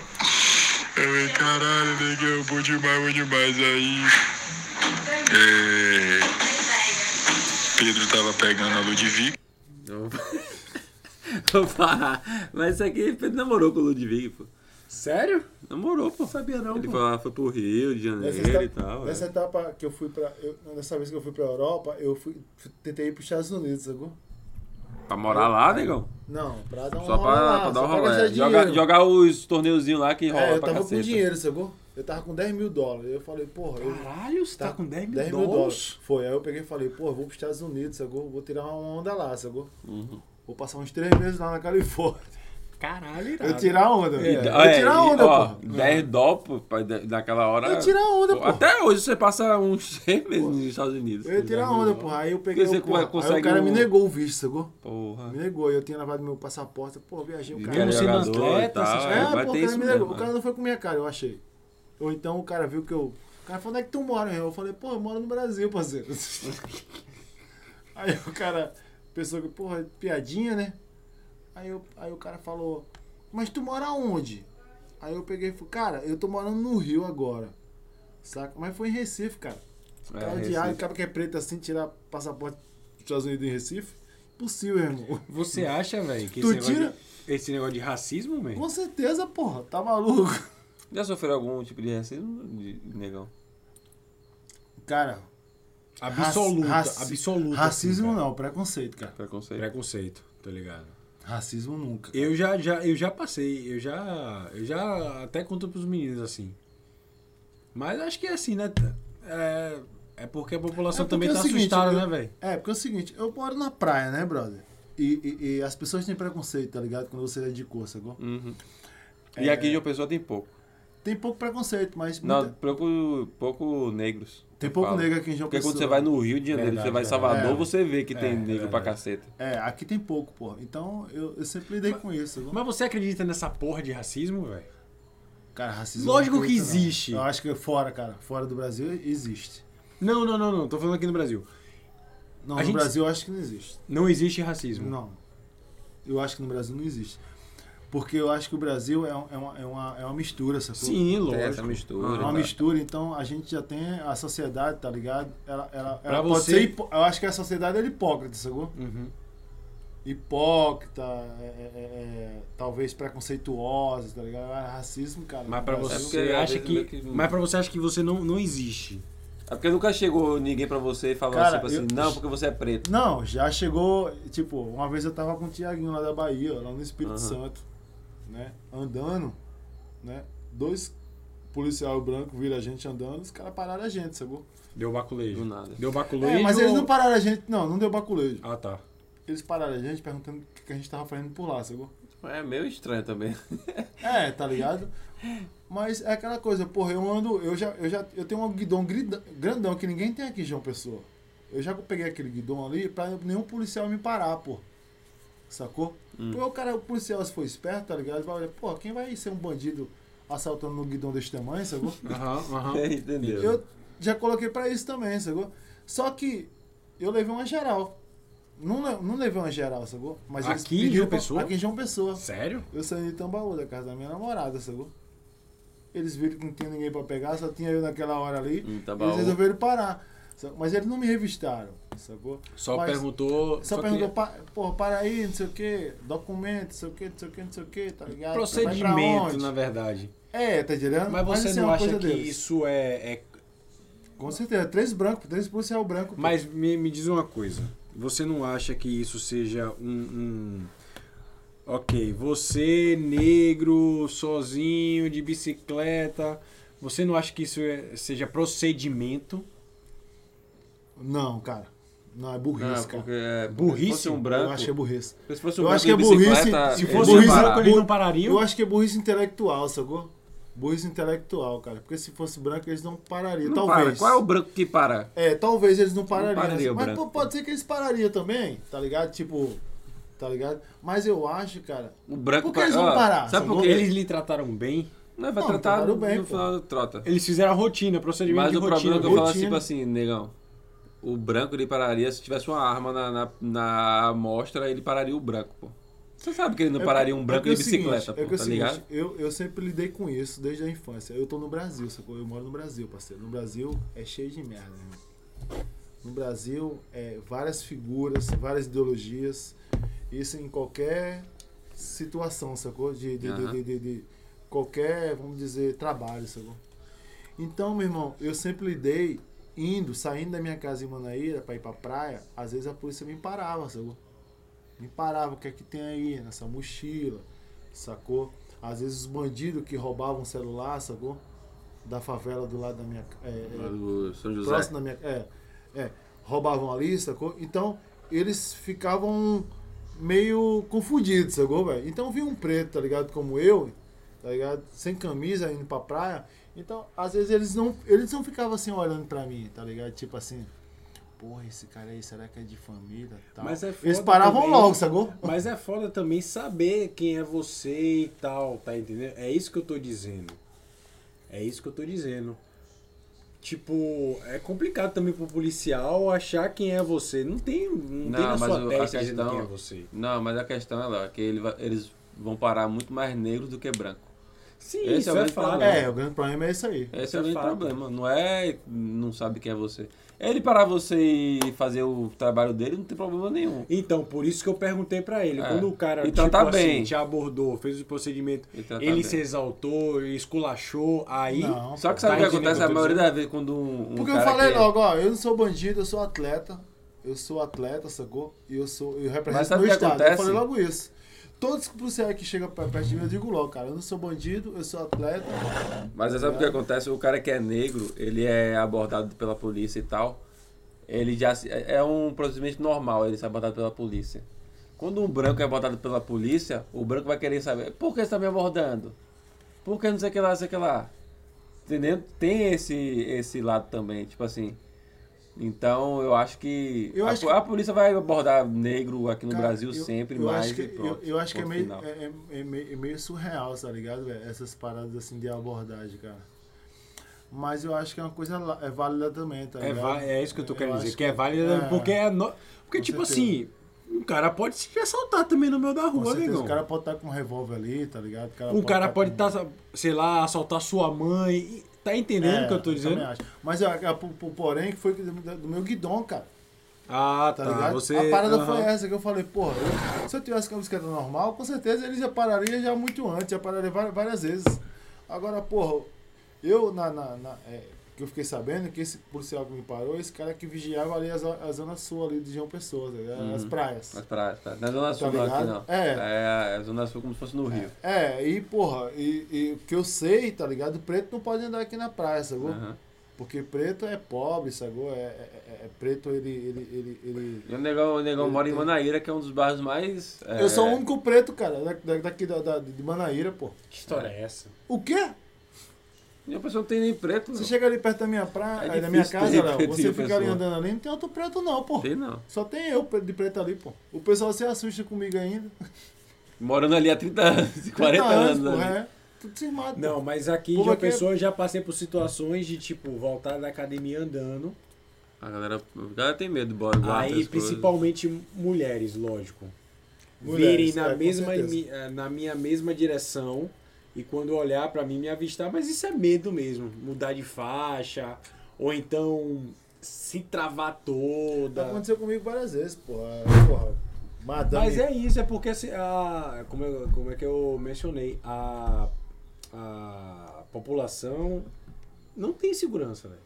[SPEAKER 6] Eu falei, caralho, negão, bom demais, bom demais. Aí. É. Pedro tava pegando a Ludwig.
[SPEAKER 1] Eu vou- (laughs) Vou parar. Mas isso aqui ele namorou com o Ludwig, pô.
[SPEAKER 2] Sério?
[SPEAKER 1] Namorou, pô. Sabia não. Ele foi, lá, foi pro Rio de Janeiro
[SPEAKER 3] Nessa
[SPEAKER 1] e
[SPEAKER 3] etapa,
[SPEAKER 1] tal.
[SPEAKER 3] nessa
[SPEAKER 1] é.
[SPEAKER 3] etapa que eu fui pra. Eu, nessa vez que eu fui pra Europa, eu fui, f- tentei ir pros Estados Unidos, sacou?
[SPEAKER 1] Pra morar lá, negão.
[SPEAKER 3] Não, pra dar um
[SPEAKER 1] Só pra,
[SPEAKER 3] rolê lá,
[SPEAKER 1] pra dar
[SPEAKER 3] só
[SPEAKER 1] um rolê.
[SPEAKER 3] gastar
[SPEAKER 1] Jogar,
[SPEAKER 3] dinheiro.
[SPEAKER 1] jogar os torneuzinhos lá que rola
[SPEAKER 3] É, eu
[SPEAKER 1] pra
[SPEAKER 3] tava
[SPEAKER 1] caceta.
[SPEAKER 3] com dinheiro, sacou? Eu tava com 10 mil dólares. Eu falei, porra, eu,
[SPEAKER 2] Caralho, você tá, com 10 mil,
[SPEAKER 3] 10 mil
[SPEAKER 2] dólares?
[SPEAKER 3] dólares. Foi, aí eu peguei e falei, pô, eu vou pros Estados Unidos, sacou? Vou tirar uma onda lá, sacou? Vou passar uns três meses lá na Califórnia.
[SPEAKER 2] Caralho,
[SPEAKER 3] Eu
[SPEAKER 2] irado.
[SPEAKER 3] tirar onda.
[SPEAKER 1] E-
[SPEAKER 3] Eu
[SPEAKER 1] é,
[SPEAKER 3] tirar
[SPEAKER 1] e,
[SPEAKER 3] onda,
[SPEAKER 1] ó,
[SPEAKER 3] pô.
[SPEAKER 1] 10 dó, pô, pra- de- naquela hora.
[SPEAKER 3] Eu ia tirar onda, pô.
[SPEAKER 1] Até hoje você passa (laughs) uns 100 meses nos Estados Unidos. né?
[SPEAKER 3] Eu ia tirar onda, porra. Aí eu peguei.
[SPEAKER 1] Quer dizer,
[SPEAKER 3] eu, porra,
[SPEAKER 1] consegue
[SPEAKER 3] aí o cara
[SPEAKER 1] um-
[SPEAKER 3] me negou o visto, sacou?
[SPEAKER 1] Porra.
[SPEAKER 3] Me negou. Eu tinha lavado meu passaporte. Pô, viajei o
[SPEAKER 1] Ele
[SPEAKER 3] cara.
[SPEAKER 1] é
[SPEAKER 2] Mesmo sendo
[SPEAKER 1] jogador e
[SPEAKER 2] atleta,
[SPEAKER 1] tal,
[SPEAKER 2] essas
[SPEAKER 3] É,
[SPEAKER 1] é,
[SPEAKER 3] pô,
[SPEAKER 1] vai ter
[SPEAKER 3] o cara
[SPEAKER 1] isso
[SPEAKER 3] me
[SPEAKER 1] mesmo,
[SPEAKER 3] negou. O
[SPEAKER 1] né?
[SPEAKER 3] cara não foi com minha cara, eu achei. Ou então o cara viu que eu. O cara falou, onde é que tu mora, meu? Eu falei, pô, eu moro no Brasil, parceiro. (laughs) aí o cara pensou que, porra, piadinha, né? Aí, eu, aí o cara falou, mas tu mora onde? Aí eu peguei e falei, cara, eu tô morando no Rio agora. Saca? Mas foi em Recife, cara. O cara
[SPEAKER 1] É,
[SPEAKER 3] de ar, o
[SPEAKER 1] Recife.
[SPEAKER 3] cara que é preto assim, tirar passaporte dos Estados Unidos em Recife. Impossível, irmão.
[SPEAKER 1] (laughs)
[SPEAKER 2] Você acha, velho, que
[SPEAKER 3] Tu
[SPEAKER 2] esse negócio,
[SPEAKER 3] tira-
[SPEAKER 2] de, esse negócio de racismo, velho?
[SPEAKER 3] Com certeza, porra, tá maluco.
[SPEAKER 1] Já sofreu algum tipo de racismo, de- negão?
[SPEAKER 3] Cara,
[SPEAKER 2] Absoluto,
[SPEAKER 3] Raci-
[SPEAKER 2] absoluto.
[SPEAKER 3] Racismo
[SPEAKER 2] assim, cara.
[SPEAKER 3] não, preconceito, cara.
[SPEAKER 1] Preconceito.
[SPEAKER 2] Preconceito, tá ligado?
[SPEAKER 3] Racismo nunca.
[SPEAKER 2] Eu já, já, eu já passei, eu já, eu já até conto pros meninos assim. Mas acho que é assim, né? É, é porque a população
[SPEAKER 3] É porque
[SPEAKER 2] também
[SPEAKER 3] é o
[SPEAKER 2] tá
[SPEAKER 3] seguinte,
[SPEAKER 2] assustada,
[SPEAKER 3] eu-
[SPEAKER 2] né, velho?
[SPEAKER 3] É, porque é o seguinte, eu moro na praia, né, brother? E, e- e as pessoas têm preconceito, tá ligado? Quando você é de cor, sacou?
[SPEAKER 2] Hum.
[SPEAKER 1] Uhum.
[SPEAKER 2] É,
[SPEAKER 1] E aqui de uma pessoa tem pouco.
[SPEAKER 3] Tem pouco preconceito, mas.
[SPEAKER 1] Não,
[SPEAKER 3] muita-
[SPEAKER 1] pouco, pouco negros.
[SPEAKER 3] Tem
[SPEAKER 1] eu
[SPEAKER 3] pouco
[SPEAKER 1] falo.
[SPEAKER 3] negro aqui em João
[SPEAKER 1] Porque quando
[SPEAKER 3] Pessoa.
[SPEAKER 1] você vai no Rio de Janeiro,
[SPEAKER 2] Verdade,
[SPEAKER 1] você vai em
[SPEAKER 2] é.
[SPEAKER 1] Salvador,
[SPEAKER 3] É.
[SPEAKER 1] você vê que tem
[SPEAKER 2] É,
[SPEAKER 1] negro pra
[SPEAKER 2] verdade.
[SPEAKER 1] caceta.
[SPEAKER 3] É, aqui tem pouco, porra. Então eu, eu sempre lidei com isso. sacou?
[SPEAKER 2] Mas você acredita nessa porra de racismo, velho?
[SPEAKER 3] Cara, racismo.
[SPEAKER 2] Lógico
[SPEAKER 3] não
[SPEAKER 2] que
[SPEAKER 3] acredito, não.
[SPEAKER 2] existe.
[SPEAKER 3] Eu acho que fora, cara. Fora do Brasil existe.
[SPEAKER 2] Não, não, não, não. Tô falando aqui no Brasil.
[SPEAKER 3] Não,
[SPEAKER 2] A
[SPEAKER 3] no
[SPEAKER 2] gente-
[SPEAKER 3] Brasil eu acho que não existe.
[SPEAKER 2] Não existe racismo.
[SPEAKER 3] Não. Eu acho que no Brasil não existe. Porque eu acho que o Brasil é, um- é uma, é, uma, é uma mistura, sacou?
[SPEAKER 2] Sim,
[SPEAKER 1] Tem
[SPEAKER 2] lógico.
[SPEAKER 1] essa mistura.
[SPEAKER 3] É
[SPEAKER 1] e
[SPEAKER 3] uma
[SPEAKER 1] tal.
[SPEAKER 3] mistura, então a gente já tem a sociedade, tá ligado? Ela, ela,
[SPEAKER 2] Pra
[SPEAKER 3] ela pode
[SPEAKER 2] você-
[SPEAKER 3] ser. hipo- Eu acho que a sociedade é hipócrita, sacou?
[SPEAKER 2] Uhum.
[SPEAKER 3] Hipócrita, é, é, é, é, talvez preconceituosa, tá ligado? Ah, Racismo, cara. é
[SPEAKER 2] Mas
[SPEAKER 3] no
[SPEAKER 2] pra
[SPEAKER 3] Brasil-
[SPEAKER 1] porque,
[SPEAKER 2] você
[SPEAKER 1] às
[SPEAKER 2] acha
[SPEAKER 1] vezes,
[SPEAKER 2] que,
[SPEAKER 1] meio que-
[SPEAKER 2] mas para você acha que você não, não existe.
[SPEAKER 1] É porque nunca chegou ninguém pra você e falou
[SPEAKER 3] Cara,
[SPEAKER 1] tipo assim,
[SPEAKER 3] eu-
[SPEAKER 1] não, porque você é preto.
[SPEAKER 3] Não, já chegou, tipo, uma vez eu tava com o Tiaguinho lá da Bahia, lá no Espírito
[SPEAKER 1] Aham.
[SPEAKER 3] Santo, né? Andando, né? Dois policial branco viram a gente andando, os caras pararam a gente, sacou?
[SPEAKER 2] Deu
[SPEAKER 1] Do
[SPEAKER 2] baculejo.
[SPEAKER 1] nada.
[SPEAKER 2] Deu baculejo.
[SPEAKER 3] É, mas eles não pararam a gente, não, não deu baculejo.
[SPEAKER 2] Ah, tá.
[SPEAKER 3] Eles pararam a gente perguntando o que que a gente tava fazendo por lá, sacou?
[SPEAKER 1] É meio estranho também.
[SPEAKER 3] É, tá ligado? Mas é aquela coisa, porra, eu ando, eu já, eu já, eu tenho um guidão grida- grandão que ninguém tem aqui em João Pessoa. Eu já peguei aquele guidão ali pra nenhum policial me parar, pô. Sacou?
[SPEAKER 2] Hum.
[SPEAKER 3] Porque o cara, o policial se for esperto, tá ligado? Vai olhar, pô, quem vai ser um bandido assaltando no guidão desse
[SPEAKER 2] (laughs)
[SPEAKER 3] tamanho, sacou?
[SPEAKER 2] Aham,
[SPEAKER 3] (laughs)
[SPEAKER 2] aham.
[SPEAKER 3] É,
[SPEAKER 1] Entendeu?
[SPEAKER 3] Eu já coloquei pra isso também, sacou? Só que eu levei uma geral. Não, le- não levei uma geral, sacou? Mas eles
[SPEAKER 2] Aqui em
[SPEAKER 3] pediram
[SPEAKER 2] João
[SPEAKER 3] pra-
[SPEAKER 2] Pessoa?
[SPEAKER 3] Aqui em João Pessoa.
[SPEAKER 2] Sério?
[SPEAKER 3] Eu saí de Tambaú, da casa da minha namorada, sacou? Eles viram que não tinha ninguém pra pegar, só tinha eu naquela hora ali.
[SPEAKER 1] Em Tambaú.
[SPEAKER 3] eles resolveram parar. sacou? Mas eles não me revistaram, sacou?
[SPEAKER 2] Só
[SPEAKER 3] Mas
[SPEAKER 2] perguntou.
[SPEAKER 3] Só,
[SPEAKER 2] que-
[SPEAKER 3] perguntou, pa, porra, para aí, não sei o quê, documento, não sei o quê, não sei o quê, não sei o quê, tá ligado? Vai pra
[SPEAKER 2] procedimento,
[SPEAKER 3] onde?
[SPEAKER 2] na verdade.
[SPEAKER 3] É, tá entendendo?
[SPEAKER 2] Mas você
[SPEAKER 3] isso é
[SPEAKER 2] não
[SPEAKER 3] uma
[SPEAKER 2] acha
[SPEAKER 3] coisa
[SPEAKER 2] que
[SPEAKER 3] deles.
[SPEAKER 2] isso é. é-
[SPEAKER 3] Com certeza, três brancos, três policial branco. pô.
[SPEAKER 2] Mas me, me diz uma coisa. Você não acha que isso seja um. um- Ok, você negro, sozinho, de bicicleta. Você não acha que isso é- seja procedimento?
[SPEAKER 3] Não, cara. Não, é burrice,
[SPEAKER 1] Não,
[SPEAKER 3] cara.
[SPEAKER 1] porque é,
[SPEAKER 2] Burrice?
[SPEAKER 1] Se fosse um
[SPEAKER 3] Eu
[SPEAKER 1] branco.
[SPEAKER 3] acho que é burrice.
[SPEAKER 1] Se fosse um
[SPEAKER 3] Eu
[SPEAKER 1] branco
[SPEAKER 3] acho que é
[SPEAKER 1] de
[SPEAKER 3] burrice.
[SPEAKER 1] bicicleta,
[SPEAKER 3] Se um
[SPEAKER 1] ele
[SPEAKER 2] fosse
[SPEAKER 1] ia
[SPEAKER 3] burrice,
[SPEAKER 1] parar.
[SPEAKER 2] eles não
[SPEAKER 3] Eu
[SPEAKER 2] parariam?
[SPEAKER 3] acho que é burrice intelectual, sacou? Burrice intelectual, cara. Porque se fosse branco, eles não parariam.
[SPEAKER 1] Não para.
[SPEAKER 3] talvez.
[SPEAKER 1] Qual é o branco que para?
[SPEAKER 3] É, talvez eles não parariam.
[SPEAKER 1] pararia o
[SPEAKER 3] mas
[SPEAKER 1] branco.
[SPEAKER 3] pô, pode ser que eles parariam também, tá ligado? Tipo, tá ligado? Mas eu acho, cara.
[SPEAKER 1] O branco é,
[SPEAKER 3] Por que eles vão
[SPEAKER 1] ó,
[SPEAKER 3] parar?
[SPEAKER 1] Sabe por
[SPEAKER 3] Sacou?
[SPEAKER 1] quê?
[SPEAKER 2] Eles lhe trataram bem?
[SPEAKER 1] Não, vai
[SPEAKER 3] Não,
[SPEAKER 1] tratar
[SPEAKER 3] trataram
[SPEAKER 1] no,
[SPEAKER 3] bem,
[SPEAKER 1] no
[SPEAKER 3] pô.
[SPEAKER 1] final trota.
[SPEAKER 2] Eles fizeram a rotina, procedimento
[SPEAKER 1] Mas
[SPEAKER 2] de
[SPEAKER 1] o
[SPEAKER 2] rotina.
[SPEAKER 1] problema é que eu falo
[SPEAKER 3] rotina.
[SPEAKER 1] tipo assim, negão. O branco ele pararia se tivesse uma arma na, na, na amostra, ele pararia o branco, pô. Você sabe que ele não
[SPEAKER 3] É
[SPEAKER 1] pararia
[SPEAKER 3] que-
[SPEAKER 1] um
[SPEAKER 3] é
[SPEAKER 1] branco
[SPEAKER 3] que é o
[SPEAKER 1] de bicicleta,
[SPEAKER 3] seguinte,
[SPEAKER 1] pô,
[SPEAKER 3] é que é o
[SPEAKER 1] tá
[SPEAKER 3] seguinte,
[SPEAKER 1] ligado?
[SPEAKER 3] Eu, eu sempre lidei com isso desde a infância. Eu tô no Brasil, sacou? Eu moro no Brasil, parceiro. No Brasil é cheio de merda, irmão. No Brasil, é, várias figuras, várias ideologias. Isso em qualquer situação, sacou? De, de, de-
[SPEAKER 1] Aham.
[SPEAKER 3] de- de- de qualquer, vamos dizer, trabalho, sacou? Então, meu irmão, eu sempre lidei indo, saindo da minha casa em Manaíra pra ir pra praia. Às vezes a polícia me parava, sacou? Me parava, o que é que tem aí nessa mochila, sacou? Às vezes os bandidos que roubavam celular, sacou? Da favela do lado da minha. ca- é, é,
[SPEAKER 1] Lá do São José.
[SPEAKER 3] próximo da minha. É, é, roubavam ali, sacou? Então, eles ficavam meio confundidos, sacou, velho? Então, vi um preto, tá ligado? Como eu, tá ligado? Sem camisa, indo pra praia. Então, às vezes eles não, eles não ficavam assim olhando pra mim, tá ligado? Tipo assim, porra, esse cara aí, será que é de família? Tal.
[SPEAKER 2] Mas é
[SPEAKER 3] eles
[SPEAKER 2] foda
[SPEAKER 3] paravam
[SPEAKER 2] também.
[SPEAKER 3] logo, sacou?
[SPEAKER 2] Mas é foda também saber quem é você e tal, tá entendendo? É isso que eu tô dizendo. É isso que eu tô dizendo. Tipo, é complicado também pro policial achar quem é você. Não tem, não tem
[SPEAKER 1] Não,
[SPEAKER 2] na
[SPEAKER 1] mas
[SPEAKER 2] sua
[SPEAKER 1] o- a
[SPEAKER 2] testa dizendo
[SPEAKER 1] questão-
[SPEAKER 2] quem é você.
[SPEAKER 1] Não, mas a questão é lá, que ele vai- eles vão parar muito mais negros do que branco.
[SPEAKER 2] Sim,
[SPEAKER 1] Esse
[SPEAKER 2] isso
[SPEAKER 1] é o
[SPEAKER 2] é,
[SPEAKER 1] grande
[SPEAKER 2] fato.
[SPEAKER 1] problema.
[SPEAKER 3] É, o grande problema é isso aí.
[SPEAKER 1] Esse
[SPEAKER 2] Isso
[SPEAKER 1] é
[SPEAKER 2] é
[SPEAKER 1] o grande
[SPEAKER 2] fato.
[SPEAKER 1] problema. Não é não sabe quem é você. Ele parar você e fazer o trabalho dele não tem problema nenhum.
[SPEAKER 2] Então, por isso que eu perguntei pra ele.
[SPEAKER 1] É.
[SPEAKER 2] Quando o cara
[SPEAKER 1] E tratar
[SPEAKER 2] assim,
[SPEAKER 1] bem.
[SPEAKER 2] te abordou, fez o procedimento,
[SPEAKER 1] E tratar
[SPEAKER 2] ele
[SPEAKER 1] bem.
[SPEAKER 2] se exaltou, esculachou, aí.
[SPEAKER 3] Não.
[SPEAKER 1] Só que sabe o
[SPEAKER 2] Tá
[SPEAKER 1] que acontece
[SPEAKER 2] entendendo o
[SPEAKER 1] a
[SPEAKER 2] que eu tô
[SPEAKER 1] maioria
[SPEAKER 2] dizendo?
[SPEAKER 1] das vezes quando um, um
[SPEAKER 3] Porque eu
[SPEAKER 1] cara
[SPEAKER 3] falei
[SPEAKER 1] que é-
[SPEAKER 3] logo, ó, eu não sou bandido, eu sou atleta. Eu sou atleta, sacou? E eu sou. Eu
[SPEAKER 1] Mas
[SPEAKER 3] represento
[SPEAKER 1] sabe o
[SPEAKER 3] meu
[SPEAKER 1] que
[SPEAKER 3] estado. Eu
[SPEAKER 1] acontece?
[SPEAKER 3] falei logo isso. Todos os policiais que chegam pra perto de mim, eu digo logo, cara, eu não sou bandido, eu sou atleta.
[SPEAKER 1] Mas sabe o que acontece? O cara que é negro, ele é abordado pela é polícia e tal. Ele já se- é um procedimento normal ele ser abordado pela polícia. Quando um branco é abordado pela polícia, o branco vai querer saber por que você está me abordando? Por que não sei o que lá, não sei o que lá? Entendeu? Tem esse, esse lado também, tipo assim. Então eu acho que,
[SPEAKER 3] Eu
[SPEAKER 1] a,
[SPEAKER 3] acho
[SPEAKER 1] po- a polícia vai abordar negro aqui no
[SPEAKER 3] Cara,
[SPEAKER 1] Brasil
[SPEAKER 3] eu-
[SPEAKER 1] sempre
[SPEAKER 3] eu
[SPEAKER 1] mais.
[SPEAKER 3] Acho que,
[SPEAKER 1] e pronto,
[SPEAKER 3] eu, eu acho que é
[SPEAKER 1] ponto
[SPEAKER 3] meio,
[SPEAKER 1] final.
[SPEAKER 3] é, é- é meio, é meio surreal, tá ligado? velho? Essas paradas assim de abordagem, cara. Mas eu acho que é uma coisa lá- é válida também, tá
[SPEAKER 2] É,
[SPEAKER 3] ligado?
[SPEAKER 2] va- é isso que eu tô querendo
[SPEAKER 3] acho
[SPEAKER 2] dizer, que é válida,
[SPEAKER 3] é.
[SPEAKER 2] porque é. no- Porque,
[SPEAKER 3] Com
[SPEAKER 2] tipo
[SPEAKER 3] certeza.
[SPEAKER 2] assim, um cara pode se assaltar também no meio da
[SPEAKER 3] Com
[SPEAKER 2] rua,
[SPEAKER 3] certeza,
[SPEAKER 2] negão.
[SPEAKER 3] o cara pode estar com um revólver ali, tá ligado? O cara
[SPEAKER 2] Um cara
[SPEAKER 3] tá
[SPEAKER 2] pode
[SPEAKER 3] com-
[SPEAKER 2] estar, sei lá, assaltar sua mãe. e- Tá entendendo o que eu tô
[SPEAKER 3] É, também
[SPEAKER 2] dizendo?
[SPEAKER 3] acho. Mas a, a- po- po- porém que foi do, do meu guidão, cara.
[SPEAKER 2] Ah,
[SPEAKER 3] Tá
[SPEAKER 2] tá.
[SPEAKER 3] ligado?
[SPEAKER 2] Você,
[SPEAKER 3] a parada
[SPEAKER 2] aham.
[SPEAKER 3] foi essa que eu falei, porra, eu- se eu tivesse com a bicicleta normal, com certeza ele já pararia já muito antes, já pararia várias, várias vezes. Agora, porra, eu na. na- na- é, que eu fiquei sabendo que esse policial que me parou, esse cara que vigiava ali a, zo- a zona sul ali de João Pessoa, tá ligado? as praias.
[SPEAKER 1] Mas pra, pra, na Zona Sul tá. não, aqui
[SPEAKER 3] ligado?
[SPEAKER 1] não.
[SPEAKER 3] É.
[SPEAKER 1] é a Zona Sul como se fosse no Rio.
[SPEAKER 3] É, e porra, e, e o que eu sei, tá ligado? Preto não pode andar aqui na praia, sacou?
[SPEAKER 1] Aham.
[SPEAKER 3] Porque preto é pobre, sacou? É, é- é- é preto, ele. ele, ele, ele-
[SPEAKER 1] E o negão, o negão mora em Manaíra, que é um dos bairros mais. é,
[SPEAKER 3] Eu sou um- o único preto, cara, da- da- daqui da, da- de Manaíra, pô.
[SPEAKER 2] Que história é essa?
[SPEAKER 3] O quê?
[SPEAKER 1] E a pessoa não tem nem preto, não.
[SPEAKER 3] Você chega ali perto da minha praia,
[SPEAKER 1] É
[SPEAKER 3] aí da minha
[SPEAKER 1] difícil
[SPEAKER 3] casa,
[SPEAKER 1] ter
[SPEAKER 3] Léo,
[SPEAKER 1] preto
[SPEAKER 3] você
[SPEAKER 1] de
[SPEAKER 3] fica ali
[SPEAKER 1] pessoa.
[SPEAKER 3] andando ali, não tem outro preto não, pô.
[SPEAKER 1] Tem não.
[SPEAKER 3] Só tem eu preto- de preto ali, pô. O pessoal se assusta comigo ainda. (laughs)
[SPEAKER 1] Morando ali há 30 anos, 40 anos.
[SPEAKER 3] anos,
[SPEAKER 1] né?
[SPEAKER 3] pô, é. Tudo cismado.
[SPEAKER 2] Não,
[SPEAKER 3] Não.
[SPEAKER 2] mas aqui
[SPEAKER 3] Pô,
[SPEAKER 2] já
[SPEAKER 3] mas é que-
[SPEAKER 2] pessoa eu já passei por situações de, tipo, voltar da academia andando.
[SPEAKER 1] A galera, a galera tem medo, bora. guarda
[SPEAKER 2] aí,
[SPEAKER 1] as coisas.
[SPEAKER 2] principalmente mulheres, lógico.
[SPEAKER 3] Mulheres,
[SPEAKER 2] virem na,
[SPEAKER 3] é, com
[SPEAKER 2] mesma,
[SPEAKER 3] certeza.
[SPEAKER 2] mi- eh, na minha mesma direção e quando olhar pra mim me avistar, mas isso é medo mesmo. Mudar de faixa, ou então se travar toda.
[SPEAKER 3] Tá Aconteceu comigo várias vezes, porra. Porra. Madame.
[SPEAKER 2] Mas é isso, é porque assim, a, como, eu- como é que eu mencionei, a, a população não tem segurança, velho.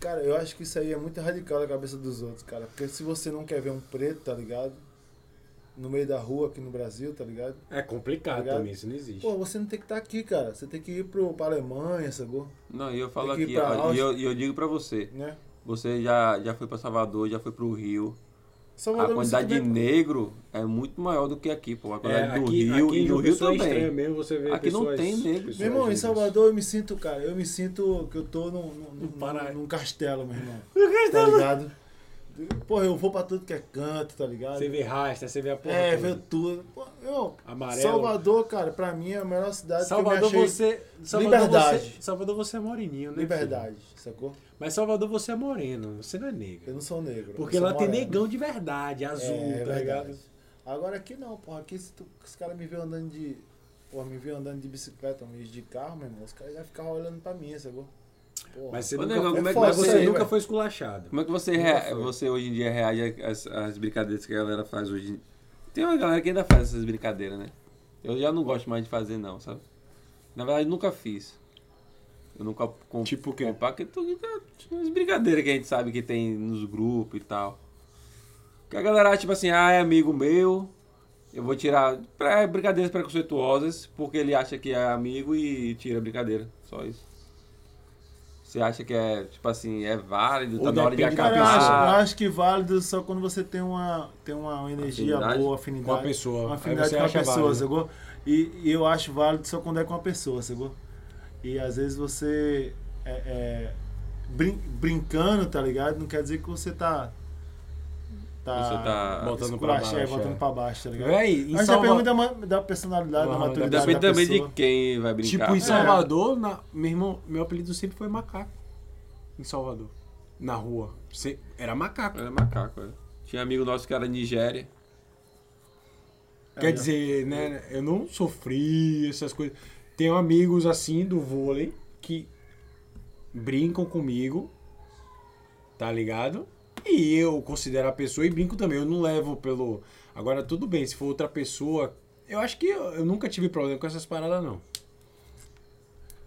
[SPEAKER 3] Cara, eu acho que isso aí é muito radical na cabeça dos outros, cara. Porque se você não quer ver um preto, tá ligado? No meio da rua aqui no Brasil, tá ligado?
[SPEAKER 2] É complicado
[SPEAKER 3] Obrigado.
[SPEAKER 2] também, isso não existe.
[SPEAKER 3] Pô, você não tem que estar aqui, cara. Você tem que ir pro, pra Alemanha, sacou?
[SPEAKER 1] Não, e eu falo
[SPEAKER 3] Tem que
[SPEAKER 1] aqui,
[SPEAKER 3] ir pra
[SPEAKER 1] ó, e
[SPEAKER 3] Áustria.
[SPEAKER 1] eu, e eu digo pra você.
[SPEAKER 3] Né?
[SPEAKER 1] Você já, já foi pra Salvador, já foi pro Rio.
[SPEAKER 3] Só
[SPEAKER 1] A
[SPEAKER 3] mandar
[SPEAKER 1] quantidade de
[SPEAKER 3] música bem-
[SPEAKER 1] negro é muito maior do que aqui, pô. A
[SPEAKER 2] É,
[SPEAKER 1] quantidade do Rio
[SPEAKER 2] aqui em
[SPEAKER 1] e no
[SPEAKER 2] João
[SPEAKER 1] Rio
[SPEAKER 2] Pessoa é
[SPEAKER 1] também.
[SPEAKER 2] estranho mesmo você vê
[SPEAKER 1] Aqui não
[SPEAKER 2] pessoas-
[SPEAKER 1] tem negro.
[SPEAKER 2] pessoas
[SPEAKER 3] Meu irmão, em
[SPEAKER 2] negras.
[SPEAKER 3] Salvador eu me sinto, cara. Eu me sinto que eu tô num, num, num-
[SPEAKER 2] Pará.
[SPEAKER 3] num castelo, meu
[SPEAKER 2] (laughs)
[SPEAKER 3] irmão. Num castelo? Tá ligado? Porra, eu vou pra tudo que é canto, tá ligado?
[SPEAKER 2] Você vê rasta, você vê a porra.
[SPEAKER 3] é,
[SPEAKER 2] toda.
[SPEAKER 3] vê tudo. Pô, eu-
[SPEAKER 2] Amarelo.
[SPEAKER 3] Salvador, cara, pra mim é a melhor cidade que eu
[SPEAKER 2] Salvador
[SPEAKER 3] me achei.
[SPEAKER 2] você. Salvador
[SPEAKER 3] Liberdade.
[SPEAKER 2] Você, Salvador você é moreninho, né?
[SPEAKER 3] Liberdade, sacou?
[SPEAKER 2] filho? Mas Salvador você é moreno, você não é negro.
[SPEAKER 3] Eu não sou negro.
[SPEAKER 2] Porque
[SPEAKER 3] eu sou
[SPEAKER 2] lá tem
[SPEAKER 3] moreno.
[SPEAKER 2] negão de verdade, azul,
[SPEAKER 3] É, é
[SPEAKER 2] tá
[SPEAKER 3] verdade.
[SPEAKER 2] ligado?
[SPEAKER 3] Agora aqui não, porra. Aqui se tu, os caras me vêem andando de. Porra, me vêem andando de bicicleta, me de carro, meu irmão. Os caras já ficavam olhando pra mim, sacou? Porra.
[SPEAKER 2] Mas você
[SPEAKER 1] Ô,
[SPEAKER 2] nunca,
[SPEAKER 1] negão, como é que
[SPEAKER 2] mas
[SPEAKER 1] você-
[SPEAKER 2] você
[SPEAKER 3] aí,
[SPEAKER 2] nunca
[SPEAKER 3] velho.
[SPEAKER 2] foi esculachado.
[SPEAKER 1] Como é que você, rea- você hoje em dia reage às, às brincadeiras que a galera faz hoje? em- Tem uma galera que ainda faz essas brincadeiras, né? Eu já não gosto mais de fazer, não, sabe? Na verdade, nunca fiz. Eu nunca com
[SPEAKER 2] Tipo o quê?
[SPEAKER 1] Compacto, tudo, tá, as brincadeiras que a gente sabe que tem nos grupos e tal. Que a galera, tipo assim, ah, é amigo meu, eu vou tirar. É, brincadeiras preconceituosas, porque ele acha que é amigo e tira a brincadeira. Só isso. Você acha que é, tipo assim, é válido, tá
[SPEAKER 2] Ou
[SPEAKER 1] na hora de
[SPEAKER 2] depende da né?
[SPEAKER 1] acabar.
[SPEAKER 3] Cara, eu acho, eu acho que válido só quando você tem uma, tem uma energia
[SPEAKER 1] Afinidade?
[SPEAKER 3] boa, afinidade.
[SPEAKER 2] Com a pessoa.
[SPEAKER 3] Uma
[SPEAKER 2] Aí
[SPEAKER 3] afinidade
[SPEAKER 2] você
[SPEAKER 3] com a
[SPEAKER 2] acha
[SPEAKER 3] pessoa,
[SPEAKER 2] válido. né?
[SPEAKER 3] sacou? E, e eu acho válido só quando é com a pessoa, sacou? E às vezes você. É, é, brin- brincando, tá ligado? Não quer dizer que você tá. Tá.
[SPEAKER 1] Você tá-
[SPEAKER 2] Botando pra
[SPEAKER 3] esculachando,
[SPEAKER 2] baixo,
[SPEAKER 3] botando
[SPEAKER 2] é.
[SPEAKER 3] pra baixo, tá ligado?
[SPEAKER 2] Véi, em
[SPEAKER 3] Mas
[SPEAKER 2] Salva-
[SPEAKER 3] depende muito da, ma- é da personalidade, da
[SPEAKER 2] Aham,
[SPEAKER 3] maturidade
[SPEAKER 1] Depende
[SPEAKER 3] da
[SPEAKER 1] também
[SPEAKER 3] pessoa.
[SPEAKER 1] de quem vai brincar.
[SPEAKER 2] Tipo, em
[SPEAKER 1] né?
[SPEAKER 2] Salvador, na- meu irmão, meu apelido sempre foi macaco. Em Salvador. Na rua. Se- Era macaco.
[SPEAKER 1] Era É, macaco, era. Tinha amigo nosso que era Nigéria.
[SPEAKER 2] Quer
[SPEAKER 3] É.
[SPEAKER 2] dizer, né? Eu não sofri essas coisas. Tenho amigos assim do vôlei que brincam comigo, tá ligado? E eu considero a pessoa e brinco também. Eu não levo pelo. Agora, tudo bem, se for outra pessoa. Eu acho que eu, eu nunca tive problema com essas paradas, não.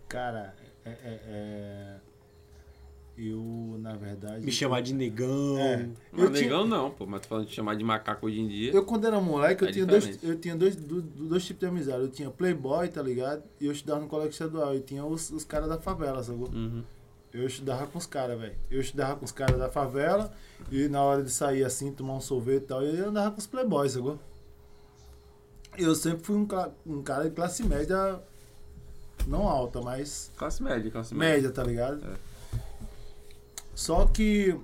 [SPEAKER 3] Cara, é, é- é- Eu, na verdade.
[SPEAKER 2] Me chamar de negão.
[SPEAKER 3] É.
[SPEAKER 1] Mas
[SPEAKER 3] Eu, tinha,
[SPEAKER 1] negão não, pô. Mas tô falando de chamar de macaco hoje em dia.
[SPEAKER 3] eu quando era moleque, eu
[SPEAKER 1] É
[SPEAKER 3] tinha, dois,
[SPEAKER 1] diferente.
[SPEAKER 3] eu tinha dois, du- du- dois tipos de amizade. Eu tinha Playboy, tá ligado? E eu estudava no colégio estadual. E tinha os, os caras da favela, sacou?
[SPEAKER 1] Uhum.
[SPEAKER 3] Eu estudava com os caras, velho. Eu estudava com os caras da favela. E na hora de sair assim, tomar um sorvete e tal, eu andava com os Playboys, sacou? Eu sempre fui um, cla- um cara de classe média, não alta, mas
[SPEAKER 1] Classe média, classe média.
[SPEAKER 3] média, tá ligado?
[SPEAKER 1] assim, É.
[SPEAKER 3] Só que.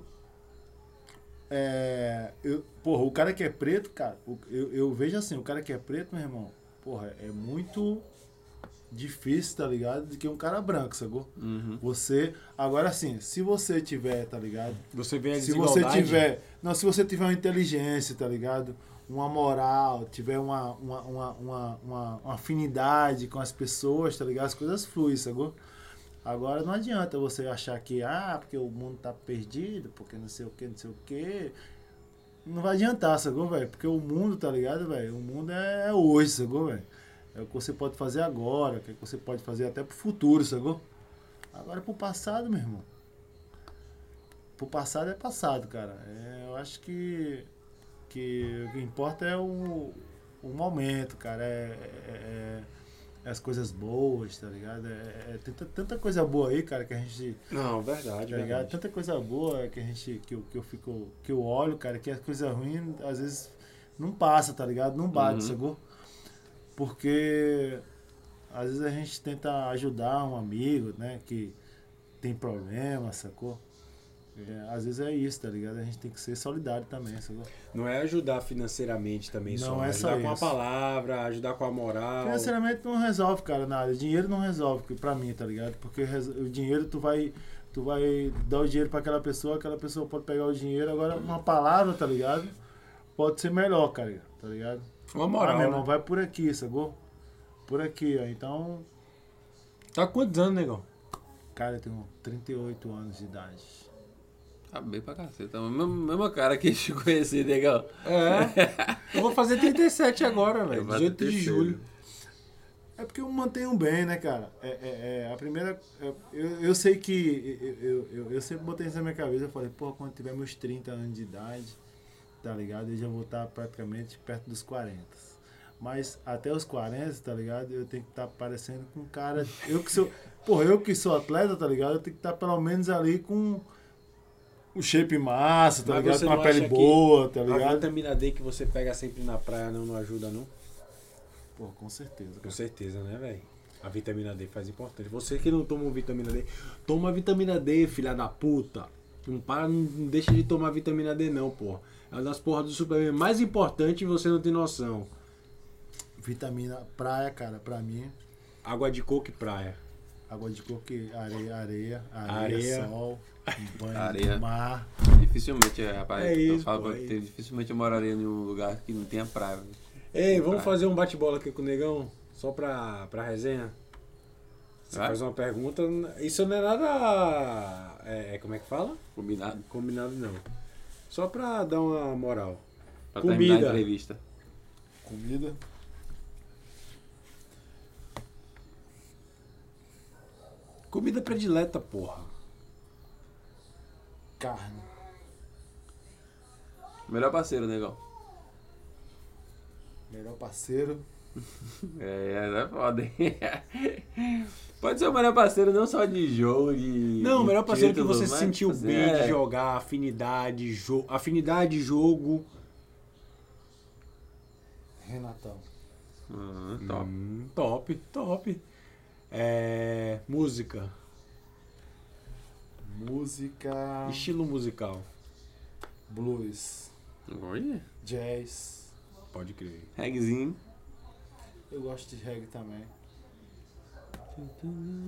[SPEAKER 3] É, eu, porra, o cara que é preto, cara, o- eu, eu vejo assim, o cara que é preto, meu irmão, porra, é muito difícil, tá ligado? De que um cara branco, sacou? Você. Agora assim, se você tiver, tá ligado?
[SPEAKER 2] Você vê a
[SPEAKER 3] se você
[SPEAKER 2] desigualdade.
[SPEAKER 3] tiver não se você tiver uma inteligência tá ligado uma moral tiver uma uma, uma, uma, uma- uma afinidade com as pessoas tá ligado as coisas fluem sacou agora não adianta você achar que ah porque o mundo tá perdido porque não sei o que não sei o que não vai adiantar sacou velho porque o mundo tá ligado velho o mundo é hoje sacou velho é o que você pode fazer agora, o que você pode fazer até pro futuro, sacou? Agora é pro passado, meu irmão. Pro passado é passado, cara. É, eu acho que, que o que importa é o, o momento, cara. É, é- é as coisas boas, tá ligado? É, é- é tanta, tanta coisa boa aí, cara, que a gente.
[SPEAKER 2] Não, verdade,
[SPEAKER 3] Tá ligado? Tanta coisa boa que a gente. Que eu, que eu fico. Que eu olho, cara, que as coisas ruins às vezes não passa, tá ligado? Não bate,
[SPEAKER 2] Uhum.
[SPEAKER 3] sacou? Porque às vezes a gente tenta ajudar um amigo, né? Que tem problema, sacou? É, às vezes é isso, tá ligado? A gente tem que ser solidário também, sacou?
[SPEAKER 2] Não é ajudar financeiramente também
[SPEAKER 3] Não
[SPEAKER 2] só.
[SPEAKER 3] é só
[SPEAKER 2] ajudar com a
[SPEAKER 3] isso.
[SPEAKER 2] palavra, ajudar com a moral.
[SPEAKER 3] Financeiramente não resolve, cara, nada. Dinheiro não resolve que- pra mim, tá ligado? Porque res- o dinheiro tu vai. Tu vai dar o dinheiro pra aquela pessoa, aquela pessoa pode pegar o dinheiro, agora uma palavra, tá ligado? Pode ser melhor, cara, tá ligado?
[SPEAKER 1] Uma
[SPEAKER 3] ah,
[SPEAKER 1] moral.
[SPEAKER 3] meu
[SPEAKER 1] né?
[SPEAKER 3] irmão, vai por aqui, sacou? Por aqui, ó. Então,
[SPEAKER 2] Tá quantos anos, negão?
[SPEAKER 3] cara, eu tenho 38 anos de idade.
[SPEAKER 1] Tá bem pra caceta. Mesma, mesma cara que a gente (laughs) conhecia, legal.
[SPEAKER 2] É. Eu vou fazer 37 agora, velho. 18 de julho.
[SPEAKER 3] É porque eu mantenho bem, né, cara? É, é- é, a primeira. é, eu, eu sei que. Eu, eu, eu, eu sempre botei isso na minha cabeça. Eu falei, pô, quando tiver meus 30 anos de idade, tá ligado? Eu já vou estar praticamente perto dos 40. Mas até os 40, tá ligado? Eu tenho que estar parecendo com um cara. Eu que sou. Porra, eu que sou atleta, tá ligado? Eu tenho que estar pelo menos ali com. O shape massa, tá
[SPEAKER 2] Mas
[SPEAKER 3] ligado?
[SPEAKER 2] você
[SPEAKER 3] Com a
[SPEAKER 2] não
[SPEAKER 3] pele
[SPEAKER 2] acha que
[SPEAKER 3] boa, tá
[SPEAKER 2] A
[SPEAKER 3] ligado?
[SPEAKER 2] vitamina D que você pega sempre na praia não, não ajuda, não?
[SPEAKER 3] Pô, com certeza.
[SPEAKER 2] Com
[SPEAKER 3] Cara.
[SPEAKER 2] certeza, né, velho? A vitamina D faz importante. Você que não toma vitamina D, toma vitamina D, filha da puta. Não para, não deixa de tomar vitamina D, não, porra. É uma das porras do suplemento mais importante e você não tem noção.
[SPEAKER 3] Vitamina praia, cara, pra mim.
[SPEAKER 2] Água de coco e praia.
[SPEAKER 3] Água de coco, e areia, areia, areia,
[SPEAKER 2] Areia.
[SPEAKER 3] sol, um
[SPEAKER 1] (laughs)
[SPEAKER 3] banho
[SPEAKER 1] Areia.
[SPEAKER 3] de mar.
[SPEAKER 1] Dificilmente, rapaz.
[SPEAKER 2] É
[SPEAKER 1] eu
[SPEAKER 2] isso,
[SPEAKER 1] falo
[SPEAKER 2] pô,
[SPEAKER 1] pra
[SPEAKER 2] é
[SPEAKER 1] você, dificilmente eu moraria em um lugar que não tenha praia. velho.
[SPEAKER 2] Ei, vamos
[SPEAKER 1] Praia.
[SPEAKER 2] fazer um bate-bola aqui com o negão? Só pra, pra resenha? Você
[SPEAKER 1] Vai.
[SPEAKER 2] faz uma pergunta. Isso não é nada. É, como é que fala?
[SPEAKER 1] Combinado.
[SPEAKER 2] Combinado não. Só pra dar uma moral.
[SPEAKER 1] Pra terminar
[SPEAKER 2] Comida.
[SPEAKER 1] a entrevista.
[SPEAKER 3] Comida.
[SPEAKER 2] Comida predileta, porra.
[SPEAKER 3] Carne.
[SPEAKER 1] Melhor parceiro, negão.
[SPEAKER 3] Melhor parceiro.
[SPEAKER 1] É, é, é foda, hein? (laughs) Pode ser o melhor parceiro, não só de jogo, de.
[SPEAKER 2] Não, o
[SPEAKER 1] de
[SPEAKER 2] melhor parceiro que
[SPEAKER 1] título,
[SPEAKER 2] você
[SPEAKER 1] mas,
[SPEAKER 2] se sentiu
[SPEAKER 1] assim,
[SPEAKER 2] bem
[SPEAKER 1] é,
[SPEAKER 2] de jogar, afinidade, jogo. Afinidade, jogo.
[SPEAKER 3] Renatão.
[SPEAKER 1] Uhum, top.
[SPEAKER 2] Hum, top, top. É, música.
[SPEAKER 3] Música.
[SPEAKER 2] Estilo musical.
[SPEAKER 3] Blues.
[SPEAKER 1] Hum. Olha.
[SPEAKER 3] Jazz.
[SPEAKER 2] Pode crer.
[SPEAKER 1] Regzinho.
[SPEAKER 3] Eu gosto de reggae também.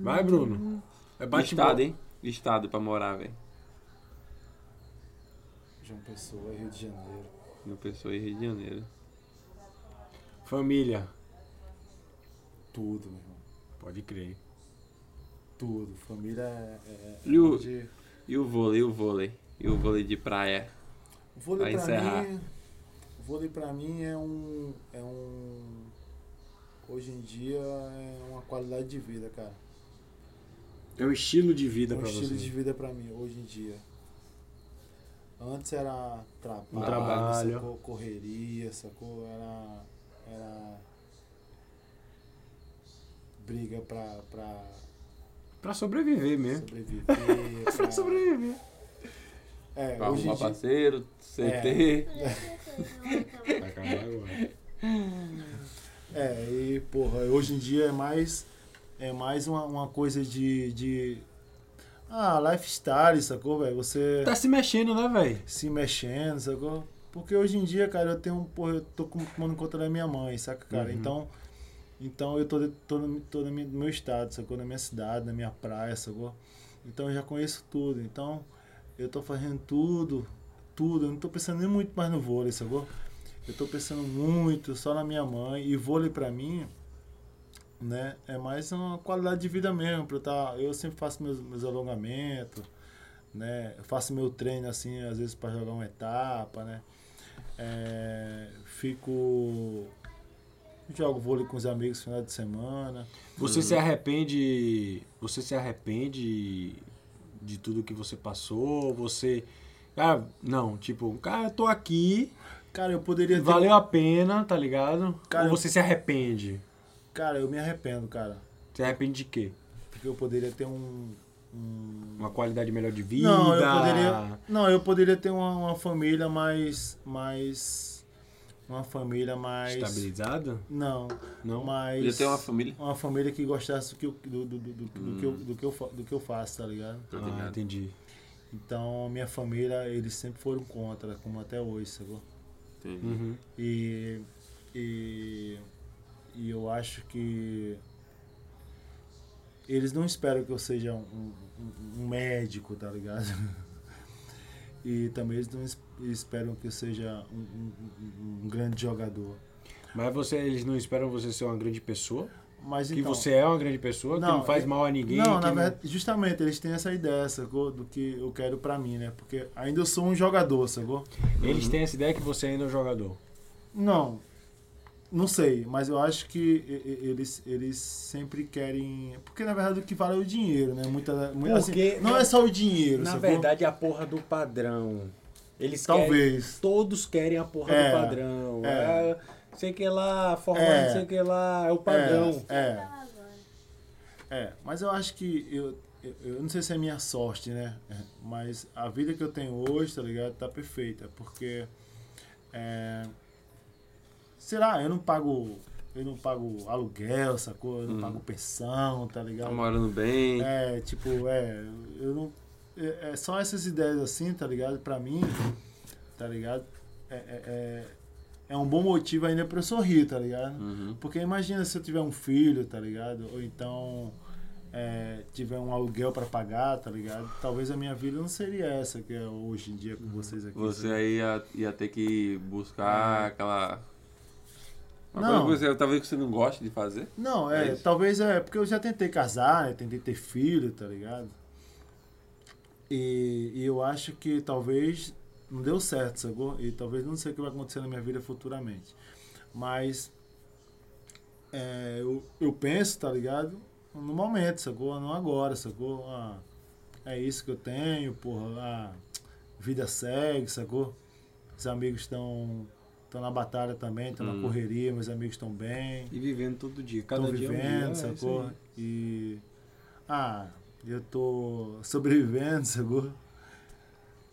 [SPEAKER 2] Vai, Bruno. É
[SPEAKER 1] Estado,
[SPEAKER 2] bate-bola.
[SPEAKER 1] hein? Estado pra morar, velho.
[SPEAKER 3] João Pessoa, Rio de Janeiro.
[SPEAKER 1] Uma pessoa em Rio de Janeiro.
[SPEAKER 2] Família.
[SPEAKER 3] Tudo, meu irmão.
[SPEAKER 2] Pode crer.
[SPEAKER 3] Tudo. Família é. é- é
[SPEAKER 1] E o-
[SPEAKER 3] de...
[SPEAKER 1] E o vôlei, e o vôlei. E o vôlei de praia.
[SPEAKER 3] Vôlei
[SPEAKER 1] Pra
[SPEAKER 3] pra
[SPEAKER 1] encerrar.
[SPEAKER 3] mim. Vôlei pra mim é um. É um. Hoje em dia é uma qualidade de vida, cara.
[SPEAKER 2] É um estilo de vida
[SPEAKER 3] É um
[SPEAKER 2] pra
[SPEAKER 3] estilo
[SPEAKER 2] você.
[SPEAKER 3] de vida pra mim hoje em dia. Antes era trabalho,
[SPEAKER 2] Um trabalho.
[SPEAKER 3] sacou? correria, sacou? Era, era briga pra, pra
[SPEAKER 2] Pra sobreviver mesmo. (laughs)
[SPEAKER 3] sobreviver.
[SPEAKER 2] Pra
[SPEAKER 3] pra-
[SPEAKER 2] sobreviver.
[SPEAKER 3] É,
[SPEAKER 1] Pra
[SPEAKER 3] hoje em
[SPEAKER 1] arrumar
[SPEAKER 3] dia,
[SPEAKER 2] É.
[SPEAKER 1] parceiro, CT.
[SPEAKER 4] Por isso que eu tô
[SPEAKER 2] Vai acabar agora.
[SPEAKER 3] É, e porra, hoje em dia é mais, é mais uma, uma coisa de, de. Ah, lifestyle, sacou, velho? Você
[SPEAKER 2] (laughs) Tá se mexendo, né, velho?
[SPEAKER 3] se mexendo, sacou? Porque hoje em dia, cara, eu tenho. Porra, eu tô com- tomando conta da minha mãe, saca, cara? Então. Então eu tô, de- tô, no, tô no mi- no meu estado, sacou? Na minha cidade, na minha praia, sacou? Então eu já conheço tudo. Então eu tô fazendo tudo, tudo. Eu não tô pensando nem muito mais no vôlei, sacou? Eu tô pensando muito só na minha mãe. E vôlei pra mim, né? É mais uma qualidade de vida mesmo. Pra eu, tá, eu sempre faço meus, meus alongamentos, né? Eu faço meu treino assim, às vezes pra jogar uma etapa, né? É, fico. Jogo vôlei com os amigos no final de semana.
[SPEAKER 2] Você se arrepende. Você se arrepende de tudo que você passou? Você. Cara, não, tipo, cara, eu tô aqui,
[SPEAKER 3] Cara, eu poderia ter.
[SPEAKER 2] valeu a pena, tá ligado?
[SPEAKER 3] Cara,
[SPEAKER 2] Ou você se arrepende?
[SPEAKER 3] Cara, eu me arrependo, cara.
[SPEAKER 2] Se arrepende de quê?
[SPEAKER 3] Porque eu poderia ter um. um-
[SPEAKER 2] Uma qualidade melhor de vida?
[SPEAKER 3] Não, eu poderia. Não, eu poderia ter uma, uma família mais. mais. Uma família mais.
[SPEAKER 2] Estabilizada?
[SPEAKER 3] Não.
[SPEAKER 2] Não?
[SPEAKER 3] Mas.
[SPEAKER 1] Podia ter uma família.
[SPEAKER 3] Uma família que gostasse do que eu, do, do, do, do, do que eu, do, que eu, fa- do que eu faço, tá ligado?
[SPEAKER 1] Tô
[SPEAKER 2] Ah,
[SPEAKER 1] ligado.
[SPEAKER 2] entendi.
[SPEAKER 3] Então, minha família, eles sempre foram contra, como até hoje, sacou?
[SPEAKER 1] Entendi.
[SPEAKER 2] Uhum.
[SPEAKER 3] E, e, e eu acho que eles não esperam que eu seja um, um- um médico, tá ligado? (laughs) E também eles não es- esperam que eu seja um, um- um- um grande jogador.
[SPEAKER 2] Mas você, eles não esperam você ser uma grande pessoa?
[SPEAKER 3] Mas
[SPEAKER 2] que
[SPEAKER 3] então,
[SPEAKER 2] você é uma grande pessoa, que
[SPEAKER 3] Não,
[SPEAKER 2] não faz
[SPEAKER 3] eu-
[SPEAKER 2] mal a ninguém.
[SPEAKER 3] Não,
[SPEAKER 2] que
[SPEAKER 3] na verdade, justamente eles têm essa ideia, sacou? Do que eu quero pra mim, né? Porque ainda eu sou um jogador, sacou?
[SPEAKER 2] Eles têm essa ideia que você ainda é um jogador.
[SPEAKER 3] Não. Não sei, mas eu acho que e- e- eles, eles sempre querem. Porque na verdade o que vale é o dinheiro, né? Muita, muita, assim,
[SPEAKER 2] Porque-
[SPEAKER 3] não é só o dinheiro,
[SPEAKER 2] Na
[SPEAKER 3] sacou?
[SPEAKER 2] verdade, é a porra do padrão. Eles querem,
[SPEAKER 3] Talvez.
[SPEAKER 2] todos querem a porra
[SPEAKER 3] É,
[SPEAKER 2] do padrão.
[SPEAKER 3] é.
[SPEAKER 2] É. sei que lá, forma,
[SPEAKER 3] É.
[SPEAKER 2] sei que lá, é o padrão.
[SPEAKER 3] É, é, é. Mas eu acho que eu, eu, eu não sei se é minha sorte, né? É, Mas a vida que eu tenho hoje, tá ligado? Tá perfeita. Porque. É, sei lá, eu não pago. Eu não pago aluguel, sacou? Eu não pago pensão, tá
[SPEAKER 1] Tá
[SPEAKER 3] ligado?
[SPEAKER 1] morando bem.
[SPEAKER 3] É, tipo, é, eu não. É, é só essas ideias assim, tá ligado? Pra mim, tá ligado? É, é, é, é um bom motivo ainda pra eu sorrir, tá ligado?
[SPEAKER 1] Uhum.
[SPEAKER 3] Porque imagina se eu tiver um filho, tá ligado? Ou então é, tiver um aluguel pra pagar, tá ligado? Talvez a minha vida não seria essa que é hoje em dia com vocês aqui.
[SPEAKER 1] Uhum. Você aí ia, ia ter que
[SPEAKER 2] É.
[SPEAKER 1] buscar aquela. Uma
[SPEAKER 3] Não.
[SPEAKER 1] coisa que você, talvez que você não goste de fazer.
[SPEAKER 3] Não,
[SPEAKER 1] É
[SPEAKER 3] é,
[SPEAKER 1] isso.
[SPEAKER 3] talvez é porque eu já tentei casar, né, tentei ter filho, tá ligado? E, e eu acho que talvez não deu certo, sacou? E talvez não sei o que vai acontecer na minha vida futuramente. Mas é, eu, eu penso, tá ligado? No momento, sacou? Não agora, sacou? Ah, é isso que eu tenho, porra. Ah, vida segue, sacou? Os amigos estão na batalha também, estão na correria, meus amigos estão bem
[SPEAKER 2] E vivendo todo dia. Cada
[SPEAKER 3] estão
[SPEAKER 2] dia
[SPEAKER 3] é. vivendo,
[SPEAKER 2] é um dia, é isso
[SPEAKER 3] sacou?
[SPEAKER 2] aí.
[SPEAKER 3] E. Ah, eu tô sobrevivendo, (laughs) sacou?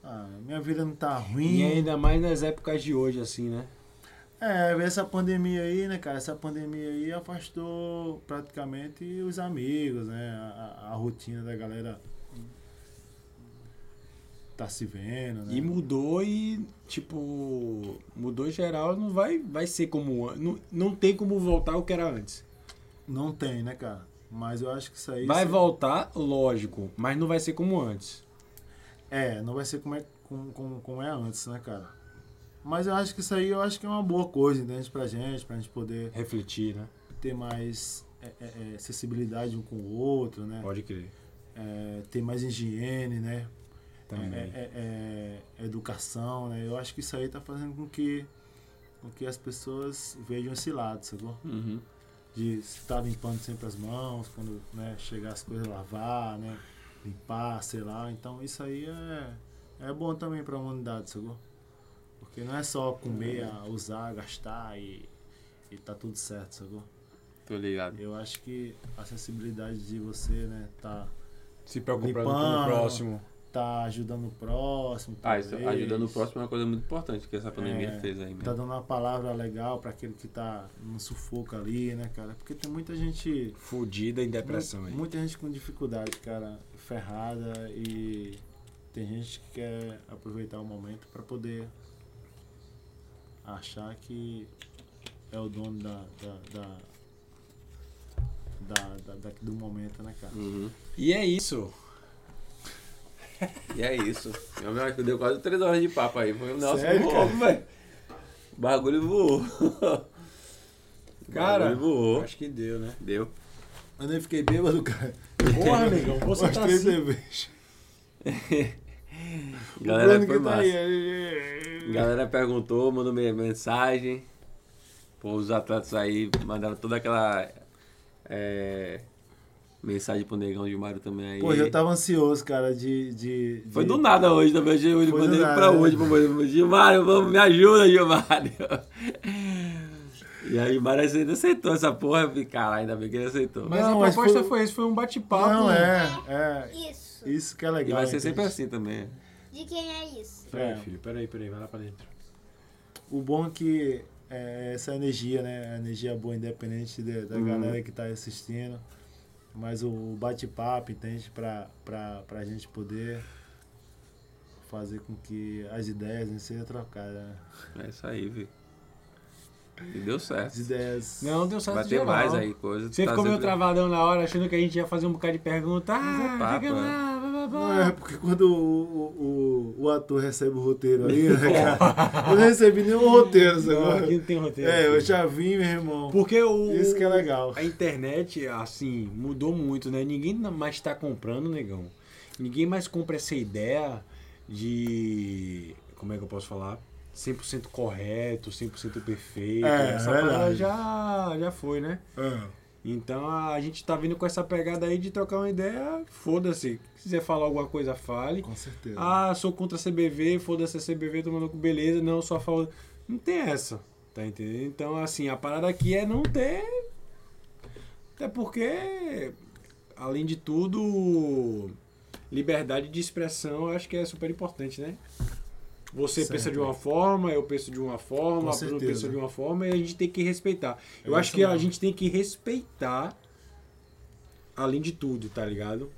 [SPEAKER 3] Ah, minha vida não tá ruim.
[SPEAKER 2] E ainda mais nas épocas de hoje, assim, né?
[SPEAKER 3] É, veio essa pandemia aí, né, cara? Essa pandemia aí afastou praticamente os amigos, né? A, a- a rotina da galera tá se vendo, né?
[SPEAKER 2] E mudou e, tipo, mudou geral, não vai, vai ser como. an- Não, não tem como voltar ao que era antes.
[SPEAKER 3] Não tem, né, cara? Mas eu acho que isso aí.
[SPEAKER 2] Vai
[SPEAKER 3] se-
[SPEAKER 2] voltar, lógico, mas não vai ser como antes.
[SPEAKER 3] É, não vai ser como é, como, como, como é antes, né, cara? Mas eu acho que isso aí eu acho que é uma boa coisa, entende? Pra gente, pra gente poder
[SPEAKER 2] Refletir, né?
[SPEAKER 3] ter mais é, é, é, sensibilidade um com o outro, né?
[SPEAKER 2] Pode crer.
[SPEAKER 3] É, ter mais higiene, né?
[SPEAKER 2] Também.
[SPEAKER 3] É, é, é, educação, né? Eu acho que isso aí tá fazendo com que, com que as pessoas vejam esse lado, sacou?
[SPEAKER 1] Uhum.
[SPEAKER 3] De estar limpando sempre as mãos, quando né, chegar as coisas, lavar, né? Limpar, sei lá. Então isso aí é, é bom também pra humanidade, sacou? Porque não é só comer, a- usar, gastar e, e tá tudo certo, sacou?
[SPEAKER 1] Tô ligado.
[SPEAKER 3] Eu acho que a sensibilidade de você, né, tá
[SPEAKER 2] Se preocupando com
[SPEAKER 3] Limpando.
[SPEAKER 2] o próximo.
[SPEAKER 3] tá ajudando o próximo.
[SPEAKER 1] Ah, isso,
[SPEAKER 3] talvez.
[SPEAKER 1] ajudando o próximo é uma coisa muito importante que essa pandemia
[SPEAKER 3] É,
[SPEAKER 1] fez aí né? mesmo.
[SPEAKER 3] Tá dando uma palavra legal pra aquele que tá no sufoco ali, né, cara? Porque tem muita gente.
[SPEAKER 2] Fudida em depressão
[SPEAKER 3] mu-
[SPEAKER 2] aí.
[SPEAKER 3] Muita gente com dificuldade, cara, ferrada e tem gente que quer aproveitar o momento pra poder achar que é o dono da. da, da- da- da- da- do momento, né, cara?
[SPEAKER 1] Uhum.
[SPEAKER 2] E é isso.
[SPEAKER 1] E é isso. Meu amigo, acho que deu quase três horas de papo aí. Foi o Nelson
[SPEAKER 3] Sério,
[SPEAKER 1] voou,
[SPEAKER 3] cara?
[SPEAKER 1] velho. O bagulho voou.
[SPEAKER 2] Cara,
[SPEAKER 1] O bagulho voou.
[SPEAKER 2] Acho que deu, né?
[SPEAKER 1] Deu.
[SPEAKER 3] Eu nem fiquei bêbado, cara. (laughs)
[SPEAKER 2] Porra, amigão, você
[SPEAKER 3] Umas
[SPEAKER 2] tá
[SPEAKER 3] três
[SPEAKER 2] assim.
[SPEAKER 3] cervejas. o
[SPEAKER 1] Galera,
[SPEAKER 3] Bruno
[SPEAKER 1] foi
[SPEAKER 3] que tá
[SPEAKER 1] massa.
[SPEAKER 3] aí. é- ele-
[SPEAKER 1] Galera perguntou, mandou me- mensagem. Pô, os atletas aí mandaram toda aquela é, mensagem pro Negão de Mário também aí.
[SPEAKER 3] Pô, tá eu tava ansioso, cara, de. de, de...
[SPEAKER 1] Foi do nada hoje também. Eu hoje
[SPEAKER 3] Foi do
[SPEAKER 1] mandei
[SPEAKER 3] nada,
[SPEAKER 1] pra
[SPEAKER 3] né?
[SPEAKER 1] hoje. Pra hoje. Gilmário, vamos, me ajuda, Gilmário. E aí, o Mário ainda aceitou essa porra. Eu falei, caralho, ainda bem que ele aceitou.
[SPEAKER 2] Mas
[SPEAKER 3] Não,
[SPEAKER 2] a
[SPEAKER 3] mas
[SPEAKER 2] proposta
[SPEAKER 3] foi-
[SPEAKER 2] foi isso, foi um bate-papo.
[SPEAKER 3] Não, é,
[SPEAKER 4] Isso.
[SPEAKER 3] é. Isso que é
[SPEAKER 1] E
[SPEAKER 3] legal.
[SPEAKER 1] vai ser sempre
[SPEAKER 3] entende?
[SPEAKER 1] assim também.
[SPEAKER 4] De quem é isso?
[SPEAKER 2] Peraí,
[SPEAKER 3] É.
[SPEAKER 2] filho, peraí, peraí, vai lá pra dentro.
[SPEAKER 3] O bom é que é, essa energia, né? A energia boa, independente de-
[SPEAKER 2] Uhum.
[SPEAKER 3] da galera que tá aí assistindo. Mas o bate-papo, entende? Pra, pra, pra gente poder fazer com que as ideias né, sejam trocadas. Né?
[SPEAKER 1] É isso aí, viu? E deu certo.
[SPEAKER 3] As ideias.
[SPEAKER 2] Não, deu certo
[SPEAKER 1] Vai ter
[SPEAKER 2] geral.
[SPEAKER 1] mais aí, coisa.
[SPEAKER 2] Você
[SPEAKER 1] tá
[SPEAKER 2] ficou meio
[SPEAKER 1] sempre-
[SPEAKER 2] travadão na hora, achando que a gente ia fazer um bocado de pergunta. Ah,
[SPEAKER 1] é papo,
[SPEAKER 2] diga
[SPEAKER 1] é.
[SPEAKER 2] lá, blá, blá, blá.
[SPEAKER 3] Não é, porque quando o, o, o- o ator recebe o roteiro
[SPEAKER 2] (laughs)
[SPEAKER 3] ali, né, cara? Eu não recebi nenhum roteiro,
[SPEAKER 2] Não,
[SPEAKER 3] sabe?
[SPEAKER 2] aqui não tem roteiro.
[SPEAKER 3] É, eu já vim, meu irmão.
[SPEAKER 2] Porque o.
[SPEAKER 3] Isso que é legal.
[SPEAKER 2] A internet, assim, mudou muito, né? Ninguém mais tá comprando, negão. Ninguém mais compra essa ideia de. Como é que eu posso falar? 100% correto, 100% perfeito.
[SPEAKER 3] É,
[SPEAKER 2] essa
[SPEAKER 3] verdade.
[SPEAKER 2] parada já, já foi, né?
[SPEAKER 3] É.
[SPEAKER 2] Então a gente tá vindo com essa pegada aí de trocar uma ideia, foda-se. Se quiser falar alguma coisa, fale.
[SPEAKER 3] Com certeza.
[SPEAKER 2] Ah, sou contra a CBV, foda-se a CBV, tô maluco, beleza, não, só falo. Não tem essa, tá entendendo? Então, assim, a parada aqui é não ter. Até porque, além de tudo, liberdade de expressão eu acho que é super importante, né? Você
[SPEAKER 3] Sempre.
[SPEAKER 2] pensa de uma forma, eu penso de uma forma,
[SPEAKER 3] Com
[SPEAKER 2] a Bruno
[SPEAKER 3] certeza.
[SPEAKER 2] pensa de uma forma e a gente tem que respeitar. Eu
[SPEAKER 3] Eu
[SPEAKER 2] acho
[SPEAKER 3] acho
[SPEAKER 2] que a
[SPEAKER 3] mesmo.
[SPEAKER 2] gente tem que respeitar, além de tudo, tá ligado?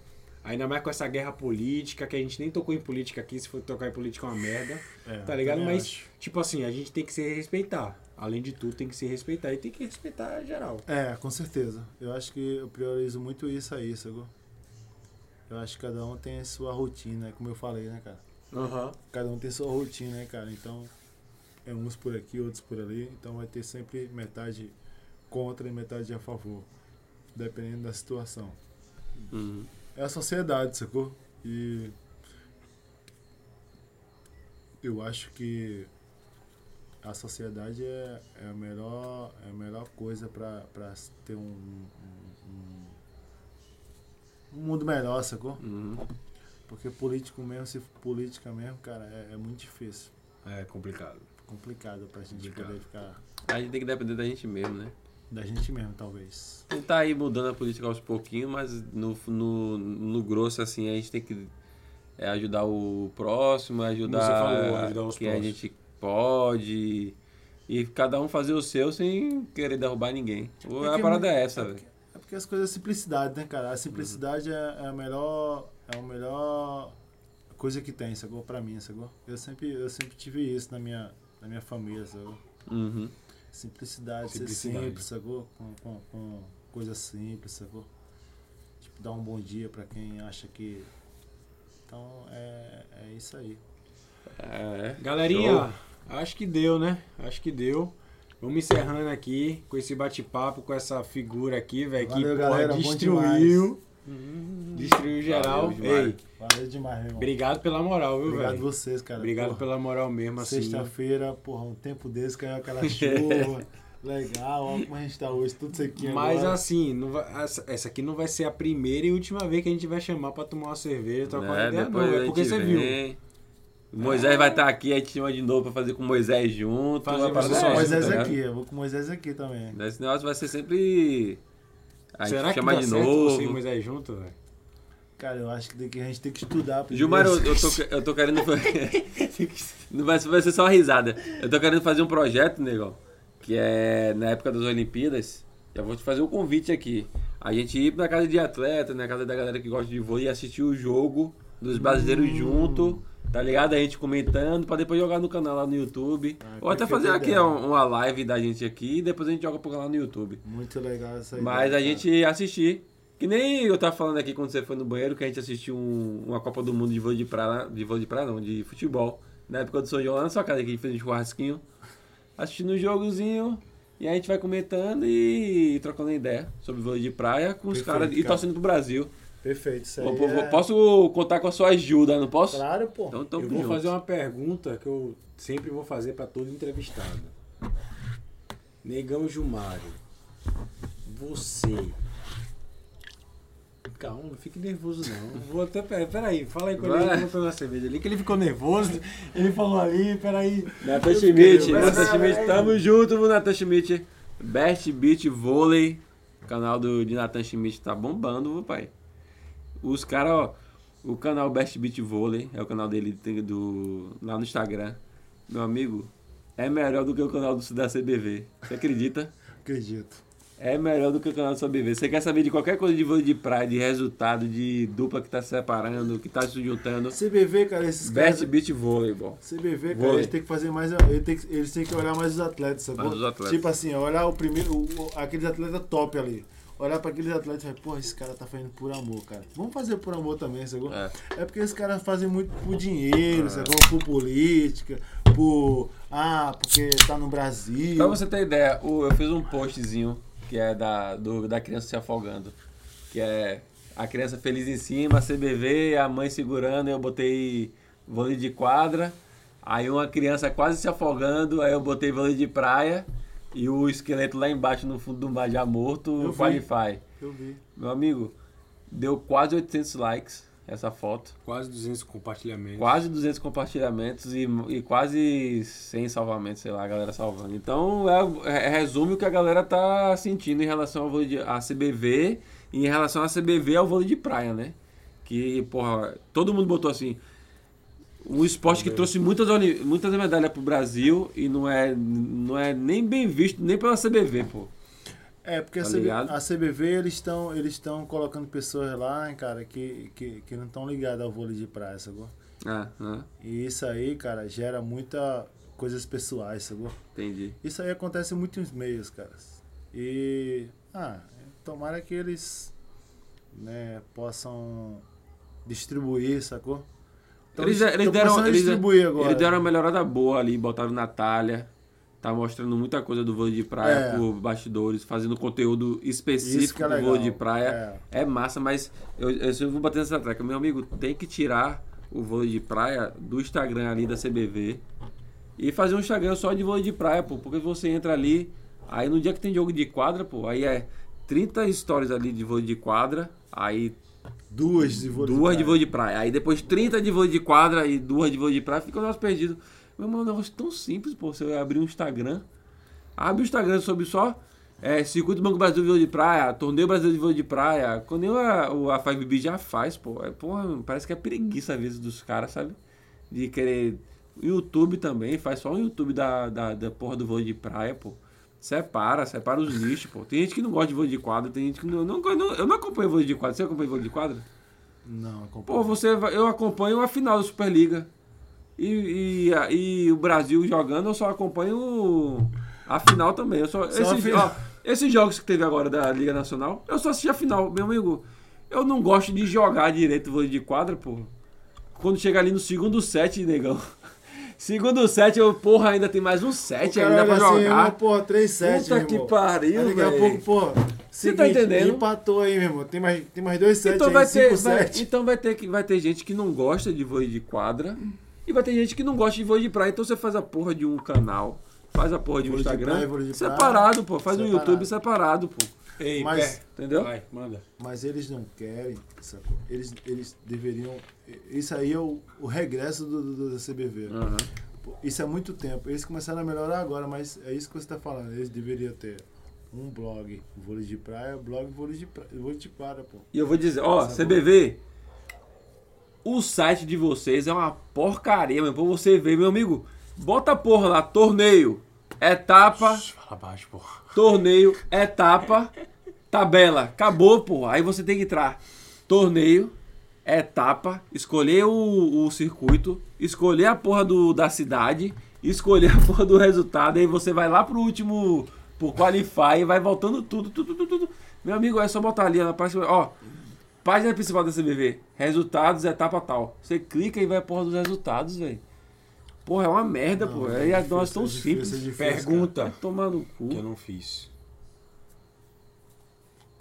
[SPEAKER 2] Ainda mais com essa guerra política, que a gente nem tocou em política aqui, se for tocar em política é uma merda,
[SPEAKER 3] É,
[SPEAKER 2] tá ligado?
[SPEAKER 3] também
[SPEAKER 2] Mas,
[SPEAKER 3] acho.
[SPEAKER 2] tipo assim, a gente tem que se respeitar. Além de tudo, tem que se respeitar e tem que respeitar geral.
[SPEAKER 3] É, com certeza. Eu acho que eu priorizo muito isso aí, sacou? Eu acho que cada um tem a sua rotina, como eu falei, né, cara?
[SPEAKER 2] Aham.
[SPEAKER 3] Cada um tem sua rotina, né, cara? Então, é uns por aqui, outros por ali. Então vai ter sempre metade contra e metade a favor. Dependendo da situação.
[SPEAKER 1] Uhum.
[SPEAKER 3] É a sociedade, sacou? E. Eu acho que a sociedade é, é, a, melhor, é a melhor coisa pra, pra se ter um, um, um- um mundo melhor, sacou?
[SPEAKER 1] Uhum.
[SPEAKER 3] Porque político mesmo, se política mesmo, cara, é, é muito difícil.
[SPEAKER 2] É complicado.
[SPEAKER 3] Complicado pra gente
[SPEAKER 2] Complicado.
[SPEAKER 3] poder ficar
[SPEAKER 1] A gente tem que depender da gente mesmo, né?
[SPEAKER 3] da gente mesmo, talvez.
[SPEAKER 1] A gente tá aí mudando a política aos pouquinhos, mas no, no, no grosso, assim, a gente tem que é, ajudar o próximo, é ajudar,
[SPEAKER 2] você falou, ajudar os
[SPEAKER 1] que a
[SPEAKER 2] próximos.
[SPEAKER 1] gente pode. E cada um fazer o seu sem querer derrubar ninguém. Ou
[SPEAKER 3] É
[SPEAKER 1] a
[SPEAKER 3] que é
[SPEAKER 1] parada
[SPEAKER 3] muito-
[SPEAKER 1] é essa, velho.
[SPEAKER 3] É porque as coisas é simplicidade, né, cara? A simplicidade é, é a melhor. É a melhor coisa que tem, sacou? Pra mim, sacou? Eu sempre, eu sempre tive isso na minha, na minha família, sacou?
[SPEAKER 1] Uhum.
[SPEAKER 3] Simplicidade,
[SPEAKER 2] Simplicidade.
[SPEAKER 3] ser simples, sacou? Com, com, com coisa simples, sacou? Tipo, dar um bom dia pra quem acha que. Então, é, é isso aí.
[SPEAKER 1] É.
[SPEAKER 2] Galerinha,
[SPEAKER 1] Show.
[SPEAKER 2] acho que deu, né? Acho que deu. Vamos encerrando aqui com esse bate-papo, com essa figura aqui, velho, que
[SPEAKER 3] Valeu,
[SPEAKER 2] porra,
[SPEAKER 3] galera, bom
[SPEAKER 2] destruiu. Destruiu geral.
[SPEAKER 1] Valeu demais.
[SPEAKER 2] Ei,
[SPEAKER 3] Valeu demais, meu irmão.
[SPEAKER 2] obrigado pela moral, viu,
[SPEAKER 3] Obrigado
[SPEAKER 2] velho?
[SPEAKER 3] vocês, cara.
[SPEAKER 2] Obrigado
[SPEAKER 3] Porra.
[SPEAKER 2] pela moral mesmo, assim.
[SPEAKER 3] Sexta-feira, porra, um tempo desse
[SPEAKER 2] (laughs)
[SPEAKER 3] caiu aquela chuva. legal, ó, como a gente tá hoje, tudo isso aqui
[SPEAKER 2] Mas
[SPEAKER 3] agora.
[SPEAKER 2] assim, não vai- essa essa aqui não vai ser a primeira e última vez que a gente vai chamar pra tomar uma cerveja, trocar uma
[SPEAKER 1] Né?
[SPEAKER 2] ideia, não.
[SPEAKER 1] Depois a
[SPEAKER 2] É
[SPEAKER 1] gente
[SPEAKER 2] porque você viu.
[SPEAKER 1] vem. Moisés vai estar aqui, a gente chama de novo pra fazer com o Moisés junto.
[SPEAKER 2] Fazer
[SPEAKER 1] uma
[SPEAKER 2] você
[SPEAKER 1] parada
[SPEAKER 3] Mas
[SPEAKER 2] só,
[SPEAKER 1] dessa,
[SPEAKER 3] o Moisés
[SPEAKER 1] tá ligado?
[SPEAKER 3] aqui, eu vou com o Moisés aqui também.
[SPEAKER 1] Esse negócio vai ser sempre. A gente
[SPEAKER 2] Será que
[SPEAKER 1] chamar
[SPEAKER 2] dá
[SPEAKER 1] de
[SPEAKER 2] certo
[SPEAKER 1] novo.
[SPEAKER 2] você e o Moisés junto, velho?
[SPEAKER 3] Cara, eu acho que daqui a gente tem que estudar. primeiro.
[SPEAKER 1] Gilmar, eu, eu, tô, eu tô querendo. fa- (laughs) Não vai, vai ser só uma risada. Eu tô querendo fazer um projeto, negão, que é na época das Olimpíadas. Já vou te fazer um convite aqui. A gente ir pra casa de atleta, na casa da galera que gosta de vôlei, e assistir o jogo dos brasileiros junto, tá ligado? A gente comentando, pra depois jogar no canal lá no YouTube.
[SPEAKER 3] Ah,
[SPEAKER 1] Ou até
[SPEAKER 3] perfeita
[SPEAKER 1] fazer aqui
[SPEAKER 3] ideia.
[SPEAKER 1] um- uma live da gente aqui e depois a gente joga pro canal no YouTube.
[SPEAKER 3] Muito legal essa ideia.
[SPEAKER 1] Mas a
[SPEAKER 3] cara.
[SPEAKER 1] gente assistir. Que nem eu tava falando aqui quando você foi no banheiro, que a gente assistiu um- uma Copa do Mundo de vôlei de praia, de vôlei de praia não, de futebol. Na época do São João, lá na sua casa, que a gente fez um churrasquinho. Assistindo um jogozinho, e a gente vai comentando e trocando ideia sobre vôlei de praia com os
[SPEAKER 3] Perfeito,
[SPEAKER 1] caras e
[SPEAKER 3] cara.
[SPEAKER 1] torcendo pro Brasil.
[SPEAKER 3] Perfeito, isso aí.
[SPEAKER 1] Pô, pô,
[SPEAKER 3] é-
[SPEAKER 1] Posso contar com a sua ajuda, não posso?
[SPEAKER 3] Claro, pô.
[SPEAKER 1] Então, tamo
[SPEAKER 2] eu vou
[SPEAKER 1] junto.
[SPEAKER 2] fazer uma pergunta que eu sempre vou fazer pra todo entrevistado. Negão Gilmário, você. Calma, não fique nervoso não. Vou até. pera- Peraí, fala aí quando
[SPEAKER 1] Vai.
[SPEAKER 2] ele botou na cerveja ali, que ele ficou nervoso. Ele falou ali, peraí.
[SPEAKER 1] Natan Schmidt,
[SPEAKER 2] Eu fiquei-
[SPEAKER 1] Natan Schmidt, tamo junto, Natan Schmidt. Best Beat Volley, canal do, de Natan Schmidt tá bombando, meu pai. Os caras, ó, o canal Best Beat Volley, é o canal dele tem do, lá no Instagram. Meu amigo, é melhor do que o canal do, da CBV, você acredita?
[SPEAKER 3] Acredito.
[SPEAKER 1] É melhor do que o canal do CBV. Você quer saber de qualquer coisa de vôlei de praia, de resultado, de dupla que tá se separando, que tá se juntando.
[SPEAKER 3] CBV, cara, esses
[SPEAKER 1] Best
[SPEAKER 3] caras.
[SPEAKER 1] Beat Volley,
[SPEAKER 3] CBV, cara,
[SPEAKER 1] Vôlei.
[SPEAKER 3] eles têm que fazer mais. Eles têm que, eles têm que olhar mais os atletas, sacou?
[SPEAKER 1] Mais os atletas.
[SPEAKER 3] Tipo assim, olhar o primeiro. o- o- aqueles atletas top ali. Olhar pra aqueles atletas e falar, porra, esse cara tá fazendo por amor, cara. Vamos fazer por amor também, sacou?
[SPEAKER 1] É.
[SPEAKER 3] É, porque esses caras fazem muito por dinheiro, sacou? Por política, por. Ah, porque tá no Brasil.
[SPEAKER 1] Pra você ter ideia, o- eu fiz um postzinho que é da, do- da criança se afogando. Que é a criança feliz em cima, a CBV, a mãe segurando, eu botei vôlei de quadra. Aí uma criança quase se afogando, aí eu botei vôlei de praia. E o esqueleto lá embaixo no fundo do mar já morto,
[SPEAKER 3] Eu vi.
[SPEAKER 1] qualify.
[SPEAKER 3] Eu vi.
[SPEAKER 1] Meu amigo, deu quase 800 likes essa foto.
[SPEAKER 2] Quase 200 compartilhamentos.
[SPEAKER 1] Quase 200 compartilhamentos e, e quase 100 salvamentos, sei lá, a galera salvando. Então, é, é- resume o que a galera tá sentindo em relação ao vôlei de, à CBV e em relação à CBV ao vôlei de praia, né? Que, porra, todo mundo botou assim. Um esporte que trouxe muitas, oli- muitas medalhas pro Brasil e não é, não é nem bem visto, nem pela CBV, pô.
[SPEAKER 3] É, porque
[SPEAKER 1] Tá
[SPEAKER 3] a, CB
[SPEAKER 1] ligado?
[SPEAKER 3] a CBV eles estão eles estão colocando pessoas lá, hein, cara, que, que, que não estão ligadas ao vôlei de praia, sacou?
[SPEAKER 1] Ah, ah,
[SPEAKER 3] E isso aí, cara, gera muita coisas pessoais, sacou?
[SPEAKER 1] entendi.
[SPEAKER 3] Isso aí acontece muito nos meios, cara. E ah, tomara que eles né, possam distribuir, sacou?
[SPEAKER 1] Então
[SPEAKER 3] Tão
[SPEAKER 1] eles,
[SPEAKER 3] dis-
[SPEAKER 1] eles
[SPEAKER 3] tão
[SPEAKER 1] deram,
[SPEAKER 3] começando a
[SPEAKER 1] eles,
[SPEAKER 3] Então, distribuir agora.
[SPEAKER 1] eles deram uma melhorada boa ali, botaram Natália. Tá mostrando muita coisa do vôlei de praia
[SPEAKER 3] É.
[SPEAKER 1] por bastidores, fazendo conteúdo
[SPEAKER 3] Isso que
[SPEAKER 1] específico
[SPEAKER 3] é
[SPEAKER 1] do
[SPEAKER 3] legal.
[SPEAKER 1] vôlei de praia. É, massa, mas eu, eu sempre vou bater nessa tecla. Meu amigo, tem que tirar o vôlei de praia do Instagram ali da CBV e fazer um Instagram só de vôlei de praia, pô. Porque você entra ali, aí no dia que tem jogo de quadra, pô, aí é 30 stories ali de vôlei de quadra, aí
[SPEAKER 3] duas de vôlei.
[SPEAKER 1] duas de
[SPEAKER 3] praia.
[SPEAKER 1] vôlei de praia. Aí depois 30 de vôlei de quadra e duas de vôlei de praia, fica o negócio perdido. Meu irmão, é um negócio tão simples, pô. Você abrir um Instagram. Abre o Instagram sobre só é, Circuito Banco Brasil de Vôlei de Praia, Torneio Brasil de Vôlei de Praia. Quando eu, a, o- a 5B já faz, pô. É, porra, parece que é preguiça às vezes dos caras, sabe? De querer. YouTube também, faz só o YouTube da, da, da porra do vôlei de praia, pô. Separa, separa os lixos, pô. Tem gente que não gosta de vôlei de quadra, tem gente que não. não, não eu não acompanho vôlei de quadra. Você acompanha vôlei de quadra?
[SPEAKER 3] Não, acompanha.
[SPEAKER 1] Pô, você, vai- eu acompanho a final da Superliga. E, e, a- e o Brasil jogando, eu só acompanho a final também. Eu só,
[SPEAKER 3] Só a
[SPEAKER 1] esses,
[SPEAKER 3] final.
[SPEAKER 1] ó, esses jogos que teve agora da Liga Nacional, eu só assisti a final, meu amigo. Eu não gosto de jogar direito vôlei de quadra, pô. Quando chega ali no segundo set, negão. (laughs) Segundo set, eu, porra, ainda tem mais um set
[SPEAKER 3] O cara
[SPEAKER 1] ainda pra
[SPEAKER 3] olha assim,
[SPEAKER 1] jogar.
[SPEAKER 3] irmão, porra, 3 7
[SPEAKER 1] Puta que pariu,
[SPEAKER 3] Daqui a
[SPEAKER 1] velho.
[SPEAKER 3] pouco, porra.
[SPEAKER 1] Você tá
[SPEAKER 3] seguinte,
[SPEAKER 1] entendendo?
[SPEAKER 3] Empatou aí, meu irmão. Tem mais, tem mais dois sets
[SPEAKER 1] Então
[SPEAKER 3] aí,
[SPEAKER 1] vai ter,
[SPEAKER 3] cinco
[SPEAKER 1] vai,
[SPEAKER 3] sets.
[SPEAKER 1] então vai ter que vai ter gente que não gosta de vôlei de quadra e vai ter gente que não gosta de vôlei de praia. Então você faz a porra de um canal, faz a porra de um
[SPEAKER 3] Vôlei de
[SPEAKER 1] Instagram
[SPEAKER 3] praia, vôlei de praia.
[SPEAKER 1] separado, pô, faz um
[SPEAKER 3] Separado.
[SPEAKER 1] YouTube separado, pô.
[SPEAKER 2] Ei,
[SPEAKER 3] Mas-
[SPEAKER 2] pé.
[SPEAKER 1] Entendeu?
[SPEAKER 2] Vai, manda.
[SPEAKER 3] Mas eles não querem, sacou? Eles, eles deveriam... Isso aí é o, o regresso do, do- do- da CBV.
[SPEAKER 1] Aham.
[SPEAKER 3] Pô, Isso é muito tempo. Eles começaram a melhorar agora, mas é isso que você tá falando. Eles deveriam ter um blog vôlei de praia, blog vôlei de praia, vôlei de praia, pô.
[SPEAKER 1] E eu vou dizer, ó, CBV, O site de vocês é uma porcaria, meu. Pra você ver, meu amigo. Bota a porra lá, torneio, etapa,
[SPEAKER 2] Fala baixo, porra.
[SPEAKER 1] torneio, etapa, tabela. Acabou, porra. Aí você tem que entrar. Torneio, etapa, escolher o, o circuito, escolher a porra do, da cidade, escolher a porra do resultado. Aí você vai lá pro último, pro qualify, e vai voltando tudo, tudo, tudo, tudo. Meu amigo, é só botar ali na parte. Ó, página principal da CBV. Resultados, etapa tal. Você clica e vai a porra dos resultados, velho. Porra, é uma merda, pô.
[SPEAKER 3] é
[SPEAKER 1] Aí as
[SPEAKER 3] difícil,
[SPEAKER 1] nossas tão
[SPEAKER 3] é difícil, é
[SPEAKER 1] simples.
[SPEAKER 3] difícil, cara.
[SPEAKER 2] Pergunta.
[SPEAKER 1] Vai tomar no cu.
[SPEAKER 2] Que eu não fiz.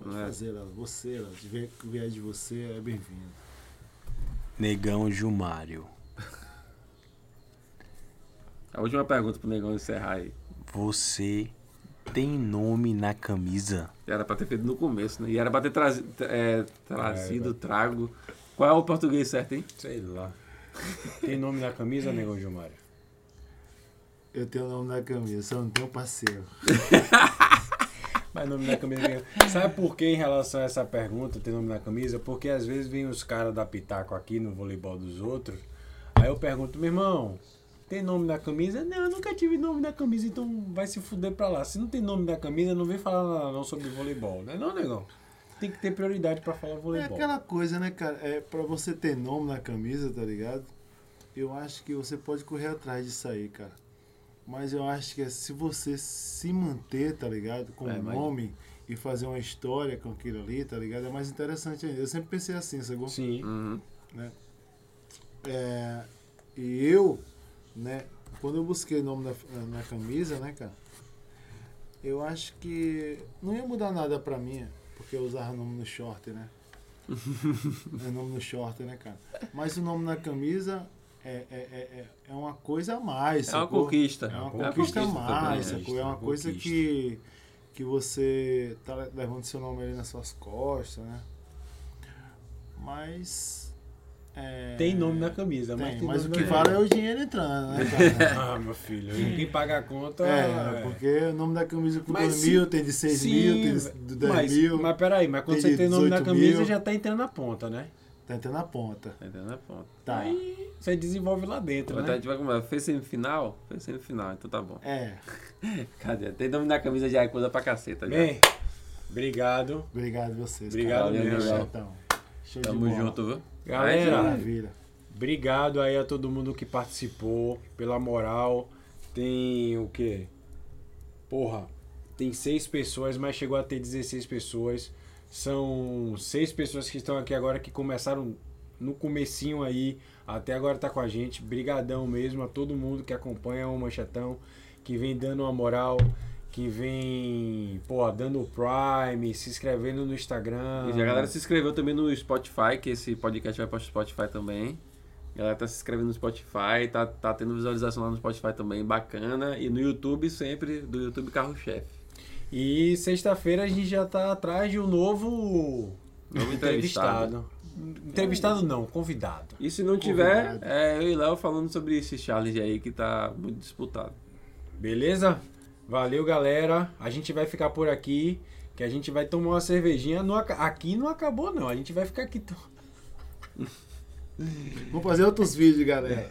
[SPEAKER 3] Pode fazer, Léo. Você, Léo. Se vier- que vier de você, é bem-vindo.
[SPEAKER 2] Negão Jumário.
[SPEAKER 1] A última pergunta pro negão encerrar aí.
[SPEAKER 2] Você tem nome na camisa?
[SPEAKER 1] Era pra ter feito no começo, né? E era pra ter trazi- é, trazido o trago. Qual é o português certo, hein?
[SPEAKER 2] Sei lá. Tem nome na camisa, Negão Jumário?
[SPEAKER 3] Eu tenho o nome na camisa, só não tenho parceiro.
[SPEAKER 2] Mas nome na camisa. Sabe por que em relação a essa pergunta, tem nome na camisa? Porque às vezes vem os caras da Pitaco aqui no voleibol dos outros. Aí eu pergunto, meu irmão, tem nome na camisa? Não, eu nunca tive nome na camisa, então vai se fuder pra lá. Se não tem nome na camisa, não vem falar nada não sobre voleibol, né? Não, negão. Tem que ter prioridade pra falar
[SPEAKER 3] É
[SPEAKER 2] voleibol.
[SPEAKER 3] aquela coisa, né, cara? É pra você ter nome na camisa, tá ligado? Eu acho que você pode correr atrás disso aí, cara. Mas eu acho que é se você se manter, tá ligado? Com o
[SPEAKER 1] É, mas-
[SPEAKER 3] nome e fazer uma história com aquilo ali, tá ligado? É mais interessante ainda. Eu sempre pensei assim, sacou?
[SPEAKER 2] Sim.
[SPEAKER 3] É, e eu, né, quando eu busquei o nome na, na- na camisa, né, cara, eu acho que não ia mudar nada pra mim, porque eu usava o nome no short, né? é nome no short, né, cara? Mas o nome na camisa é, é, é, é é uma coisa a mais.
[SPEAKER 1] É uma
[SPEAKER 3] sacou?
[SPEAKER 1] conquista.
[SPEAKER 3] É uma
[SPEAKER 2] É
[SPEAKER 1] Tá
[SPEAKER 2] uma
[SPEAKER 3] conquista a
[SPEAKER 2] conquista também,
[SPEAKER 3] mais,
[SPEAKER 2] né?
[SPEAKER 3] sacou? É uma
[SPEAKER 2] Uma
[SPEAKER 3] coisa
[SPEAKER 2] conquista.
[SPEAKER 3] que, que você tá levando seu nome ali nas suas costas, né? Mas. é,
[SPEAKER 2] Tem nome na camisa,
[SPEAKER 3] tem,
[SPEAKER 2] mas tem
[SPEAKER 3] mas o
[SPEAKER 2] nome
[SPEAKER 3] que
[SPEAKER 2] na
[SPEAKER 3] vale é o dinheiro entrando, né,
[SPEAKER 2] (laughs)
[SPEAKER 3] cara?
[SPEAKER 2] Ah, meu filho. Quem paga a conta.
[SPEAKER 3] É, porque o nome da camisa com
[SPEAKER 2] Mas
[SPEAKER 3] 2
[SPEAKER 2] se-
[SPEAKER 3] mil, tem de 6 mil, tem de
[SPEAKER 2] velho.
[SPEAKER 3] 10
[SPEAKER 2] mas,
[SPEAKER 3] mil,
[SPEAKER 2] Mas peraí, mas quando
[SPEAKER 3] tem
[SPEAKER 2] você
[SPEAKER 3] de
[SPEAKER 2] tem nome na
[SPEAKER 3] 18
[SPEAKER 2] camisa,
[SPEAKER 3] mil.
[SPEAKER 2] já tá entrando na ponta, né?
[SPEAKER 3] tá entrando na ponta.
[SPEAKER 1] Tá Entendendo a ponta.
[SPEAKER 3] Tá.
[SPEAKER 2] Aí você desenvolve lá dentro,
[SPEAKER 1] Então, a
[SPEAKER 2] né?
[SPEAKER 1] gente vai conversar. Fez semifinal? Fez semifinal, então tá bom.
[SPEAKER 3] É,
[SPEAKER 1] Cadê? Tem nome na camisa de Aicuda pra caceta já.
[SPEAKER 2] Bem, né? obrigado.
[SPEAKER 3] obrigado vocês.
[SPEAKER 2] Obrigado
[SPEAKER 3] cara.
[SPEAKER 1] mesmo, Léo.
[SPEAKER 3] Então, show de
[SPEAKER 1] Tamo
[SPEAKER 3] bola.
[SPEAKER 1] junto, viu?
[SPEAKER 2] Galera,
[SPEAKER 3] Maravilha.
[SPEAKER 2] obrigado aí a todo mundo que participou, pela moral. Tem o quê? Porra, tem seis pessoas, mas chegou a ter 16 pessoas. São seis pessoas que estão aqui agora que começaram no comecinho aí, até agora tá com a gente. Brigadão mesmo a todo mundo que acompanha o Manchetão, que vem dando uma moral, que vem, pô, dando o Prime, se inscrevendo no Instagram.
[SPEAKER 1] E a galera se inscreveu também no Spotify, que esse podcast vai para o Spotify também. A galera tá se inscrevendo no Spotify, tá, tá tendo visualização lá no Spotify também, bacana. E no YouTube sempre, do YouTube Carro-Chefe.
[SPEAKER 2] E sexta-feira a gente já tá atrás de um novo (laughs)
[SPEAKER 1] Novo entrevistado.
[SPEAKER 2] Entrevistado não, convidado.
[SPEAKER 1] né? E se não tiver,
[SPEAKER 3] Convidado.
[SPEAKER 1] é, eu e Léo falando sobre esse challenge aí que tá muito disputado.
[SPEAKER 2] Beleza? Valeu, galera. A gente vai ficar por aqui, que a gente vai tomar uma cervejinha. Não aca- aqui não acabou não, a gente vai ficar aqui. to-
[SPEAKER 3] Vamos fazer outros vídeos, galera.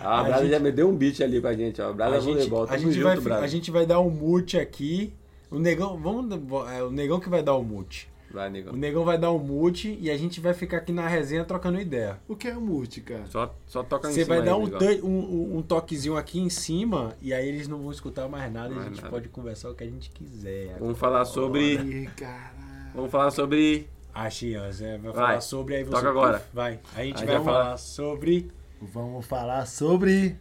[SPEAKER 1] Ah, a Brada
[SPEAKER 2] gente-
[SPEAKER 1] já me deu um beat ali pra gente, ó. Brada
[SPEAKER 2] A gente,
[SPEAKER 1] é Voleibol,
[SPEAKER 2] a
[SPEAKER 1] tamo
[SPEAKER 2] gente
[SPEAKER 1] junto,
[SPEAKER 2] vai, fi-
[SPEAKER 1] Brada.
[SPEAKER 2] a gente vai dar um mute aqui. O negão, vamos, é o negão que vai dar o mute.
[SPEAKER 1] Vai,
[SPEAKER 2] O
[SPEAKER 1] negão.
[SPEAKER 2] negão vai dar o mute e a gente vai ficar aqui na resenha trocando ideia.
[SPEAKER 3] O que é multi, cara?
[SPEAKER 1] Só, só toca em
[SPEAKER 2] Você
[SPEAKER 1] cima
[SPEAKER 2] vai
[SPEAKER 1] aí,
[SPEAKER 2] dar um,
[SPEAKER 1] negão.
[SPEAKER 2] tan- um- um- um toquezinho aqui em cima e aí eles não vão escutar mais nada e a
[SPEAKER 1] Mais
[SPEAKER 2] gente
[SPEAKER 1] nada. Um
[SPEAKER 2] pode conversar o que a gente quiser.
[SPEAKER 1] Vamos falar sobre...
[SPEAKER 3] Ih, caralho.
[SPEAKER 1] Vamos falar sobre...
[SPEAKER 2] A Chias, é, vai,
[SPEAKER 1] Vai.
[SPEAKER 2] falar sobre aí você.
[SPEAKER 1] Toca agora.
[SPEAKER 2] Vai. A gente
[SPEAKER 1] Aí
[SPEAKER 2] vai
[SPEAKER 1] já
[SPEAKER 2] falar
[SPEAKER 1] fala.
[SPEAKER 2] sobre.
[SPEAKER 3] Vamos falar sobre...